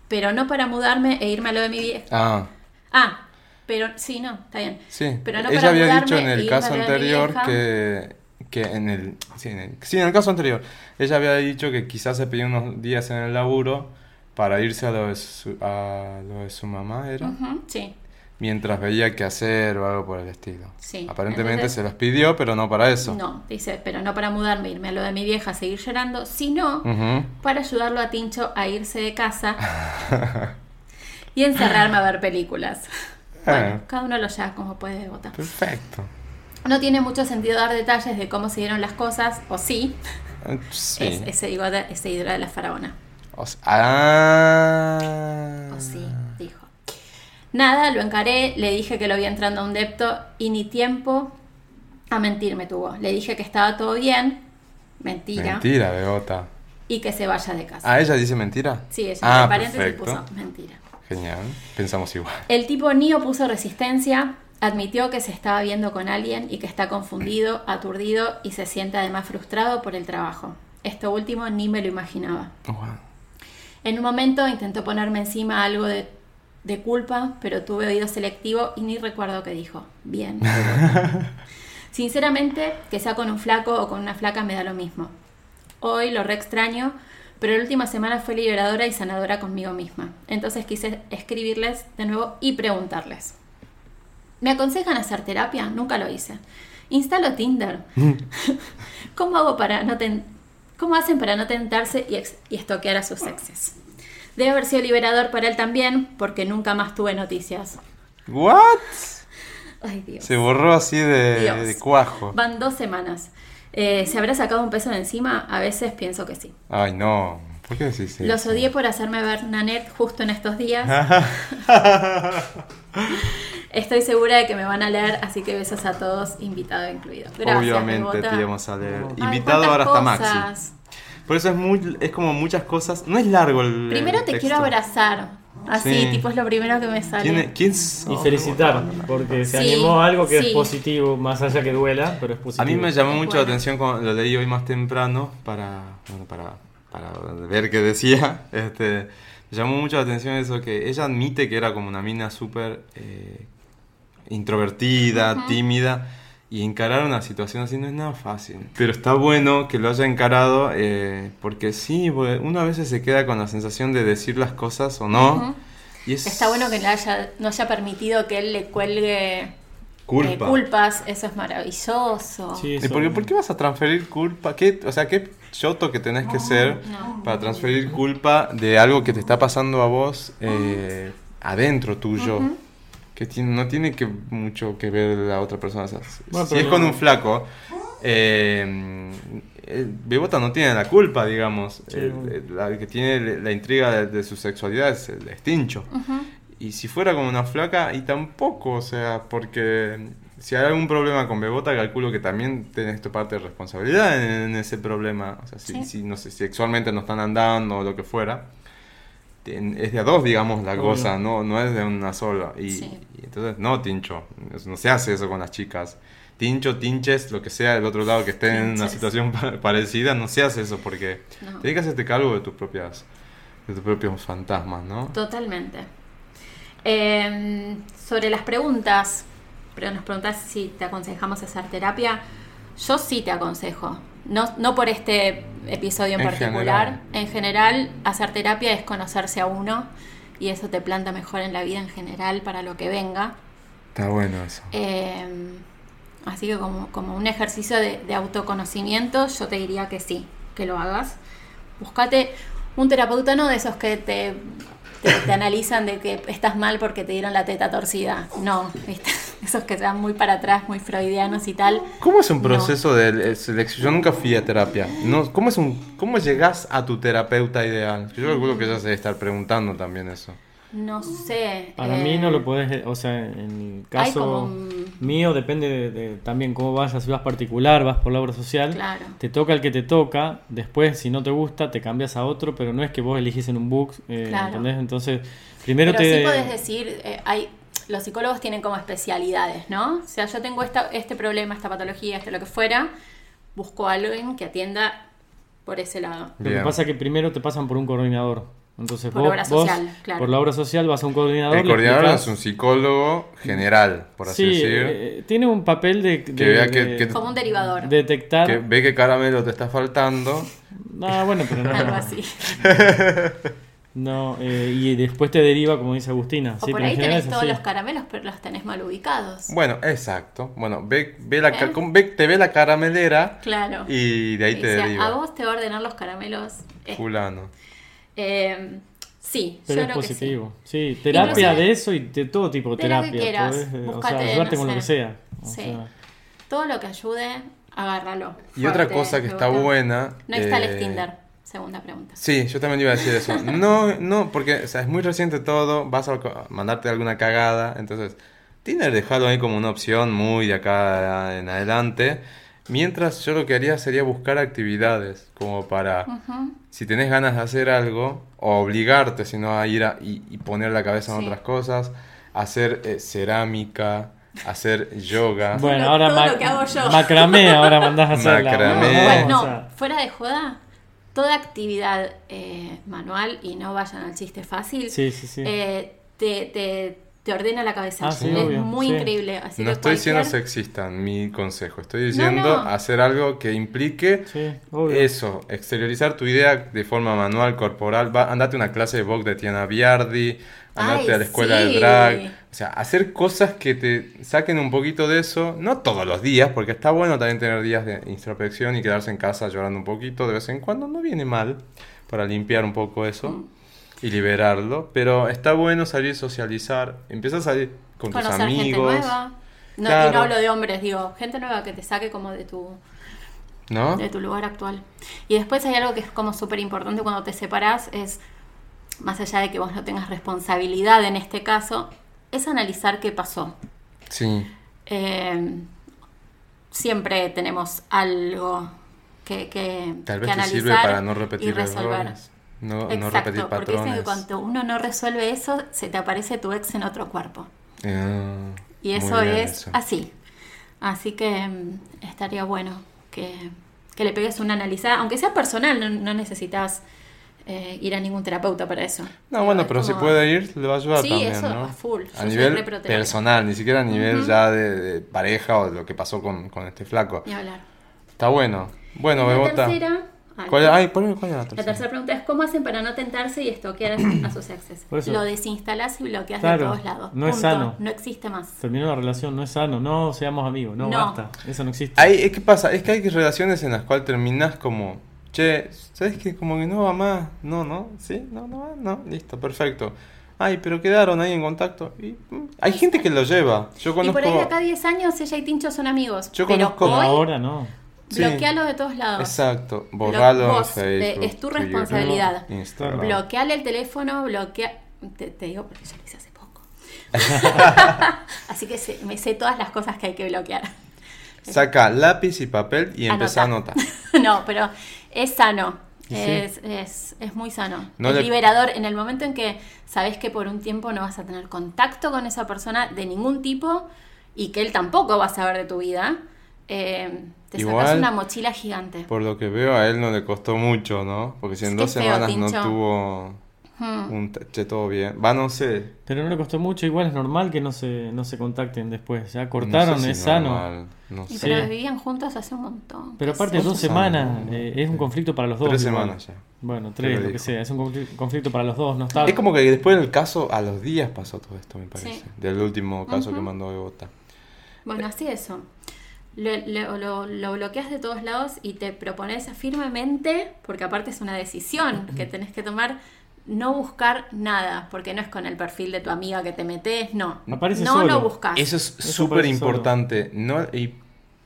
S3: pero no para mudarme e irme a lo de mi vieja.
S2: Ah,
S3: Ah, pero sí, no, está bien.
S2: Sí,
S3: Pero no
S2: ella
S3: para
S2: había
S3: mudarme
S2: dicho en
S3: y
S2: el
S3: irme
S2: caso
S3: a vivir a mi
S2: anterior
S3: vieja.
S2: que, que en el, sí, en el, sí, en el caso anterior, ella había dicho que quizás se pedía unos días en el laburo para irse a lo de su, a lo de su mamá, ¿era?
S3: Ujú, sí.
S2: Mientras veía qué hacer o algo por el estilo.
S3: Sí,
S2: Aparentemente
S3: entonces-
S2: se los pidió, pero no para eso.
S3: No, dice, pero no para mudarme, irme a lo de mi vieja, seguir llorando, sino
S2: Ujú.
S3: para ayudarlo a Tincho a irse de casa y encerrarme a ver películas.
S2: Ah.
S3: Bueno, cada uno lo ya como puede votar.
S2: Perfecto.
S3: No tiene mucho sentido dar detalles de cómo se dieron las cosas, o sí,
S2: Eh, Sí.
S3: es ese hidro de, ese hidro de la faraona.
S2: O sea, ah.
S3: O sí, dijo. Nada, lo encaré, le dije que lo vi entrando a un depto y ni tiempo a mentirme tuvo. Le dije que estaba todo bien, mentira,
S2: Mentira, Bebota.
S3: y que se vaya de casa.
S2: ¿A ella dice mentira?
S3: Sí, ella
S2: ah,
S3: entre paréntesis
S2: perfecto.
S3: puso mentira.
S2: Genial. Pensamos igual.
S3: El tipo ni opuso resistencia, admitió que se estaba viendo con alguien y que está confundido, aturdido y se siente además frustrado por el trabajo. Esto último ni me lo imaginaba.
S2: Guau.
S3: En un momento intentó ponerme encima algo de, de culpa, pero tuve oído selectivo y ni recuerdo qué dijo. Bien. Sinceramente, que sea con un flaco o con una flaca me da lo mismo. Hoy lo re extraño, pero la última semana fue liberadora y sanadora conmigo misma. Entonces quise escribirles de nuevo y preguntarles. ¿Me aconsejan hacer terapia? Nunca lo hice. Instalo Tinder. ¿Cómo hago para no ten- ¿Cómo hacen para no tentarse y, ex- y estoquear a sus exes? Debe haber sido liberador para él también, porque nunca más tuve noticias.
S2: ¿What?
S3: Ay, Dios.
S2: Se borró así de,
S3: Dios.
S2: de cuajo.
S3: Van dos semanas. Eh, ¿Se habrá sacado un peso de encima? A veces pienso que sí.
S2: Ay, no. ¿Por qué decís eso?
S3: Los odié por hacerme ver Nanette justo en estos días.
S2: Ah.
S3: Estoy segura de que me van a leer, así que besos a todos, invitado incluido. Gracias,
S2: Obviamente
S3: Bebota.
S2: te íbamos a leer.
S3: Ay,
S2: Invitado
S3: cuántas
S2: ahora está Maxi.
S3: cosas.
S2: Por eso es muy, es como muchas cosas. No es largo el.
S3: Primero
S2: el
S3: te
S2: texto.
S3: quiero abrazar. eh. Así,
S2: Sí.
S3: tipo, es lo primero que me sale.
S2: ¿Quién, quién sos?
S5: Y felicitar, porque se
S3: Sí,
S5: animó a algo que
S3: sí.
S5: es positivo, más allá que duela, pero es positivo.
S2: A mí me llamó
S3: Es
S2: mucho la
S3: bueno.
S2: atención cuando lo leí hoy más temprano para, bueno, para, para ver qué decía. Este, me llamó mucho la atención eso que ella admite que era como una mina súper eh, introvertida, tímida. Y encarar una situación así no es nada fácil. Pero está bueno que lo haya encarado eh, porque sí, porque uno a veces se queda con la sensación de decir las cosas o no.
S3: Ujú.
S2: y es
S3: Está bueno que le haya, no haya permitido que él le cuelgue eh,
S2: culpa.
S3: culpas, eso es maravilloso.
S5: Sí,
S2: ¿Y
S5: eso-
S2: por qué, por qué vas a transferir culpa? ¿Qué, o sea, qué choto que tenés que ser
S3: no.
S2: para transferir culpa de algo que te está pasando a vos eh, adentro tuyo. Que tiene- no tiene que mucho que ver la otra persona. O sea, si-
S5: Bueno,
S2: si
S5: pero
S2: es con
S5: no-
S2: un flaco, eh, el Bebota no tiene la culpa, digamos.
S5: Sí,
S2: El-
S5: obvio.
S2: el- la que tiene le- la intriga de, de su sexualidad es el estincho. Y si fuera como una flaca, y tampoco, o sea, porque si hay algún problema con Bebota, calculo que también tenés tu parte de responsabilidad en, en ese problema. O sea, si,
S3: Sí.
S2: si, no sé, sexualmente no están andando o lo que fuera, ten- es de a dos, digamos, la
S5: Obvio.
S2: cosa, no, no es de una sola. Y,
S3: Sí.
S2: y entonces, no, Tincho, eso no se hace eso con las chicas. Tincho, tinches, lo que sea del otro lado que estén en una
S3: Tinches.
S2: situación pa- parecida, no se hace eso porque
S3: No.
S2: tenés que hacerte cargo de tus propias de tus propios fantasmas, ¿no?
S3: Totalmente. Eh, sobre las preguntas, pero nos preguntas si te aconsejamos hacer terapia. Yo sí te aconsejo. No, no por este episodio en,
S2: En
S3: particular. En general, hacer terapia es conocerse a uno y eso te planta mejor en la vida en general para lo que venga.
S2: Está bueno eso.
S3: Eh, así que como, como un ejercicio de, de autoconocimiento, yo te diría que sí, que lo hagas. Buscate un terapeuta, no de esos que te, te, te analizan de que estás mal porque te dieron la teta torcida. No, ¿viste? esos que se van muy para atrás, muy freudianos y tal.
S2: ¿Cómo es un
S3: No.
S2: proceso de selección? Yo nunca fui a terapia. No, ¿cómo, es un, ¿Cómo llegás a tu terapeuta ideal? Yo calculo que ella se debe estar preguntando también eso.
S3: No sé.
S5: Para
S3: eh,
S5: mí no lo podés, o sea, en el
S3: hay
S5: caso
S3: como un-
S5: mío depende de, de también cómo vayas, si vas particular, vas por la obra social,
S3: Claro.
S5: te toca el que te toca, después si no te gusta te cambias a otro, pero no es que vos elegís en un book, eh,
S3: Claro.
S5: ¿entendés? Entonces,
S3: Pero,
S5: primero te...
S3: sí podés decir, eh, hay, los psicólogos tienen como especialidades, ¿no? O sea, yo tengo esta, este problema, esta patología, este lo que fuera, busco a alguien que atienda por ese lado.
S5: Lo que
S2: Bien.
S5: pasa es que primero te pasan por un coordinador. Entonces
S3: Por
S5: vos,
S3: obra
S5: vos,
S3: social, claro.
S5: por la obra social vas a un coordinador.
S2: El
S5: le
S2: coordinador
S5: explicás-
S2: es un psicólogo general, por así
S5: sí,
S2: decir.
S5: eh, tiene un papel de,
S2: Que
S5: de-
S2: vea que-
S5: de
S2: que-
S3: Como un derivador.
S5: detectar.
S2: que ve que caramelo te está faltando.
S5: Ah, bueno, pero no.
S3: Algo así.
S5: No, eh, y después te deriva, como dice Agustina.
S3: O
S5: sí,
S3: por
S5: pero en
S3: ahí
S5: general
S3: tenés
S5: es
S3: todos
S5: así.
S3: los caramelos, pero los tenés mal ubicados.
S2: Bueno, exacto. Bueno, ve, ve la, ca-
S3: ¿Eh?
S2: como ve- te ve la caramelera
S3: Claro.
S2: y de ahí
S3: O
S2: te
S3: sea,
S2: deriva.
S3: a vos te va a ordenar los caramelos. eh,
S2: Fulano.
S3: Eh, Sí, yo
S5: Pero es
S3: creo que sí.
S5: positivo. Sí, terapia
S3: Inclusive-
S5: de eso y de todo tipo de
S3: de lo que
S5: terapia.
S3: quieras,
S5: podés, eh, o sea,
S3: búscate,
S5: ayudarte
S3: no
S5: con lo
S3: sé.
S5: que sea. O
S3: Sí.
S5: sea,
S3: Todo lo que ayude, agárralo.
S2: Y otra
S3: Fuerte,
S2: cosa que
S3: me
S2: está
S3: gusta.
S2: buena.
S3: No instales
S2: eh,
S3: Tinder. Segunda pregunta.
S2: Sí, yo también iba a decir eso. No, no, porque o sea, es muy reciente todo, vas a co- mandarte alguna cagada, entonces Tinder dejarlo ahí como una opción muy de acá en adelante. Mientras yo lo que haría sería buscar actividades, como para,
S3: Ujú.
S2: si tenés ganas de hacer algo, o obligarte, si no, a ir a, y, y poner la cabeza en
S3: Sí.
S2: otras cosas, hacer eh, cerámica, hacer yoga.
S5: Bueno,
S3: Lo-
S5: ahora
S3: todo
S5: ma-
S3: lo que hago yo.
S5: macramé, ahora mandás a hacerla.
S2: Macramé.
S5: Vamos,
S2: Bueno,
S5: o
S3: No,
S5: sea,
S3: fuera de joda, toda actividad eh, manual, y no vayan al chiste fácil,
S5: Sí, sí, sí.
S3: eh, te, te- te ordena la cabeza.
S5: Ah, sí,
S3: es
S5: obvio,
S3: muy
S5: sí.
S3: increíble. Así
S2: No
S3: que
S2: estoy siendo
S3: cualquier-
S2: sexista en mi consejo, estoy diciendo
S3: no.
S2: hacer algo que implique
S5: Sí, obvio.
S2: eso, exteriorizar tu idea de forma manual, corporal, va, andate a una clase de box de Tiana Biardi, andate
S3: Ay,
S2: a la escuela
S3: sí.
S2: de drag, o sea, hacer cosas que te saquen un poquito de eso, no todos los días, porque está bueno también tener días de introspección y quedarse en casa llorando un poquito de vez en cuando, no viene mal para limpiar un poco eso.
S3: Mm.
S2: Y liberarlo, pero está bueno salir, socializar, empieza a salir con tus
S3: conocer
S2: amigos.
S3: gente nueva. No, Y
S2: Claro.
S3: no hablo de hombres, digo, gente nueva que te saque como de tu,
S2: ¿No?
S3: de tu lugar actual. Y después hay algo que es como súper importante cuando te separás, es, más allá de que vos no tengas responsabilidad en este caso, es analizar qué pasó.
S2: Sí.
S3: Eh, siempre tenemos algo que, que,
S2: Tal
S3: que
S2: vez te
S3: analizar
S2: sirve para no
S3: y
S2: repetir
S3: resolver.
S2: errores. No, no
S3: Exacto,
S2: repetir
S3: porque dicen que
S2: patrones.
S3: cuando uno no resuelve eso, se te aparece tu ex en otro cuerpo.
S2: Ah,
S3: Y
S2: muy
S3: eso
S2: bien
S3: es
S2: eso.
S3: así. Así que mm, estaría bueno que, que le pegues una analizada, aunque sea personal, no, no necesitas eh, ir a ningún terapeuta para eso.
S2: No, bueno,
S3: Es
S2: pero si
S3: como-
S2: puede ir, le va a ayudar
S3: Sí,
S2: también,
S3: eso,
S2: ¿no?
S3: a full. Yo
S2: A
S3: soy
S2: nivel
S3: re proterapeuta.
S2: personal, ni siquiera a nivel ya de, de pareja o de lo que pasó con, con este flaco.
S3: Ni hablar.
S2: Está bueno. Bueno,
S3: Y la
S2: Bebota.
S3: tercera- ay,
S2: ¿Cuál, Ah, ay, ponme- ¿cuál era la
S3: La
S2: tercera?
S3: tercera pregunta es ¿cómo hacen para no tentarse y estoquear a sus exes?
S5: Por eso.
S3: Lo desinstalás y bloqueas
S5: Claro,
S3: de todos lados.
S5: no es
S3: Punto.
S5: sano.
S3: No existe más.
S5: Terminó la relación, no es sano. No seamos amigos, no,
S3: No.
S5: basta. Eso no existe.
S2: Hay, es que pasa, es que hay relaciones en las cuales terminás como, che, ¿sabes qué? Como que no va más, no, no, sí, no, no va, no, listo, perfecto. Ay, pero quedaron ahí en contacto. Y, mm, hay gente que lo lleva. Yo
S3: Y
S2: conozco.
S3: por ahí de acá a 10 años ella y Tincho son amigos.
S2: Yo
S3: pero
S2: conozco-
S5: Pero
S3: hoy
S5: ahora no.
S2: Sí.
S3: bloquealo de todos lados.
S2: Exacto, borralo. en
S3: vos, te-
S2: Facebook,
S3: eh, es tu
S2: Twitter,
S3: responsabilidad.
S2: Instagram.
S3: Bloqueale el teléfono, bloquea. Te, te digo porque yo lo hice hace poco. Así que sé- me sé todas las cosas que hay que bloquear.
S2: Saca lápiz y papel y empieza a
S3: Anota.
S2: anotar.
S3: no, pero es sano.
S5: Y sí.
S3: Es, es- es muy sano.
S2: No
S3: es
S2: le-
S3: liberador en el momento en que sabes que por un tiempo no vas a tener contacto con esa persona de ningún tipo y que él tampoco va a saber de tu vida. eh, te sacas
S2: Igual,
S3: una mochila gigante.
S2: Por lo que veo, a él no le costó mucho, ¿no? Porque si en
S3: Es que
S2: dos
S3: es feo,
S2: semanas
S3: Tincho.
S2: no tuvo
S3: Hmm.
S2: un t- che, todo bien. Va, no sé.
S5: Pero no le costó mucho, igual es normal que no se, no se contacten después. Ya
S2: no sé
S5: cortaron,
S2: si
S5: es sano.
S2: normal, No
S3: Y
S2: sé.
S3: pero
S5: Sí.
S3: vivían juntos hace un montón.
S5: Pero
S3: casi.
S5: aparte, dos
S2: Muchos
S5: semanas
S2: años.
S5: eh, es un conflicto para los dos.
S2: Tres
S5: igual.
S2: semanas ya.
S5: Bueno,
S2: Te
S5: tres,
S2: lo
S5: lo que
S2: dijo.
S5: sea. Es un confli- conflicto para los dos, no está.
S2: Es como que después del caso, a los días pasó todo esto, me parece.
S3: Sí.
S2: Del último caso que
S3: Ujú.
S2: mandó Bogotá.
S3: Bueno, así eso. Lo, lo- lo- lo bloqueas de todos lados y te propones firmemente, porque aparte es una decisión que tenés que tomar, no buscar nada, porque no es con el perfil de tu amiga que te metes, no.
S5: Aparece
S3: no
S5: solo.
S3: lo buscas.
S2: Eso es
S5: Eso
S2: súper
S5: parece solo.
S2: importante. No, y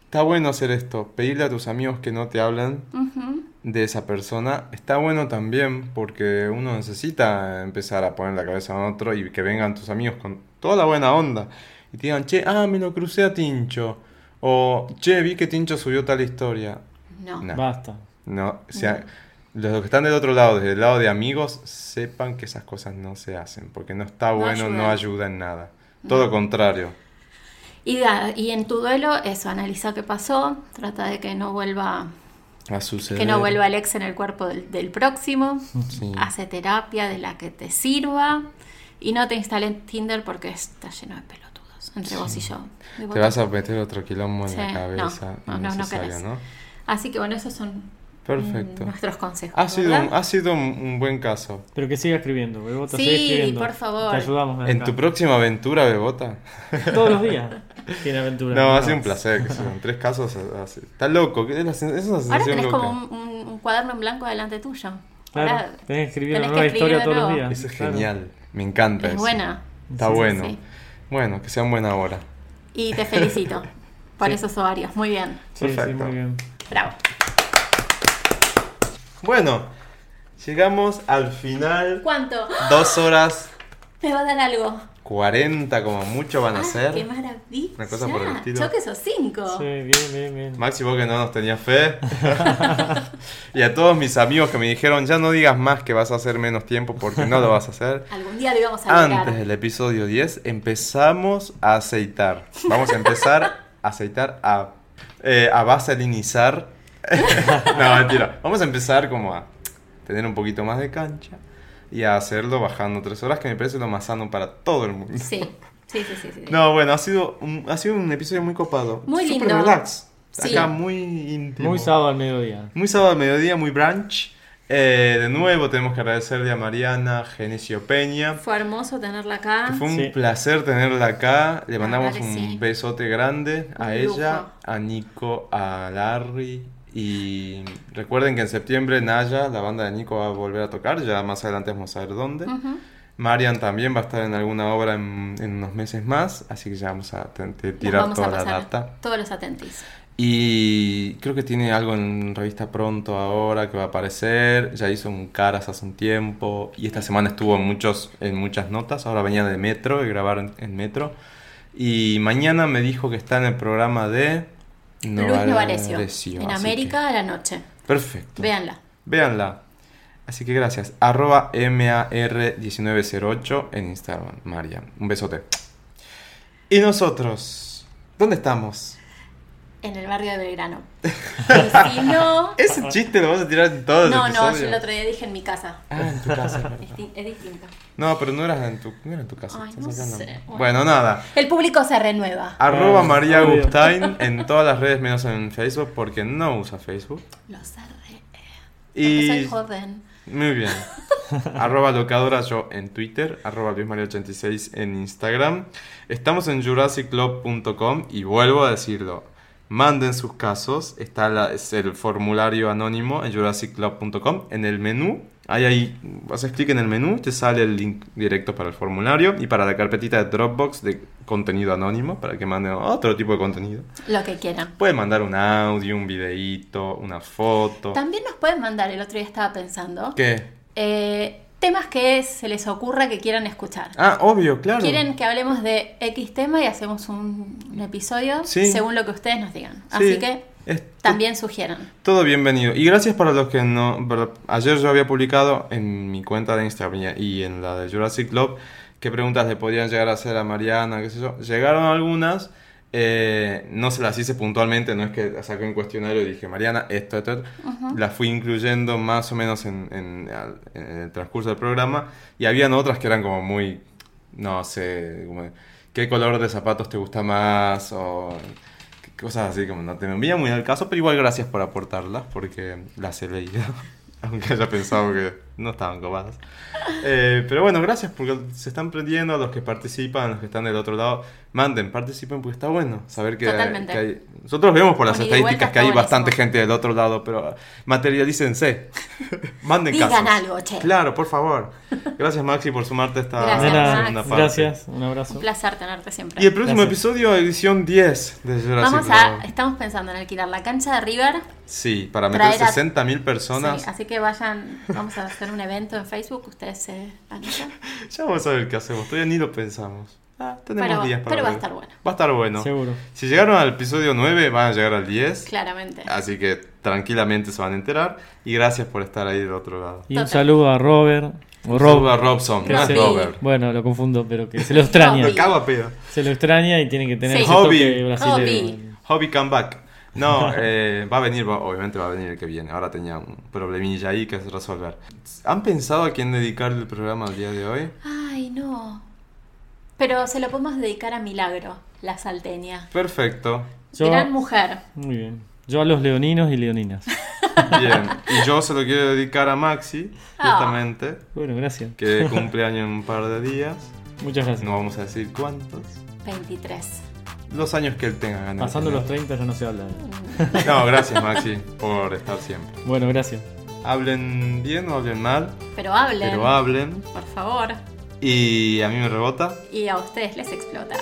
S2: está bueno hacer esto. Pedirle a tus amigos que no te hablan
S3: Ujú.
S2: de esa persona está bueno también porque uno necesita empezar a poner la cabeza en otro y que vengan tus amigos con toda la buena onda y te digan, che, ah, me lo crucé a Tincho. O, che, vi que Tincho subió tal historia.
S5: Ah, Mm.
S3: No.
S2: No.
S5: Basta.
S2: No, o sea, los que están del otro lado, desde el lado de amigos, sepan que esas cosas no se hacen porque no está
S3: No
S2: bueno, no
S3: ayudan.
S2: ayuda en nada. Todo lo contrario.
S3: Y, da- y en tu duelo, eso, analiza qué pasó, trata de que no vuelva,
S2: A suceder.
S3: que no vuelva el ex en el cuerpo del, del próximo,
S2: Sí.
S3: hace terapia de la que te sirva y no te instales Tinder porque está lleno de pelotudos, entre vos y yo. De
S2: Te
S3: boca.
S2: vas a meter otro quilombo en
S3: Sí,
S2: la
S3: no,
S2: cabeza.
S3: no, no, no
S2: innecesario,
S3: querés.
S2: ¿no?
S3: Así que bueno, esos son
S2: Perfecto.
S3: mm, nuestros consejos.
S2: Ha sido, un,
S3: ¿verdad?
S2: ha sido un, un buen caso.
S5: Pero que siga escribiendo, Bebota,
S3: Sí,
S5: sigue escribiendo.
S3: por favor.
S5: Te ayudamos.
S2: En
S5: acá.
S2: tu próxima aventura, Bebota.
S5: Todos los días tiene aventura.
S2: No, ha sido un placer. Que son tres casos. ha- ha sido- Está loco. que Es, la sen- es una
S3: Ahora
S2: sensación
S3: tenés
S2: loca.
S3: como un, un- un cuaderno en blanco delante tuyo.
S5: Claro,
S3: Ahora
S5: tenés que escribir
S3: tenés
S5: una
S3: que
S5: nueva
S3: escribir
S5: historia
S3: de
S5: todos los
S3: nuevo.
S5: días.
S2: Eso es
S5: Claro.
S2: genial. Me encanta
S3: Es
S2: eso.
S3: buena.
S2: Está
S3: Sí, sí,
S2: bueno.
S3: sí.
S2: Bueno, que sean buena hora.
S3: Y te felicito por esos ovarios. Muy bien.
S5: Sí, sí,
S2: Perfecto.
S5: muy bien.
S3: Bravo.
S2: Bueno, llegamos al final.
S3: ¿Cuánto?
S2: Dos horas
S3: Me va a dar algo.
S2: 40 como mucho van a
S3: Ay,
S2: ser.
S3: Ah, ¡Qué maravilla!
S2: Una cosa por el estilo.
S3: Yo que sos cinco.
S5: Sí, bien, bien, bien.
S2: Maxi, vos que no nos tenías fe. y a todos mis amigos que me dijeron, ya no digas más que vas a hacer menos tiempo porque no lo vas a hacer.
S3: Algún día lo íbamos a lograr.
S2: Antes del episodio 10 empezamos a aceitar. Vamos a empezar a aceitar a, eh, a vaselinizar. no, mentira. Vamos a empezar como a tener un poquito más de cancha y a hacerlo bajando 3 horas, que me parece lo más sano para todo el mundo.
S3: Sí, sí, sí, sí. sí.
S2: No, bueno, ha sido un, ha sido un episodio muy copado.
S3: Muy
S2: Súper
S3: lindo.
S2: relax.
S3: Sí.
S2: Acá muy íntimo.
S5: Muy sábado al mediodía.
S2: Muy sábado al mediodía, muy brunch. Eh, de nuevo tenemos que agradecerle a Mariana Genesio Peña.
S3: Fue hermoso tenerla acá.
S2: Que fue un
S5: Sí.
S2: placer tenerla acá. Le mandamos
S3: verdad
S2: un
S3: que sí.
S2: besote grande a
S3: Un
S2: ella,
S3: lujo.
S2: a Nico, a Larry. Y recuerden que en septiembre Naya, la banda de Nico, va a volver a tocar. Ya más adelante vamos a ver dónde.
S3: Ujú.
S2: Marian también va a estar en alguna obra en, en unos meses más. Así que ya vamos a t- t-
S3: Nos
S2: tirar
S3: vamos
S2: toda
S3: a
S2: la
S3: pasar
S2: data.
S3: todos los atentis.
S2: Y creo que tiene algo en revista pronto ahora que va a aparecer. Ya hizo un caras hace un tiempo. Y esta semana estuvo en, muchos, en muchas notas. Ahora venía de Metro, de grabar en, en Metro. Y mañana me dijo que está en el programa de
S3: Luis
S2: Novarecio.
S3: Novarecio. En
S2: Así
S3: América a la noche.
S2: que, perfecto.
S3: Véanla.
S2: Véanla. Así que gracias. Arroba MAR1908 en Instagram. María. Un besote. Y nosotros, ¿dónde estamos?
S3: En el barrio de Belgrano. Y si no.
S2: Ese chiste lo vas a tirar en todo el
S3: No, no,
S2: episodio.
S3: yo el otro día dije en mi casa.
S2: Ah, en tu casa. es verdad.
S3: Es, di- es distinto.
S2: No, pero no eras en tu, no era en tu casa.
S3: Ay,
S2: estás
S3: no
S2: acá,
S3: sé.
S2: Bueno. nada.
S3: El público se renueva.
S2: Arroba María
S5: obvio.
S2: Gustain en todas las redes menos en Facebook porque no usa Facebook.
S3: Los arre. Porque
S2: Ah. Y
S3: soy joven.
S2: muy bien. Arroba locadora yo en Twitter, arroba LuisMario86 en Instagram. Estamos en jurassicclub.com y vuelvo a decirlo. Manden sus casos. Está la- es el formulario anónimo en jurassicclub.com. En el menú, ahí, ahí, haces clic en el menú, te sale el link directo para el formulario y para la carpetita de Dropbox de contenido anónimo para que manden otro tipo de contenido.
S3: Lo que quieran.
S2: Pueden mandar un audio, un videíto, una foto.
S3: También nos pueden mandar, el otro día estaba pensando,
S2: Oh. ¿Qué?
S3: eh, temas que se les ocurra que quieran escuchar.
S2: Ah, obvio, claro.
S3: Quieren que hablemos de X tema y hacemos un, un episodio
S2: Sí.
S3: según lo que ustedes nos digan.
S2: Sí,
S3: Así que
S2: es
S3: también sugieran.
S2: to- Todo bienvenido. Y gracias para los que no. para- ayer yo había publicado en mi cuenta de Instagram y en la de Jurassic Club qué preguntas le podían llegar a hacer a Mariana, qué sé yo. Llegaron algunas. eh, no se las hice puntualmente, no es que saqué un cuestionario y dije, Mariana, esto, esto, esto. Las fui incluyendo más o menos en, en- al- en el transcurso del programa. Y habían otras que eran como muy. No sé. Como, ¿Qué color de zapatos te gusta más? O cosas así como no te envía muy al caso, pero igual gracias por aportarlas porque las he leído, aunque haya pensado que no estaban copadas. Eh, pero bueno, gracias porque se están prendiendo, los que participan, los que están del otro lado, manden, participen porque está bueno saber que,
S3: Totalmente.
S2: que hay... Nosotros vemos por las
S3: Un ida y
S2: estadísticas
S3: vuelta
S2: que hay
S3: está
S2: bastante
S3: buenísimo.
S2: gente del otro lado, pero materialícense, manden
S3: Digan
S2: casos.
S3: algo, che.
S2: Claro, por favor. Gracias Maxi por sumarte a esta
S3: Gracias,
S5: Nena,
S2: segunda
S3: Max.
S2: parte.
S5: gracias, un abrazo.
S3: Un placer tenerte siempre.
S2: Y el próximo
S5: Gracias.
S2: episodio, edición 10 de Jurassic
S3: Vamos a,
S2: World.
S3: estamos pensando en alquilar la cancha de River.
S2: Sí, para meter
S3: Traer a-
S2: 60.000 personas.
S3: Sí, así que vayan, vamos a hacer un evento en Facebook, ustedes se anotan.
S2: Ya vamos a ver qué hacemos, todavía ni lo pensamos. Ah, tenemos
S3: Pero-
S2: días para
S3: pero va a
S2: ver.
S3: estar bueno.
S2: Va a estar bueno.
S5: Seguro.
S2: Si llegaron al episodio 9, van a llegar al 10.
S3: Claramente.
S2: Así que tranquilamente se van a enterar. Y gracias por estar ahí del otro lado.
S5: Y un
S3: Total.
S5: saludo a Robert. O Rob,
S2: Robert Robson,
S5: que
S2: no es
S5: se-
S2: Robert.
S5: Bueno, lo confundo, pero que se lo extraña.
S2: Me cago a pedo.
S5: se lo extraña y tiene que tener
S3: Sí.
S5: ese
S2: Hobby.
S5: toque brasileño.
S3: Hobby.
S2: Hobby come back. No, eh, va a venir, va- obviamente va a venir el que viene. Ahora tenía un problemilla ahí que es resolver. ¿Han pensado a quién dedicar el programa al día de hoy?
S3: Ay, no. Pero se lo podemos dedicar a Milagro, la salteña.
S2: Perfecto.
S5: Yo-
S3: Gran mujer.
S5: Muy bien. Yo a los leoninos y leoninas.
S2: Bien, y yo se lo quiero dedicar a Maxi,
S3: Ah.
S2: justamente,
S5: Bueno, gracias.
S2: que cumple año en un par de días.
S5: Muchas gracias.
S2: No vamos a decir cuántos.
S3: 23.
S2: Los años que él tenga ganas.
S5: Pasando los 30 ya no se habla.
S2: No, gracias Maxi por estar siempre.
S5: Bueno, gracias.
S2: Hablen bien o hablen mal,
S3: Pero hablen,
S2: pero hablen.
S3: por favor.
S2: Y a mí me rebota.
S3: Y a ustedes les explota.